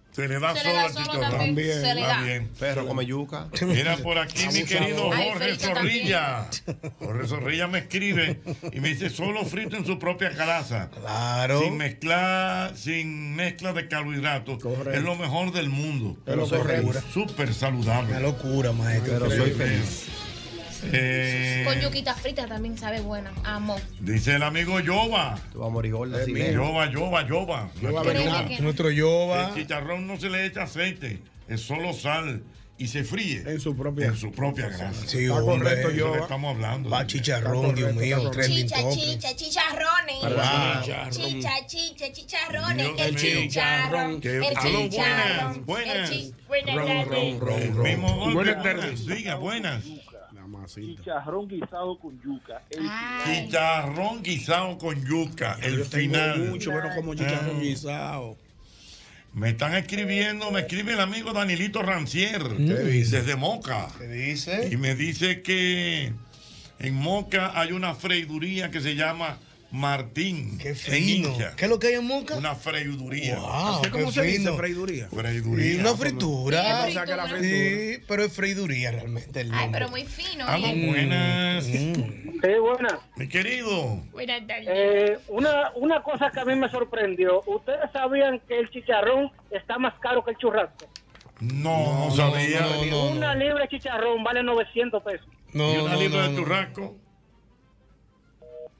Speaker 2: Se le da
Speaker 8: Se le
Speaker 2: solo
Speaker 8: da
Speaker 2: al
Speaker 8: solo
Speaker 2: chicharrón.
Speaker 8: también, También. se le
Speaker 2: Está
Speaker 8: da.
Speaker 2: bien.
Speaker 5: Perro come yuca.
Speaker 2: Mira por aquí mi querido
Speaker 5: Abusador.
Speaker 2: Jorge Zorrilla. Jorge Zorrilla me escribe y me dice solo frito en su propia calaza. Claro. Sin mezclar, sin mezcla de carbohidratos. Es lo mejor del mundo.
Speaker 3: Pero soy feliz.
Speaker 2: Súper saludable. Una
Speaker 3: locura, maestro.
Speaker 5: Pero soy feliz.
Speaker 2: Eh,
Speaker 4: Con yuquita frita también sabe buena, amor.
Speaker 2: dice el amigo Yoba.
Speaker 5: Tu amorigolda, sí.
Speaker 2: Mira, Yoba, Yoba, Yoba.
Speaker 5: Yoba
Speaker 2: Nuestro
Speaker 5: Benítez.
Speaker 2: Yoba.
Speaker 5: Nuestro Yoba.
Speaker 2: El chicharrón no se le echa aceite, es solo sal y se fríe. En su propia, en su propia grasa.
Speaker 3: Sí, Está hombre. correcto,
Speaker 2: Eso le
Speaker 3: Yoba.
Speaker 2: estamos hablando.
Speaker 3: Va chicharrón, Dios mío, trending
Speaker 4: Chicha,
Speaker 3: topic.
Speaker 4: chicha, chicharrones.
Speaker 3: Wow.
Speaker 4: Chicha, chicha, chicharrones.
Speaker 2: Dios
Speaker 4: el
Speaker 2: mío.
Speaker 4: chicharrón.
Speaker 2: Que-
Speaker 4: El
Speaker 2: Aló,
Speaker 4: chicharrón.
Speaker 2: buenas, buenas.
Speaker 4: el chi- buenas
Speaker 2: Ron,
Speaker 4: tardes.
Speaker 2: ron, ron, ron. Buenas tardes. Diga, buenas.
Speaker 18: Chicharrón guisado con yuca. El
Speaker 2: Chicharrón guisado con yuca, el
Speaker 18: Yo tengo
Speaker 2: final.
Speaker 18: mucho, pero como chicharrón
Speaker 2: guisado. Me están escribiendo, me escribe el amigo Danilito Rancier, desde Moca.
Speaker 3: ¿Qué dice?
Speaker 2: Y me dice que en Moca hay una freiduría que se llama Martín. Qué
Speaker 3: fino.
Speaker 2: ¿Qué
Speaker 3: es lo que hay en Moca?
Speaker 2: Una freiduría.
Speaker 3: Wow, ¿Así cómo qué se dice, fino.
Speaker 2: freiduría?
Speaker 3: Y
Speaker 2: Freiduría.
Speaker 3: una fritura.
Speaker 2: Sí,
Speaker 4: que la
Speaker 3: Sí, pero es freiduría realmente el
Speaker 4: Ay,
Speaker 3: nombre. Mm,
Speaker 4: pero muy fino.
Speaker 3: Ah,
Speaker 4: ¿eh?
Speaker 3: muy bueno.
Speaker 2: Buenas.
Speaker 13: buenas.
Speaker 2: Mi querido.
Speaker 4: Buenas tardes.
Speaker 13: Eh, una, una cosa que a mí me sorprendió. ¿Ustedes sabían que el chicharrón está más caro que el churrasco?
Speaker 2: No, no, sabía.
Speaker 13: una libra de chicharrón vale 900 pesos.
Speaker 2: y una libra de churrasco.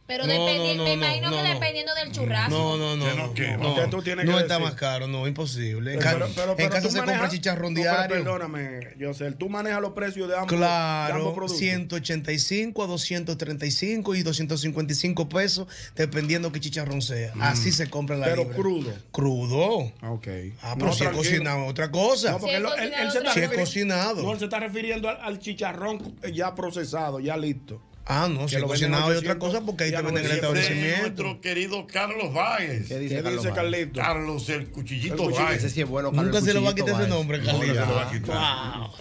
Speaker 4: Pero
Speaker 3: No,
Speaker 4: dependi-
Speaker 3: no, no,
Speaker 4: me imagino
Speaker 3: no,
Speaker 4: que
Speaker 3: no.
Speaker 4: dependiendo del churrasco.
Speaker 3: No, no, no. No, no,
Speaker 7: Usted tú tienes
Speaker 3: No
Speaker 7: que
Speaker 3: está
Speaker 7: decir.
Speaker 3: más caro, no, imposible. En,
Speaker 7: Pero-
Speaker 3: ca-
Speaker 7: pero- pero-
Speaker 3: en
Speaker 7: pero
Speaker 3: casa
Speaker 7: tú
Speaker 3: se compra
Speaker 7: manejas-
Speaker 3: chicharrón
Speaker 7: No, pero
Speaker 3: diario.
Speaker 7: Perdóname, José, tú manejas los precios de ambos. de ambos
Speaker 3: Claro,
Speaker 7: productos.
Speaker 3: 185 a 235 y 255 pesos, dependiendo qué chicharrón sea. Así se compra la
Speaker 7: Mm. Pero
Speaker 3: libra.
Speaker 7: crudo.
Speaker 3: Crudo.
Speaker 7: Ok.
Speaker 3: Ah, pero
Speaker 7: No,
Speaker 3: si es
Speaker 7: tranquilo.
Speaker 3: cocinado, otra cosa.
Speaker 7: No, porque él, él- él
Speaker 3: Si
Speaker 7: se está
Speaker 3: es
Speaker 7: refiriendo-
Speaker 3: cocinado.
Speaker 7: No, él se está refiriendo al, al chicharrón ya procesado, ya listo.
Speaker 3: Ah, no, si
Speaker 7: Que
Speaker 3: es
Speaker 7: lo venden
Speaker 3: cocinado es
Speaker 7: 800,
Speaker 3: otra cosa porque ahí
Speaker 7: ya
Speaker 3: te
Speaker 7: lo
Speaker 3: venden el
Speaker 7: venden
Speaker 2: De
Speaker 3: establecimiento.
Speaker 2: nuestro querido Carlos Báez.
Speaker 3: ¿Qué dice ¿Qué Carlos dice Báez? Carlito?
Speaker 2: Carlos el
Speaker 3: El
Speaker 2: Cuchillito
Speaker 3: cuchillo,
Speaker 2: Báez.
Speaker 3: ese sí es bueno, Carlos Nunca el se le va a quitar Cuchillito ese Báez. nombre,
Speaker 2: Nunca se
Speaker 3: Carlito.
Speaker 2: le va a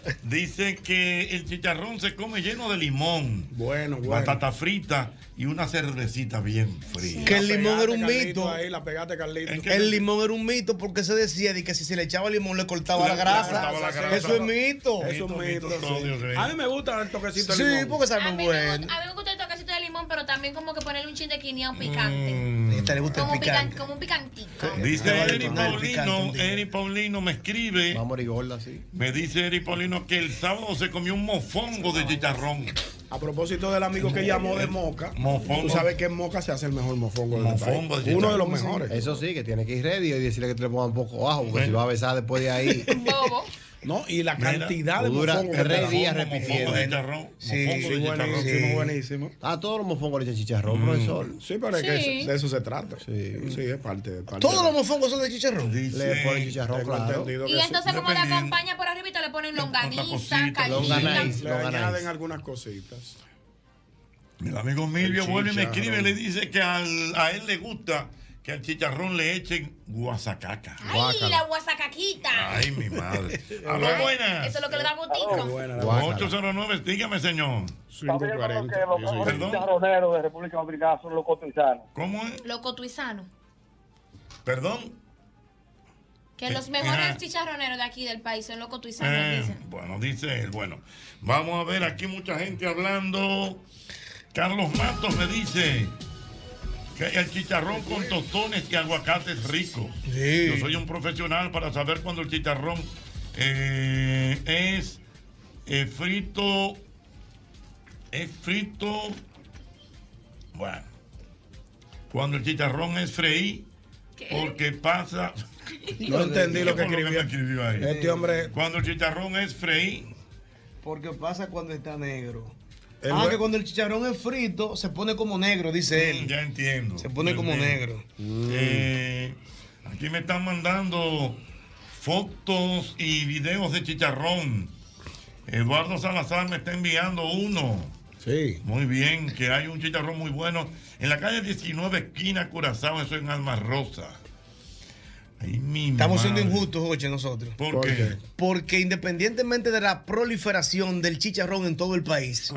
Speaker 2: quitar. Dice que el chicharrón se come lleno de limón. Bueno,
Speaker 7: bueno.
Speaker 2: Batata frita y una cervecita bien fría.
Speaker 3: Que el limón era un
Speaker 7: Carlito,
Speaker 3: mito.
Speaker 7: ahí la pegaste, Carlito.
Speaker 3: El limón era un mito porque se decía de que si se le echaba limón le cortaba la grasa. Eso es mito.
Speaker 7: Eso es mito. sí. A mí me gusta el toquecito de
Speaker 3: Sí,
Speaker 7: limón.
Speaker 3: porque
Speaker 4: A
Speaker 3: sabe
Speaker 4: mí,
Speaker 3: muy
Speaker 4: me
Speaker 3: bueno.
Speaker 4: gusta, a mí me gusta el toquecito de limón, pero también como que ponerle un chin de quiniao picante.
Speaker 3: Esta le gusta el
Speaker 4: como, pican-
Speaker 3: picante.
Speaker 4: como un picantico.
Speaker 2: Dice
Speaker 5: Ah,
Speaker 2: Eri
Speaker 5: no, el picante
Speaker 2: Paulino,
Speaker 5: un
Speaker 2: Eri Paulino me escribe. Me dice Eri Paulino que el sábado se comió un mofongo de chicharrón.
Speaker 7: A propósito del amigo que llamó de Moca,
Speaker 2: Mofongo.
Speaker 7: tú sabes que en Moca se hace el mejor mofongo. del
Speaker 5: Mofongo,
Speaker 7: país.
Speaker 5: sí,
Speaker 7: Uno de los
Speaker 5: sí, sí.
Speaker 7: mejores.
Speaker 5: Eso sí, que tiene que ir ready y decirle que te le pongan un poco ajo, porque si va a besar después de ahí.
Speaker 7: No, y la cantidad de
Speaker 5: dura
Speaker 7: mofongo que te
Speaker 5: tres
Speaker 7: dan.
Speaker 5: días
Speaker 7: Mofongo,
Speaker 5: repitiendo.
Speaker 7: mofongo de chicharrón, mofongo de chicharrón. buenísimo, buenísimo.
Speaker 5: Ah, todos los mofongos le echan chicharrón, profesor.
Speaker 7: Sí, pero es que
Speaker 3: Sí.
Speaker 7: eso- de eso se trata. Sí, es parte de. Parte
Speaker 3: Todos los mofongos son de chicharrón.
Speaker 5: Le ponen chicharrón,
Speaker 7: Tengo
Speaker 5: claro.
Speaker 7: entendido
Speaker 4: Y
Speaker 7: que sí.
Speaker 4: entonces como le acompaña por arriba y te le ponen longaniza,
Speaker 7: Le
Speaker 4: caldita.
Speaker 7: añaden algunas cositas.
Speaker 2: El amigo Milvio
Speaker 7: El
Speaker 2: vuelve y me
Speaker 7: chicharrón.
Speaker 2: escribe y le dice que al- a él le gusta que al chicharrón le echen guasacaca.
Speaker 4: Ay, la guasacaquita.
Speaker 2: Ay, mi madre. A
Speaker 4: Ay,
Speaker 2: lo buena.
Speaker 4: Eso es lo que le da
Speaker 2: Oh.
Speaker 4: gustico.
Speaker 2: 809, dígame, señor.
Speaker 13: Papi, yo creo que los mejores chicharroneros de República Dominicana son los cotizanos.
Speaker 2: ¿Cómo es?
Speaker 4: Loco tuizano.
Speaker 2: Perdón.
Speaker 4: Que
Speaker 2: Sí.
Speaker 4: los mejores
Speaker 2: Ajá.
Speaker 4: chicharroneros de aquí del país son loco tuizanos.
Speaker 3: Ah.
Speaker 2: Eh,
Speaker 4: dicen.
Speaker 2: bueno, dice él. Bueno, vamos a ver aquí mucha gente hablando. Carlos Matos me dice que el chicharrón con tostones y aguacate es rico. Yo soy un profesional para saber cuando el chicharrón eh, es eh, frito. Es frito. Bueno, cuando el chicharrón es freí, porque pasa.
Speaker 7: No entendí lo que
Speaker 2: ¿Qué fue
Speaker 7: escribió.
Speaker 2: me escribió ahí?
Speaker 7: Este hombre-
Speaker 2: Cuando el chicharrón es freí.
Speaker 3: Porque pasa cuando está negro. ah, que cuando el chicharrón es frito se pone como negro, dice él.
Speaker 2: Mm, Ya entiendo.
Speaker 3: Se pone como negro.
Speaker 2: Eh, aquí me están mandando fotos y videos de chicharrón. Eduardo Salazar me está enviando uno. Sí. Muy bien, que hay un chicharrón muy bueno. En la calle 19, esquina Curazao, eso en Alma Rosa. Ay, mi
Speaker 3: Estamos siendo
Speaker 2: madre.
Speaker 3: injustos, Joche, nosotros.
Speaker 2: ¿Por qué? ¿Por qué?
Speaker 3: Porque independientemente de la proliferación del chicharrón en todo el país,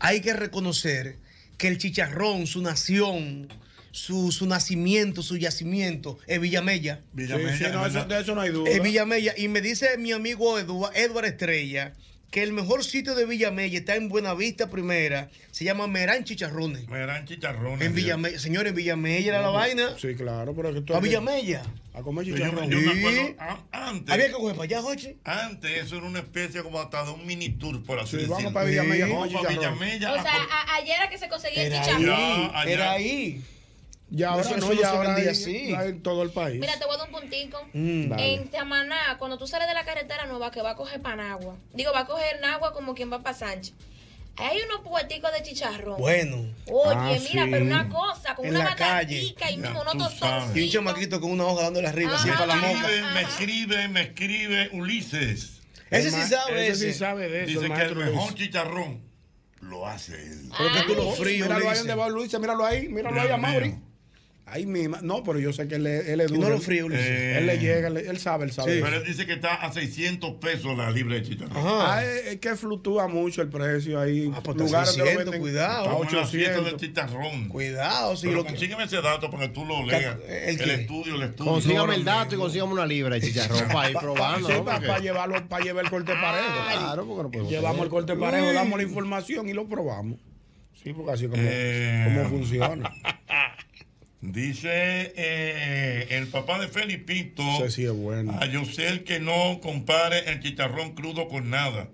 Speaker 3: hay que reconocer que el chicharrón, su nación, su, su nacimiento, su yacimiento, es Villamella.
Speaker 7: Villamella, Sí, sí, no, ¿verdad? eso- de eso no hay duda.
Speaker 3: Es Villamella. Y me dice mi amigo Edu- Edward Estrella que el mejor sitio de Villamella está en Buenavista Primera. Se llama Merán Chicharrones.
Speaker 2: Merán Chicharrones.
Speaker 3: En Villamella. Señores, Villamella era la vaina.
Speaker 7: Sí, claro, pero que tú.
Speaker 3: A Villamella.
Speaker 7: A comer
Speaker 3: Yo-
Speaker 7: chicharrón.
Speaker 3: yo me
Speaker 7: Sí.
Speaker 3: acuerdo-
Speaker 2: Antes,
Speaker 3: Había que coger para allá, Jochi.
Speaker 2: Antes eso era una especie como hasta de un mini tour, por así
Speaker 7: Sí,
Speaker 2: decirlo.
Speaker 7: vamos pa' Villamella, vamos
Speaker 2: Vamos pa'
Speaker 7: chicharrón.
Speaker 2: Villamella.
Speaker 4: O sea, a- ayer era que se conseguía el
Speaker 2: Era
Speaker 4: chicharrón.
Speaker 2: ahí, Ah, Ya, allá. era ahí.
Speaker 7: Ya
Speaker 3: Eso-
Speaker 7: ahora
Speaker 3: eso
Speaker 7: no,
Speaker 3: no
Speaker 7: ya
Speaker 3: se
Speaker 7: ahora
Speaker 3: vendía
Speaker 7: hay-
Speaker 3: así.
Speaker 7: hay en todo el país.
Speaker 4: Mira, te voy a dar un puntico.
Speaker 7: Mm. Dale.
Speaker 4: En Samaná, cuando tú sales de la carretera nueva que va a coger Panagua, digo, va a coger Nagua como quien va para Sánchez. Ahí hay unos puerticos de chicharrón.
Speaker 3: Bueno.
Speaker 4: Oye,
Speaker 3: Ah,
Speaker 4: mira,
Speaker 3: sí.
Speaker 4: pero una cosa, con
Speaker 3: En
Speaker 4: una
Speaker 3: la calle.
Speaker 4: batatica y
Speaker 3: Ya
Speaker 4: mismo unos
Speaker 3: tú sabes. Y un
Speaker 4: tostoncitos.
Speaker 3: chamaquito con una hoja dándole arriba,
Speaker 4: Ajá,
Speaker 3: así para la
Speaker 2: Me
Speaker 3: moca.
Speaker 2: escribe, me escribe, me escribe Ulises.
Speaker 3: Ese sí sabe
Speaker 7: ese sí sabe de eso, el
Speaker 2: Dice que el
Speaker 7: maestro
Speaker 2: mejor
Speaker 7: Luis.
Speaker 2: chicharrón lo hace él.
Speaker 4: Ah,
Speaker 7: Míralo ahí donde va Luis, míralo ahí, míralo ahí a Mauri. Ahí mismo. No, pero yo sé que él, es- él es duro.
Speaker 2: lo frío, Luis.
Speaker 7: Eh. Él le llega, él, él sabe, él sabe.
Speaker 2: Pero él dice que está a 600 pesos la libra de chicharrón.
Speaker 7: Ah, es, es que fluctúa mucho el precio ahí. Ah,
Speaker 2: pues está 600,
Speaker 3: cuidado.
Speaker 2: Estamos en la fiesta
Speaker 7: 800.
Speaker 2: del chicharrón.
Speaker 3: Cuidado,
Speaker 2: si Pero consígueme ese dato para que tú lo leas. El, estudio, el estudio.
Speaker 5: Consígame el
Speaker 2: Ahora
Speaker 5: dato y consígame una libra de chicharrón para ir probando. ¿no?
Speaker 7: para,
Speaker 5: Porque-
Speaker 7: llevarlo, para llevar el corte parejo.
Speaker 5: Claro, porque no podemos
Speaker 7: Llevamos
Speaker 5: tener.
Speaker 7: el corte parejo,
Speaker 5: Uy.
Speaker 7: damos la información y lo probamos. Sí, porque así es como,
Speaker 2: Eh.
Speaker 7: como funciona.
Speaker 2: Dice eh, el papá de Felipito
Speaker 7: Ese sí es bueno.
Speaker 2: a Yosel que no compare el chicharrón crudo con nada.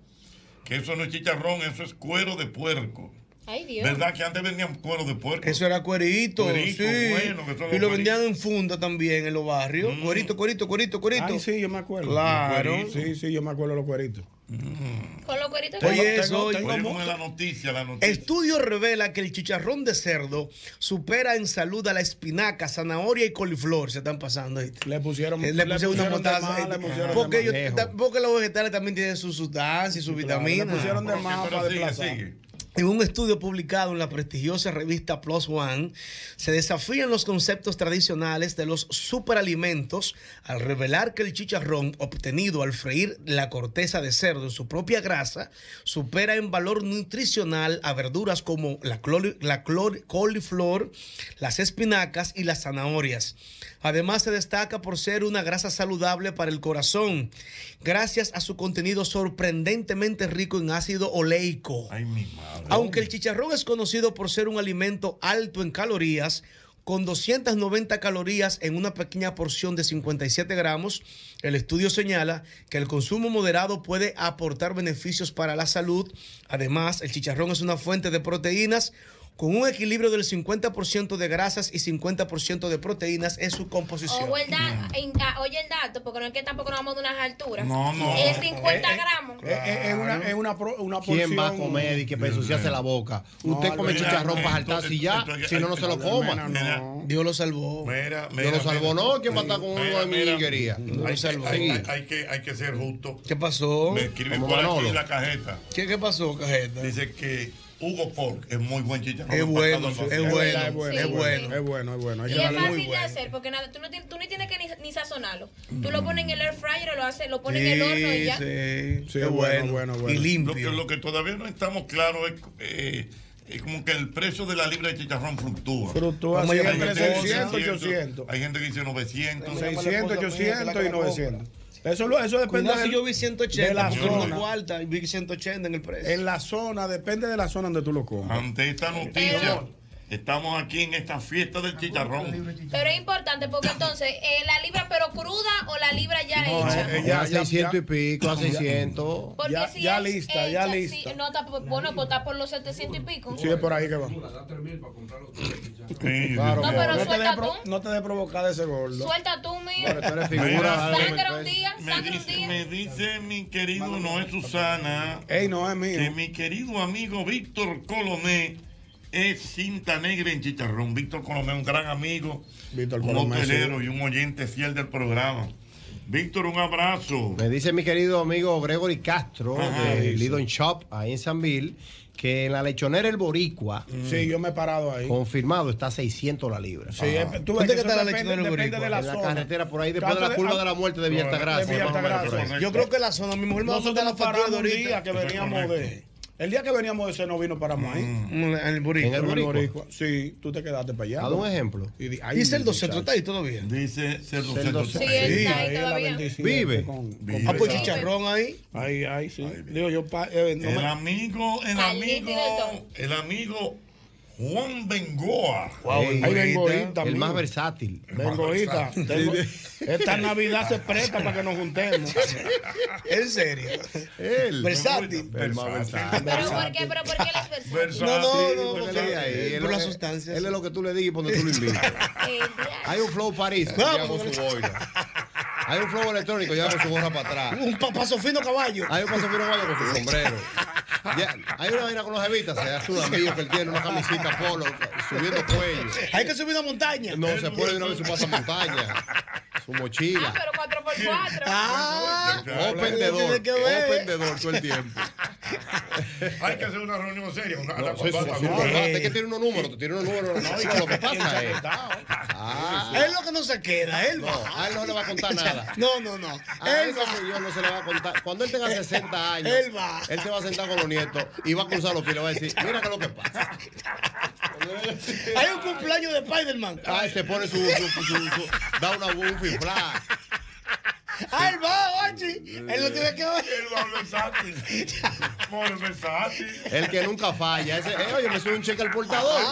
Speaker 2: Que eso no es chicharrón, eso es cuero de puerco.
Speaker 4: Ay, Dios.
Speaker 2: ¿Verdad que antes vendían cuero de puerco?
Speaker 3: Eso era cuerito,
Speaker 2: Cuerico,
Speaker 3: sí.
Speaker 2: bueno, que son
Speaker 3: y lo
Speaker 2: los
Speaker 3: vendían en funda también en los barrios. Cuerito, cuerito, cuerito, cuerito.
Speaker 7: Ay, sí, yo me acuerdo.
Speaker 3: Claro.
Speaker 7: Los cueritos. Sí, sí, yo me acuerdo de los cueritos.
Speaker 4: Con los cueritos.
Speaker 3: Oye,
Speaker 4: Tengo-
Speaker 3: eso, oye.
Speaker 2: Oye, ¿cómo es la noticia? La noticia.
Speaker 3: Estudio revela que el chicharrón de cerdo supera en salud a la espinaca, zanahoria y coliflor. Se están pasando. ¿oíste?
Speaker 7: Le pusieron,
Speaker 3: le
Speaker 7: le
Speaker 3: pusieron una
Speaker 7: pusieron de
Speaker 3: mostaza.
Speaker 7: más,
Speaker 3: ¿oíste?
Speaker 7: le pusieron de
Speaker 3: porque,
Speaker 7: más.
Speaker 3: ellos-
Speaker 7: Lejos.
Speaker 3: ta- porque los vegetales también tienen sus sustancias y sus vitaminas.
Speaker 7: le pusieron de
Speaker 3: Ah,
Speaker 7: más para desplazar.
Speaker 3: En un estudio publicado en la prestigiosa revista Plus One, se desafían los conceptos tradicionales de los superalimentos al revelar que el chicharrón obtenido al freír la corteza de cerdo en su propia grasa supera en valor nutricional a verduras como la, cloli- la clor- coliflor, las espinacas y las zanahorias. Además se destaca por ser una grasa saludable para el corazón, gracias a su contenido sorprendentemente rico en ácido oleico. Aunque el chicharrón es conocido por ser un alimento alto en calorías, con 290 calorías en una pequeña porción de 57 gramos, el estudio señala que el consumo moderado puede aportar beneficios para la salud. Además, el chicharrón es una fuente de proteínas con un equilibrio del 50% de grasas y 50% de proteínas en su composición.
Speaker 4: Ojo el da-
Speaker 3: Mm.
Speaker 4: en- ah, oye el dato, porque no es que tampoco nos vamos de unas alturas.
Speaker 3: No, no.
Speaker 4: Es 50
Speaker 3: Eh, eh,
Speaker 4: gramos.
Speaker 7: Es- es- es una, es una, pro- una porción.
Speaker 5: ¿Quién va a comer y que para ensuciarse la boca? Usted come chicharrón para saltarse y ya, si no, no se lo coma.
Speaker 3: Dios lo salvó.
Speaker 2: Mira, mira,
Speaker 5: Dios lo salvó,
Speaker 2: mira.
Speaker 5: no, ¿quién va a estar con uno de millinguería?
Speaker 2: Hay,
Speaker 5: salvó.
Speaker 2: hay- hay- hay que, hay que ser justo.
Speaker 3: ¿Qué pasó?
Speaker 2: Me escribe
Speaker 5: Como
Speaker 2: por aquí
Speaker 5: Manolo.
Speaker 2: la cajeta.
Speaker 3: ¿Qué, qué pasó, cajeta?
Speaker 2: Dice que Hugo Pork es muy buen chicharrón.
Speaker 3: Es bueno,
Speaker 2: empacado al
Speaker 3: es
Speaker 2: vapor.
Speaker 3: bueno, es bueno, es bueno.
Speaker 7: Es bueno, es bueno. hay
Speaker 4: Y
Speaker 7: que
Speaker 4: es
Speaker 7: darle-
Speaker 4: fácil de hacer, porque nada, tú, no, tienes- tú ni tienes que ni, ni sazonarlo.
Speaker 3: Mm.
Speaker 4: Tú lo pones en el air fryer, o lo, haces, lo pones en el horno y ya.
Speaker 3: Sí,
Speaker 7: es bueno, bueno, bueno.
Speaker 2: Lo que, lo que todavía no estamos claros es, eh, es como que el precio de la libra de chicharrón fluctúa.
Speaker 7: Fluctúa, sí,
Speaker 2: Hay
Speaker 7: entre
Speaker 2: gente que dice
Speaker 7: 600,
Speaker 2: 800. Hay gente que dice 900.
Speaker 7: 600, 800 y 900. Eso, lo- eso depende
Speaker 3: Cuidado si
Speaker 7: del-
Speaker 3: yo vi 180,
Speaker 7: de la
Speaker 3: porque no
Speaker 7: zona.
Speaker 3: cuarta y vi 180 en el precio.
Speaker 7: En la zona, depende de la zona donde tú lo comas.
Speaker 2: Ante esta noticia, Estamos aquí en esta fiesta del chicharrón.
Speaker 4: Pero es importante porque entonces, eh, la libra pero cruda o la libra ya
Speaker 2: No,
Speaker 4: hecha.
Speaker 2: eh, eh,
Speaker 5: Ya,
Speaker 2: Ya,
Speaker 5: a
Speaker 2: ya,
Speaker 5: 600 y pico, a
Speaker 2: Ya.
Speaker 5: 600.
Speaker 4: Porque si es hecha, sí, no, está, por- bueno, pues está por los 700 y pico.
Speaker 7: Sí, es por ahí que va.
Speaker 4: No,
Speaker 7: mi
Speaker 4: pero
Speaker 7: amor. no, te
Speaker 4: suelta
Speaker 7: dejes pro- no te dejes provocar de ese gordo.
Speaker 4: Suelta tú, mío.
Speaker 7: Pero tú eres figura,
Speaker 2: Mira,
Speaker 7: dale,
Speaker 4: Sangra un día,
Speaker 2: me
Speaker 4: sangra un
Speaker 2: dice,
Speaker 4: día.
Speaker 2: me dice mi querido Noé Susana que mi querido amigo Víctor Colomé es cinta negra en chicharrón. Víctor Colomé, un gran amigo, un
Speaker 5: Colomé,
Speaker 2: hotelero
Speaker 5: sí.
Speaker 2: y un oyente fiel del programa. Víctor, un abrazo.
Speaker 5: Me dice mi querido amigo Gregory Castro
Speaker 2: Ajá,
Speaker 5: de
Speaker 2: dice.
Speaker 5: Lidon Shop ahí en San Bill que en la lechonera El Boricua.
Speaker 7: Mm. Sí, yo me he parado ahí.
Speaker 5: Confirmado, está a 600 la libra.
Speaker 7: Sí, es- tú ves
Speaker 5: ¿Dónde
Speaker 7: que
Speaker 5: está
Speaker 7: eso depende-
Speaker 5: la lechonera El
Speaker 7: depende
Speaker 5: Boricua?
Speaker 7: de la
Speaker 5: en la
Speaker 7: zona.
Speaker 5: carretera por ahí, después de
Speaker 7: Trato
Speaker 5: la
Speaker 7: de-
Speaker 5: curva
Speaker 7: ah,
Speaker 5: de la muerte de
Speaker 7: no,
Speaker 5: Villaltagracia.
Speaker 7: de Villaltagracia.
Speaker 5: Yo creo que
Speaker 3: la zona, mi mujer me
Speaker 7: Nosotros
Speaker 3: mandó
Speaker 7: nos
Speaker 3: la factura
Speaker 7: paramos un
Speaker 3: ahorita.
Speaker 7: día que
Speaker 3: Eso es
Speaker 7: veníamos de. El día que veníamos de ese no vino para ahí.
Speaker 3: En el Boricua.
Speaker 7: En el
Speaker 3: Mm. En el
Speaker 7: Boricua.
Speaker 3: Boricua.
Speaker 7: Sí, tú te quedaste para allá.
Speaker 3: Ha dado un
Speaker 7: ¿no?
Speaker 3: ejemplo.
Speaker 7: Y di- ahí,
Speaker 3: Y Celdo Centro
Speaker 7: muchacho.
Speaker 3: está ahí todavía.
Speaker 2: Dice Celdo
Speaker 7: Celdo Centro. Sí, él está ahí todavía.
Speaker 3: Vive.
Speaker 7: Vive.
Speaker 3: Ah, pues chicharrón ahí.
Speaker 7: Ahí, ahí, sí. Digo, yo. pa- eh, no
Speaker 2: el
Speaker 7: me-
Speaker 2: amigo, el amigo, el amigo Juan Bengoa.
Speaker 7: Wow, Ey, ahí Bengoita, Bengoita,
Speaker 5: el
Speaker 7: amigo.
Speaker 5: más versátil.
Speaker 7: Bengoita, tengo- esta Navidad se presta para que nos juntemos.
Speaker 3: En serio.
Speaker 5: Él.
Speaker 3: Versátil.
Speaker 5: El más versátil.
Speaker 4: Pero ¿por qué? Pero ¿por qué las personas?
Speaker 3: No, no, no,
Speaker 5: porque
Speaker 3: porque
Speaker 5: él es ahí,
Speaker 3: por
Speaker 5: él es-
Speaker 3: las sustancias.
Speaker 5: Él es lo que tú le digas y donde tú lo invitas. Hay un flow París,
Speaker 3: No,
Speaker 5: llamo
Speaker 3: porque-
Speaker 5: su boina. Hay un flow electrónico, llamo su gorra para atrás.
Speaker 3: Un pa- paso fino caballo.
Speaker 5: Hay un paso fino caballo con su sombrero. Ya, hay una vaina con los evitas, se hace un amigo que él tiene, una camisita polo, subiendo cuello.
Speaker 3: Hay que subir una montaña.
Speaker 5: No, se pone de una vez su pasamontaña, su mochila.
Speaker 4: Pero 4x4.
Speaker 3: Ah,
Speaker 5: O
Speaker 2: Tiene
Speaker 5: vendedor,
Speaker 2: que ver.
Speaker 5: o vendedor todo el tiempo.
Speaker 2: Hay que hacer una reunión seria. una-
Speaker 5: No,
Speaker 2: una-
Speaker 5: sí, sí,
Speaker 2: una-
Speaker 5: sí,
Speaker 2: una-
Speaker 5: pero es que tiene unos números, tú tienes unos números. No, chico, lo que
Speaker 3: Eh.
Speaker 5: pasa es. Ah,
Speaker 3: Es lo que no se queda, él
Speaker 5: No,
Speaker 3: va.
Speaker 5: a Ah, él no le va a contar nada. Ah,
Speaker 3: No, no, no.
Speaker 5: A
Speaker 3: Él
Speaker 5: ese
Speaker 3: va.
Speaker 5: señor no se le va a contar. Cuando él tenga 60 años,
Speaker 3: Él va.
Speaker 5: él se va a sentar con los nietos y va a cruzar los pies y le va a decir, mira qué es lo que pasa.
Speaker 3: Hay un cumpleaños de Spider-Man.
Speaker 5: Ay, Ah, se pone su, su, su, su- su- da una un fifla.
Speaker 3: Ah, él va, Ochi. Él lo tiene que ver.
Speaker 2: Él va a versátil. Por versátil.
Speaker 5: El que nunca falla. Ese, eh, oye, me sube un cheque al portador.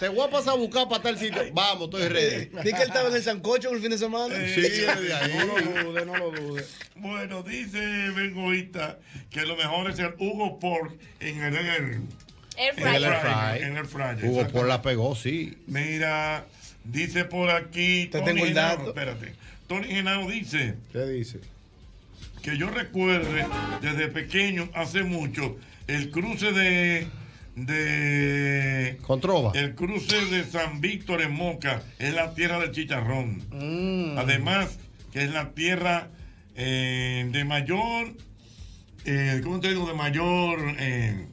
Speaker 5: Te voy a pasar a buscar para tal sitio. Vamos, estoy ready.
Speaker 3: Dice que él estaba en el Sancocho el fin de semana.
Speaker 5: Sí, él de ahí.
Speaker 7: no lo dudes.
Speaker 2: Bueno, dice Bengoita que lo mejor es el Hugo Pork en el, en el-
Speaker 4: Air
Speaker 5: En el air fry.
Speaker 2: En el fryer.
Speaker 5: Hugo
Speaker 2: exacto.
Speaker 5: por la pegó, sí.
Speaker 2: Mira, dice por aquí.
Speaker 5: Te
Speaker 2: Tony
Speaker 5: tengo el
Speaker 2: Genao,
Speaker 5: dato.
Speaker 2: Espérate. Tony Genao dice
Speaker 7: ¿Qué dice?
Speaker 2: que yo recuerde desde pequeño, hace mucho, el cruce de. de
Speaker 5: Controva.
Speaker 2: el cruce de San Víctor en Moca es la tierra del chicharrón.
Speaker 3: Mm.
Speaker 2: Además, que es la tierra eh, de mayor, eh, ¿cómo te digo? De mayor eh,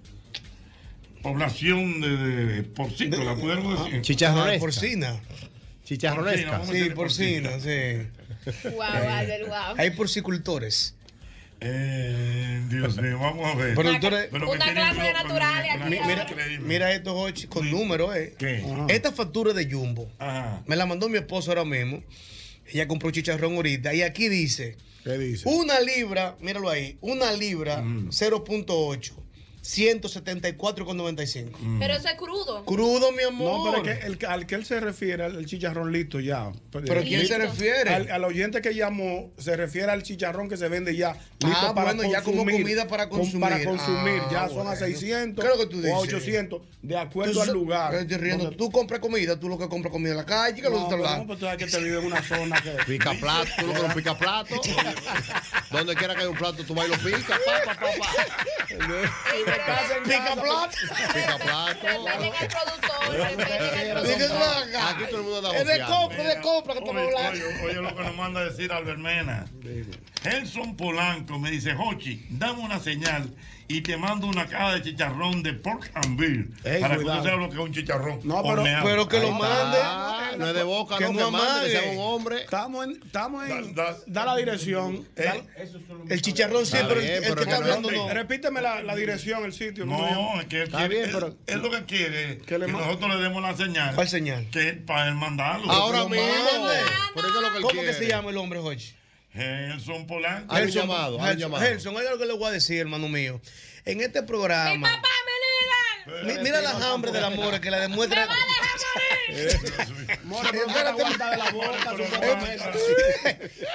Speaker 2: población de, de- de porcícola, podemos decir.
Speaker 3: Chicharronesca. Ah, porcina.
Speaker 2: Chicharronesca. Porcina, vamos a
Speaker 3: Sí,
Speaker 2: decirle
Speaker 3: porcina, sí. Eh,
Speaker 2: eh,
Speaker 4: Guau, Albert, guau.
Speaker 3: Hay porcicultores.
Speaker 2: Eh, Dios mío, vamos a ver.
Speaker 3: Productores.
Speaker 2: Pero
Speaker 4: Una clase de naturales aquí.
Speaker 3: Mi- Mira, mira esto, Jochi, con números, eh. Ajá. Esta factura de Jumbo me la mandó mi esposo ahora mismo. Ella compró chicharrón ahorita. Y aquí dice:
Speaker 7: ¿Qué dice?
Speaker 3: Una libra, míralo ahí, una libra
Speaker 2: Mm.
Speaker 3: 0.8, 174,95.
Speaker 2: Mm.
Speaker 4: Pero eso es crudo.
Speaker 3: Crudo, mi
Speaker 7: No,
Speaker 3: amor.
Speaker 7: pero es que el, al que él se refiere, al el chicharrón listo ya.
Speaker 3: ¿Pero quién
Speaker 7: Listo.
Speaker 3: se refiere?
Speaker 7: Al, al oyente que llamó, se refiere al chicharrón que se vende ya. Listo
Speaker 3: Ah,
Speaker 7: para
Speaker 3: bueno, ya como
Speaker 7: consumir,
Speaker 3: comida para
Speaker 7: con-
Speaker 3: consumir.
Speaker 7: Para consumir,
Speaker 3: Ah,
Speaker 7: ya son a
Speaker 3: bueno.
Speaker 7: 600
Speaker 3: ¿Qué es lo que tú
Speaker 7: o a
Speaker 3: dices?
Speaker 7: 800, de acuerdo
Speaker 3: Tú
Speaker 7: al
Speaker 3: so-
Speaker 7: lugar.
Speaker 3: Yo estoy eh, riendo. Tú compras comida, tú lo que compras comida en la calle, que lo
Speaker 7: No,
Speaker 3: estás
Speaker 7: pero
Speaker 3: hablando.
Speaker 7: no, pues tú sabes que te vive en una zona que.
Speaker 5: Pica plato, tú lo que no pica plato. Donde quiera que haya un plato, tú vas y lo pica. Pa, pa, pa,
Speaker 3: Pica plato.
Speaker 5: pa. Pica plato.
Speaker 3: Dice, "Ven acá".
Speaker 5: Aquí todo el mundo
Speaker 3: Es de
Speaker 5: negociando.
Speaker 3: compra, es de compra que tú me
Speaker 2: Oye,
Speaker 3: hablas.
Speaker 2: oye, oye lo que nos manda a decir Albert Mena. Gelson Polanco me dice, Jochi, dame una señal y te mando una caja de chicharrón de pork and beer.
Speaker 7: Ey,
Speaker 2: para que
Speaker 7: cuidado.
Speaker 2: tú sepas lo que es un chicharrón.
Speaker 7: No, pero,
Speaker 2: horneado.
Speaker 7: pero que lo
Speaker 2: Ahí
Speaker 7: mande. eh,
Speaker 2: está. Ah,
Speaker 5: no es de boca, no, que mande, que sea un hombre.
Speaker 7: Estamos en. Estamos en da, la dirección.
Speaker 3: El chicharrón
Speaker 7: Está
Speaker 3: siempre, el-
Speaker 7: bien,
Speaker 3: el,
Speaker 7: pero
Speaker 3: que está
Speaker 7: que no-
Speaker 3: hablando no.
Speaker 7: Repíteme la, la dirección, el sitio.
Speaker 2: No, es que él
Speaker 7: Está
Speaker 2: quiere-
Speaker 7: bien,
Speaker 2: él-
Speaker 7: pero-
Speaker 2: él lo que quiere que,
Speaker 7: le ma-
Speaker 2: nosotros le demos la señal.
Speaker 3: ¿Cuál señal?
Speaker 2: Que para él mandarlo.
Speaker 3: Ahora
Speaker 2: Que lo
Speaker 3: mismo.
Speaker 2: mande.
Speaker 5: Pero eso es lo que él
Speaker 3: ¿Cómo que se
Speaker 5: quiere.
Speaker 3: llama el hombre, Jorge?
Speaker 2: Gelson Polanco.
Speaker 3: Gerson, Gerson, Gerson, hay algo que le voy a decir, hermano mío. En este programa. Mi papá me liga. mira las hambres del amor que la demuestra.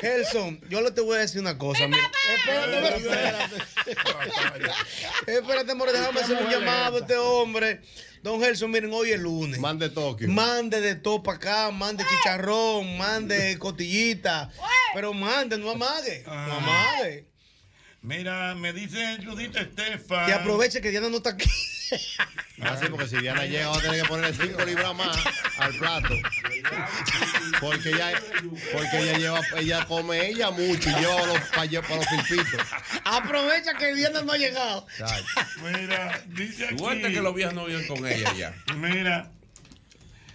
Speaker 3: Gerson, yo le te voy a decir una cosa. mira. Espérate, espérate. Espérate, amor, déjame hacer un llamado a este hombre. Don Gerson, miren, hoy es lunes. Mande Tokio. Mande de todo para acá, mande chicharrón, mande cotillita. Pero mande, no amague. No
Speaker 7: Ah.
Speaker 3: amague.
Speaker 2: Ah. Mira, me dice Judith Estefan.
Speaker 3: Y aproveche que Diana no está aquí.
Speaker 5: Ah, sí, porque si Diana llega, va a tener que ponerle 5 libras más al plato. Porque ella, porque ella lleva, ella come ella mucho y lleva los, para, lle- para los filpitos.
Speaker 3: Aprovecha que Diana no ha llegado.
Speaker 2: Mira, dice aquí.
Speaker 11: Suerte que los viejos no viven con ella ya.
Speaker 2: Mira,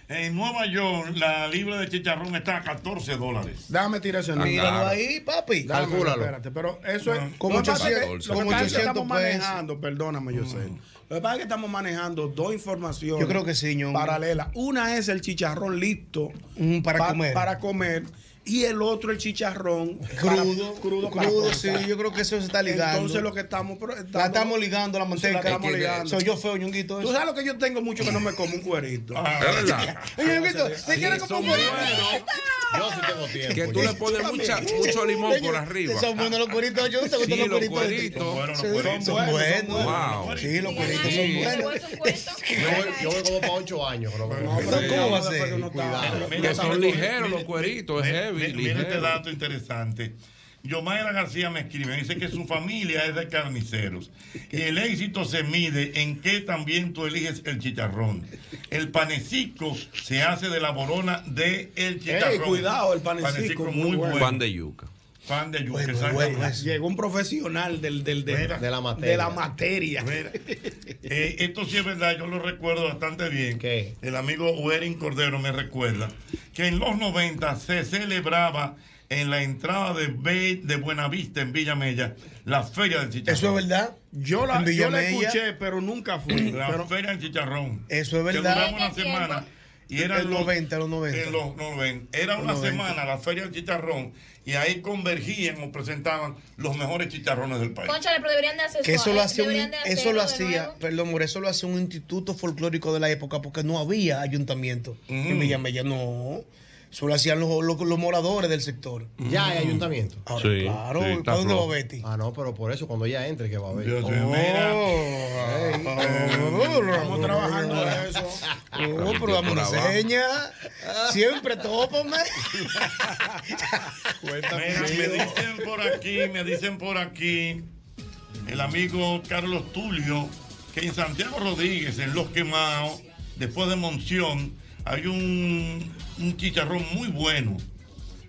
Speaker 2: en Nueva York la libra de chicharrón está a 14 dólares.
Speaker 7: Déjame tirar ese número.
Speaker 2: Míralo ahí,
Speaker 3: papi.
Speaker 2: Calcúlalo.
Speaker 7: Espérate, pero eso es.
Speaker 2: No,
Speaker 7: Como
Speaker 2: no,
Speaker 7: 800,
Speaker 2: 14.
Speaker 7: como
Speaker 2: Como
Speaker 7: 800 estamos
Speaker 2: 800 pesos.
Speaker 7: manejando, perdóname, yo sé. Lo que pasa es que estamos manejando dos informaciones.
Speaker 3: Yo creo que sí, ñongo.
Speaker 7: Paralelas. Una es el chicharrón listo
Speaker 3: Mm, para
Speaker 7: pa-
Speaker 3: comer.
Speaker 7: Para comer. Y el otro, el chicharrón
Speaker 3: Crudo,
Speaker 7: para-
Speaker 3: crudo,
Speaker 7: para comer.
Speaker 3: sí, yo creo que eso se está ligando.
Speaker 7: Entonces, lo que estamos. pero-
Speaker 3: La estamos ligando, la
Speaker 7: Se
Speaker 3: manteca.
Speaker 7: la estamos
Speaker 3: Es que-
Speaker 7: ligando.
Speaker 3: Soy yo feo, ñonguito.
Speaker 7: Tú sabes lo que yo tengo mucho que no me como un cuerito.
Speaker 3: Ey, ñonguito, ¿te quieres como un cuerito?
Speaker 5: Yo sí tengo tiempo.
Speaker 11: Que tú le pones mucha- mucho limón por arriba.
Speaker 3: Son buenos los cueritos, yo te
Speaker 11: Sí,
Speaker 3: gustan
Speaker 11: los
Speaker 3: los cueritos.
Speaker 11: cueritos.
Speaker 3: Sí, Son buenos.
Speaker 11: Wow.
Speaker 3: Sí, los cueritos son buenos.
Speaker 5: Yo voy, yo voy como para 8 años. No,
Speaker 11: pero ¿cómo va a ser?
Speaker 5: Cuidado.
Speaker 11: Que son ligeros los cueritos, es heavy.
Speaker 2: Mira, mira este
Speaker 11: ligero.
Speaker 2: dato interesante. Yomaira García me escribe, dice que su familia es de carniceros. Y el éxito se mide en que también tú eliges el chicharrón. El panecico se hace de la borona de el chicharrón.
Speaker 7: Ey, cuidado, el panecico, muy bueno.
Speaker 11: Pan de yuca.
Speaker 2: Pan de yuca,
Speaker 7: Bueno,
Speaker 2: exactamente.
Speaker 7: bueno, Llegó un profesional del, del, del-
Speaker 2: Mira. De la materia.
Speaker 7: de la materia.
Speaker 2: Eh, esto sí es verdad, yo lo recuerdo bastante bien. El amigo Werin Cordero me recuerda que en los 90 se celebraba en la entrada de, Be- de Buenavista en Villamella la Feria del Chicharrón.
Speaker 3: Eso es verdad.
Speaker 7: Yo
Speaker 3: En
Speaker 7: la, yo la
Speaker 3: Villamella.
Speaker 7: escuché, pero nunca fui.
Speaker 2: La
Speaker 7: Pero-
Speaker 2: Feria del Chicharrón.
Speaker 3: Eso es
Speaker 2: Que
Speaker 3: verdad.
Speaker 2: duraba una semana. Y
Speaker 3: En
Speaker 2: era
Speaker 3: los 90, los 90.
Speaker 2: En los 90. Era
Speaker 3: Los
Speaker 2: una
Speaker 3: 90.
Speaker 2: semana la Feria del Chicharrón y ahí convergían o presentaban los mejores chicharrones del país.
Speaker 4: Concha, pero deberían de hacer
Speaker 3: Que eso lo hacía, un-
Speaker 4: deberían de
Speaker 3: eso lo
Speaker 4: hacerlo de
Speaker 3: hacía,
Speaker 4: nuevo.
Speaker 3: perdón, More, eso lo hacía un instituto folclórico de la época porque no había ayuntamiento
Speaker 11: Mm.
Speaker 3: en Villamella, no. Eso lo hacían los, los- los moradores del sector.
Speaker 11: Mm.
Speaker 5: Ya hay ayuntamiento.
Speaker 3: Ahora, claro, ¿para dónde va Betty?
Speaker 5: Ah, no, pero por eso cuando ella entre que va a ver.
Speaker 3: Dios mío, mira. Estamos
Speaker 7: trabajando en eso.
Speaker 11: Ah,
Speaker 3: Oh, pero dame una
Speaker 5: Por abajo.
Speaker 3: seña. Siempre tópame.
Speaker 2: Mira, me dicen por aquí, me dicen por aquí, el amigo Carlos Tulio, que en Santiago Rodríguez, en Los Quemados, después de Monción, hay un, un chicharrón muy bueno.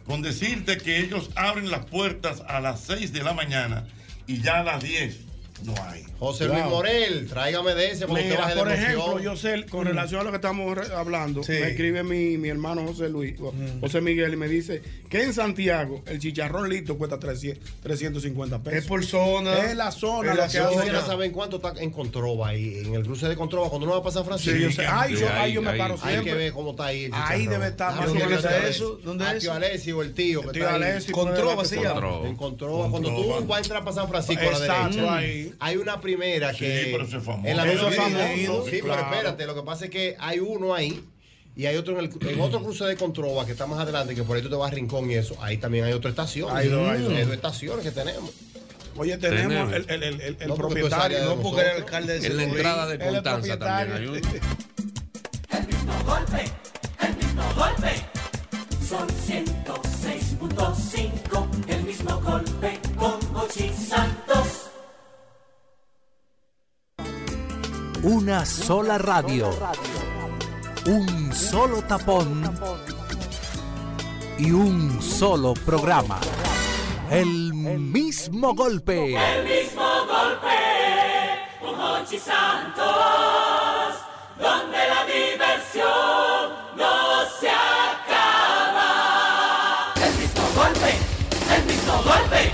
Speaker 2: Con decirte que ellos abren las puertas a las 6 de la mañana y ya a las 10 no hay.
Speaker 5: José Luis Morel, tráigame de ese porque
Speaker 7: Mira,
Speaker 5: te baje de
Speaker 7: por
Speaker 5: emoción.
Speaker 7: ejemplo, yo sé, con
Speaker 5: Mm.
Speaker 7: relación a lo que estamos re- hablando,
Speaker 5: Sí.
Speaker 7: me escribe mi, mi hermano José Luis, o- José Miguel, y me dice que en Santiago el chicharrón listo cuesta 300, 350 pesos.
Speaker 3: Es por zona.
Speaker 7: Es la zona.
Speaker 5: Pero
Speaker 7: lo
Speaker 5: la
Speaker 7: que hace-
Speaker 5: zona. saben cuánto está en Controva ahí, en el cruce de Controva, cuando uno va para San Francisco.
Speaker 7: Sí, yo sé. Ay, yo- ay, yo me paro
Speaker 5: Hay
Speaker 7: siempre.
Speaker 5: que ver cómo está ahí. el
Speaker 7: Ahí
Speaker 5: chicharrón.
Speaker 7: debe estar
Speaker 5: Ah,
Speaker 7: más o
Speaker 5: ¿dónde
Speaker 7: menos
Speaker 5: está
Speaker 7: eso?
Speaker 5: eso?
Speaker 7: ¿Dónde
Speaker 5: A
Speaker 7: es
Speaker 5: tío
Speaker 7: eso?
Speaker 5: Alessio, el tío que
Speaker 7: El tío
Speaker 5: está ahí.
Speaker 7: Alessio, Controva se llama.
Speaker 5: Controva. En Controva, cuando
Speaker 7: Controva.
Speaker 5: tú vas a entrar para San Francisco a la
Speaker 7: Exacto,
Speaker 5: derecha,
Speaker 7: ahí.
Speaker 5: hay una primera
Speaker 7: Sí,
Speaker 5: que.
Speaker 7: pero eso es famoso.
Speaker 5: en la
Speaker 7: Eso es
Speaker 5: Florida.
Speaker 7: famoso,
Speaker 5: Sí,
Speaker 7: claro.
Speaker 5: pero espérate, lo que pasa es que hay uno ahí. Y hay otro en, el, en otro cruce de Controva que está más adelante, que por ahí tú te vas a Rincón y eso. Ahí también hay otra estación.
Speaker 7: Hay dos, hay dos.
Speaker 5: Hay dos estaciones que tenemos.
Speaker 7: Oye, tenemos el, el, el, el, el
Speaker 5: No, porque tú eres área de
Speaker 7: propietario, no porque era
Speaker 5: nosotros.
Speaker 7: alcalde de
Speaker 5: En la
Speaker 7: Senoví.
Speaker 5: entrada de
Speaker 7: Él es
Speaker 5: Constanza también hay
Speaker 7: propietario.
Speaker 23: golpe, el mismo golpe. Son 106.5, el mismo golpe con Mochi Santos.
Speaker 12: Una sola radio. Un solo tapón. Y un solo programa. El mismo golpe.
Speaker 23: El mismo golpe con Mochi Santos, donde la diversión no se acaba. El mismo golpe, el mismo golpe.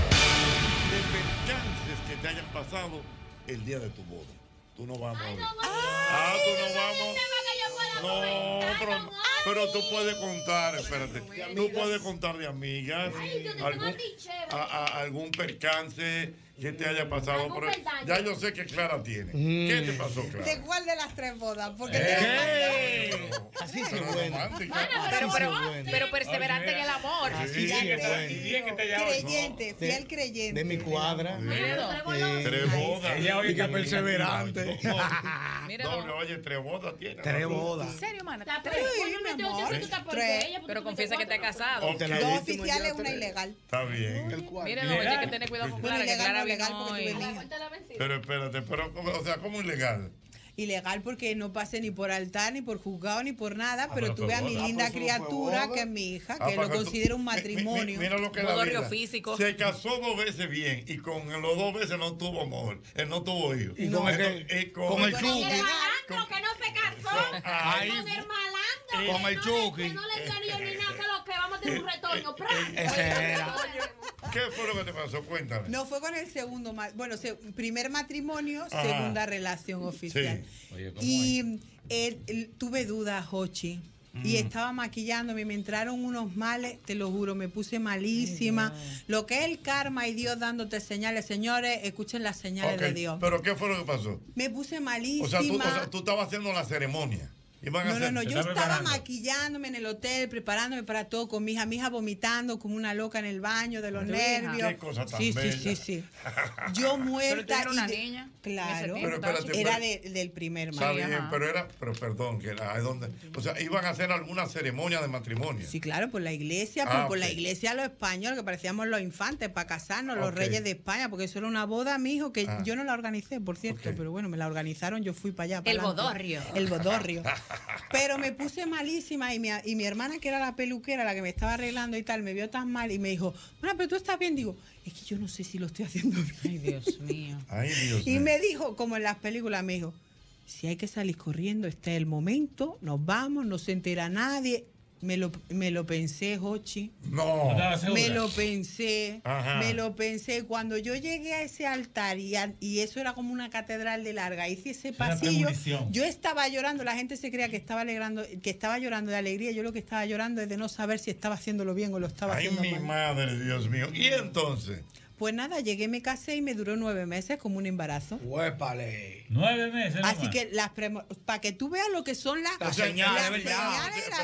Speaker 2: Chances que te hayan pasado el día de tu boda. Tú no vas a morir. Ah, tú no vamos. No, pero, pero tú puedes contar, espérate. Tú puedes contar de amigas, algún, a- a- algún percance que te haya pasado.
Speaker 25: Algún
Speaker 2: Pero
Speaker 25: peldaño.
Speaker 2: ya yo sé que Clara tiene. ¿Qué
Speaker 3: Mm.
Speaker 2: te pasó, Clara? Eh,
Speaker 25: ¿De cuál de las tres bodas? Porque
Speaker 2: Así se
Speaker 26: Pero, pero, pero perseverante en el amor.
Speaker 3: Ah,
Speaker 2: Así sí que está- y bien que está ya hoy, ¿no?
Speaker 25: creyente, fiel
Speaker 3: De
Speaker 25: creyente.
Speaker 3: mi cuadra.
Speaker 2: Tres bodas.
Speaker 3: Ella hoy que
Speaker 2: perseverante.
Speaker 26: Míralo.
Speaker 2: Doble, oye, tres bodas tiene.
Speaker 3: Tres bodas.
Speaker 26: ¿En serio, mana?
Speaker 25: Está
Speaker 26: Tres.
Speaker 25: por-
Speaker 26: Coño, mi
Speaker 25: yo- yo
Speaker 26: amor.
Speaker 25: sé que está por
Speaker 26: Tres.
Speaker 25: ella, porque
Speaker 26: Pero
Speaker 25: tú
Speaker 26: confiesa que
Speaker 25: tuviste
Speaker 26: está casado.
Speaker 25: Ok. Dos oficiales, una ilegal.
Speaker 2: Está bien.
Speaker 26: Miren, oye, hay que tener cuidado con
Speaker 25: Bueno,
Speaker 26: Clara, que
Speaker 25: ilegal,
Speaker 26: Clara
Speaker 25: no legal,
Speaker 26: vino
Speaker 25: porque
Speaker 26: hoy.
Speaker 25: tú venís.
Speaker 2: Pero espérate, pero, ¿cómo- o sea, ¿cómo ilegal?
Speaker 25: Ilegal porque no pasé ni por altar, ni por juzgado, ni por nada,
Speaker 2: Ah,
Speaker 25: pero
Speaker 2: pero
Speaker 25: tuve
Speaker 2: fue
Speaker 25: a mi
Speaker 2: boda.
Speaker 25: linda
Speaker 2: Ah, pues eso fue
Speaker 25: criatura,
Speaker 2: boda.
Speaker 25: que es mi hija,
Speaker 2: Ah,
Speaker 25: que
Speaker 2: para
Speaker 25: lo
Speaker 2: que tú-
Speaker 25: considero un
Speaker 2: mi- mi- mi-
Speaker 25: matrimonio.
Speaker 2: Mira lo que es la
Speaker 26: Bodorrio
Speaker 2: vida.
Speaker 26: físico.
Speaker 2: Se casó dos veces bien y con los dos veces no tuvo amor. Él no tuvo hijos.
Speaker 26: Y con
Speaker 2: Él
Speaker 26: el
Speaker 2: no- y con,
Speaker 26: con el
Speaker 2: chulo.
Speaker 27: malandro que no se casó.
Speaker 2: Ay.
Speaker 27: Con el
Speaker 2: Con
Speaker 27: malandro.
Speaker 2: el
Speaker 27: que no
Speaker 2: Chucky.
Speaker 27: le- Que no le dio ni ni nada que lo que vamos a tener un retoño. ¡Pra!
Speaker 2: ¿Qué fue lo que te pasó? Cuéntame.
Speaker 25: No, fue con el segundo, ma- bueno, se- primer matrimonio,
Speaker 2: Ajá.
Speaker 25: segunda relación oficial. Y eh, el- tuve dudas, Hochi. Y
Speaker 28: Mm.
Speaker 25: estaba maquillándome, me entraron unos males, te lo juro, me puse malísima. Lo que es el karma y Dios dándote señales, señores, escuchen las señales
Speaker 2: Ok,
Speaker 25: de Dios.
Speaker 2: Pero ¿qué fue lo que pasó?
Speaker 25: Me puse
Speaker 2: O
Speaker 25: malísima.
Speaker 2: sea, tú, o sea, tú estabas haciendo la ceremonia. Iban a
Speaker 25: No, no,
Speaker 2: hacer-
Speaker 25: no,
Speaker 2: se
Speaker 25: yo
Speaker 2: está
Speaker 25: estaba
Speaker 2: preparando.
Speaker 25: maquillándome en el hotel, preparándome para todo con mi hija, mi hija vomitando como una loca en el baño de los
Speaker 2: Tu hija.
Speaker 25: nervios.
Speaker 2: Qué cosa tan
Speaker 25: sí,
Speaker 2: bella.
Speaker 25: sí, sí, sí.
Speaker 26: Pero
Speaker 25: Yo
Speaker 26: tú
Speaker 25: muerta.
Speaker 26: eras
Speaker 25: y
Speaker 26: una
Speaker 25: de-
Speaker 26: niña.
Speaker 25: Claro.
Speaker 2: Pero espérate,
Speaker 25: era
Speaker 2: pero-
Speaker 25: de- del primer
Speaker 2: Está
Speaker 25: marido.
Speaker 2: bien, pero era, pero perdón, que era, ¿a dónde? O sea, iban a hacer alguna ceremonia de matrimonio.
Speaker 25: Sí, claro, por la iglesia,
Speaker 2: Ah,
Speaker 25: por, por la
Speaker 2: ok.
Speaker 25: iglesia los españoles, que parecíamos los infantes para casarnos, los
Speaker 2: Ok.
Speaker 25: reyes de España, porque eso era una boda, mijo, que
Speaker 2: Ah.
Speaker 25: yo no la organicé, por cierto, pero bueno, me la organizaron, yo fui para allá. para
Speaker 28: El
Speaker 25: adelante.
Speaker 28: bodorrio.
Speaker 25: El bodorrio. Pero me puse malísima y mi, y mi hermana, que era la peluquera, la que me estaba arreglando y tal, me vio tan mal y me dijo, bueno, pero tú estás bien. Digo, es que yo no sé si lo estoy haciendo bien. Ay, Dios mío.
Speaker 2: Ay, Dios
Speaker 25: y
Speaker 2: mío.
Speaker 25: me dijo, como en las películas, me dijo, si hay que salir corriendo, este es el momento, nos vamos, no se entera nadie. Me lo, me lo pensé, Jochi.
Speaker 2: No.
Speaker 25: Me lo pensé,
Speaker 2: Ajá.
Speaker 25: me lo pensé. Cuando yo llegué a ese altar y, a- y eso era como una catedral de larga, hice ese
Speaker 21: era
Speaker 25: pasillo.
Speaker 21: premonición.
Speaker 25: Yo estaba llorando, la gente se creía que estaba alegrando, que estaba llorando de alegría. Yo lo que estaba llorando es de no saber si estaba haciéndolo bien o lo estaba
Speaker 2: Ay,
Speaker 25: haciendo
Speaker 2: mi
Speaker 25: mal.
Speaker 2: madre, Dios mío. Y entonces,
Speaker 25: Pues nada, llegué, me casé y me duró nueve meses como un embarazo.
Speaker 21: Huépale. Nueve meses.
Speaker 25: Así que las para que tú veas lo que son las,
Speaker 2: O sea,
Speaker 25: las
Speaker 2: ya-
Speaker 25: señales
Speaker 2: ya-
Speaker 25: de la
Speaker 2: espera,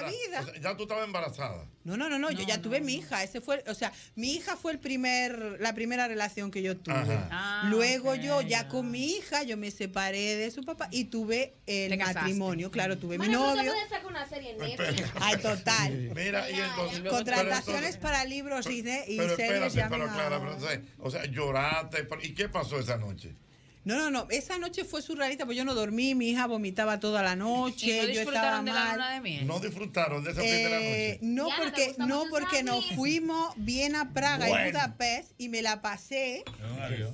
Speaker 25: vida.
Speaker 2: o sea, ya tú estabas embarazada.
Speaker 25: No, no, no, no, yo ya tuve mi hija, ese fue, o sea, mi hija fue el primer, la primera relación que yo tuve.
Speaker 2: Ajá.
Speaker 26: Ah,
Speaker 25: Luego yo ya con mi hija, yo me separé de su papá y tuve el
Speaker 26: Te casaste.
Speaker 25: matrimonio, claro, tuve
Speaker 4: pues,
Speaker 25: mi
Speaker 27: Bueno, tú
Speaker 25: novio.
Speaker 27: puedes sacar una serie en Netflix.
Speaker 25: Ay, total.
Speaker 2: Mira, y entonces. pero
Speaker 25: Contrataciones
Speaker 2: entonces-
Speaker 25: para libros Disney y
Speaker 2: Pero
Speaker 25: series
Speaker 2: espérate,
Speaker 25: llamen
Speaker 2: pero Clara,
Speaker 25: ahora.
Speaker 2: pero, o sea, o sea, lloraste. pero- ¿Y qué pasó esa noche?
Speaker 25: No, no, no, esa noche fue surrealista porque yo no dormí, mi hija vomitaba toda la noche, yo estaba mal.
Speaker 2: No disfrutaron de esa primera
Speaker 25: Eh,
Speaker 2: noche.
Speaker 25: no porque no porque nos fuimos bien a Praga y
Speaker 2: Bueno.
Speaker 25: Budapest y me la pasé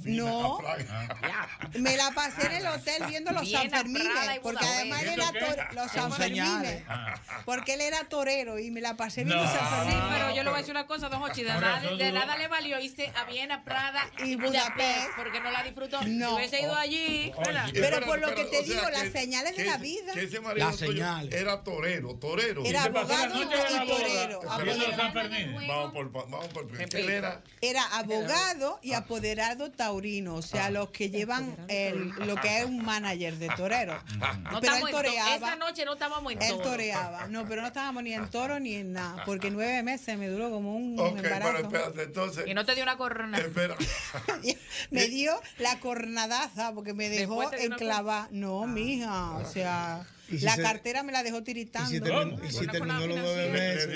Speaker 2: No.
Speaker 21: Ah,
Speaker 25: me la pasé en el
Speaker 2: Ah,
Speaker 25: hotel viendo los
Speaker 28: Bien a Praga
Speaker 25: Sanfermines
Speaker 28: y
Speaker 25: porque además él
Speaker 28: Budapest.
Speaker 25: era
Speaker 28: ¿Eso qué?
Speaker 25: tor- los
Speaker 28: Son
Speaker 25: Sanfermines
Speaker 28: señales.
Speaker 25: porque él era torero y me la pasé viendo
Speaker 28: No.
Speaker 25: Sanfermines
Speaker 28: Sí,
Speaker 26: Pero yo le voy a decir una cosa, don Hochi, de
Speaker 28: Por
Speaker 26: nada,
Speaker 28: eso
Speaker 26: de
Speaker 28: tú-
Speaker 26: nada le valió irse a Viena, Prada
Speaker 25: Y
Speaker 26: y
Speaker 25: Budapest.
Speaker 26: Budapest, porque no la disfrutó.
Speaker 25: No.
Speaker 26: Si hubiese ido allí, ¿verdad?
Speaker 25: pero por lo que te
Speaker 2: o sea,
Speaker 25: digo las
Speaker 2: que-
Speaker 25: señales de
Speaker 2: que
Speaker 25: la
Speaker 2: ese-
Speaker 25: vida
Speaker 2: Que ese marido
Speaker 21: Las
Speaker 2: tuyo
Speaker 21: señales.
Speaker 2: Era torero, torero.
Speaker 25: Era
Speaker 2: ¿Y qué pasó la
Speaker 25: abogado
Speaker 21: noche de la
Speaker 25: y
Speaker 21: boda?
Speaker 25: torero,
Speaker 21: Espérate,
Speaker 25: abogado.
Speaker 21: San Fermín.
Speaker 2: Vamos por, vamos por, ¿qué él era?
Speaker 25: Era abogado y apoderado taurino, o
Speaker 2: Ah.
Speaker 25: sea, los que llevan el- lo que es un manager de torero.
Speaker 26: No
Speaker 6: Ah.
Speaker 25: pero
Speaker 26: estamos
Speaker 25: él
Speaker 26: en to-
Speaker 25: toreaba.
Speaker 26: Esa noche no estábamos en
Speaker 25: Él
Speaker 26: todo.
Speaker 25: toreaba, no, pero no estábamos ni en toro ni en nada, porque nueve meses me duró como un
Speaker 2: Ok, pero
Speaker 25: embarazo.
Speaker 2: espérate, entonces.
Speaker 26: Y no te dio una corona.
Speaker 2: Espera.
Speaker 25: me dio la cornadaza porque me dejó
Speaker 26: Después te dio una
Speaker 25: enclavada. No, mija, o sea,
Speaker 3: ¿Y si
Speaker 25: la
Speaker 3: se-
Speaker 25: cartera me la dejó tiritando.
Speaker 3: Y si, terminó- y si terminó los nueve meses.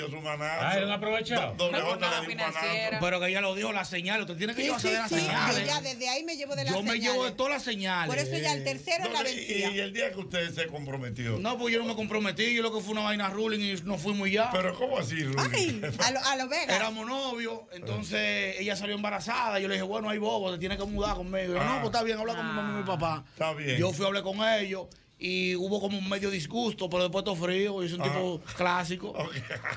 Speaker 2: Ah,
Speaker 21: era un aprovechado.
Speaker 2: Doble J le dio un manazo.
Speaker 21: Pero que ella lo dio, la señal. Usted tiene que
Speaker 25: Sí,
Speaker 21: llevarse
Speaker 25: sí,
Speaker 21: de las
Speaker 25: sí, yo
Speaker 21: señales.
Speaker 25: ya desde ahí me llevo de la
Speaker 21: Yo me llevo de todas las señales.
Speaker 25: Por eso ya el tercero
Speaker 2: No,
Speaker 25: la
Speaker 2: y-
Speaker 25: vencía.
Speaker 2: Y el día que usted se comprometió.
Speaker 21: No, pues yo no me comprometí. Yo lo que fue una vaina ruling y nos fuimos y ya.
Speaker 2: Pero ¿cómo así, ruling?
Speaker 25: Ay, a lo, a lo Vegas.
Speaker 21: Éramos novios, entonces
Speaker 2: Ah.
Speaker 21: ella salió embarazada. Yo le dije, bueno, hay bobo, te tienes que mudar conmigo. Yo,
Speaker 2: Ah.
Speaker 21: no, pues está bien, habla con mi
Speaker 25: Ah.
Speaker 21: mamá y mi papá.
Speaker 2: Está bien.
Speaker 21: Yo fui a hablar con ellos y hubo como un medio disgusto, pero después todo frío.
Speaker 2: Ah.
Speaker 21: Yo soy un tipo clásico.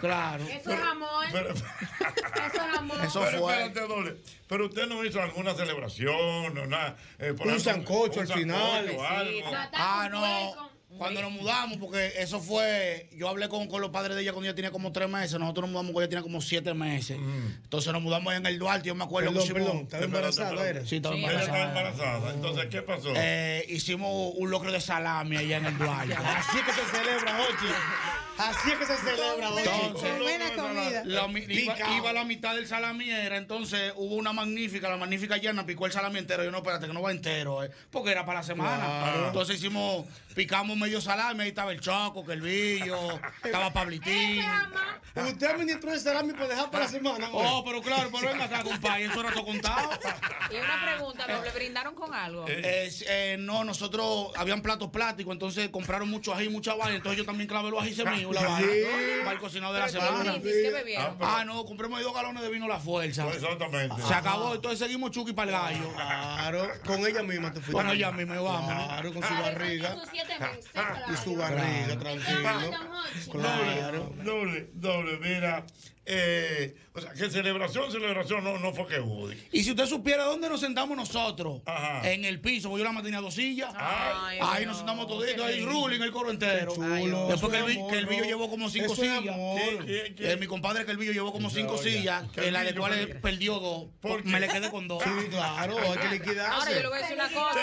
Speaker 21: Claro.
Speaker 27: Eso es amor. Eso es amor.
Speaker 21: Eso
Speaker 2: pero,
Speaker 21: fue.
Speaker 2: espérate, doble. pero usted no hizo alguna celebración o nada. eh, por
Speaker 3: Un
Speaker 2: ejemplo,
Speaker 3: sancocho al final.
Speaker 2: algo.
Speaker 27: Matar
Speaker 21: Ah,
Speaker 27: un
Speaker 21: no.
Speaker 27: puerco.
Speaker 21: Sí. Cuando lo nos mudamos, porque eso fue. Yo hablé con, con los padres de ella cuando ella tenía como tres meses. Nosotros nos mudamos cuando ella tenía como siete meses. Entonces nos mudamos allá en el Duarte. Yo me acuerdo
Speaker 3: Perdón,
Speaker 21: que
Speaker 3: perdón, ¿estaba embarazada, era?
Speaker 21: Sí, estaba
Speaker 3: Sí,
Speaker 2: Ella
Speaker 21: embarazada.
Speaker 2: estaba embarazada. Entonces, ¿qué pasó?
Speaker 21: Eh, hicimos un locro de salami allá en el Duarte. Así es que se celebra, Ochi. Así es que se celebra, Ochi. Entonces, la mi- iba, Picao. iba la mitad del salamiera, entonces hubo una magnífica, la magnífica llena picó el salami entero. Yo no, espérate, que no va entero, eh, porque era para la semana. Claro. Entonces hicimos, picamos medio salami, ahí estaba el choco, que el billo, estaba Pablitín.
Speaker 3: Usted administró el salami para dejar para la semana. hombre.
Speaker 21: Oh, pero claro, pero venga acá, compadre, eso era todo contado.
Speaker 6: Y una pregunta, ¿no le brindaron con algo?
Speaker 21: Eh, eh, no, nosotros habían platos plásticos, entonces compraron mucho ají, mucha vaina, entonces yo también clavé los ají semillos, la vaina,
Speaker 2: Sí.
Speaker 21: para el cocinado de la
Speaker 2: Pero, ¿qué
Speaker 21: semana.
Speaker 2: brindis? ¿Qué bebieron?
Speaker 21: Ah, pero- Ah, no, compramos dos galones de vino La Fuerza.
Speaker 2: Exactamente.
Speaker 21: Se acabó, entonces seguimos chuki para el gallo. Claro, con ella misma te fuiste. Con ella misma, vamos. Claro, con su barriga.
Speaker 1: Sus siete meses.
Speaker 21: Ah,
Speaker 1: claro.
Speaker 3: Y su barriga,
Speaker 1: Ay,
Speaker 3: tranquilo.
Speaker 1: don Hochi.
Speaker 2: Doble, doble, doble, mira. eh, o sea, que celebración, celebración no, no fue que hubo. dije.
Speaker 21: Y si usted supiera dónde nos sentamos nosotros,
Speaker 2: Ajá.
Speaker 21: en el piso, porque yo la más tenía dos sillas.
Speaker 2: Ay,
Speaker 21: ahí
Speaker 2: no,
Speaker 21: nos sentamos
Speaker 2: qué
Speaker 21: toditos, ahí
Speaker 2: lindo.
Speaker 21: ruling el coro entero.
Speaker 2: Ay, no.
Speaker 21: Después que el,
Speaker 2: Eso es
Speaker 21: vi-
Speaker 2: amor,
Speaker 21: que el Billo
Speaker 2: no.
Speaker 21: llevó como cinco
Speaker 2: Eso es
Speaker 21: sillas.
Speaker 2: amor.
Speaker 21: Sí,
Speaker 2: ¿Qué,
Speaker 21: eh, mi compadre que el Billo llevó como cinco sillas, en la de
Speaker 2: Billo,
Speaker 21: cuales
Speaker 2: pero-
Speaker 21: perdió dos.
Speaker 2: ¿Por
Speaker 21: Me
Speaker 2: qué?
Speaker 21: le quedé con dos.
Speaker 2: Sí, claro, hay que liquidarse.
Speaker 6: Ahora Ah, yo le voy a decir una cosa.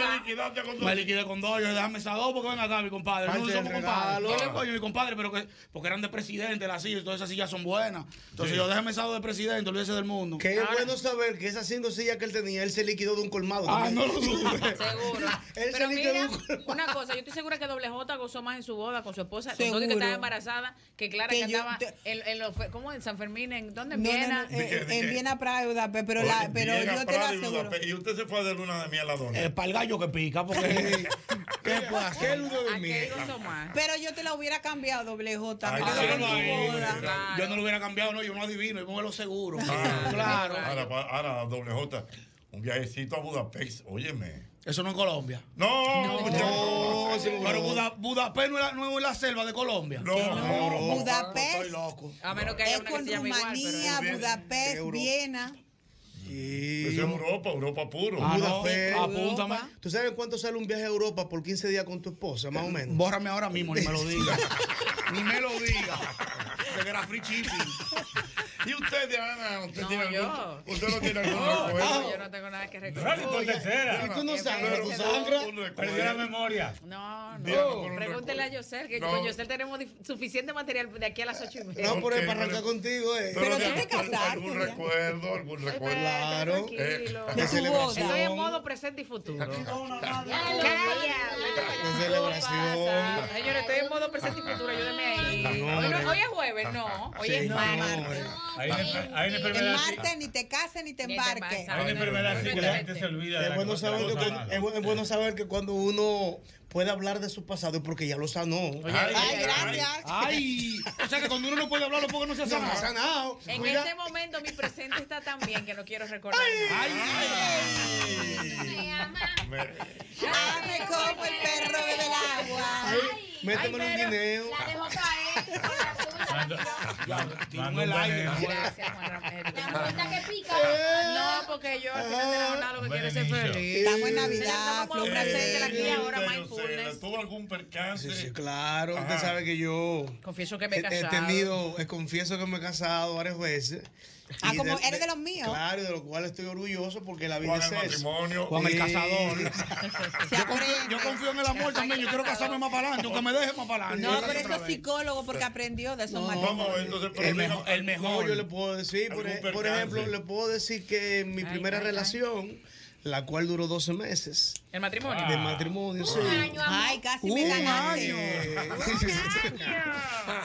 Speaker 21: Me liquidé con dos, yo déjame esas dos porque ven acá, mi compadre. No
Speaker 3: Pancho,
Speaker 21: somos
Speaker 3: el
Speaker 21: compadres.
Speaker 3: regalo.
Speaker 21: Yo le coño, mi compadre, pero que, porque eran de presidente las sillas, todas esas sillas son buenas. Entonces yo déjame esas dos de presidente, olvídese del mundo.
Speaker 3: Qué bueno saber que esas cinco sillas que él tenía, él se liquidó de un colmado.
Speaker 21: Ah,
Speaker 3: también.
Speaker 21: no lo dudo.
Speaker 6: Seguro.
Speaker 3: Él se
Speaker 6: Pero
Speaker 3: le quedó
Speaker 6: mira,
Speaker 3: un
Speaker 6: una cosa, yo estoy segura que Doble J gozó más en su boda con su esposa, con todo y que
Speaker 25: Seguro.
Speaker 6: estaba embarazada, que Clara que,
Speaker 25: Que yo-
Speaker 6: andaba en, en los, fe- ¿cómo? En San Fermín, ¿en dónde? En
Speaker 25: No, no,
Speaker 6: Viena.
Speaker 25: no, en, en Viena Prada, pe- pero, la,
Speaker 2: Oye,
Speaker 25: pero
Speaker 2: llega
Speaker 25: yo te lo
Speaker 2: Prado y
Speaker 25: aseguro.
Speaker 2: Budapest, Y usted se fue de luna de miel a dónde?
Speaker 3: Eh,
Speaker 21: Es para el gallo que pica, porque. ¿Qué puede hacer?
Speaker 25: Pero yo te la hubiera cambiado, doble J.
Speaker 21: Ay,
Speaker 25: porque
Speaker 21: claro,
Speaker 25: en tu
Speaker 21: ahí,
Speaker 25: boda.
Speaker 21: Yo no lo hubiera cambiado, no, yo no adivino, yo me lo seguro.
Speaker 2: Ah, Claro.
Speaker 21: claro.
Speaker 2: Ahora, pa- ahora, doble J, un viajecito a Budapest, óyeme.
Speaker 21: Eso no es Colombia.
Speaker 2: No,
Speaker 21: No, pero Buda- Budapest no es, la, no es la selva de Colombia. No,
Speaker 25: no, Budapest.
Speaker 21: Estoy loco.
Speaker 6: A Ah, menos que haya
Speaker 25: Es
Speaker 6: una que
Speaker 25: con
Speaker 6: se llame igual,
Speaker 25: Rumanía,
Speaker 6: pero-
Speaker 25: Budapest, Viena.
Speaker 2: Eso es Europa, Europa puro.
Speaker 3: Ah, no, apúntame.
Speaker 2: Europa.
Speaker 3: ¿Tú sabes cuánto sale un viaje a Europa por 15 días con tu esposa, más o menos?
Speaker 21: Eh, Bórrame ahora mismo, ni me lo digas. ni me lo digas. Porque era free shipping.
Speaker 2: Y usted, Diana, usted
Speaker 6: No,
Speaker 2: tiene algún-
Speaker 6: yo.
Speaker 2: Usted no tiene algún
Speaker 6: No,
Speaker 2: recuerdo.
Speaker 6: yo no tengo nada que recordar.
Speaker 2: Rally por tercera. ¿Y tú no sangras?
Speaker 6: Pero-
Speaker 2: ¿Tú sangras? Perdió la
Speaker 13: memoria.
Speaker 6: No,
Speaker 2: Diana, por
Speaker 6: no.
Speaker 2: un
Speaker 6: Pregúntele a Yosel, que
Speaker 2: No.
Speaker 6: con Yosel tenemos dif- suficiente material de aquí a las ocho y media.
Speaker 3: No, por el para arrancar contigo, eh.
Speaker 2: Pero tiene algún- algún recuerdo, algún recuerdo.
Speaker 3: Claro.
Speaker 2: Eh,
Speaker 3: De tu celebración.
Speaker 6: Estoy en modo presente y futuro.
Speaker 3: De celebración.
Speaker 6: Señores, estoy en modo presente y futuro. Ayúdenme ahí.
Speaker 3: No,
Speaker 6: Hoy, no-
Speaker 3: hombre.
Speaker 6: hoy es jueves, no. Hoy es
Speaker 3: Sí,
Speaker 6: martes.
Speaker 3: no, eh.
Speaker 13: Hay una, enfer- hay una
Speaker 25: Te
Speaker 13: enfermedad. así-
Speaker 25: martes, ni te cases, ni te embarques.
Speaker 13: Hay una enfermedad así que la gente se olvida. de
Speaker 3: Es
Speaker 13: la
Speaker 3: bueno,
Speaker 13: cosa,
Speaker 3: saber que
Speaker 13: cosa
Speaker 3: cuando-
Speaker 13: mala.
Speaker 3: es bu- es bueno saber que cuando uno puede hablar de su pasado es porque ya lo sanó.
Speaker 21: ay, ay, Ay, o sea que cuando uno no puede hablarlo porque no se ha
Speaker 3: No,
Speaker 21: sanado.
Speaker 3: no se ha sanado. Pues
Speaker 6: En
Speaker 21: Mira.
Speaker 6: este momento mi presente está tan bien que no quiero recordar.
Speaker 21: Ay,
Speaker 25: Dame como el perro bebe el agua.
Speaker 3: Métemelo un guineo.
Speaker 21: Tiró el aire.
Speaker 6: Gracias, Juan Ramiro.
Speaker 1: que pica.
Speaker 3: Eh.
Speaker 6: No, porque yo al final de la jornada lo que quiero es ser
Speaker 2: Benicio.
Speaker 6: feliz.
Speaker 2: Estamos
Speaker 25: en Navidad,
Speaker 6: Señor, estamos
Speaker 25: Flor
Speaker 6: en un presente, aquí y ahora,
Speaker 2: Usted,
Speaker 6: mindfulness.
Speaker 2: Lucela, ¿Tuvo algún percance?
Speaker 3: Claro, usted sabe que yo
Speaker 6: Confieso que me he
Speaker 3: he, he
Speaker 6: casado.
Speaker 3: tenido, eh, confieso que me he casado varias veces.
Speaker 25: Ah,
Speaker 3: Y
Speaker 25: como eres de los míos.
Speaker 3: Claro, y de lo cual estoy orgulloso porque la vida
Speaker 2: Juan
Speaker 3: es
Speaker 2: el
Speaker 3: eso.
Speaker 2: matrimonio.
Speaker 21: Juan el
Speaker 3: Sí.
Speaker 21: cazador.
Speaker 25: Yo confío,
Speaker 21: yo confío en el amor también. Yo quiero casarme más para adelante, aunque me deje más para adelante.
Speaker 25: No, pero eso es psicólogo porque aprendió de esos matrimonios.
Speaker 21: el mejor.
Speaker 3: No,
Speaker 21: El mejor.
Speaker 3: yo le puedo decir, por,
Speaker 21: Algún
Speaker 3: e- por
Speaker 21: percance.
Speaker 3: ejemplo, le puedo decir que mi primera relación, la cual duró 12 meses.
Speaker 6: El matrimonio.
Speaker 3: De matrimonio, sí.
Speaker 25: Ay, casi me
Speaker 3: Un
Speaker 25: ganaste.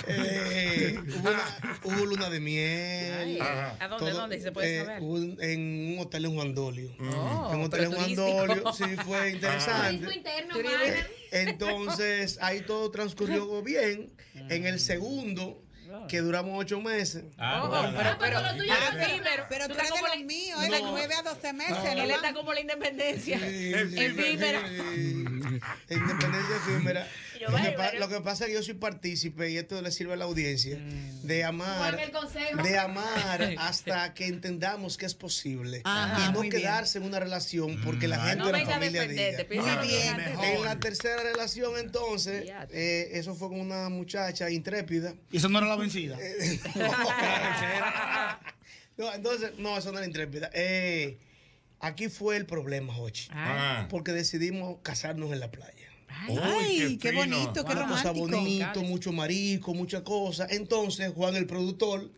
Speaker 3: Eh, hubo, una- hubo luna de
Speaker 6: Ay,
Speaker 3: miel.
Speaker 6: Ajá. ¿a dónde, dónde? ¿Se puede saber?
Speaker 3: un- en un hotel en Juan Dolio.
Speaker 6: Oh,
Speaker 3: en un hotel en
Speaker 6: pero
Speaker 3: Juan
Speaker 6: turístico.
Speaker 3: Dolio. Sí, fue interesante.
Speaker 1: Turismo interno,
Speaker 3: Eh,
Speaker 1: mana.
Speaker 3: Entonces, ahí todo transcurrió bien. En el segundo, que duramos ocho meses.
Speaker 6: Oh, pero, pero, ah, sí, pero,
Speaker 25: Pero tú
Speaker 6: estás
Speaker 25: eres de
Speaker 6: como
Speaker 25: los
Speaker 6: la-
Speaker 25: míos,
Speaker 6: tú
Speaker 25: es de
Speaker 6: estás-
Speaker 25: 9 a 12 meses.
Speaker 6: Él
Speaker 25: ¿no?
Speaker 6: está como la independencia.
Speaker 3: Sí,
Speaker 6: Efímero.
Speaker 3: Independencia efímera.
Speaker 4: yo,
Speaker 3: Lo que,
Speaker 4: bárbaro.
Speaker 3: pa- lo que pasa es que yo soy partícipe, y esto le sirve a la audiencia,
Speaker 4: Mm.
Speaker 3: de amar,
Speaker 4: Ponme el consejo.
Speaker 3: de amar hasta que entendamos que es posible.
Speaker 4: Ajá,
Speaker 3: y no
Speaker 4: muy bien.
Speaker 3: quedarse en una relación porque la
Speaker 4: Ajá.
Speaker 3: gente
Speaker 4: No
Speaker 3: de la
Speaker 4: venga a
Speaker 3: familia
Speaker 4: defenderte,
Speaker 3: diga.
Speaker 4: piensa Muy que bien. antes-
Speaker 3: En la tercera relación, entonces, eh, eso fue con una muchacha intrépida.
Speaker 21: Y eso no era la vencida.
Speaker 3: No, entonces, no, eso no era intrépida. Eh, aquí fue el problema, Jochi.
Speaker 25: Ah.
Speaker 3: Porque decidimos casarnos en la playa.
Speaker 25: Ay, Ay, qué qué fino. bonito, qué
Speaker 3: Una cosa
Speaker 25: romántico.
Speaker 3: bonito, mucho marisco, muchas cosas. Entonces, Juan, el productor,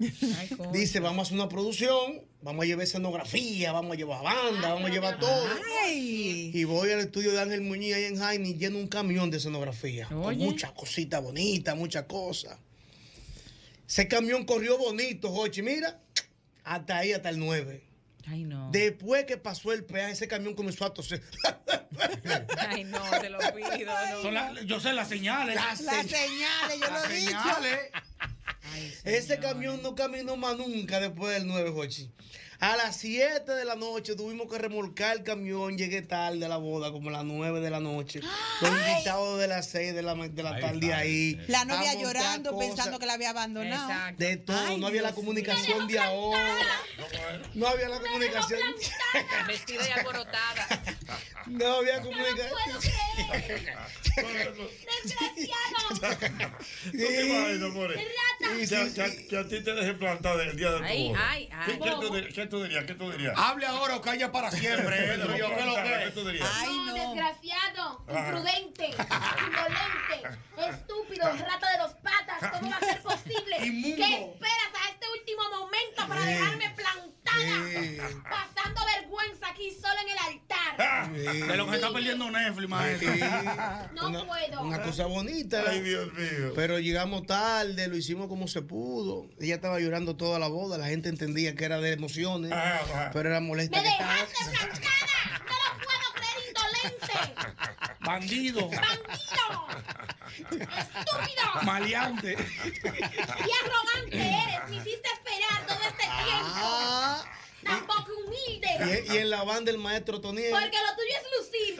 Speaker 3: dice, vamos a hacer una producción, vamos a llevar escenografía, vamos a llevar banda,
Speaker 25: Ah,
Speaker 3: vamos a llevar todo. Y voy al estudio de Ángel Muñiz ahí en Jaime y lleno un camión de escenografía. Con
Speaker 6: Oye.
Speaker 3: muchas cositas bonitas, muchas cosas. Ese camión corrió bonito, Jochi. Mira, hasta ahí, hasta el 9.
Speaker 6: Ay, no.
Speaker 3: Después que pasó el peaje, ese camión comenzó a toser.
Speaker 6: Ay, no, te lo pido. no.
Speaker 21: Son la- yo sé las señales.
Speaker 3: Las Las se-
Speaker 6: señales,
Speaker 3: yo
Speaker 21: Las
Speaker 3: lo he dicho.
Speaker 21: señales.
Speaker 3: Ese camión no caminó más nunca después del 9, Jochi. A las 7 de la noche tuvimos que remolcar el camión. Llegué tarde a la boda, como a las 9 de la noche. Los invitados de las 6 de la, ma- de la tarde ahí.
Speaker 25: La novia
Speaker 3: A montar
Speaker 25: llorando
Speaker 3: cosas.
Speaker 25: pensando que la había abandonado.
Speaker 3: De todo, no había la comunicación de ahora. No había la comunicación.
Speaker 6: Vestida y alborotada.
Speaker 3: No había comunicación.
Speaker 2: Ah, ¿Tú te imaginas, More? Que, que- que a ti te deje plantar el día de tu
Speaker 6: Ay,
Speaker 2: boda.
Speaker 6: ay, ay.
Speaker 2: ¿Qué, qué tú, dir- qué tú dirías? ¿Qué tú dirías?
Speaker 21: Hable ahora o calla para siempre, eh,
Speaker 2: ¿Qué
Speaker 21: Pedro.
Speaker 2: tú
Speaker 21: Yo creo
Speaker 2: dirías?
Speaker 21: que-
Speaker 2: ¿Qué tú dirías?
Speaker 6: no.
Speaker 27: desgraciado,
Speaker 3: Ah.
Speaker 2: Ajá.
Speaker 27: imprudente, indolente, estúpido,
Speaker 3: Ah.
Speaker 27: rata de dos patas, ¿cómo va a ser posible? ¿Qué esperas a este último momento para
Speaker 23: Sí.
Speaker 27: dejarme plantada? Pasando vergüenza aquí solo en el altar.
Speaker 21: De lo que está perdiendo Netflix, maestro.
Speaker 27: No
Speaker 3: Ah. Una-
Speaker 27: puedo.
Speaker 3: Una cosa bonita.
Speaker 21: Ay,
Speaker 2: Dios mío.
Speaker 3: Pero llegamos tarde, lo hicimos como se pudo. Ella estaba llorando toda la boda, la gente entendía que era de emociones, pero era molesta.
Speaker 27: Me
Speaker 3: que estaba.
Speaker 27: dejaste plantada. No lo puedo creer, indolente.
Speaker 21: Bandido.
Speaker 27: Estúpido.
Speaker 21: Maleante.
Speaker 27: Qué arrogante eres. Me hiciste esperar todo este tiempo. Tampoco humilde.
Speaker 3: Ah, Y, y en la Ah. banda el maestro Toniel.
Speaker 27: Porque lo tuyo es
Speaker 2: Ah.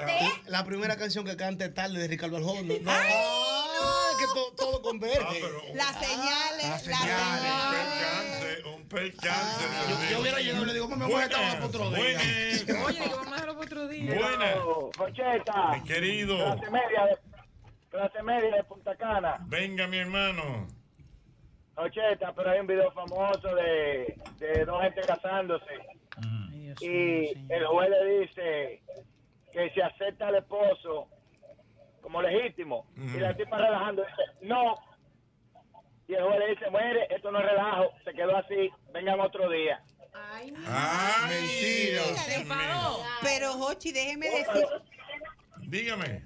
Speaker 27: lucirte. ¿eh?
Speaker 3: La primera canción que canta es tarde de Ricardo Arjona. No. Ah,
Speaker 27: no!
Speaker 3: Que to- todo converge.
Speaker 2: Ah,
Speaker 25: Las señales.
Speaker 3: las
Speaker 2: Un percance.
Speaker 25: Ah,
Speaker 21: Yo, yo hubiera llegado y le digo, me voy a estar para otro día.
Speaker 6: Oye, digo, vamos a dejarlo para otro día.
Speaker 2: Buenas.
Speaker 29: Jocheta.
Speaker 2: Mi querido.
Speaker 29: Clase media de, clase media de Punta Cana.
Speaker 2: Venga, mi hermano.
Speaker 29: Jocheta, pero hay un video famoso de, de dos gente casándose.
Speaker 5: Mm.
Speaker 29: y el juez le dice que si acepta al esposo como legítimo. Y
Speaker 5: Mm.
Speaker 29: la tipa relajando dice, no. Y el juez le dice, muere, esto no es relajo. Se quedó así, vengan otro día.
Speaker 2: Mentira.
Speaker 25: Pero, Jochi, déjeme decir,
Speaker 2: Dígame.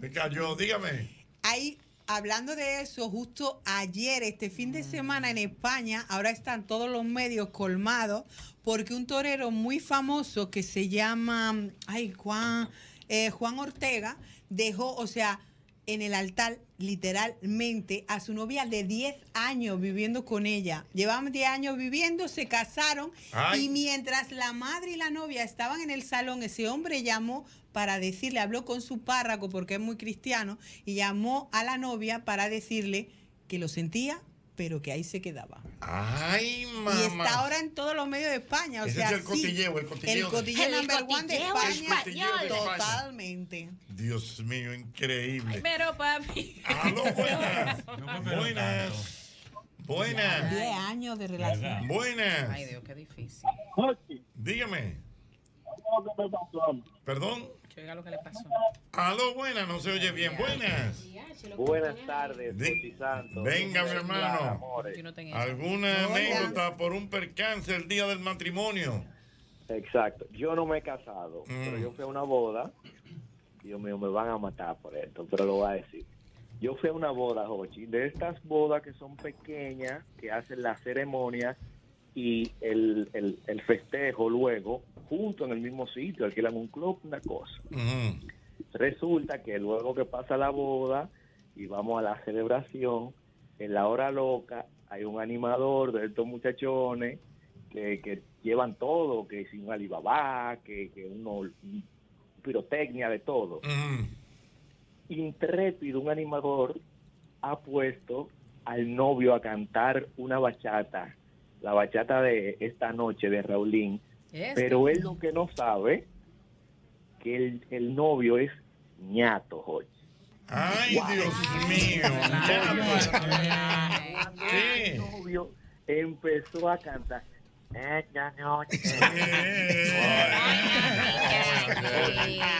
Speaker 2: Te cayó, dígame.
Speaker 25: ahí, hablando de eso, justo ayer, este fin de semana en España, ahora están todos los medios colmados, porque un torero muy famoso que se llama, ay, Juan, eh, Juan Ortega, dejó, o sea, en el altar literalmente a su novia de 10 años viviendo con ella. Llevaban 10 años viviendo, se casaron
Speaker 23: Ay.
Speaker 25: y mientras la madre y la novia estaban en el salón, ese hombre llamó para decirle, habló con su párroco porque es muy cristiano y llamó a la novia para decirle que lo sentía, pero que ahí se quedaba.
Speaker 2: Ay,
Speaker 25: Y
Speaker 2: mamá.
Speaker 25: está ahora en todos los medios de España. O
Speaker 2: Ese
Speaker 25: sea,
Speaker 2: es el
Speaker 25: sí,
Speaker 2: cotilleo, el cotilleo.
Speaker 25: El cotilleo
Speaker 6: El
Speaker 25: number one de
Speaker 6: cotilleo
Speaker 25: España.
Speaker 6: español.
Speaker 2: El cotilleo de España.
Speaker 25: Totalmente.
Speaker 2: Dios mío, increíble.
Speaker 6: Pero, papi.
Speaker 2: Buenas. Buenas.
Speaker 25: 10 años de relación.
Speaker 2: Buenas.
Speaker 6: Ay, Dios, qué difícil.
Speaker 2: Dígame. Perdón.
Speaker 6: Yo diga lo que le pasó.
Speaker 2: Aló, buenas, no se oye bien. Buenas.
Speaker 29: Buenas tardes, Jochi Santos.
Speaker 2: Venga, mi hermano. ¿Alguna
Speaker 29: Hola.
Speaker 2: anécdota por un percance el día del matrimonio? Mm.
Speaker 29: Exacto. Yo no me he casado, pero yo fui a una boda. Dios mío, me van a matar por esto, pero lo voy a decir. Yo fui a una boda, Jochi, de estas bodas que son pequeñas, que hacen la ceremonia y el, el- el festejo luego, junto en el mismo sitio, alquilan un club, una cosa. Resulta que luego que pasa la boda y vamos a la celebración, en la hora loca hay un animador de estos muchachones que, que llevan todo, que sin un Alibaba, que, que uno pirotecnia de todo. intrépido, un animador, ha puesto al novio a cantar una bachata, la bachata de esta noche de Raulín,
Speaker 26: Este
Speaker 29: pero él lo que no sabe, que el, el novio es ñato, Jorge.
Speaker 2: Ay, Dios mío.
Speaker 29: El novio empezó a cantar. Esta noche.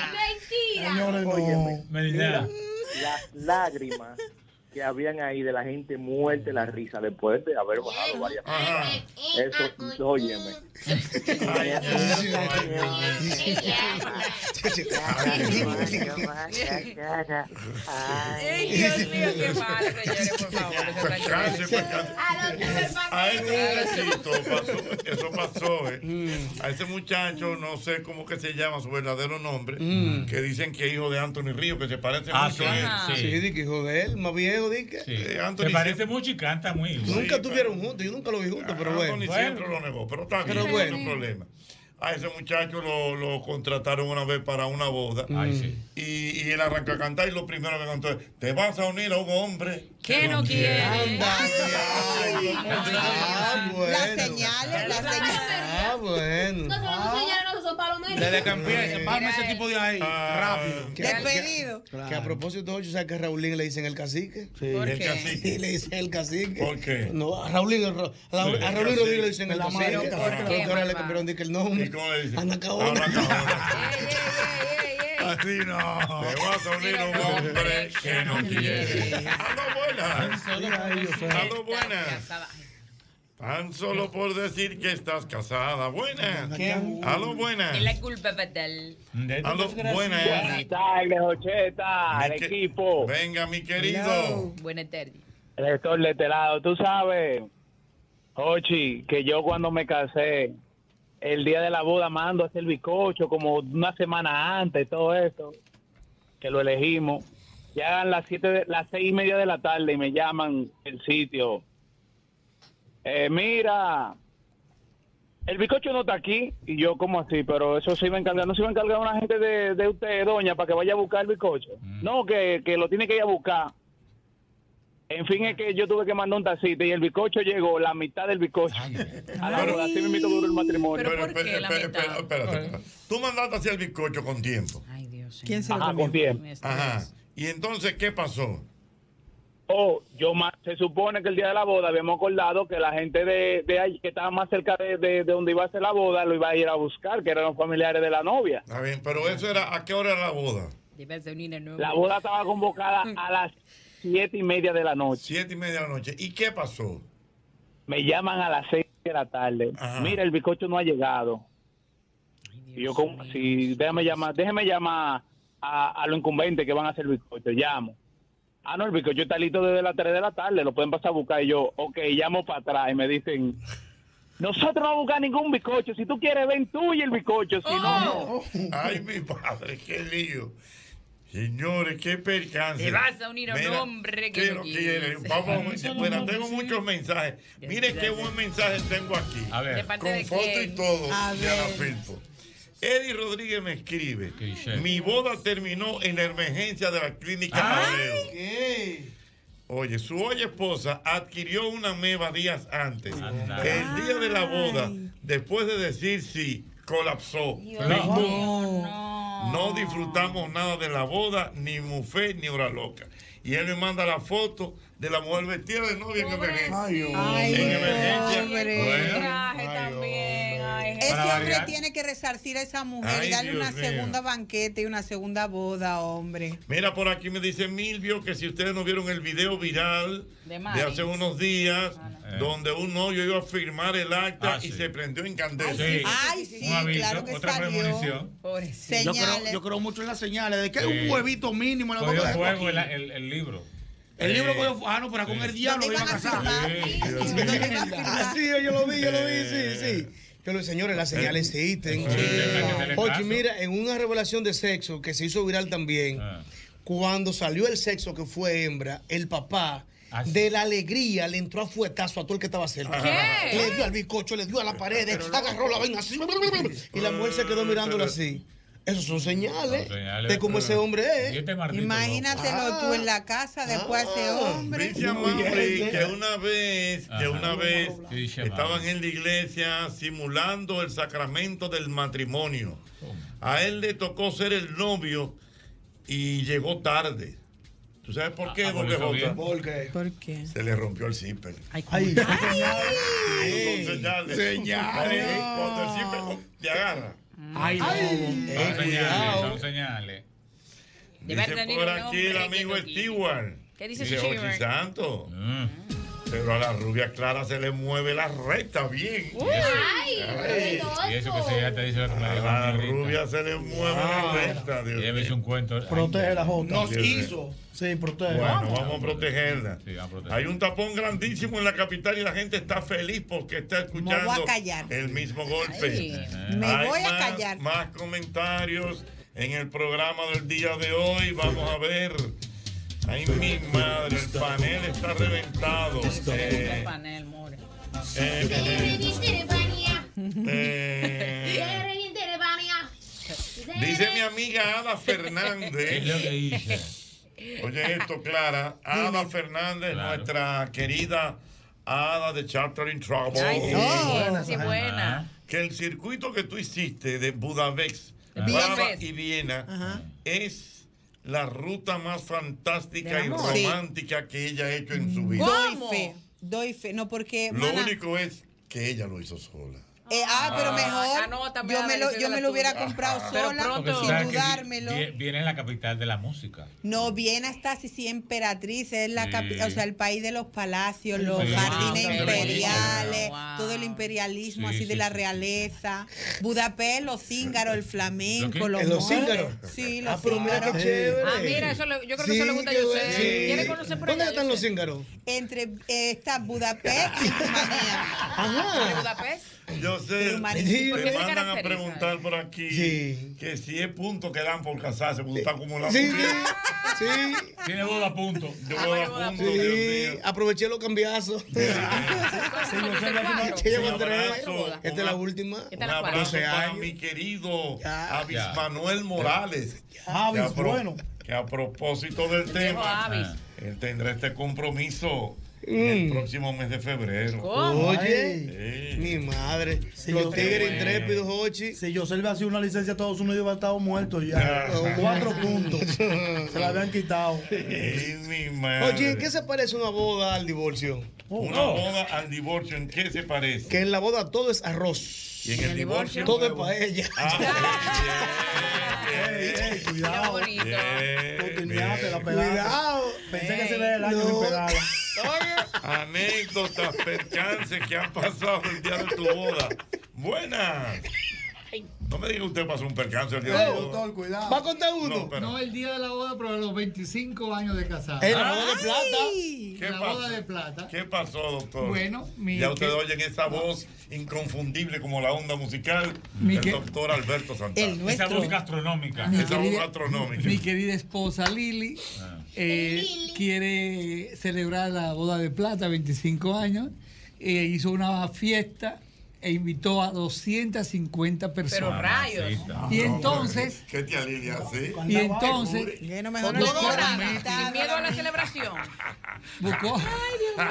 Speaker 1: Mentira.
Speaker 29: Óyeme, mira, las lágrimas que habían ahí de la gente muerta, de la risa después de haber bajado varias cosas. Eso, óyeme.
Speaker 1: Ay, Dios mío, qué malo, señores, por
Speaker 2: A ese muchachito pasó, eso pasó, ¿eh?
Speaker 3: Mm.
Speaker 2: A ese muchacho, no sé cómo que se llama su verdadero nombre,
Speaker 3: Mm.
Speaker 2: que dicen que es hijo de Anthony Río, que se parece mucho a él.
Speaker 3: Ah, Sí, di que hijo de él, más viejo, di que.
Speaker 2: Anthony Se parece
Speaker 3: mucho y canta muy Nunca estuvieron juntos, yo nunca lo vi juntos, pero bueno.
Speaker 2: Anthony siempre lo negó, pero está bien,
Speaker 3: Pero
Speaker 2: no
Speaker 3: bueno.
Speaker 2: hay problema. A ese muchacho lo, lo contrataron una vez para una boda.
Speaker 3: Mm.
Speaker 13: Ay, sí.
Speaker 2: y, y él arrancó a cantar y lo primero que cantó es, te vas a unir a un hombre.
Speaker 1: ¿Qué no quiere?
Speaker 25: Las señales, las señales.
Speaker 3: Ah, bueno.
Speaker 21: Desde que empiece, palma ese tipo de ahí. Rápido.
Speaker 25: Despedido.
Speaker 3: Ah, eh, Que a propósito, Jorge, ¿sabes que a Raulín le dicen el cacique? Sí.
Speaker 21: ¿Por El qué?
Speaker 3: cacique. le dicen el cacique.
Speaker 2: ¿Por qué?
Speaker 3: No, a Raulín, a Ra- a Raúl,
Speaker 2: Sí,
Speaker 3: a Raulín
Speaker 2: el cacique.
Speaker 3: Rodríguez le dicen el
Speaker 2: La
Speaker 3: cacique.
Speaker 2: madre, ¿por qué,
Speaker 3: Porque ahora le
Speaker 2: mamá?
Speaker 3: cambiaron de que el nombre.
Speaker 2: ¿Y cómo le dicen?
Speaker 3: Ana Caona.
Speaker 2: Así no. Te vas a unir a un hombre que no quiere. Aló, buenas. Aló, buenas. Tan solo por decir que estás casada. Buenas. Aló, buenas.
Speaker 6: Es la culpa fatal.
Speaker 2: Aló, buenas.
Speaker 6: Buenas
Speaker 2: tardes, Ocheta, al equipo. Venga, mi querido.
Speaker 6: Buenas tardes.
Speaker 23: Rector de este lado, tú sabes, Ochi, que yo cuando me casé, el día de la boda mando a hacer el bizcocho como una semana antes, todo esto, que lo elegimos. Llegan las siete, de- las seis y media de la tarde y me llaman el sitio. Eh, mira, el bizcocho no está aquí. Y yo, como así? Pero eso se iba a encargar. No se iba a encargar una gente de, de usted, doña, para que vaya a buscar el bizcocho. No, que, que lo tiene que ir a buscar. En fin, es que yo tuve que mandar un tacito y el bizcocho llegó, la mitad del bizcocho. A la boda, así me invito duró el matrimonio.
Speaker 2: espera, espera, espérate, espérate. Tú mandaste hacia el bizcocho con tiempo.
Speaker 6: Ay, Dios.
Speaker 25: ¿Quién
Speaker 6: se lo
Speaker 23: Ajá,
Speaker 6: comió?
Speaker 23: Ah, con tiempo.
Speaker 2: Ajá. ¿Y entonces qué pasó?
Speaker 23: Oh, yo ma- se supone que el día de la boda habíamos acordado que la gente de, de ahí, que estaba más cerca de, de- de donde iba a ser la boda, lo iba a ir a buscar, que eran los familiares de la novia.
Speaker 2: Está bien, pero eso era, ¿a qué hora era la boda?
Speaker 6: Debes de unir a nuevo.
Speaker 23: La boda estaba convocada a las siete y media de la noche.
Speaker 2: Siete y media de la noche. ¿Y qué pasó?
Speaker 23: Me llaman a las seis de la tarde. Mira, el bizcocho no ha llegado. Y yo como si déjame llamar, déjeme llamar a, a los incumbentes que van a hacer el bizcocho, llamo. Ah, no, el bizcocho está listo desde las 3 de la tarde, lo pueden pasar a buscar. Y yo, ok, llamo para atrás y me dicen, nosotros no vamos a buscar ningún bizcocho, si tú quieres ven tú y el bizcocho, si
Speaker 2: Oh.
Speaker 23: no,
Speaker 6: Oh.
Speaker 23: no.
Speaker 2: Ay, mi padre, qué lío. Señores, qué percance.
Speaker 6: Te vas a unir a un
Speaker 2: Mira,
Speaker 6: hombre que
Speaker 2: ¿qué
Speaker 6: no
Speaker 2: lo
Speaker 6: quieres.
Speaker 2: quiere? Vamos,
Speaker 6: Eso no
Speaker 2: bueno,
Speaker 6: vamos,
Speaker 2: tengo muchos mensajes. Mire qué buen mensaje tengo aquí. A
Speaker 6: ver. ¿De parte
Speaker 2: con
Speaker 6: de
Speaker 2: foto
Speaker 6: quién?
Speaker 2: y todo.
Speaker 6: A
Speaker 2: de Ana
Speaker 6: ver.
Speaker 2: Filpo. Eddie Rodríguez me escribe. Mi boda terminó en la emergencia de la clínica Abreu. Oye, su hoy esposa adquirió una meba días antes. El día de la boda, después de decir sí, colapsó.
Speaker 1: No.
Speaker 2: No disfrutamos nada de la boda, ni mufé, ni hora loca. Y él me manda la foto de la mujer vestida de novia en emergencia. en emergencia. Bueno,
Speaker 25: Ese
Speaker 2: Para
Speaker 25: hombre
Speaker 2: variar.
Speaker 25: tiene que resarcir a esa mujer
Speaker 2: Ay,
Speaker 25: y darle
Speaker 2: Dios
Speaker 25: una
Speaker 2: mío.
Speaker 25: segunda banqueta y una segunda boda, hombre.
Speaker 2: Mira, por aquí me dice Milvio que si ustedes no vieron el video viral
Speaker 25: De
Speaker 2: de,
Speaker 25: Mari.
Speaker 2: hace unos días,
Speaker 25: Ah,
Speaker 2: Eh. donde un novio iba a firmar el acta
Speaker 13: Ah,
Speaker 2: y
Speaker 13: sí.
Speaker 2: se prendió en candela.
Speaker 13: Ay, sí.
Speaker 25: Ay, sí, Un aviso, claro que otra salió. premonición.
Speaker 21: Yo creo,
Speaker 25: Señales.
Speaker 21: yo creo mucho en las señales de que
Speaker 13: Sí.
Speaker 21: un huevito mínimo en la
Speaker 13: Cogió
Speaker 21: boca de
Speaker 13: fuego el,
Speaker 21: coquilla.
Speaker 13: el- el libro.
Speaker 21: El libro cogió fuego. Ah, no, pero con el diablo iba a casar.
Speaker 3: Así, Ah, yo lo vi, yo lo vi,
Speaker 25: Eh.
Speaker 3: sí, sí. Que los señores, las señales existen.
Speaker 13: Sí, hay que tener
Speaker 3: Oye,
Speaker 13: caso.
Speaker 3: mira, en una revelación de sexo que se hizo viral también,
Speaker 25: Ah.
Speaker 3: cuando salió el sexo que fue hembra, el papá.
Speaker 25: Ah,
Speaker 3: De la alegría le entró a fuetazo a todo el que estaba cerca.
Speaker 1: ¿Qué?
Speaker 3: Le dio al bizcocho, le dio a la pared, agarró la vaina así. Y la mujer se quedó mirándola así. Esos son señales
Speaker 25: Son señales,
Speaker 3: de cómo ese
Speaker 25: pero- este
Speaker 3: hombre es.
Speaker 25: Imagínatelo tú en la casa después de
Speaker 2: Ah,
Speaker 25: ese hombre.
Speaker 2: Dice a Mauri que una vez, que una vez estaban en la iglesia simulando el sacramento del matrimonio. A él le tocó ser el novio y llegó tarde. ¿Tú sabes por qué?
Speaker 21: Ah, por
Speaker 2: Jorge
Speaker 21: eso
Speaker 2: Jota?
Speaker 21: bien.
Speaker 25: ¿Por qué?
Speaker 2: Se le rompió el zipper.
Speaker 21: Ay,
Speaker 2: Sí, son señales.
Speaker 21: Señales.
Speaker 2: Ahí, Cuando el zipper te agarra.
Speaker 21: Ay, no. Ay.
Speaker 10: Son señales,
Speaker 2: eh, cuidado.
Speaker 10: son señales.
Speaker 2: Dice
Speaker 10: Debe tener
Speaker 2: por
Speaker 10: un
Speaker 2: aquí
Speaker 10: nombre
Speaker 2: el
Speaker 10: que
Speaker 2: amigo
Speaker 10: no quite.
Speaker 2: Stewart.
Speaker 10: ¿Qué dice
Speaker 2: Dice
Speaker 10: Stewart?
Speaker 2: Ochi Santo. Pero a la rubia clara se le mueve la recta bien.
Speaker 27: Ay,
Speaker 2: Ay.
Speaker 10: Y eso que se ya te dice la
Speaker 2: A la rubia se le mueve la recta. Dios
Speaker 10: Ella me hizo un cuento. Ay,
Speaker 3: Protege la Jota.
Speaker 2: Nos hizo.
Speaker 3: Sí, protege.
Speaker 2: Bueno, vamos a protegerla. Hay un tapón grandísimo en la capital y la gente está feliz porque está
Speaker 25: Me voy
Speaker 2: escuchando
Speaker 25: a callar.
Speaker 2: el mismo golpe.
Speaker 25: Ay, me
Speaker 2: Hay
Speaker 25: voy a
Speaker 2: más-
Speaker 25: callar.
Speaker 2: Más comentarios en el programa del día de hoy. Vamos a ver. Ay, mi madre, el panel está reventado. Eh,
Speaker 6: panel, more.
Speaker 2: eh, eh, eh, Dice mi amiga Ada Fernández. Oye, esto, Clara. Ada Fernández, nuestra querida Ada de Chartering Trouble.
Speaker 6: Ay, sí, buena, sí, buena.
Speaker 2: Que el circuito que tú hiciste de Budapest,
Speaker 6: Ajá.
Speaker 2: Brava
Speaker 6: Budapest.
Speaker 2: y Viena
Speaker 6: Ajá.
Speaker 2: es la ruta más fantástica
Speaker 25: Del
Speaker 2: y
Speaker 25: amor. Sí.
Speaker 2: romántica que ella ha hecho en su vida.
Speaker 25: Doy fe, doy fe. No, porque.
Speaker 2: Lo
Speaker 25: mana,
Speaker 2: único es que ella lo hizo sola.
Speaker 25: eh, ah, pero
Speaker 2: Ah.
Speaker 25: mejor.
Speaker 6: Anótame
Speaker 25: yo
Speaker 6: la
Speaker 25: me lo, yo
Speaker 6: dirección
Speaker 25: me
Speaker 6: de
Speaker 25: lo
Speaker 6: la
Speaker 25: hubiera
Speaker 6: tuya.
Speaker 25: comprado
Speaker 6: Pero
Speaker 25: sola, pues,
Speaker 6: pronto.
Speaker 25: sin dudármelo.
Speaker 10: Viene, en la capital de la música.
Speaker 25: No, Viena está así, sí, emperatriz, es la
Speaker 10: Sí.
Speaker 25: capi- o sea, el país de los palacios,
Speaker 10: Sí,
Speaker 25: los
Speaker 10: sí.
Speaker 25: jardines
Speaker 10: Wow, qué
Speaker 25: imperiales,
Speaker 10: belleza.
Speaker 25: todo el imperialismo
Speaker 10: Sí,
Speaker 25: así de
Speaker 10: sí,
Speaker 25: la
Speaker 10: sí.
Speaker 25: realeza. Budapest, los cíngaros, el flamenco,
Speaker 10: ¿Los
Speaker 25: los,
Speaker 10: qué? ¿Los
Speaker 25: moles.
Speaker 10: cíngaros?
Speaker 25: Sí, los
Speaker 3: Eh, Ah, pero mira
Speaker 25: cíngaros.
Speaker 3: qué chévere.
Speaker 6: Ah, mira, eso le- yo creo que
Speaker 3: Sí,
Speaker 6: eso le gusta a
Speaker 3: qué
Speaker 6: Yosef.
Speaker 3: bueno.
Speaker 6: ¿Quiere conocer por
Speaker 3: ¿Dónde
Speaker 6: allá,
Speaker 3: están los
Speaker 6: Yosef?
Speaker 3: cíngaros?
Speaker 25: Entre eh, está Budapest y Rumanía.
Speaker 3: Ajá.
Speaker 6: Budapest?
Speaker 2: Yo sé,
Speaker 25: Rumanía.
Speaker 2: te
Speaker 25: ¿Por qué se
Speaker 2: mandan a
Speaker 25: caracteriza?
Speaker 2: preguntar por aquí que si es punto que dan por casarse, porque está acumulando.
Speaker 3: Sí, sí.
Speaker 10: Tiene boda punto.
Speaker 2: Yo Ah, boda a punto, Dios
Speaker 3: Sí,
Speaker 2: mío.
Speaker 3: aproveché los cambiazos. se
Speaker 2: Señor, señor,
Speaker 3: va a
Speaker 2: señor,
Speaker 3: llevar tres.
Speaker 2: abrazo.
Speaker 3: Esta es la última.
Speaker 2: Un abrazo
Speaker 3: 12
Speaker 2: para
Speaker 3: años.
Speaker 2: mi querido Avis
Speaker 3: Ya.
Speaker 2: Manuel Morales.
Speaker 3: Avis,
Speaker 2: Que a pro-
Speaker 3: bueno.
Speaker 2: Que a propósito del
Speaker 3: viejo
Speaker 2: tema,
Speaker 3: Avis.
Speaker 2: él tendrá este compromiso en el próximo mes de febrero.
Speaker 3: Mm. Oye, mi madre. los tigres intrépidos, Ochi.
Speaker 1: Si yo le hacía una licencia a Estados Unidos, iba a estar muerto ya.
Speaker 2: Ah.
Speaker 1: Con Cuatro puntos. Se la habían quitado.
Speaker 2: Ey, mi madre.
Speaker 3: Oye, ¿en qué se parece una boda al divorcio?
Speaker 2: Una
Speaker 1: Oh.
Speaker 2: boda al divorcio, ¿en qué se parece?
Speaker 3: Que en la boda todo es arroz.
Speaker 2: Y en el divorcio. Ah, eh,
Speaker 3: Todo es paella.
Speaker 1: Cuidado. Continuate, la pegaste.
Speaker 3: Cuidado.
Speaker 1: Pensé que se le el año sin pegarla.
Speaker 2: Anécdotas, percances que han pasado el día de tu boda. Buenas. No me diga usted pasó un percance el día de tu boda.
Speaker 3: ¿Va a contar uno?
Speaker 2: No, pero-
Speaker 20: No, el día de la boda, pero a los 25 años de casado.
Speaker 2: ¿Eh, la boda de plata?
Speaker 20: La
Speaker 2: pasó?
Speaker 20: boda de plata.
Speaker 2: ¿Qué pasó, doctor?
Speaker 20: Bueno, mi-
Speaker 2: Ya ustedes
Speaker 20: que-
Speaker 2: oyen esa voz inconfundible como la onda musical del doctor Alberto Santana.
Speaker 20: El nuestro.
Speaker 10: Esa voz gastronómica.
Speaker 20: Mi
Speaker 2: Esa voz
Speaker 20: querida-
Speaker 2: gastronómica.
Speaker 20: Mi querida esposa Lili eh, quiere celebrar la boda de plata, 25 años. eh, hizo una fiesta e invitó a 250 personas. Y entonces,
Speaker 2: Ah, ¿Qué eh? tía Lidia hace?
Speaker 20: y entonces,
Speaker 6: Con
Speaker 20: buscó-
Speaker 6: todo grande, sin miedo a la celebración. Ah,
Speaker 20: buscó-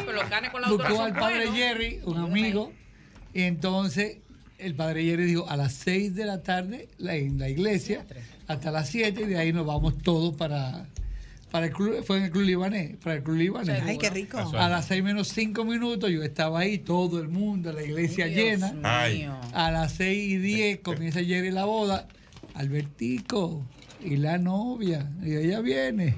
Speaker 6: Pero los canes con la pues,
Speaker 20: buscó
Speaker 6: autora
Speaker 20: al
Speaker 6: son
Speaker 20: padre
Speaker 6: buenos.
Speaker 20: Jerry, un amigo, y entonces el padre Jerry dijo a las 6 de la tarde la- en la iglesia, hasta las 7, y de ahí nos vamos todos para, para el club, fue en el club libanés, para el club libanés.
Speaker 25: Ay, qué rico.
Speaker 20: A las 6 menos 5 minutos yo estaba ahí, todo el mundo, la iglesia llena.
Speaker 2: Ay.
Speaker 20: A las 6 y 10 comienza Jerry la boda. Albertico y la novia. Y ella viene.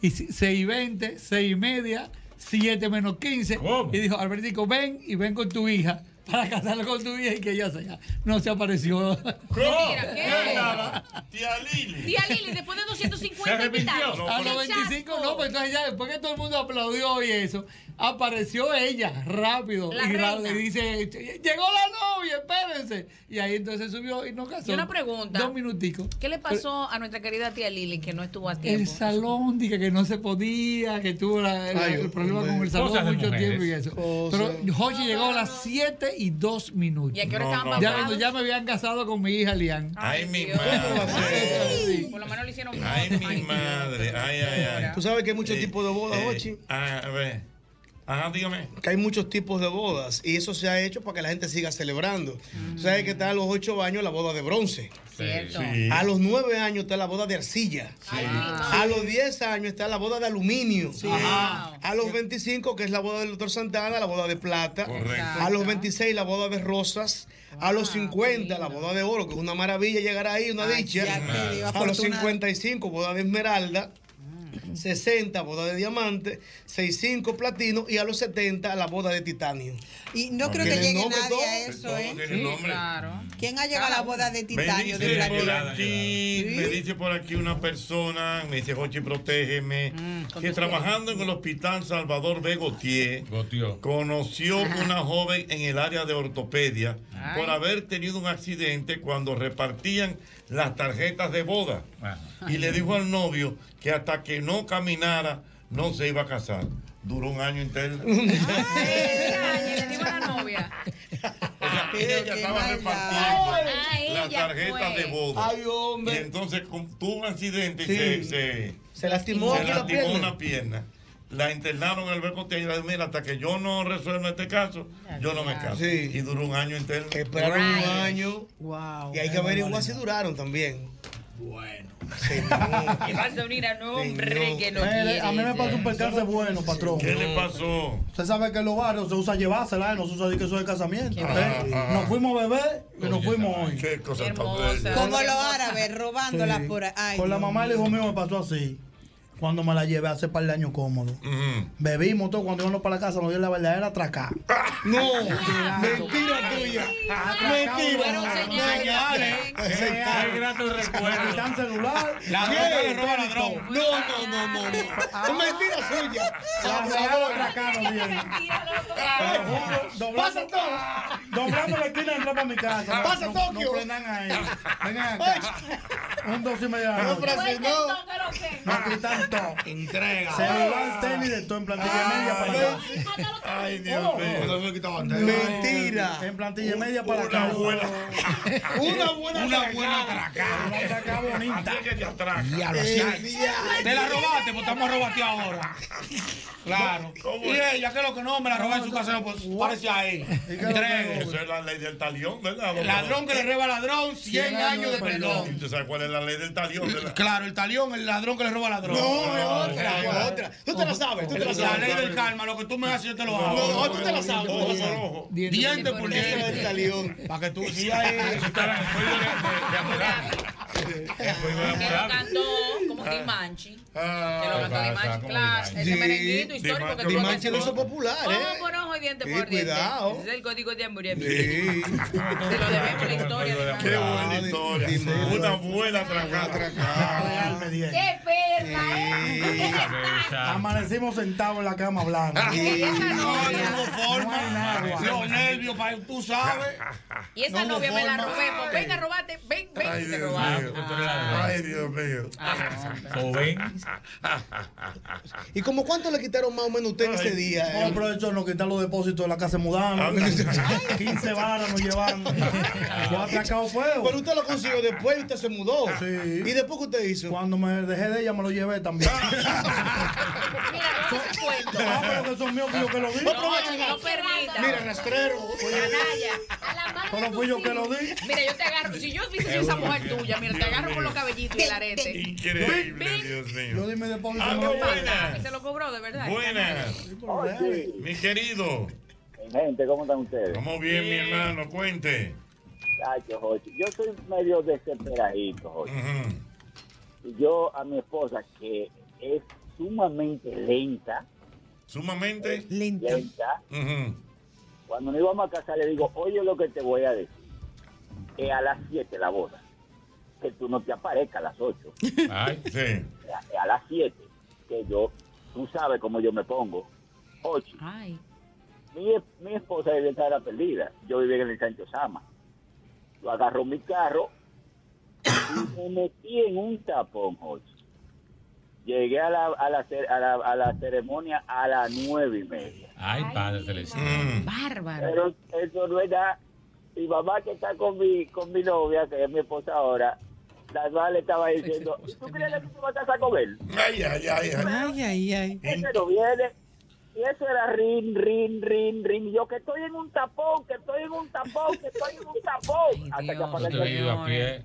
Speaker 20: Y 6 y 20, 6 y media, 7 menos 15. Y dijo, Albertico, ven y ven con tu hija para casarla con tu hija y que ella sea. No se apareció.
Speaker 6: Mentira, ¿qué?
Speaker 2: Tía Lili.
Speaker 6: Tía Lili, después de 250 invitados.
Speaker 20: A los
Speaker 6: Qué
Speaker 20: 25, no, pues entonces ya después que todo el mundo aplaudió y eso, apareció ella rápido
Speaker 6: La
Speaker 20: y ra-
Speaker 6: reina.
Speaker 20: y dice, llegó la novia, espérense. Y ahí entonces subió y no casó.
Speaker 6: Y una pregunta.
Speaker 20: Dos minuticos.
Speaker 6: ¿Qué le pasó a nuestra querida tía Lili que no estuvo a
Speaker 20: El
Speaker 6: tiempo?
Speaker 20: salón, dije que no se podía, que tuvo la- la- Ay, el problema hombre. con el salón Cosas de mucho mujeres. tiempo y eso. Pero Jochi llegó a las 7 y dos minutos.
Speaker 6: ¿Y a qué hora No, estaban Ah. no.
Speaker 20: Ya
Speaker 6: casados?
Speaker 20: cuando ya me habían casado con mi hija Lian.
Speaker 2: Ay, mi
Speaker 20: Dios.
Speaker 2: madre.
Speaker 6: Por lo menos lo hicieron
Speaker 2: Ay, mi madre. Ay, ay, ay.
Speaker 3: Tú sabes que hay muchos tipos de bodas,
Speaker 2: eh,
Speaker 3: Ochi.
Speaker 2: A ver. Ajá, dígame.
Speaker 3: Que hay muchos tipos de bodas y eso se ha hecho para que la gente siga celebrando.
Speaker 2: Mm.
Speaker 3: Tú sabes que está a los ocho años la boda de bronce.
Speaker 2: Cierto.
Speaker 3: A los nueve años está la boda de arcilla. A los 10 años está la boda de aluminio. Ajá. A los 25, que es la boda del doctor Santana, la boda de plata.
Speaker 2: Correcto. Ah,
Speaker 3: A los 26, la boda de rosas. A los 50, la boda de oro, que es una maravilla llegar ahí, una dicha.
Speaker 2: te digo,
Speaker 3: A los
Speaker 2: afortunado.
Speaker 3: 55, boda de esmeralda.
Speaker 2: Mm.
Speaker 3: 60, boda de diamante. 65, platino. Y a los 70, la boda de titanio.
Speaker 25: Y no creo que
Speaker 3: Tiene
Speaker 25: llegue
Speaker 3: nombre
Speaker 25: nadie a
Speaker 3: todo.
Speaker 25: eso, ¿eh?
Speaker 2: tiene Sí, nombre.
Speaker 25: Claro. ¿Quién ha llegado a la boda de
Speaker 2: Me
Speaker 25: titanio? de
Speaker 2: dice por
Speaker 25: platino?
Speaker 2: aquí, me dice por aquí una persona, me dice, Jochi, protégeme,
Speaker 10: Mm,
Speaker 2: que trabajando en el hospital Salvador B. Gautier, conoció
Speaker 10: Ajá.
Speaker 2: una joven en el área de ortopedia
Speaker 10: Ay.
Speaker 2: por haber tenido un accidente cuando repartían las tarjetas de boda. Y le dijo al novio que hasta que no caminara, no se iba a casar. Duró un año entero.
Speaker 6: le digo a la novia.
Speaker 2: ella estaba repartiendo
Speaker 6: Ah,
Speaker 2: las
Speaker 6: ella
Speaker 2: tarjetas
Speaker 6: fue.
Speaker 2: de boda.
Speaker 3: Ay, hombre.
Speaker 2: Y entonces con- tuvo un accidente y
Speaker 3: Sí.
Speaker 2: se, se,
Speaker 3: Se lastimó
Speaker 2: se
Speaker 3: aquí la
Speaker 2: lastimó
Speaker 3: pierna.
Speaker 2: una pierna. La internaron en el Becote y le dijo, mira, hasta que yo no resuelva este caso, yo no me caso. Y duró un año entero.
Speaker 3: Esperaron un año. Y hay que
Speaker 2: Ay,
Speaker 3: averiguar si duraron también.
Speaker 6: Y vas a unir a un hombre
Speaker 1: Señor.
Speaker 6: que no
Speaker 1: Eh,
Speaker 6: quiere.
Speaker 1: a mí me pasó un percance bueno, patrón.
Speaker 2: ¿Qué le pasó?
Speaker 1: Usted sabe que en los barrios se usa llevársela, eh, no se usa de que eso es casamiento.
Speaker 2: Ajá,
Speaker 1: Eh,
Speaker 2: ajá.
Speaker 1: Nos fuimos a beber y nos fuimos hoy.
Speaker 2: Qué cosa tan bella.
Speaker 25: Como los árabes robándola
Speaker 1: Sí.
Speaker 25: por ahí.
Speaker 1: Con la
Speaker 25: Dios
Speaker 1: mamá del
Speaker 25: mío.
Speaker 1: hijo mío me pasó así. Cuando me la llevé hace par de años cómodo. Bebimos todo. Cuando íbamos para la casa nos dio la verdadera traca.
Speaker 3: No,
Speaker 1: mentira tuya.
Speaker 3: Ah,
Speaker 23: Fueron señales.
Speaker 1: Qué
Speaker 10: grato recuerdo.
Speaker 1: Quitan celular.
Speaker 23: La
Speaker 1: ¿Qué?
Speaker 23: droga le roba la
Speaker 1: Todo.
Speaker 23: droga.
Speaker 3: No, no, no, no. Es mentira suya.
Speaker 1: La verdadera traca nos dieron. Te lo juro,
Speaker 3: Pasa
Speaker 1: Doblando,
Speaker 3: todo.
Speaker 1: doblando la esquina entró para mi casa.
Speaker 3: Pasa
Speaker 1: no,
Speaker 3: Tokio.
Speaker 1: No frenan ahí. Vengan acá. Un dos y media. de la
Speaker 23: No
Speaker 1: noche.
Speaker 23: fraccionó.
Speaker 1: Nos quitan todo.
Speaker 3: Entrega.
Speaker 1: Celular, tenis de todo en plantilla media para acá.
Speaker 2: Ay,
Speaker 1: Dios mío.
Speaker 3: Mentira.
Speaker 1: En plantilla media para acá. Una buena.
Speaker 3: Una buena
Speaker 1: Una buena traca. Una traca bonita. Eh,
Speaker 21: Diablo, así hay. Te la robaste, pues estamos robaste ahora. Claro.
Speaker 2: ¿Cómo
Speaker 21: Y
Speaker 2: es?
Speaker 21: ella, que lo que no, me la robé en su casa, no, pues parece ahí. Entregue.
Speaker 2: Esa es la ley del talión, ¿verdad? doctor?
Speaker 21: Ladrón que le roba al ladrón, 100 años de
Speaker 2: ¿Y
Speaker 21: perdón.
Speaker 2: ¿Usted sabe cuál es la ley del talión? ¿verdad?
Speaker 21: Claro, el talión, el ladrón que le roba al ladrón. Ah,
Speaker 2: No, es otra,
Speaker 21: Claro.
Speaker 2: es otra.
Speaker 3: Tú te la sabes, tú te la
Speaker 21: La
Speaker 3: sabes.
Speaker 21: ley del karma, lo que tú me haces, yo te lo hago.
Speaker 3: No, no, tú te la sabes, tú te la sabes.
Speaker 21: Ojo por ojo. Diente por diente. Para que tú sigas ahí.
Speaker 6: Lo cantó como Dimanchi.
Speaker 1: Ah.
Speaker 6: Que lo cantó Dimanchi. Claro, ese
Speaker 3: Sí.
Speaker 6: merenguito histórico que tuvo
Speaker 3: Dimanche lo hizo popular,
Speaker 6: Ojo
Speaker 3: ¿eh?
Speaker 6: por ojo y diente
Speaker 3: Sí,
Speaker 6: por diente.
Speaker 3: cuidado.
Speaker 6: Ese es el código de amor y amistad.
Speaker 3: Sí.
Speaker 6: Se lo debemos la historia.
Speaker 2: Qué buena historia. Una buena tracada.
Speaker 27: ¡Qué perra, eh!
Speaker 1: Amanecimos sentados en la cama hablando.
Speaker 21: Y esa
Speaker 1: No,
Speaker 21: novia.
Speaker 1: no hubo forma. No hay nada.
Speaker 21: Los nervios, pa- tú sabes.
Speaker 6: Y
Speaker 21: No
Speaker 6: esa
Speaker 21: hubo
Speaker 6: novia me la
Speaker 21: forma.
Speaker 6: robé. Pues ven a robarte. Ven, ven.
Speaker 2: Ay,
Speaker 6: y te
Speaker 2: Dios
Speaker 6: robaron.
Speaker 2: mío. Ay, Dios mío.
Speaker 6: Ah,
Speaker 10: Joven.
Speaker 3: ¿Y como cuánto le quitaron más o menos usted en ese día?
Speaker 1: No,
Speaker 3: eh? Ah,
Speaker 1: pero eso nos quitan los depósitos de la casa mudana. 15 varas nos llevaron. Fue atracado fuego.
Speaker 3: Pero usted lo consiguió después y usted se mudó. ¿Y después qué usted hizo?
Speaker 1: Cuando me dejé de ella me lo llevé también. Ah, pero que son míos, que yo que lo di.
Speaker 3: No, no, no
Speaker 6: permita.
Speaker 3: Mira, rastrero.
Speaker 1: Pero fui yo que lo di.
Speaker 6: Mira, yo te agarro. Si yo hubiese sido esa mujer tuya, mira, te agarro por los cabellitos y el arete.
Speaker 2: Increíble, Dios mío.
Speaker 1: Yo dime depósito.
Speaker 2: Ah,
Speaker 1: me
Speaker 2: qué
Speaker 1: lo llevé.
Speaker 2: buena.
Speaker 6: Se lo cobró, de verdad.
Speaker 2: Buenas. Mi querido.
Speaker 30: Gente, ¿cómo están ustedes?
Speaker 2: Estamos bien, mi hermano. Cuente.
Speaker 30: Chacho, Jochi, yo soy medio desesperadito, Jochi. Y Yo a mi esposa, que es sumamente lenta.
Speaker 2: ¿Sumamente?
Speaker 30: Lenta. Cuando nos íbamos a casar, le digo, oye lo que te voy a decir. Es a las 7 la boda. Que tú no te aparezcas a las 8.
Speaker 2: Ay, sí.
Speaker 30: a las 7. Que yo, tú sabes cómo yo me pongo. Ocho. Mi, mi esposa vivía en Cara Perdida. Yo vivía en el Sancho Sama. Yo agarró mi carro y me metí en un tapón, Ocho. Llegué a la, a la, cer- a la, a la ceremonia a las nueve y media.
Speaker 13: Ay, padre celestial.
Speaker 21: Mm.
Speaker 13: Bárbaro.
Speaker 30: Pero eso no es nada. Mi mamá que está con mi, con mi novia, que es mi esposa ahora, la mamá le estaba diciendo, ¿Y tú crees que tú te vas a casar con él?
Speaker 2: Ay, ay, ay, ay.
Speaker 30: Ay, ay, ay. Ese no viene. Y eso era rin, rin, rin, rin. Y Yo que estoy en un tapón, que estoy en un tapón, que estoy en un tapón. Hasta que
Speaker 13: Yo te he
Speaker 30: aparece
Speaker 13: ido a pie.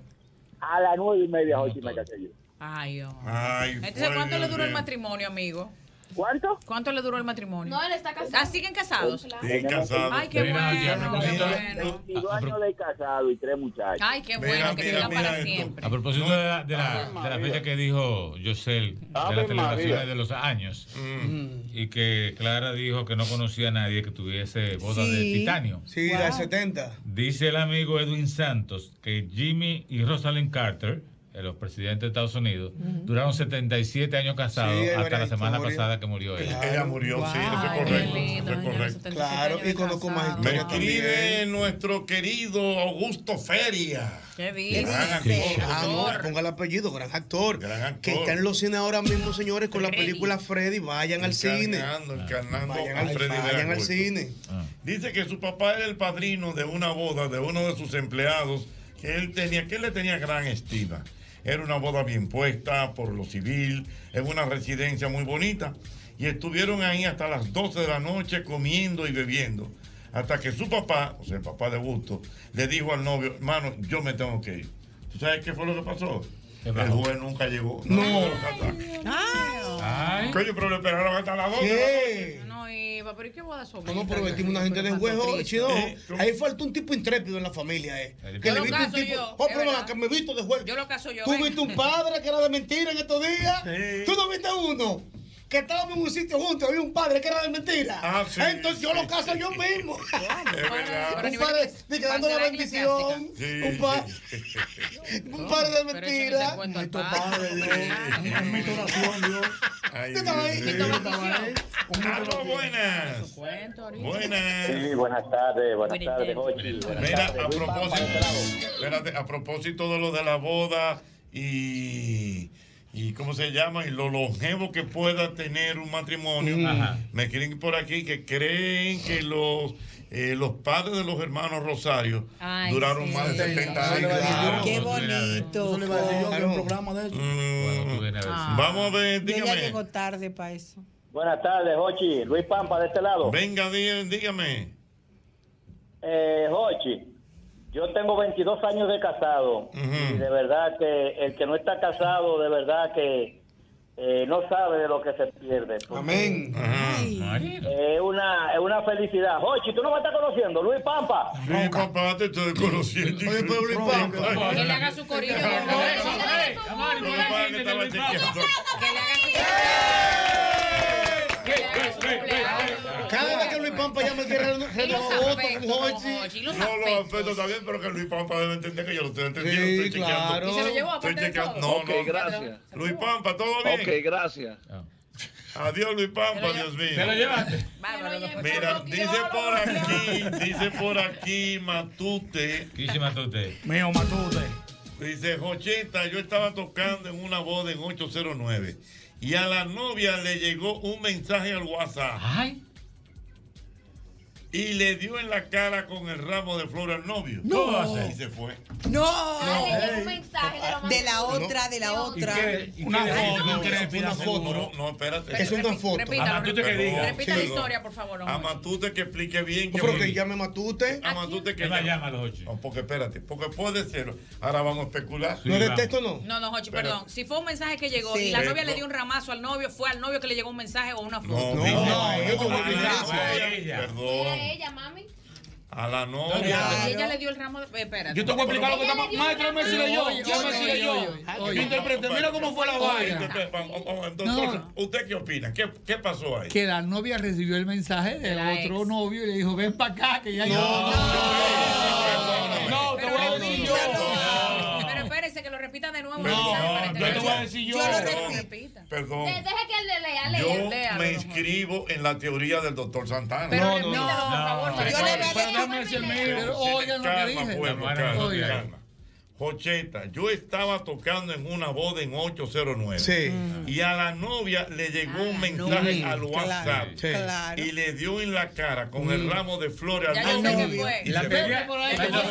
Speaker 30: a las nueve y media, ocho y me casé yo.
Speaker 6: Ay, Dios.
Speaker 2: Ay,
Speaker 6: Entonces,
Speaker 30: fue
Speaker 6: ¿cuánto le
Speaker 30: Dios
Speaker 6: duró el
Speaker 30: mío.
Speaker 6: matrimonio, amigo?
Speaker 30: ¿Cuánto?
Speaker 6: ¿Cuánto le duró el matrimonio?
Speaker 27: No, él está casado.
Speaker 6: Ah, siguen casados.
Speaker 2: Siguen casados.
Speaker 6: Ay, qué
Speaker 2: Mira, ya me
Speaker 6: bueno. qué
Speaker 2: pusiste- Ah,
Speaker 6: bueno.
Speaker 30: 22 años de casado y tres muchachos.
Speaker 6: Ay, qué bueno, que siga para siempre.
Speaker 13: A propósito de la, de la, de la fecha que dijo Yosel, de
Speaker 18: Ave
Speaker 13: las celebraciones
Speaker 18: María.
Speaker 13: de los años,
Speaker 2: Mm.
Speaker 13: y que Clara dijo que no conocía a nadie que tuviese boda de titanio.
Speaker 3: Sí, la de 70.
Speaker 13: Dice el amigo Edwin Santos que Jimmy y Rosalind Carter, eh, los presidentes de Estados Unidos, duraron 77 años casados
Speaker 3: Sí,
Speaker 13: hasta la
Speaker 3: Lorenzo
Speaker 13: semana
Speaker 3: murió.
Speaker 13: pasada que murió ella.
Speaker 2: Ella murió, sí, eso es correcto. eso es correcto.
Speaker 3: Claro, y conozco más
Speaker 2: Me
Speaker 3: historias
Speaker 2: escribe nuestro querido Augusto Feria.
Speaker 6: ¿Qué
Speaker 2: dice?
Speaker 3: Sí.
Speaker 2: Gran
Speaker 3: Ah, no,
Speaker 2: actor.
Speaker 3: ponga el apellido, gran actor. Que está en los cines ahora mismo, señores, con la película Freddy. Vayan al cine.
Speaker 2: Encarnando, encarnando
Speaker 3: Vayan
Speaker 2: a
Speaker 3: al-
Speaker 2: Ah. Freddy Ah. de la
Speaker 3: vayan al
Speaker 2: Corte.
Speaker 3: cine.
Speaker 2: Dice que su papá era el padrino de una boda de uno de sus empleados que él tenía, que él le tenía gran estima. Era una boda bien puesta por lo civil, en una residencia muy bonita. Y estuvieron ahí hasta las 12 de la noche comiendo y bebiendo. Hasta que su papá, o sea, el papá de Gusto, le dijo al novio, hermano, yo me tengo que ir. ¿Tú sabes qué fue lo que pasó? El juez nunca llegó. No. Ah, Coño, pero le esperaron hasta las 12.
Speaker 3: ¿Qué?
Speaker 6: No iba, pero ¿y qué boda su
Speaker 3: No, pero vestimos una gente de huejo, chido. Ahí falta un tipo intrépido en la familia, eh. Que
Speaker 6: Yo
Speaker 3: le
Speaker 6: lo
Speaker 3: viste un
Speaker 6: caso
Speaker 3: tipo.
Speaker 6: yo,
Speaker 3: Oh,
Speaker 6: es
Speaker 3: pero
Speaker 6: verdad.
Speaker 3: acá me he visto de huevo.
Speaker 6: Yo lo caso yo.
Speaker 3: Tú
Speaker 6: ven.
Speaker 3: viste un padre que era de mentira en estos días. Tú no viste uno. Que estábamos en un sitio juntos, había un padre que era de mentira. Entonces yo lo caso yo mismo. un padre de que dando la
Speaker 23: Parcelaria
Speaker 3: bendición. un, pa- un padre de
Speaker 23: Pero échame
Speaker 3: mentira.
Speaker 23: ese cuento al
Speaker 3: Nuestro
Speaker 23: padre.
Speaker 3: padre, Dios. Nuestra oración, Dios.
Speaker 2: Ay,
Speaker 3: Tú estabas ahí.
Speaker 2: Dios mío. Carlos, buenas. Buenas.
Speaker 30: Sí, buenas tardes, buenas tardes, Jochi. Buenas
Speaker 2: Mira,
Speaker 30: tardes.
Speaker 2: a propósito, espérate, a propósito de lo de la boda y, y cómo se llama y lo longevo que pueda tener un matrimonio,
Speaker 13: Mm. Ajá.
Speaker 2: me quieren por aquí que creen que los eh, los padres de los hermanos Rosario
Speaker 23: Ay,
Speaker 2: duraron
Speaker 23: sí.
Speaker 2: más de 70 años.
Speaker 25: Qué
Speaker 2: bonito.
Speaker 25: bonito.
Speaker 3: programa de
Speaker 25: Ah.
Speaker 2: Vamos a ver,
Speaker 25: Yo ya
Speaker 2: dígame.
Speaker 25: llego tarde para eso.
Speaker 30: Buenas tardes, Jochi. Luis Pampa, de este lado.
Speaker 2: Venga, dí- dígame.
Speaker 30: Eh, Jochi, yo tengo 22 años de casado y de verdad que el que no está casado, de verdad que eh, no sabe de lo que se pierde. Amén. Es una, es una felicidad. Jochi, tú no me estás conociendo, Luis Pampa.
Speaker 2: Luis Pampa, te estoy conociendo. Oye, pero Luis Pampa.
Speaker 6: Que le haga su corillo.
Speaker 2: ¡Eh!
Speaker 3: Cada vez que Luis Pampa llama el guerrero, renova voto con Jochi.
Speaker 2: No lo afecto está bien, pero que Luis Pampa debe entender que yo lo estoy entendiendo. estoy chequeando.
Speaker 3: claro. ¿Y se lo llevó aparte
Speaker 2: Estoy
Speaker 3: de
Speaker 2: chequeando.
Speaker 3: todo?
Speaker 2: No,
Speaker 3: Ok,
Speaker 2: no.
Speaker 3: gracias.
Speaker 2: Luis Pampa, ¿todo bien?
Speaker 18: Ok,
Speaker 2: gracias. Adiós, Luis Pampa, Dios mío.
Speaker 18: ¿Te lo llevaste?
Speaker 2: Mira, dice por aquí, dice por aquí Matute.
Speaker 13: ¿Qué dice Matute?
Speaker 2: Mío, Matute. Dice, Jocheta, yo estaba tocando en una boda en 809 y a la novia le llegó un mensaje al WhatsApp. Y le dio en la cara con el ramo de flor al novio.
Speaker 25: No.
Speaker 2: ¿Cómo hace? Y se fue.
Speaker 25: No.
Speaker 2: No.
Speaker 25: Ey. de la otra, de la otra.
Speaker 2: Una foto,
Speaker 25: no,
Speaker 2: una foto. No, no, espérate.
Speaker 3: Es una foto. A
Speaker 2: Repita,
Speaker 3: Ah, Matute que diga. Repita la
Speaker 6: historia, por favor,
Speaker 2: A Matute que explique bien.
Speaker 3: No, pero que llame Matute.
Speaker 2: A Matute que llama a los ocho. No, porque espérate, porque puede ser. Ahora vamos a especular.
Speaker 3: ¿No es de texto, no?
Speaker 6: No, no, Jochi,
Speaker 2: Pero-
Speaker 6: perdón. Si fue un mensaje que llegó
Speaker 2: Sí.
Speaker 6: y la
Speaker 2: Pero-
Speaker 6: novia le dio un ramazo al novio, fue al novio que le llegó un mensaje o una
Speaker 2: No,
Speaker 6: foto.
Speaker 2: no,
Speaker 3: yo te voy a
Speaker 2: a
Speaker 3: explicar.
Speaker 2: la novia,
Speaker 6: Era
Speaker 2: Perdón.
Speaker 6: ella, mami.
Speaker 2: A la
Speaker 6: Y
Speaker 2: novia.
Speaker 6: ella le dio el ramo de. eh, Espérate.
Speaker 2: Yo te voy a explicar lo que está-
Speaker 6: Ella le dio el
Speaker 2: Maestro,
Speaker 6: ramo-
Speaker 2: me sigue yo, yo me sigue yo.
Speaker 6: Oye.
Speaker 2: Interprete, mira cómo fue la
Speaker 20: Oye,
Speaker 2: vaina.
Speaker 20: entonces,
Speaker 2: Doctor, ¿usted qué opina? ¿Qué, qué pasó ahí?
Speaker 20: Que la novia recibió el mensaje del
Speaker 2: la
Speaker 20: otro novio y le dijo, ven para acá, que ya
Speaker 2: No,
Speaker 20: no,
Speaker 2: te voy a decir yo.
Speaker 6: Pero espérese que lo repita de nuevo.
Speaker 2: yo te voy a decir yo. Perdón.
Speaker 27: De- Deja que él le lea, lea.
Speaker 2: Yo me inscribo en la teoría del doctor Santana.
Speaker 27: Pero
Speaker 2: no,
Speaker 27: repítelo,
Speaker 2: no,
Speaker 27: por favor,
Speaker 2: no.
Speaker 27: Yo le voy a
Speaker 2: Pero
Speaker 27: leer.
Speaker 2: déjame decir, mira,
Speaker 20: Pero oigan lo que
Speaker 2: calma,
Speaker 20: dije.
Speaker 2: pueblo,
Speaker 20: Oigan.
Speaker 2: calma, calma. Jocheta, yo estaba tocando en una boda en 809.
Speaker 7: Sí.
Speaker 2: Y a la novia le llegó un mensaje
Speaker 7: novia,
Speaker 2: al
Speaker 7: claro,
Speaker 2: WhatsApp.
Speaker 7: sí. claro.
Speaker 2: Y le dio en la cara con el
Speaker 7: Mm.
Speaker 2: ramo de flores al
Speaker 27: Ya yo sé
Speaker 2: novio.
Speaker 27: qué fue.
Speaker 2: Y
Speaker 13: La
Speaker 2: se
Speaker 13: pelea-
Speaker 2: fue.
Speaker 13: por ahí, la pelea- la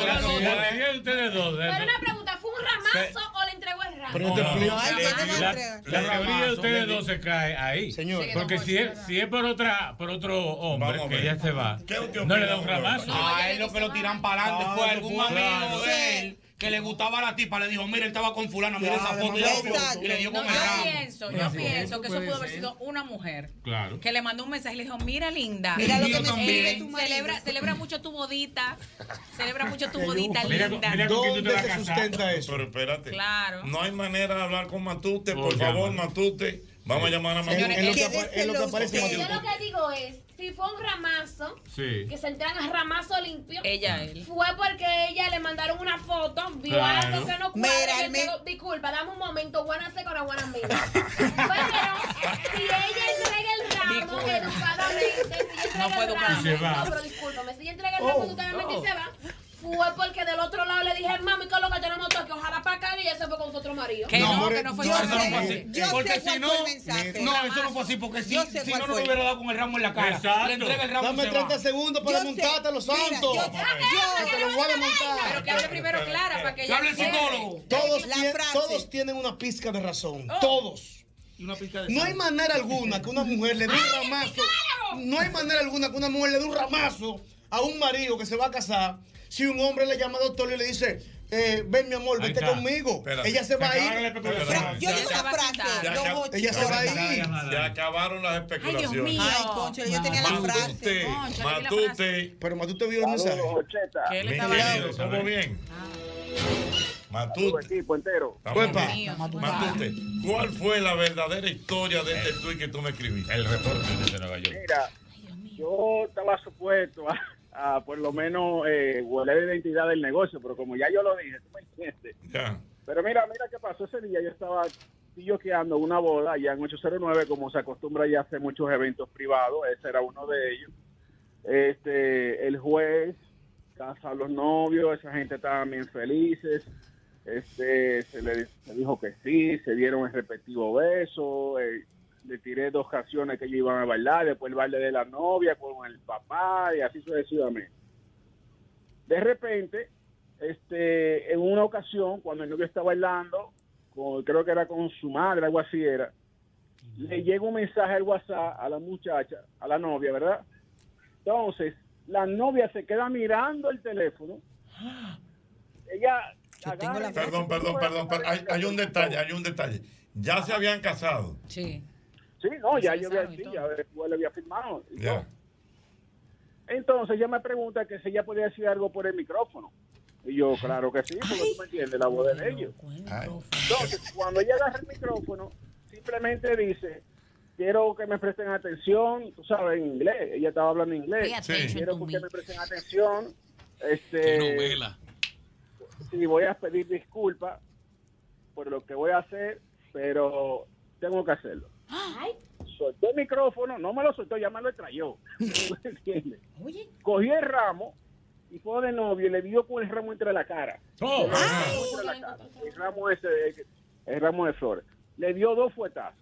Speaker 13: pelea de ustedes dos, ¿eh?
Speaker 27: Pero una pregunta, ¿fue un ramazo o le entregó el ramo?
Speaker 13: No,
Speaker 1: este
Speaker 13: no, no. La, la
Speaker 27: La-
Speaker 13: teoría de
Speaker 21: Son
Speaker 13: ustedes
Speaker 21: de-
Speaker 13: dos se cae ahí.
Speaker 21: Señor.
Speaker 13: Porque si es, si es por otra, por otro hombre que ya se va, no le da un ramazo.
Speaker 21: A él lo que lo tiran para adelante
Speaker 13: Claro,
Speaker 21: fue algún
Speaker 13: claro.
Speaker 21: amigo de él que le gustaba la tipa. Le dijo, mira, él estaba con fulano, mira esa
Speaker 13: Claro,
Speaker 21: foto.
Speaker 13: mamá.
Speaker 21: y la- Y le dio con
Speaker 6: No,
Speaker 21: el
Speaker 6: yo
Speaker 21: ramo.
Speaker 6: pienso,
Speaker 21: Una
Speaker 6: yo
Speaker 21: foto.
Speaker 6: pienso que eso
Speaker 21: Puede
Speaker 6: pudo haber
Speaker 21: ser.
Speaker 6: sido una mujer.
Speaker 21: Claro.
Speaker 6: Que le mandó un mensaje y le dijo, mira linda.
Speaker 21: Mira lo que
Speaker 6: eh,
Speaker 21: me escribe tu marido.
Speaker 6: celebra, celebra mucho tu bodita. Celebra mucho tu
Speaker 2: Qué
Speaker 6: bodita
Speaker 2: yuca.
Speaker 6: linda.
Speaker 2: eso? Pero espérate.
Speaker 6: Claro.
Speaker 2: No hay manera de hablar con Matute. Por favor, Matute. Vamos a llamar a Matute.
Speaker 27: Señores,
Speaker 2: Es lo que
Speaker 27: quédese
Speaker 2: apa- es lo que aparece en
Speaker 27: Yo lo
Speaker 2: Matute.
Speaker 27: que digo es, si fue un ramazo,
Speaker 2: Sí.
Speaker 27: que se entran a ramazo limpio,
Speaker 6: Ella, él.
Speaker 27: fue porque ella le mandaron una foto, vio
Speaker 6: Claro.
Speaker 27: algo que no
Speaker 6: Mira,
Speaker 27: cuadra, y
Speaker 6: el me-
Speaker 27: le dijo, disculpa, dame un momento, buena se con la buena amiga. Pero si ella entrega el ramo
Speaker 6: Disculpa.
Speaker 27: educadamente, si ella
Speaker 6: No
Speaker 27: entrega
Speaker 6: fue
Speaker 27: el
Speaker 6: educada.
Speaker 27: ramo,
Speaker 6: Y se va.
Speaker 27: no, pero discúlpame, si ella entrega el
Speaker 6: Oh,
Speaker 27: ramo educadamente
Speaker 6: oh.
Speaker 27: y se va, fue porque del otro lado le dije, mami, que lo que tenemos toque, ojalá para acá, y ella se fue con su otro marido.
Speaker 21: yo sé- yo sé Porque si
Speaker 27: cuál
Speaker 21: no,
Speaker 27: fue el mensaje.
Speaker 21: no, eso no fue así. Porque si,
Speaker 27: Yo sé
Speaker 21: si
Speaker 27: cuál
Speaker 21: no, no
Speaker 27: fue.
Speaker 21: le hubiera dado con el ramo en la cara.
Speaker 3: Exacto.
Speaker 21: Le entrega el ramo.
Speaker 3: Dame
Speaker 21: y se
Speaker 3: 30
Speaker 21: va.
Speaker 3: segundos para
Speaker 21: Yo sé-
Speaker 3: montarte, los
Speaker 21: Mira,
Speaker 3: santos.
Speaker 21: yo-
Speaker 27: yo-
Speaker 3: te lo voy a montar.
Speaker 27: Pero que hable primero Clara, para que
Speaker 3: yo
Speaker 27: ella hable el entienda. psicólogo.
Speaker 3: Todos,
Speaker 27: La
Speaker 3: tien-
Speaker 27: frase.
Speaker 3: todos tienen una pizca de razón. Todos. No hay manera alguna que una mujer le dé un ramazo. No hay manera alguna que una mujer le dé un ramazo a un marido que se va a casar si un hombre le llama doctor y le dice, eh, ven mi amor,
Speaker 13: Ahí
Speaker 3: vete
Speaker 13: está.
Speaker 3: conmigo.
Speaker 13: Espérate.
Speaker 3: Ella se va a
Speaker 13: acabaron
Speaker 3: ir.
Speaker 13: las especulaciones.
Speaker 3: Yo digo
Speaker 13: Ya-
Speaker 3: una frase,
Speaker 13: ya
Speaker 3: don
Speaker 13: acab-
Speaker 3: Jochi. Ella se va a ir.
Speaker 2: Se acabaron las especulaciones.
Speaker 3: Ay, Dios mío. Ay,
Speaker 25: concho, yo tenía la frase. Concho, yo tenía la frase.
Speaker 2: Matute.
Speaker 3: Pero Matute vio el mensaje.
Speaker 2: ¿Qué
Speaker 25: él
Speaker 2: le
Speaker 25: estaba
Speaker 2: estaba
Speaker 25: hablando.
Speaker 2: ¿Cómo bien? Matute.
Speaker 3: Uepa.
Speaker 2: Estamos bien. Matute, ¿cuál fue la verdadera historia de este tweet que tú me escribiste? El reporte de Nueva York.
Speaker 11: Mira, yo estaba supuesto a, a por lo menos eh, guardar la identidad del negocio, pero como ya yo lo dije, tú me entiendes.
Speaker 2: Ya.
Speaker 11: Pero mira, mira qué pasó ese día. Yo estaba pilloqueando una boda allá en 809, como se acostumbra ya hacer muchos eventos privados. Ese era uno de ellos. Este, el juez casa a los novios, esa gente estaban bien felices. Este, se le se dijo que sí, se dieron el respectivo beso. eh, le tiré dos canciones que ellos iban a bailar, después el baile de la novia con el papá y así sucesivamente. De repente, este, en una ocasión, cuando el novio está bailando, con- creo que era con su madre, algo así era, le llega un mensaje al WhatsApp a la muchacha, a la novia, ¿verdad? Entonces, la novia se queda mirando el teléfono. Ella... agarra-
Speaker 2: Perdón, perdón, perdón. per- Hay, hay un detalle, hay un detalle. Ya se habían casado.
Speaker 11: Sí. Sí, no, ya yo había, sí, ya yo le había firmado.
Speaker 2: Ya.
Speaker 11: Entonces ella me pregunta que si ella podía decir algo por el micrófono. Y yo, claro que sí, porque tú me entiendes, la voz de ellos. Entonces, cuando ella agarra el micrófono, simplemente dice, quiero que me presten atención, tú sabes, en inglés, ella estaba hablando inglés,
Speaker 23: Pay attention
Speaker 11: quiero
Speaker 23: to
Speaker 11: que
Speaker 23: me.
Speaker 11: me presten atención, este, sí, voy a pedir disculpas por lo que voy a hacer, pero tengo que hacerlo. Soltó el micrófono, no me lo soltó, ya me lo extrayó. ¿Tú me entiendes? Cogió el ramo y fue de novio y le dio con el ramo entre la cara. Ah.
Speaker 13: Oh.
Speaker 11: Le dio con el ramo entre la cara. El ramo ese, el- el ramo de flores. Le dio dos fuetazos.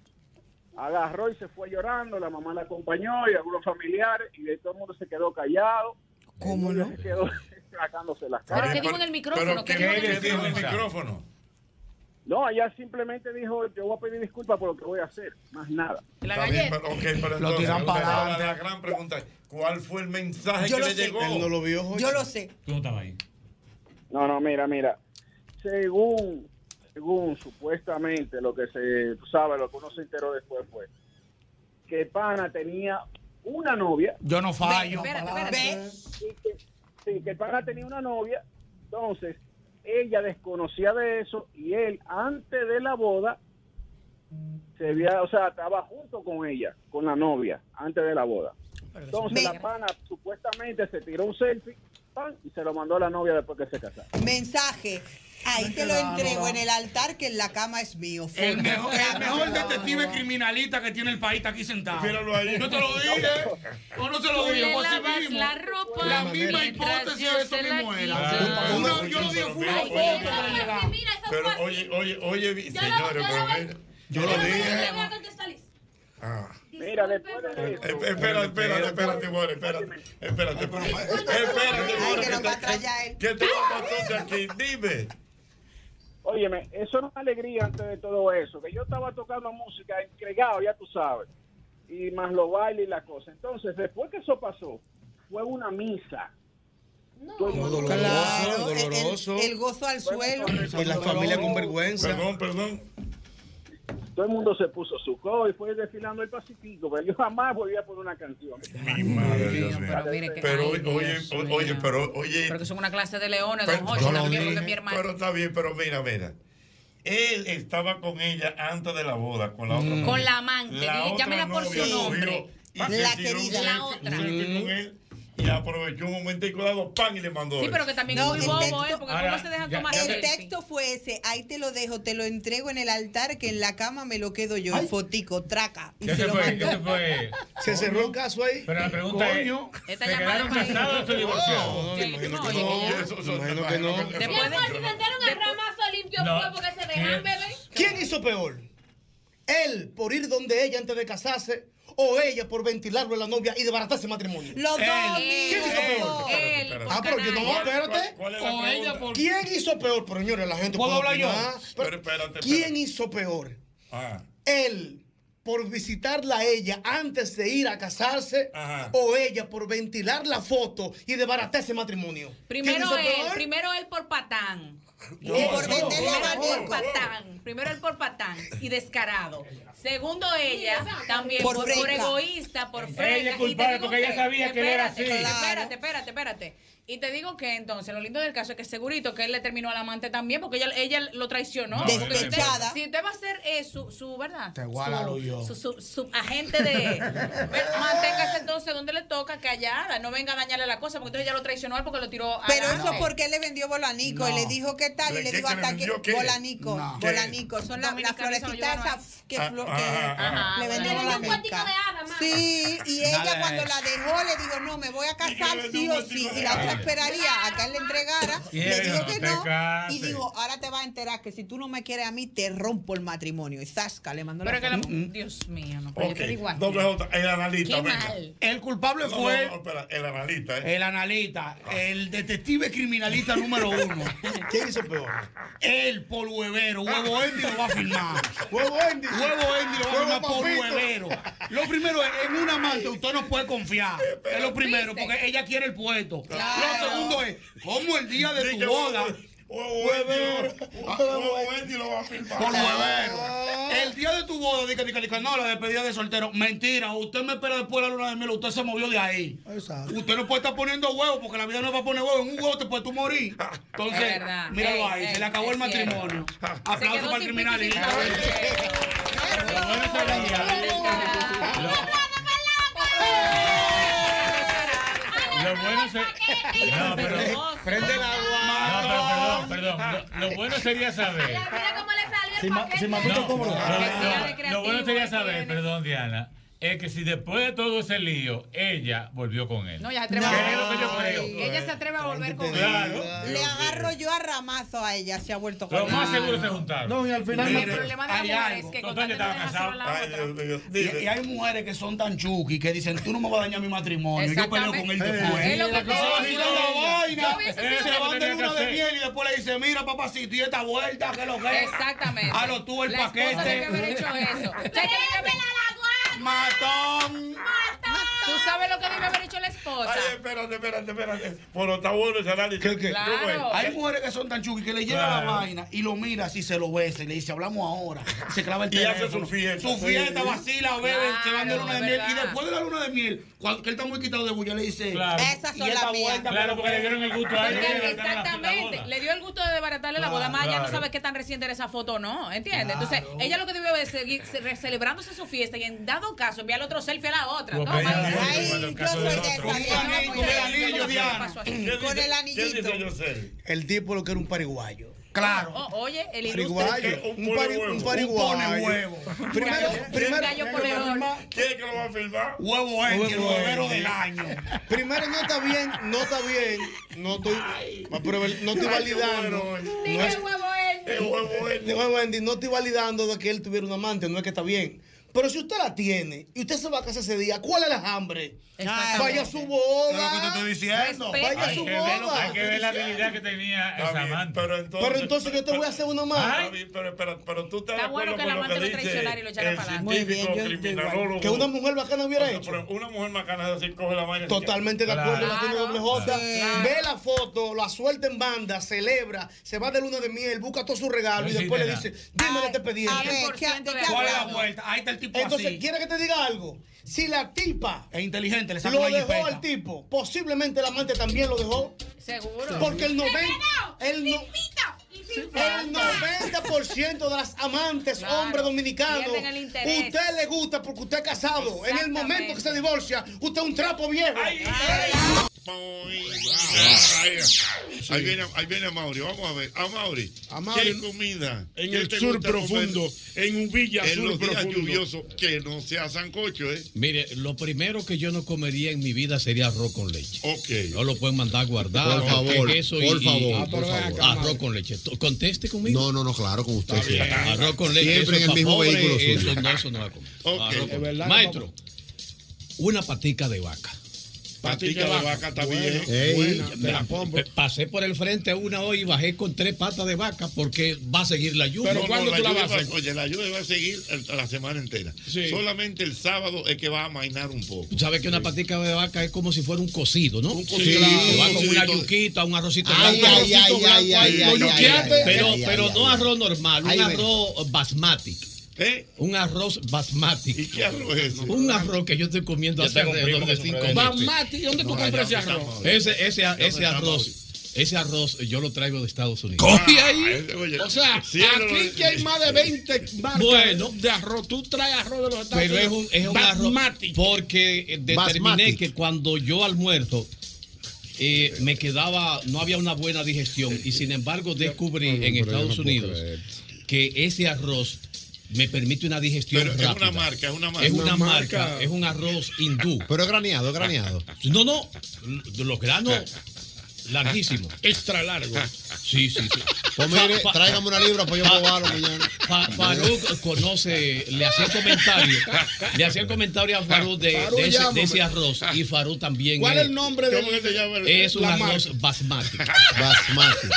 Speaker 11: Agarró y se fue llorando, la mamá la acompañó y algunos familiares y de todo el mundo se quedó callado. ¿Cómo no? Se quedó sacándose las
Speaker 6: Pero
Speaker 11: caras.
Speaker 6: que dijo en el micrófono. que dijo en el micrófono.
Speaker 2: micrófono?
Speaker 11: No, ella simplemente dijo, yo voy a pedir disculpas por lo que voy a hacer, más nada.
Speaker 2: Está bien, pero, ok, pero
Speaker 11: Lo
Speaker 2: entonces,
Speaker 11: tiran para
Speaker 2: la-
Speaker 11: adelante.
Speaker 2: La gran pregunta es, ¿cuál fue el mensaje
Speaker 11: Yo
Speaker 2: que
Speaker 11: lo
Speaker 2: le
Speaker 11: sé.
Speaker 2: llegó?
Speaker 11: Él no lo
Speaker 3: vio,
Speaker 11: Yo lo sé.
Speaker 13: Tú no estabas ahí.
Speaker 11: No, no, mira, mira. Según, según supuestamente lo que se, tú sabes, lo que uno se enteró después fue que Pana tenía una novia.
Speaker 21: Yo no fallo.
Speaker 11: Y que- Sí, que el pana tenía una novia. Entonces, ella desconocía de eso y él, antes de la boda, se había, o sea, estaba junto con ella, con la novia, antes de la boda. Entonces, la pana supuestamente se tiró un selfie pan, y se lo mandó a la novia después que se casaron.
Speaker 25: Mensaje. Ahí te lo
Speaker 11: quedaron,
Speaker 25: entrego
Speaker 11: ¿no?
Speaker 25: en el altar que en la cama es mío.
Speaker 21: El mejor, el mejor
Speaker 25: Fernando.
Speaker 21: detective criminalista que tiene el país está aquí sentado.
Speaker 2: Míralo ahí.
Speaker 21: No te lo dije. O no se lo
Speaker 26: Tú
Speaker 21: dije.
Speaker 26: le
Speaker 21: Pues así
Speaker 26: lavas
Speaker 21: mismo.
Speaker 26: la ropa
Speaker 21: La misma
Speaker 26: mientras
Speaker 21: hipótesis
Speaker 26: yo
Speaker 21: de eso
Speaker 26: se la
Speaker 21: mismo era.
Speaker 26: quito.
Speaker 21: Ah. Una- yo lo digo, fue una foto que le llegaron.
Speaker 2: Pero oye, oye, oye, vi-
Speaker 27: Yo lo-
Speaker 2: señores,
Speaker 27: yo
Speaker 2: pero
Speaker 27: lo voy-
Speaker 2: mira, yo lo dije.
Speaker 27: voy a contestar, Liz.
Speaker 2: Ah.
Speaker 11: Mira, después de eso.
Speaker 2: Esp- Espérate, espérate, espérate, bueno, espérate, espérate, espérate, espérate, bueno, que te- que te va a pasar de aquí, dime.
Speaker 11: Óyeme, eso era una alegría antes de todo eso, que yo estaba tocando música entregado, ya tú sabes, y más los bailes y la cosa. Entonces, después que eso pasó, fue una misa. Todo el mundo-
Speaker 25: Claro, el- el- El, gozo al suelo.
Speaker 11: Y la familia con vergüenza.
Speaker 2: Perdón, perdón.
Speaker 11: Todo el mundo se puso su co y fue desfilando el Pacífico, pero yo jamás volví a poner una canción.
Speaker 2: Mi madre, Dios mío.
Speaker 11: pero mire que-
Speaker 2: Pero
Speaker 11: ay,
Speaker 2: oye, oye,
Speaker 11: Dios
Speaker 2: o- oye, pero oye.
Speaker 6: Pero que son una clase de leones,
Speaker 2: Pero-
Speaker 6: don Jorge,
Speaker 2: yo lo
Speaker 6: también,
Speaker 2: dije,
Speaker 6: porque mi hermano.
Speaker 2: Pero está bien, pero mira, mira. Él estaba con ella antes de la boda, con la otra. novia.
Speaker 6: Mm. Con la amante, dile,
Speaker 2: otra
Speaker 6: llámela por
Speaker 2: novia
Speaker 6: su nombre.
Speaker 2: cogió y
Speaker 6: La
Speaker 2: se tiró
Speaker 6: querida.
Speaker 2: un
Speaker 6: La
Speaker 2: selfie-
Speaker 6: otra. Mm.
Speaker 2: un selfie con él Y aprovechó un momento y colado pan y le mandó.
Speaker 6: Sí,
Speaker 2: eso.
Speaker 6: pero que también
Speaker 25: No,
Speaker 6: es
Speaker 25: el
Speaker 6: muy bobo,
Speaker 25: texto-
Speaker 6: ¿eh? Porque
Speaker 2: Ahora,
Speaker 6: cómo se dejan
Speaker 2: ya-
Speaker 6: tomar
Speaker 2: ya-
Speaker 6: selfie.
Speaker 25: El texto fue ese, ahí te lo dejo, te lo entrego en el altar que en la cama me lo quedo yo, fotico, traca. Y
Speaker 13: ¿Qué
Speaker 25: se
Speaker 13: se
Speaker 25: lo
Speaker 13: fue?
Speaker 25: mandó.
Speaker 13: ¿Qué se fue?
Speaker 3: Se cerró un caso ahí.
Speaker 13: Pero la pregunta
Speaker 3: Coño.
Speaker 13: es:
Speaker 3: Esta
Speaker 13: ¿se quedaron
Speaker 3: llamada-
Speaker 13: casados o se divorciaron?
Speaker 3: No, no, me imagino
Speaker 2: que no. Eso- eso-
Speaker 3: Imagino que no.
Speaker 2: Después-
Speaker 27: Mi amor, si sentaron a ramazo limpio
Speaker 3: No.
Speaker 27: fue porque se dejan,
Speaker 3: ¿Quién?
Speaker 27: bebé.
Speaker 3: ¿Quién hizo peor? ¿Él por ir donde ella antes de casarse o ella por ventilarlo a la novia y desbaratarse el matrimonio?
Speaker 25: Los
Speaker 27: dos,
Speaker 3: ¿Quién hizo peor? ah, pero yo no, espérate.
Speaker 2: O ella por-
Speaker 3: ¿Quién hizo peor? Pero señores, la gente
Speaker 2: ¿Puedo
Speaker 3: puede
Speaker 2: hablar yo?
Speaker 3: opinar.
Speaker 2: Pero espérate,
Speaker 3: ¿Quién hizo peor?
Speaker 2: Ah.
Speaker 3: él por visitarla a ella antes de ir a casarse o ella por ventilar la foto y desbaratar ese matrimonio. ¿Quién
Speaker 6: Primero
Speaker 3: hizo
Speaker 6: él,
Speaker 3: peor?
Speaker 6: primero él por patán.
Speaker 3: No, Y por no, venderle
Speaker 6: primero
Speaker 3: no,
Speaker 6: él
Speaker 3: no.
Speaker 6: por patán. Primero él por patán y descarado. Segundo ella también
Speaker 26: Por
Speaker 6: por, por
Speaker 26: freca.
Speaker 6: egoísta, por
Speaker 26: Ella
Speaker 6: freca.
Speaker 26: es
Speaker 6: Y te
Speaker 26: culpable
Speaker 6: digo
Speaker 26: porque ella sabía que él era así.
Speaker 6: espérate,
Speaker 26: Claro.
Speaker 6: Espérate, espérate, espérate. Y te digo que entonces lo lindo del caso es que segurito que él le terminó al amante también porque ella, ella lo traicionó.
Speaker 25: No,
Speaker 6: Porque usted-
Speaker 25: Despechada.
Speaker 6: Si usted va a ser eh, su, su, ¿verdad?
Speaker 25: Te voy a dar
Speaker 6: Su-
Speaker 25: yo.
Speaker 6: Su, su- su agente de... Pero manténgase entonces donde le toca callada, no venga a dañarle la cosa porque entonces ella lo traicionó a él porque lo tiró a
Speaker 25: Pero eso porque él le vendió bolanico y
Speaker 6: No.
Speaker 25: le dijo qué tal
Speaker 6: ¿Le
Speaker 25: y le
Speaker 6: qué
Speaker 25: dijo
Speaker 6: que le
Speaker 25: hasta que
Speaker 6: vendió qué?
Speaker 25: bolanico,
Speaker 6: No. ¿Qué?
Speaker 25: bolanico, son la- las florecitas esas que,
Speaker 6: Ah,
Speaker 25: flo-
Speaker 6: ah,
Speaker 25: que
Speaker 6: ah,
Speaker 25: le vendió
Speaker 6: ah. Le vendió un
Speaker 25: bolanico.
Speaker 6: cuentico de hadas, mamá.
Speaker 25: Sí, y
Speaker 6: Nada
Speaker 25: ella
Speaker 6: de
Speaker 25: cuando
Speaker 6: eso.
Speaker 25: la dejó le dijo, "No, me voy a casar sí o sí" y la otra
Speaker 6: hadas.
Speaker 25: esperaría a que él le entregara,
Speaker 6: Y
Speaker 25: le
Speaker 6: él
Speaker 25: dijo
Speaker 6: no
Speaker 25: que
Speaker 6: te
Speaker 25: no y
Speaker 6: cases.
Speaker 25: dijo, "Ahora te vas a enterar que si tú no me quieres a mí te rompo el matrimonio" y zasca le mandó
Speaker 6: Pero
Speaker 25: la
Speaker 6: que la-
Speaker 25: foto.
Speaker 6: Dios mío, no, pero yo
Speaker 2: Ok,
Speaker 6: te digo a ti.
Speaker 2: doble J, el analista.
Speaker 6: Qué
Speaker 2: venga.
Speaker 6: mal.
Speaker 21: El culpable
Speaker 2: No, no,
Speaker 21: fue
Speaker 2: no, espera, el analista. ¿eh?
Speaker 21: el analista, el detective criminalista número uno.
Speaker 3: ¿Quién hizo peor?
Speaker 21: El por huevero. Huevo Andy lo va a firmar.
Speaker 3: Ah. Huevo Andy.
Speaker 21: Huevo Andy lo va a
Speaker 3: Huevo
Speaker 21: firmar por
Speaker 3: papito.
Speaker 21: huevero. Lo primero es, en una amante usted no puede confiar. Es lo primero, porque ella quiere el puesto. Lo segundo es, como el día de tu
Speaker 2: Dije,
Speaker 21: boda. Ah,
Speaker 2: Huevo Andy lo- Huevo Andy lo va a firmar.
Speaker 21: Por huevero. El día de tu boda, dica, dica, dica, no, la despedida de soltero. Mentira, usted me espera después de la luna de miel, usted se movió de ahí.
Speaker 1: Exacto.
Speaker 21: Usted no puede estar poniendo huevo porque la vida no va a poner huevo. En un huevo te puedes tú morir.
Speaker 6: Es
Speaker 21: Entonces,
Speaker 6: verdad.
Speaker 21: míralo
Speaker 6: Ey,
Speaker 21: ahí,
Speaker 6: ey,
Speaker 21: se le acabó
Speaker 6: es
Speaker 21: el matrimonio. Aplauso para el criminalista.
Speaker 13: Lo bueno se- No, pero.
Speaker 1: Prende el
Speaker 13: agua. No, pero perdón, perdón. Lo, lo bueno sería saber.
Speaker 1: Si, ma- si Maputo
Speaker 13: No,
Speaker 1: cobró.
Speaker 13: lo, lo bueno sería saber, perdón, Diana, es que si después de todo ese lío, ella volvió con él.
Speaker 25: No, ya se atreve
Speaker 13: ¿Qué
Speaker 25: a
Speaker 13: es lo que yo creo?
Speaker 25: Ella se atreve a volver con
Speaker 13: Claro.
Speaker 25: él. Le agarro yo a ramazo a ella, se ha vuelto con
Speaker 13: Lo más
Speaker 25: él.
Speaker 13: seguro se juntaron.
Speaker 1: No, y al
Speaker 21: final-
Speaker 25: Mira,
Speaker 21: Mire,
Speaker 25: el problema de la
Speaker 21: hay
Speaker 25: mujer
Speaker 21: algo.
Speaker 25: es que
Speaker 13: Total,
Speaker 25: con
Speaker 13: ya
Speaker 25: tanto
Speaker 13: estaban
Speaker 25: deja solo la
Speaker 13: casados.
Speaker 21: Ay, Dios mío. Y, y hay mujeres que son tan chuki que dicen, tú no me vas a dañar mi matrimonio. Yo peleo con él
Speaker 1: Exactamente.
Speaker 21: después.
Speaker 1: Es lo que te
Speaker 21: Se va
Speaker 1: digo.
Speaker 21: haciendo la vaina,
Speaker 1: Yo hubiese sido-
Speaker 21: Se van de
Speaker 1: Tenía que
Speaker 21: luna de
Speaker 1: hacer.
Speaker 21: miel y después le dice, mira papacito, y esta vuelta, que lo que.
Speaker 6: Exactamente.
Speaker 1: Ah,
Speaker 21: A lo tú el
Speaker 6: La esposa
Speaker 21: paquete.
Speaker 6: tiene que haber hecho eso.
Speaker 21: Matón.
Speaker 6: Tú sabes lo que debe haber hecho la esposa.
Speaker 2: Ay, espérate, espérate, espérate. Pero está bueno ese análisis.
Speaker 21: ¿Qué, qué?
Speaker 6: Claro.
Speaker 21: Hay mujeres que son tan chuki que le llega
Speaker 2: Claro.
Speaker 21: la vaina y lo mira así, se lo besa y le dice, hablamos ahora. Se clava el
Speaker 2: Y hace
Speaker 21: teléfono.
Speaker 2: su fiesta.
Speaker 21: Su fiesta,
Speaker 2: Sí.
Speaker 21: vacila, bebe, se van de
Speaker 2: Claro,
Speaker 21: luna de
Speaker 2: es
Speaker 21: miel. Y
Speaker 2: verdad.
Speaker 21: después de la luna de miel, cuando que él está muy quitado de bulla, le dice,
Speaker 13: Claro.
Speaker 21: "Y esta vuelta,
Speaker 13: Claro, porque le dieron el gusto a
Speaker 21: Porque
Speaker 13: ella.
Speaker 21: exactamente-
Speaker 6: Exactamente, le dio el gusto de desbaratarle la boda, más ya no
Speaker 13: Claro.
Speaker 6: sabe qué tan reciente era esa foto o no, ¿entiendes? Entonces, ella lo que debió es seguir ce- celebrándose su fiesta y en dado caso enviarle otro selfie a la otra.
Speaker 13: Porque
Speaker 6: Toma,
Speaker 13: ella-
Speaker 6: ahí. Ay,
Speaker 2: como en el
Speaker 6: yo
Speaker 2: caso
Speaker 6: soy
Speaker 2: del
Speaker 6: de esa, Diana,
Speaker 2: otro.
Speaker 6: Con el porque yo anillo, digo lo que Diana. pasó así.
Speaker 2: ¿Qué
Speaker 6: Con
Speaker 2: dice-
Speaker 6: el anillito.
Speaker 2: ¿Qué dice Yosel?
Speaker 3: El tipo lo que era un pariguayo.
Speaker 7: Claro.
Speaker 1: Oh, oye, el
Speaker 3: Pariguayo.
Speaker 2: Eh,
Speaker 1: ilustre.
Speaker 3: Un, pari- un pariguayo.
Speaker 7: pone huevo.
Speaker 3: Primero, primero.
Speaker 2: ¿Quién es que lo va a filmar?
Speaker 7: Huevo es el
Speaker 3: Huevo
Speaker 7: huevero
Speaker 3: Enki.
Speaker 7: del año.
Speaker 3: Primero, no está bien, no está bien. No estoy, ma- pero no estoy
Speaker 2: Ay, qué
Speaker 3: validando.
Speaker 2: bueno,
Speaker 3: No
Speaker 2: Dije
Speaker 3: es- Digo, huevo Enki, no estoy validando de que él tuviera un amante, no es que está bien. Pero si usted la tiene y usted se va a casar ese día, ¿cuál es el hambre?
Speaker 2: Exactamente.
Speaker 3: Vaya a su boda.
Speaker 2: Es lo que te estoy diciendo.
Speaker 3: Vaya a
Speaker 13: Hay
Speaker 3: su
Speaker 13: que, ver,
Speaker 3: boda.
Speaker 13: hay que ver la habilidad que tenía
Speaker 2: Está
Speaker 13: esa
Speaker 2: bien,
Speaker 13: amante.
Speaker 2: Pero entonces,
Speaker 3: Pero entonces yo te voy a hacer una más.
Speaker 2: Está bien, pero, pero, pero tú estás
Speaker 3: Está
Speaker 2: de acuerdo
Speaker 3: bueno que el
Speaker 2: con lo que
Speaker 3: amante lo
Speaker 2: dice
Speaker 3: traicionara y lo echara
Speaker 2: el
Speaker 3: para adelante. Muy bien,
Speaker 2: científico
Speaker 3: yo estoy igual.
Speaker 2: criminólogo.
Speaker 3: Que una mujer bacana hubiera hecho.
Speaker 2: Pero Una mujer más canada así coge la vaina. y se
Speaker 3: Totalmente de
Speaker 2: queda.
Speaker 3: acuerdo, la tiene doble J.
Speaker 2: Sí.
Speaker 3: Ve la foto, la suelta en banda, celebra, se va de luna de miel, busca todo su regalo y
Speaker 21: Sí,
Speaker 3: después le
Speaker 21: nena.
Speaker 3: dice, dime de este pedido.
Speaker 21: a ver, ¿qué- de qué ¿Cuál es la hablamos? vuelta? Ahí está el tipo
Speaker 3: Entonces,
Speaker 21: así.
Speaker 3: ¿quiere que te diga algo? Si la tipa
Speaker 21: Es inteligente, le saca
Speaker 3: lo
Speaker 21: una
Speaker 3: dejó
Speaker 21: jipeta.
Speaker 3: al tipo, posiblemente el amante también lo dejó.
Speaker 1: Seguro.
Speaker 3: Porque el 90, el, no- el 90% de las amantes,
Speaker 1: Claro.
Speaker 3: hombres dominicanos,
Speaker 1: Pierden el interés.
Speaker 3: usted le gusta porque usted es casado. En el momento que se divorcia, usted es un trapo viejo.
Speaker 1: Ah,
Speaker 2: Ahí, Ah, ahí viene, ahí viene a Mauri, vamos a ver. A Mauri,
Speaker 31: Amaury,
Speaker 2: ¿qué comida?
Speaker 31: en
Speaker 2: ¿Qué
Speaker 31: el
Speaker 2: te
Speaker 31: sur
Speaker 2: gusta comer
Speaker 31: profundo, en un villa
Speaker 2: en
Speaker 31: sur
Speaker 2: los días
Speaker 31: profundo?
Speaker 2: lluviosos que no sea sancocho, ¿eh?
Speaker 32: Mire, lo primero que yo no comería en mi vida sería arroz con leche.
Speaker 2: Ok.
Speaker 32: No lo pueden mandar guardado.
Speaker 5: Por favor,
Speaker 32: queso y-
Speaker 5: por
Speaker 32: y-
Speaker 5: favor,
Speaker 32: y-
Speaker 5: por
Speaker 32: por favor.
Speaker 5: favor.
Speaker 32: Arroz con leche. Tú- Conteste conmigo.
Speaker 5: No, no, no, claro, con usted. sí.
Speaker 32: Arroz con leche.
Speaker 5: Siempre
Speaker 32: eso
Speaker 5: en el
Speaker 32: pa'
Speaker 5: mismo
Speaker 32: pobre,
Speaker 5: vehículo suyo.
Speaker 32: Eso no, eso no va a comer.
Speaker 5: Ok.
Speaker 32: Arroz con-
Speaker 5: Es verdad que
Speaker 32: Maestro, una patica de vaca.
Speaker 2: Patica de vaca está bien.
Speaker 32: Ey,
Speaker 2: Buena.
Speaker 32: me la compro. Pasé por el frente a una hoy y bajé con tres patas de vaca porque va a seguir la lluvia.
Speaker 2: No, no, lluvia va- Oye, la lluvia va a seguir el- la semana entera.
Speaker 32: Sí.
Speaker 2: Solamente el sábado es que va a mainar un poco.
Speaker 32: Tú sabes que una patica de vaca es como si fuera un cocido, ¿no? Un
Speaker 2: cocido.
Speaker 32: va
Speaker 2: Sí,
Speaker 32: con
Speaker 2: un
Speaker 32: una
Speaker 2: cocidito.
Speaker 32: yuquita, un arrocito
Speaker 5: Ay,
Speaker 32: blanco,
Speaker 5: ay,
Speaker 32: arrocito
Speaker 5: ay,
Speaker 32: blanco
Speaker 5: ay,
Speaker 32: ahí,
Speaker 5: ay,
Speaker 32: lo
Speaker 5: ay,
Speaker 32: yuqueaste.
Speaker 5: ay, ay,
Speaker 32: Pero,
Speaker 5: ay,
Speaker 32: pero
Speaker 5: ay,
Speaker 32: no
Speaker 5: ay.
Speaker 32: arroz normal,
Speaker 5: Ahí
Speaker 32: un
Speaker 5: ven.
Speaker 32: arroz basmati. Un arroz basmati. ¿Y
Speaker 2: qué arroz es ese?
Speaker 32: Un arroz que yo estoy comiendo Ya hace tengo un primo alrededor de que cinco sufre de meses. Basmati,
Speaker 21: ¿y dónde tú
Speaker 32: No,
Speaker 21: compras
Speaker 32: allá
Speaker 21: ese
Speaker 32: no
Speaker 21: arroz?
Speaker 32: estamos. Ese, ese,
Speaker 21: ¿Dónde
Speaker 32: ese
Speaker 21: estamos?
Speaker 32: arroz. Ese arroz yo lo traigo de Estados Unidos.
Speaker 21: Coge ahí.
Speaker 32: Oye,
Speaker 21: O sea,
Speaker 32: ciérralo,
Speaker 21: aquí
Speaker 32: eh.
Speaker 21: que hay más de 20 marcas
Speaker 32: Bueno.
Speaker 21: de arroz. Tú traes arroz de los Estados
Speaker 32: Pero es un,
Speaker 21: Unidos.
Speaker 32: es un arroz. Porque eh, determiné
Speaker 21: Basmati.
Speaker 32: que cuando yo almuerzo. eh, me quedaba, no había una buena digestión y sin embargo descubrí en
Speaker 5: pero yo no
Speaker 32: Estados
Speaker 5: puedo
Speaker 32: Unidos que ese arroz me permite una digestión
Speaker 2: Pero es
Speaker 32: rápida.
Speaker 2: una marca, es una marca.
Speaker 32: Es una
Speaker 2: Una
Speaker 32: marca,
Speaker 2: marca.
Speaker 32: es un arroz hindú. Pero es graneado, es graneado. No, no, los granos larguísimos. Extra largo. Sí, sí, sí.
Speaker 5: Pues mire, tráigame una libra
Speaker 21: pues,
Speaker 5: para yo probarlo, mañana.
Speaker 32: Fa- Faruk conoce, le hacía el comentario, le hacía el comentario a Faruk de,
Speaker 21: Faruk,
Speaker 32: de ese,
Speaker 21: llámame.
Speaker 32: de ese arroz y Faruk también.
Speaker 21: ¿Cuál es el nombre del- ¿Cómo que se llama el-
Speaker 32: Es un
Speaker 21: la
Speaker 32: arroz basmati.
Speaker 5: Basmati.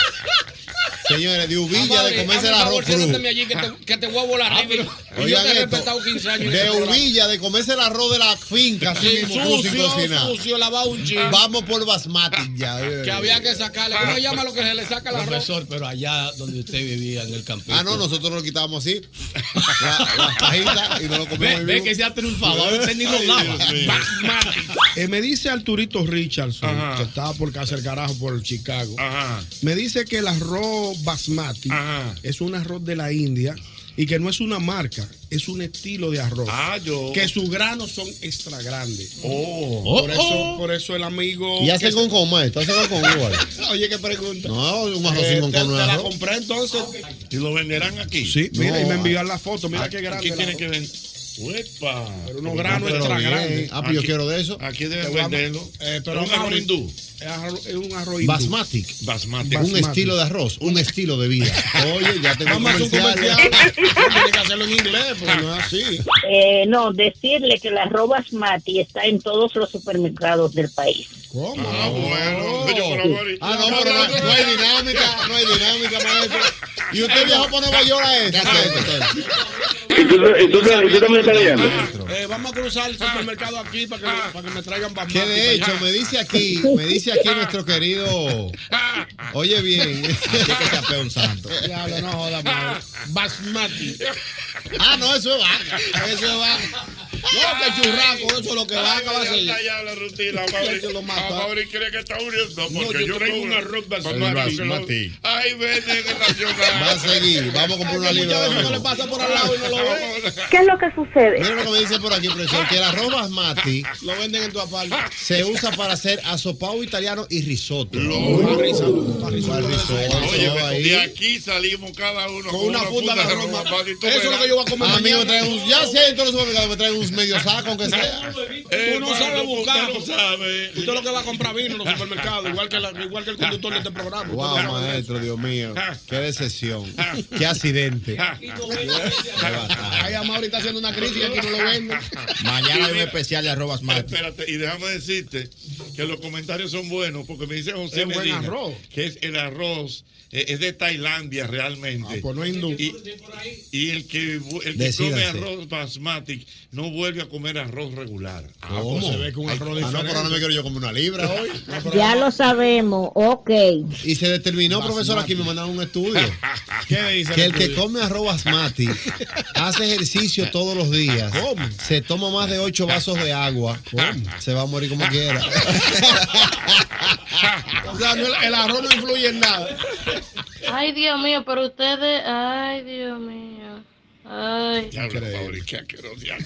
Speaker 5: Señores, de Uvilla,
Speaker 21: Amable,
Speaker 5: de comerse el
Speaker 21: hazme favor,
Speaker 5: arroz
Speaker 21: siéntame
Speaker 5: cru.
Speaker 21: allí que te, que te voy a volar arriba. Y yo
Speaker 5: Ah, Oigan
Speaker 21: te he
Speaker 5: esto,
Speaker 21: respetado 15 años. en
Speaker 5: de
Speaker 21: este programa.
Speaker 5: Uvilla, de comerse el arroz de la finca, así
Speaker 21: Sí,
Speaker 5: mismo, cru, sin
Speaker 21: sucio,
Speaker 5: cocinar.
Speaker 21: sucio, lavado un chin.
Speaker 5: Vamos por basmati ya. eh. Ah.
Speaker 21: Que había que sacarle. ¿Cómo se llama lo que se le saca el arroz?
Speaker 32: Profesor, pero allá donde usted vivía en el campito.
Speaker 5: Ah, no, nosotros lo quitábamos así. La, la cajita y no lo comíamos.
Speaker 32: Ve,
Speaker 5: ahí
Speaker 32: ve
Speaker 5: mismo.
Speaker 32: que se ha triunfado, ahora usted ni lo
Speaker 5: Ay,
Speaker 32: lava.
Speaker 5: Dios mío.
Speaker 7: Eh, me dice Arturito Richardson, que estaba por casa del carajo por Chicago. Me dice que el arroz basmati es un arroz de la India y que no es una marca, es un estilo de arroz.
Speaker 2: Ah, yo.
Speaker 7: Que sus granos son extra grandes.
Speaker 5: Oh.
Speaker 7: Por,
Speaker 5: Oh,
Speaker 7: eso,
Speaker 5: oh.
Speaker 7: por eso el amigo.
Speaker 5: Y hace
Speaker 7: que
Speaker 5: con coma esto, hace con coma igual.
Speaker 7: se- Oye, qué pregunta. Eh,
Speaker 5: No, un arroz sin con
Speaker 7: te,
Speaker 5: con un
Speaker 7: te la
Speaker 5: arroz.
Speaker 7: compré entonces.
Speaker 2: Ah, ¿Y lo venderán aquí?
Speaker 7: Sí, mira, y me
Speaker 5: envió
Speaker 7: enviaron la foto. Mira qué grande.
Speaker 2: Aquí
Speaker 7: el
Speaker 2: Ah, tiene
Speaker 7: arroz.
Speaker 2: que vender. Uepa. Pero
Speaker 7: unos granos extra
Speaker 5: Eh,
Speaker 7: grandes. Ah,
Speaker 5: pues
Speaker 7: pero yo quiero de eso.
Speaker 2: Aquí
Speaker 7: Te
Speaker 2: deben
Speaker 7: voy a-
Speaker 2: venderlo.
Speaker 7: Eh, pero
Speaker 2: pero un arroz
Speaker 7: Mauri-
Speaker 2: hindú.
Speaker 7: Es arroz- es un arroz hindú.
Speaker 5: Basmati.
Speaker 2: Basmati.
Speaker 5: Un estilo de arroz, un estilo de vida. Oye, ya tengo
Speaker 7: Vamos a hacer un
Speaker 5: comerciales.
Speaker 7: comercial. Tiene que hacerlo en inglés, porque no es así.
Speaker 30: Eh, no, decirle que la arroz basmati está en todos los supermercados del país.
Speaker 5: ¿Cómo?
Speaker 2: Ah, bueno. Yo por favor, y-
Speaker 5: Ah, no, pero no, no hay dinámica, no hay dinámica, maestro. Y usted viajó para Nueva York a este.
Speaker 7: Entonces,
Speaker 5: también estás leyendo?
Speaker 7: Eh, vamos a cruzar
Speaker 2: Ah.
Speaker 7: el supermercado aquí para que, para que me traigan basmati.
Speaker 5: Que de hecho me dice aquí, me dice aquí nuestro querido. Oye bien, Así que chapea un santo.
Speaker 7: Diablo, no jodas, madre. Basmati.
Speaker 5: Ah, no, eso es vaca. Eso es vaca. No, que churrasco, eso es lo que va a acabar
Speaker 2: Ay, ya
Speaker 5: haciendo.
Speaker 2: está ya la rutina. A Mauri,
Speaker 5: Eso lo
Speaker 2: a
Speaker 5: mata.
Speaker 2: Mauri cree que está muriendo
Speaker 5: No,
Speaker 2: porque
Speaker 5: yo
Speaker 2: yo,
Speaker 5: traigo
Speaker 2: tengo
Speaker 5: una
Speaker 2: una
Speaker 5: ropa
Speaker 2: ropa
Speaker 5: basmati.
Speaker 2: Ay, vete que nacional.
Speaker 5: Va a seguir, vamos a comprar una libra. de arroz. pasa por al lado y no lo ve.
Speaker 1: ¿Qué es lo que sucede?
Speaker 5: Mira lo que me dice por aquí, profesor, que el arroz basmati lo venden en tu aparte. Se usa para hacer asopado italiano y risotto. Para risotto. Para risotto.
Speaker 2: Oye,
Speaker 5: ahí.
Speaker 2: de aquí salimos cada uno
Speaker 5: Con una funda de arroz
Speaker 2: basmati.
Speaker 5: basmati. Eso es lo que yo voy a comer A mí me traen un, ya sé, en todos los supermercados me traen un medio saco, aunque sea.
Speaker 2: Eh,
Speaker 7: Tú no
Speaker 2: hermano,
Speaker 7: sabes buscar.
Speaker 2: usted no sabe.
Speaker 7: Usted lo que va a comprar vino en los supermercados, igual que, la- igual que el conductor de este programa.
Speaker 5: Wow, maestro, Dios mío. Qué decepción. Qué accidente.
Speaker 7: Ahí a Mauri está haciendo una crisis y aquí no lo venden.
Speaker 5: Mañana hay un especial de arrobas mate.
Speaker 2: Espérate, y déjame decirte que los comentarios son buenos, porque me dice José
Speaker 5: Es buen
Speaker 2: Medina
Speaker 5: arroz.
Speaker 2: que es el arroz eh, es de Tailandia
Speaker 5: Ah,
Speaker 2: realmente.
Speaker 7: pues no es hindú.
Speaker 2: Y, y el que, vu- el que come
Speaker 5: Decídase.
Speaker 2: arroz basmati no vuelve a comer arroz regular.
Speaker 5: ¿Cómo?
Speaker 2: pues se ve que un
Speaker 5: Ay,
Speaker 2: arroz
Speaker 5: ah, no,
Speaker 2: diferente.
Speaker 5: pero ahora me quiero yo comer una libra hoy.
Speaker 1: Ya lo sabemos, ok.
Speaker 5: Y se determinó, profesor, aquí me mandaron un estudio. Que el que come arrobas mati hace ejercicio todos los días. Se toma más de ocho vasos de agua. Se va a morir como quiera.
Speaker 7: O sea, no, el, el arroz no influye en nada.
Speaker 4: Ay, Dios mío, pero ustedes. Ay, Dios mío. Ay.
Speaker 2: Ya habla, Mauri, qué asqueroso, ya.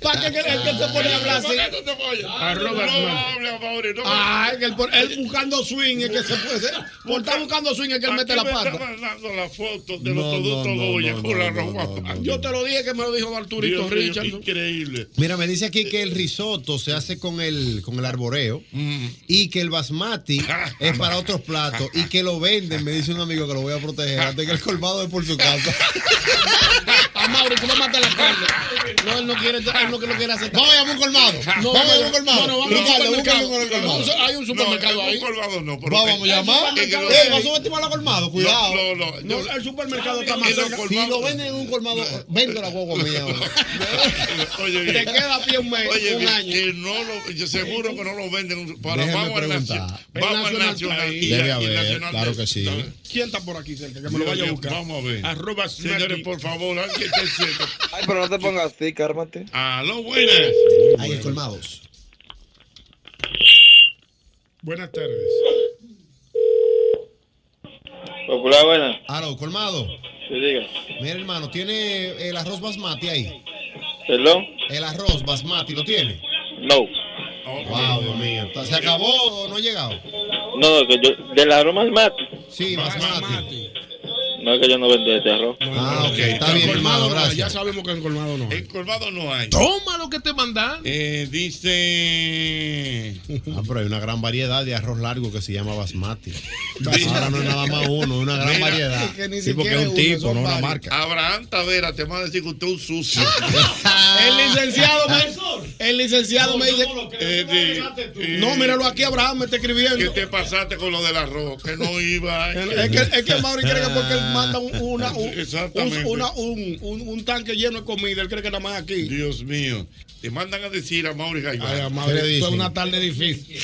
Speaker 7: ¿Para qué crees que él se pone a hablar así?
Speaker 2: ¿Por qué tú te pones?
Speaker 7: Arroz
Speaker 2: No
Speaker 7: basmati.
Speaker 2: hable, Mauri, no
Speaker 7: Ay, Ah, que él, por- él buscando swing es que se puede ser. Por estar buscando swing es que él mete la
Speaker 2: Aquí me
Speaker 7: pata.
Speaker 2: está mandando la foto de los productos Goya con la ropa.
Speaker 7: Yo te lo dije que me lo dijo Arturito
Speaker 2: Dios mío,
Speaker 7: Richard.
Speaker 2: Increíble.
Speaker 5: Mira, me dice aquí que el risotto se hace con el, con el arboreo
Speaker 7: Mm.
Speaker 5: y que el basmati es para otros platos y que lo venden, me dice un amigo que lo voy a proteger antes que el colmado es por su casa.
Speaker 7: A Mauri, tú lo matas la carne. No, él no quiere, él no, no quiere aceptar.
Speaker 5: Vamos a llamar un colmado.
Speaker 7: No,
Speaker 5: Vamos a llamar un
Speaker 7: no, No,
Speaker 5: colmado.
Speaker 7: no, vamos a un
Speaker 5: Ricardo,
Speaker 7: supermercado.
Speaker 5: búscame un colmado.
Speaker 7: Vamos a- Hay un supermercado
Speaker 2: No, en
Speaker 7: ahí.
Speaker 2: un colmado no, pero
Speaker 5: Vamos a llamar.
Speaker 2: En el-
Speaker 5: Eh, vas a subestimar la colmado, cuidado.
Speaker 2: No, no, no.
Speaker 7: No, el supermercado está
Speaker 5: Y
Speaker 7: más
Speaker 5: lo
Speaker 7: cerca.
Speaker 5: colmado- Si lo venden en un colmado, vendo la guagua mía.
Speaker 2: Oye,
Speaker 7: Te queda a pie un mes,
Speaker 2: Oye,
Speaker 7: un
Speaker 2: bien,
Speaker 7: año.
Speaker 2: que no lo, yo seguro que no lo venden para
Speaker 5: Déjeme
Speaker 2: vamos al
Speaker 5: preguntar.
Speaker 2: nacional.
Speaker 5: El
Speaker 2: Vamos al
Speaker 7: Nacional
Speaker 2: nacional.
Speaker 7: está ahí.
Speaker 2: y- y
Speaker 5: Debe haber,
Speaker 2: Nacional
Speaker 5: eh, claro
Speaker 2: de-
Speaker 5: que sí.
Speaker 7: ¿Quién está por aquí cerca? Que me lo vaya a
Speaker 2: Dios mío,
Speaker 7: buscar.
Speaker 2: Vamos a ver.
Speaker 7: Arroba
Speaker 2: Señores,
Speaker 7: Smarty.
Speaker 2: por favor, alguien que sepa.
Speaker 19: Ay, pero no te pongas así, cármate.
Speaker 2: Aló, buenas.
Speaker 5: Ahí es colmados.
Speaker 7: Buenas tardes.
Speaker 19: Popular, buena.
Speaker 5: Aro, colmado.
Speaker 19: Sí, diga.
Speaker 5: Mira, hermano, tiene el arroz basmati ahí.
Speaker 19: ¿Perdón?
Speaker 5: El arroz basmati, ¿lo tiene?
Speaker 19: No.
Speaker 5: Wow, Dios mío. Está- ¿Se acabó o no ha llegado?
Speaker 19: No, que yo, del aroma al mate.
Speaker 5: Sí, basmati.
Speaker 19: No es que yo no vendo ese arroz.
Speaker 5: Ah, ok. Está bien, hermano, gracias.
Speaker 7: sabemos que en colmado no.
Speaker 2: En colmado no hay.
Speaker 7: Toma lo que te mandan.
Speaker 2: Eh, dice.
Speaker 5: Ah, pero hay una gran variedad de arroz largo que se llama basmati. Ahora no es nada más uno, es una gran
Speaker 2: Mira.
Speaker 5: variedad. Sí, porque es un tipo, no una marca.
Speaker 2: Abraham Tavera te va a decir que usted es un sucio.
Speaker 7: El licenciado me, el licenciado me dice.
Speaker 2: Eh, sí, sí.
Speaker 7: No, míralo aquí, Abraham, me está escribiendo.
Speaker 2: ¿Qué te pasaste con lo del arroz? Que no iba. eh.
Speaker 7: Es que, es que Mauri cree que porque él manda un, una- un,
Speaker 2: Exactamente.
Speaker 7: un- una- un- un- un tanque lleno de comida, él cree que nada más aquí.
Speaker 2: Dios mío. Te mandan a decir a Mauri Gaibán.
Speaker 7: Ay, Mauri, esto es una tarde difícil.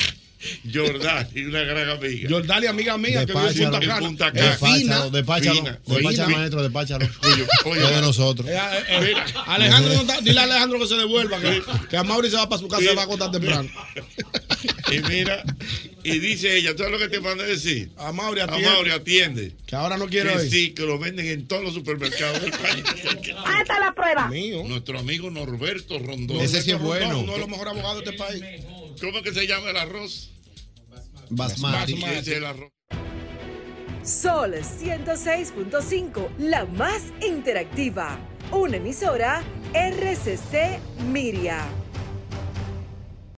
Speaker 2: Jordán, y una gran amiga.
Speaker 7: Jordali, amiga mía, que vive en
Speaker 5: Despáchalo,
Speaker 7: Punta Cana. Es
Speaker 5: despáchalo,
Speaker 7: fina.
Speaker 5: despáchalo,
Speaker 7: Fina.
Speaker 5: despáchalo,
Speaker 7: Fina.
Speaker 5: maestro, despáchalo.
Speaker 2: oye,
Speaker 5: Es de nosotros.
Speaker 7: Eh, eh, eh, Alejandro, no está- dile a Alejandro que se devuelva, que, que a Mauri se va para su casa y se va a acostar temprano.
Speaker 2: Y mira, y dice ella, ¿tú sabes lo que te manda a decir?
Speaker 7: A Mauri,
Speaker 2: A
Speaker 7: atiende.
Speaker 2: Mauri atiende.
Speaker 7: Que ahora no quiere
Speaker 2: Que
Speaker 7: oír.
Speaker 2: sí, que lo venden en todos los supermercados del país.
Speaker 5: Ah,
Speaker 1: Ahí está la prueba.
Speaker 2: Nuestro amigo Norberto Rondón.
Speaker 5: Ese sí es
Speaker 7: Norberto Rondón,
Speaker 5: bueno.
Speaker 7: Uno de los mejores abogados de este país.
Speaker 2: ¿Cómo es que se llama el arroz?
Speaker 5: Basmati.
Speaker 2: Ese es el arroz.
Speaker 6: Sol 106.5, la más interactiva. Una emisora RCC Miria.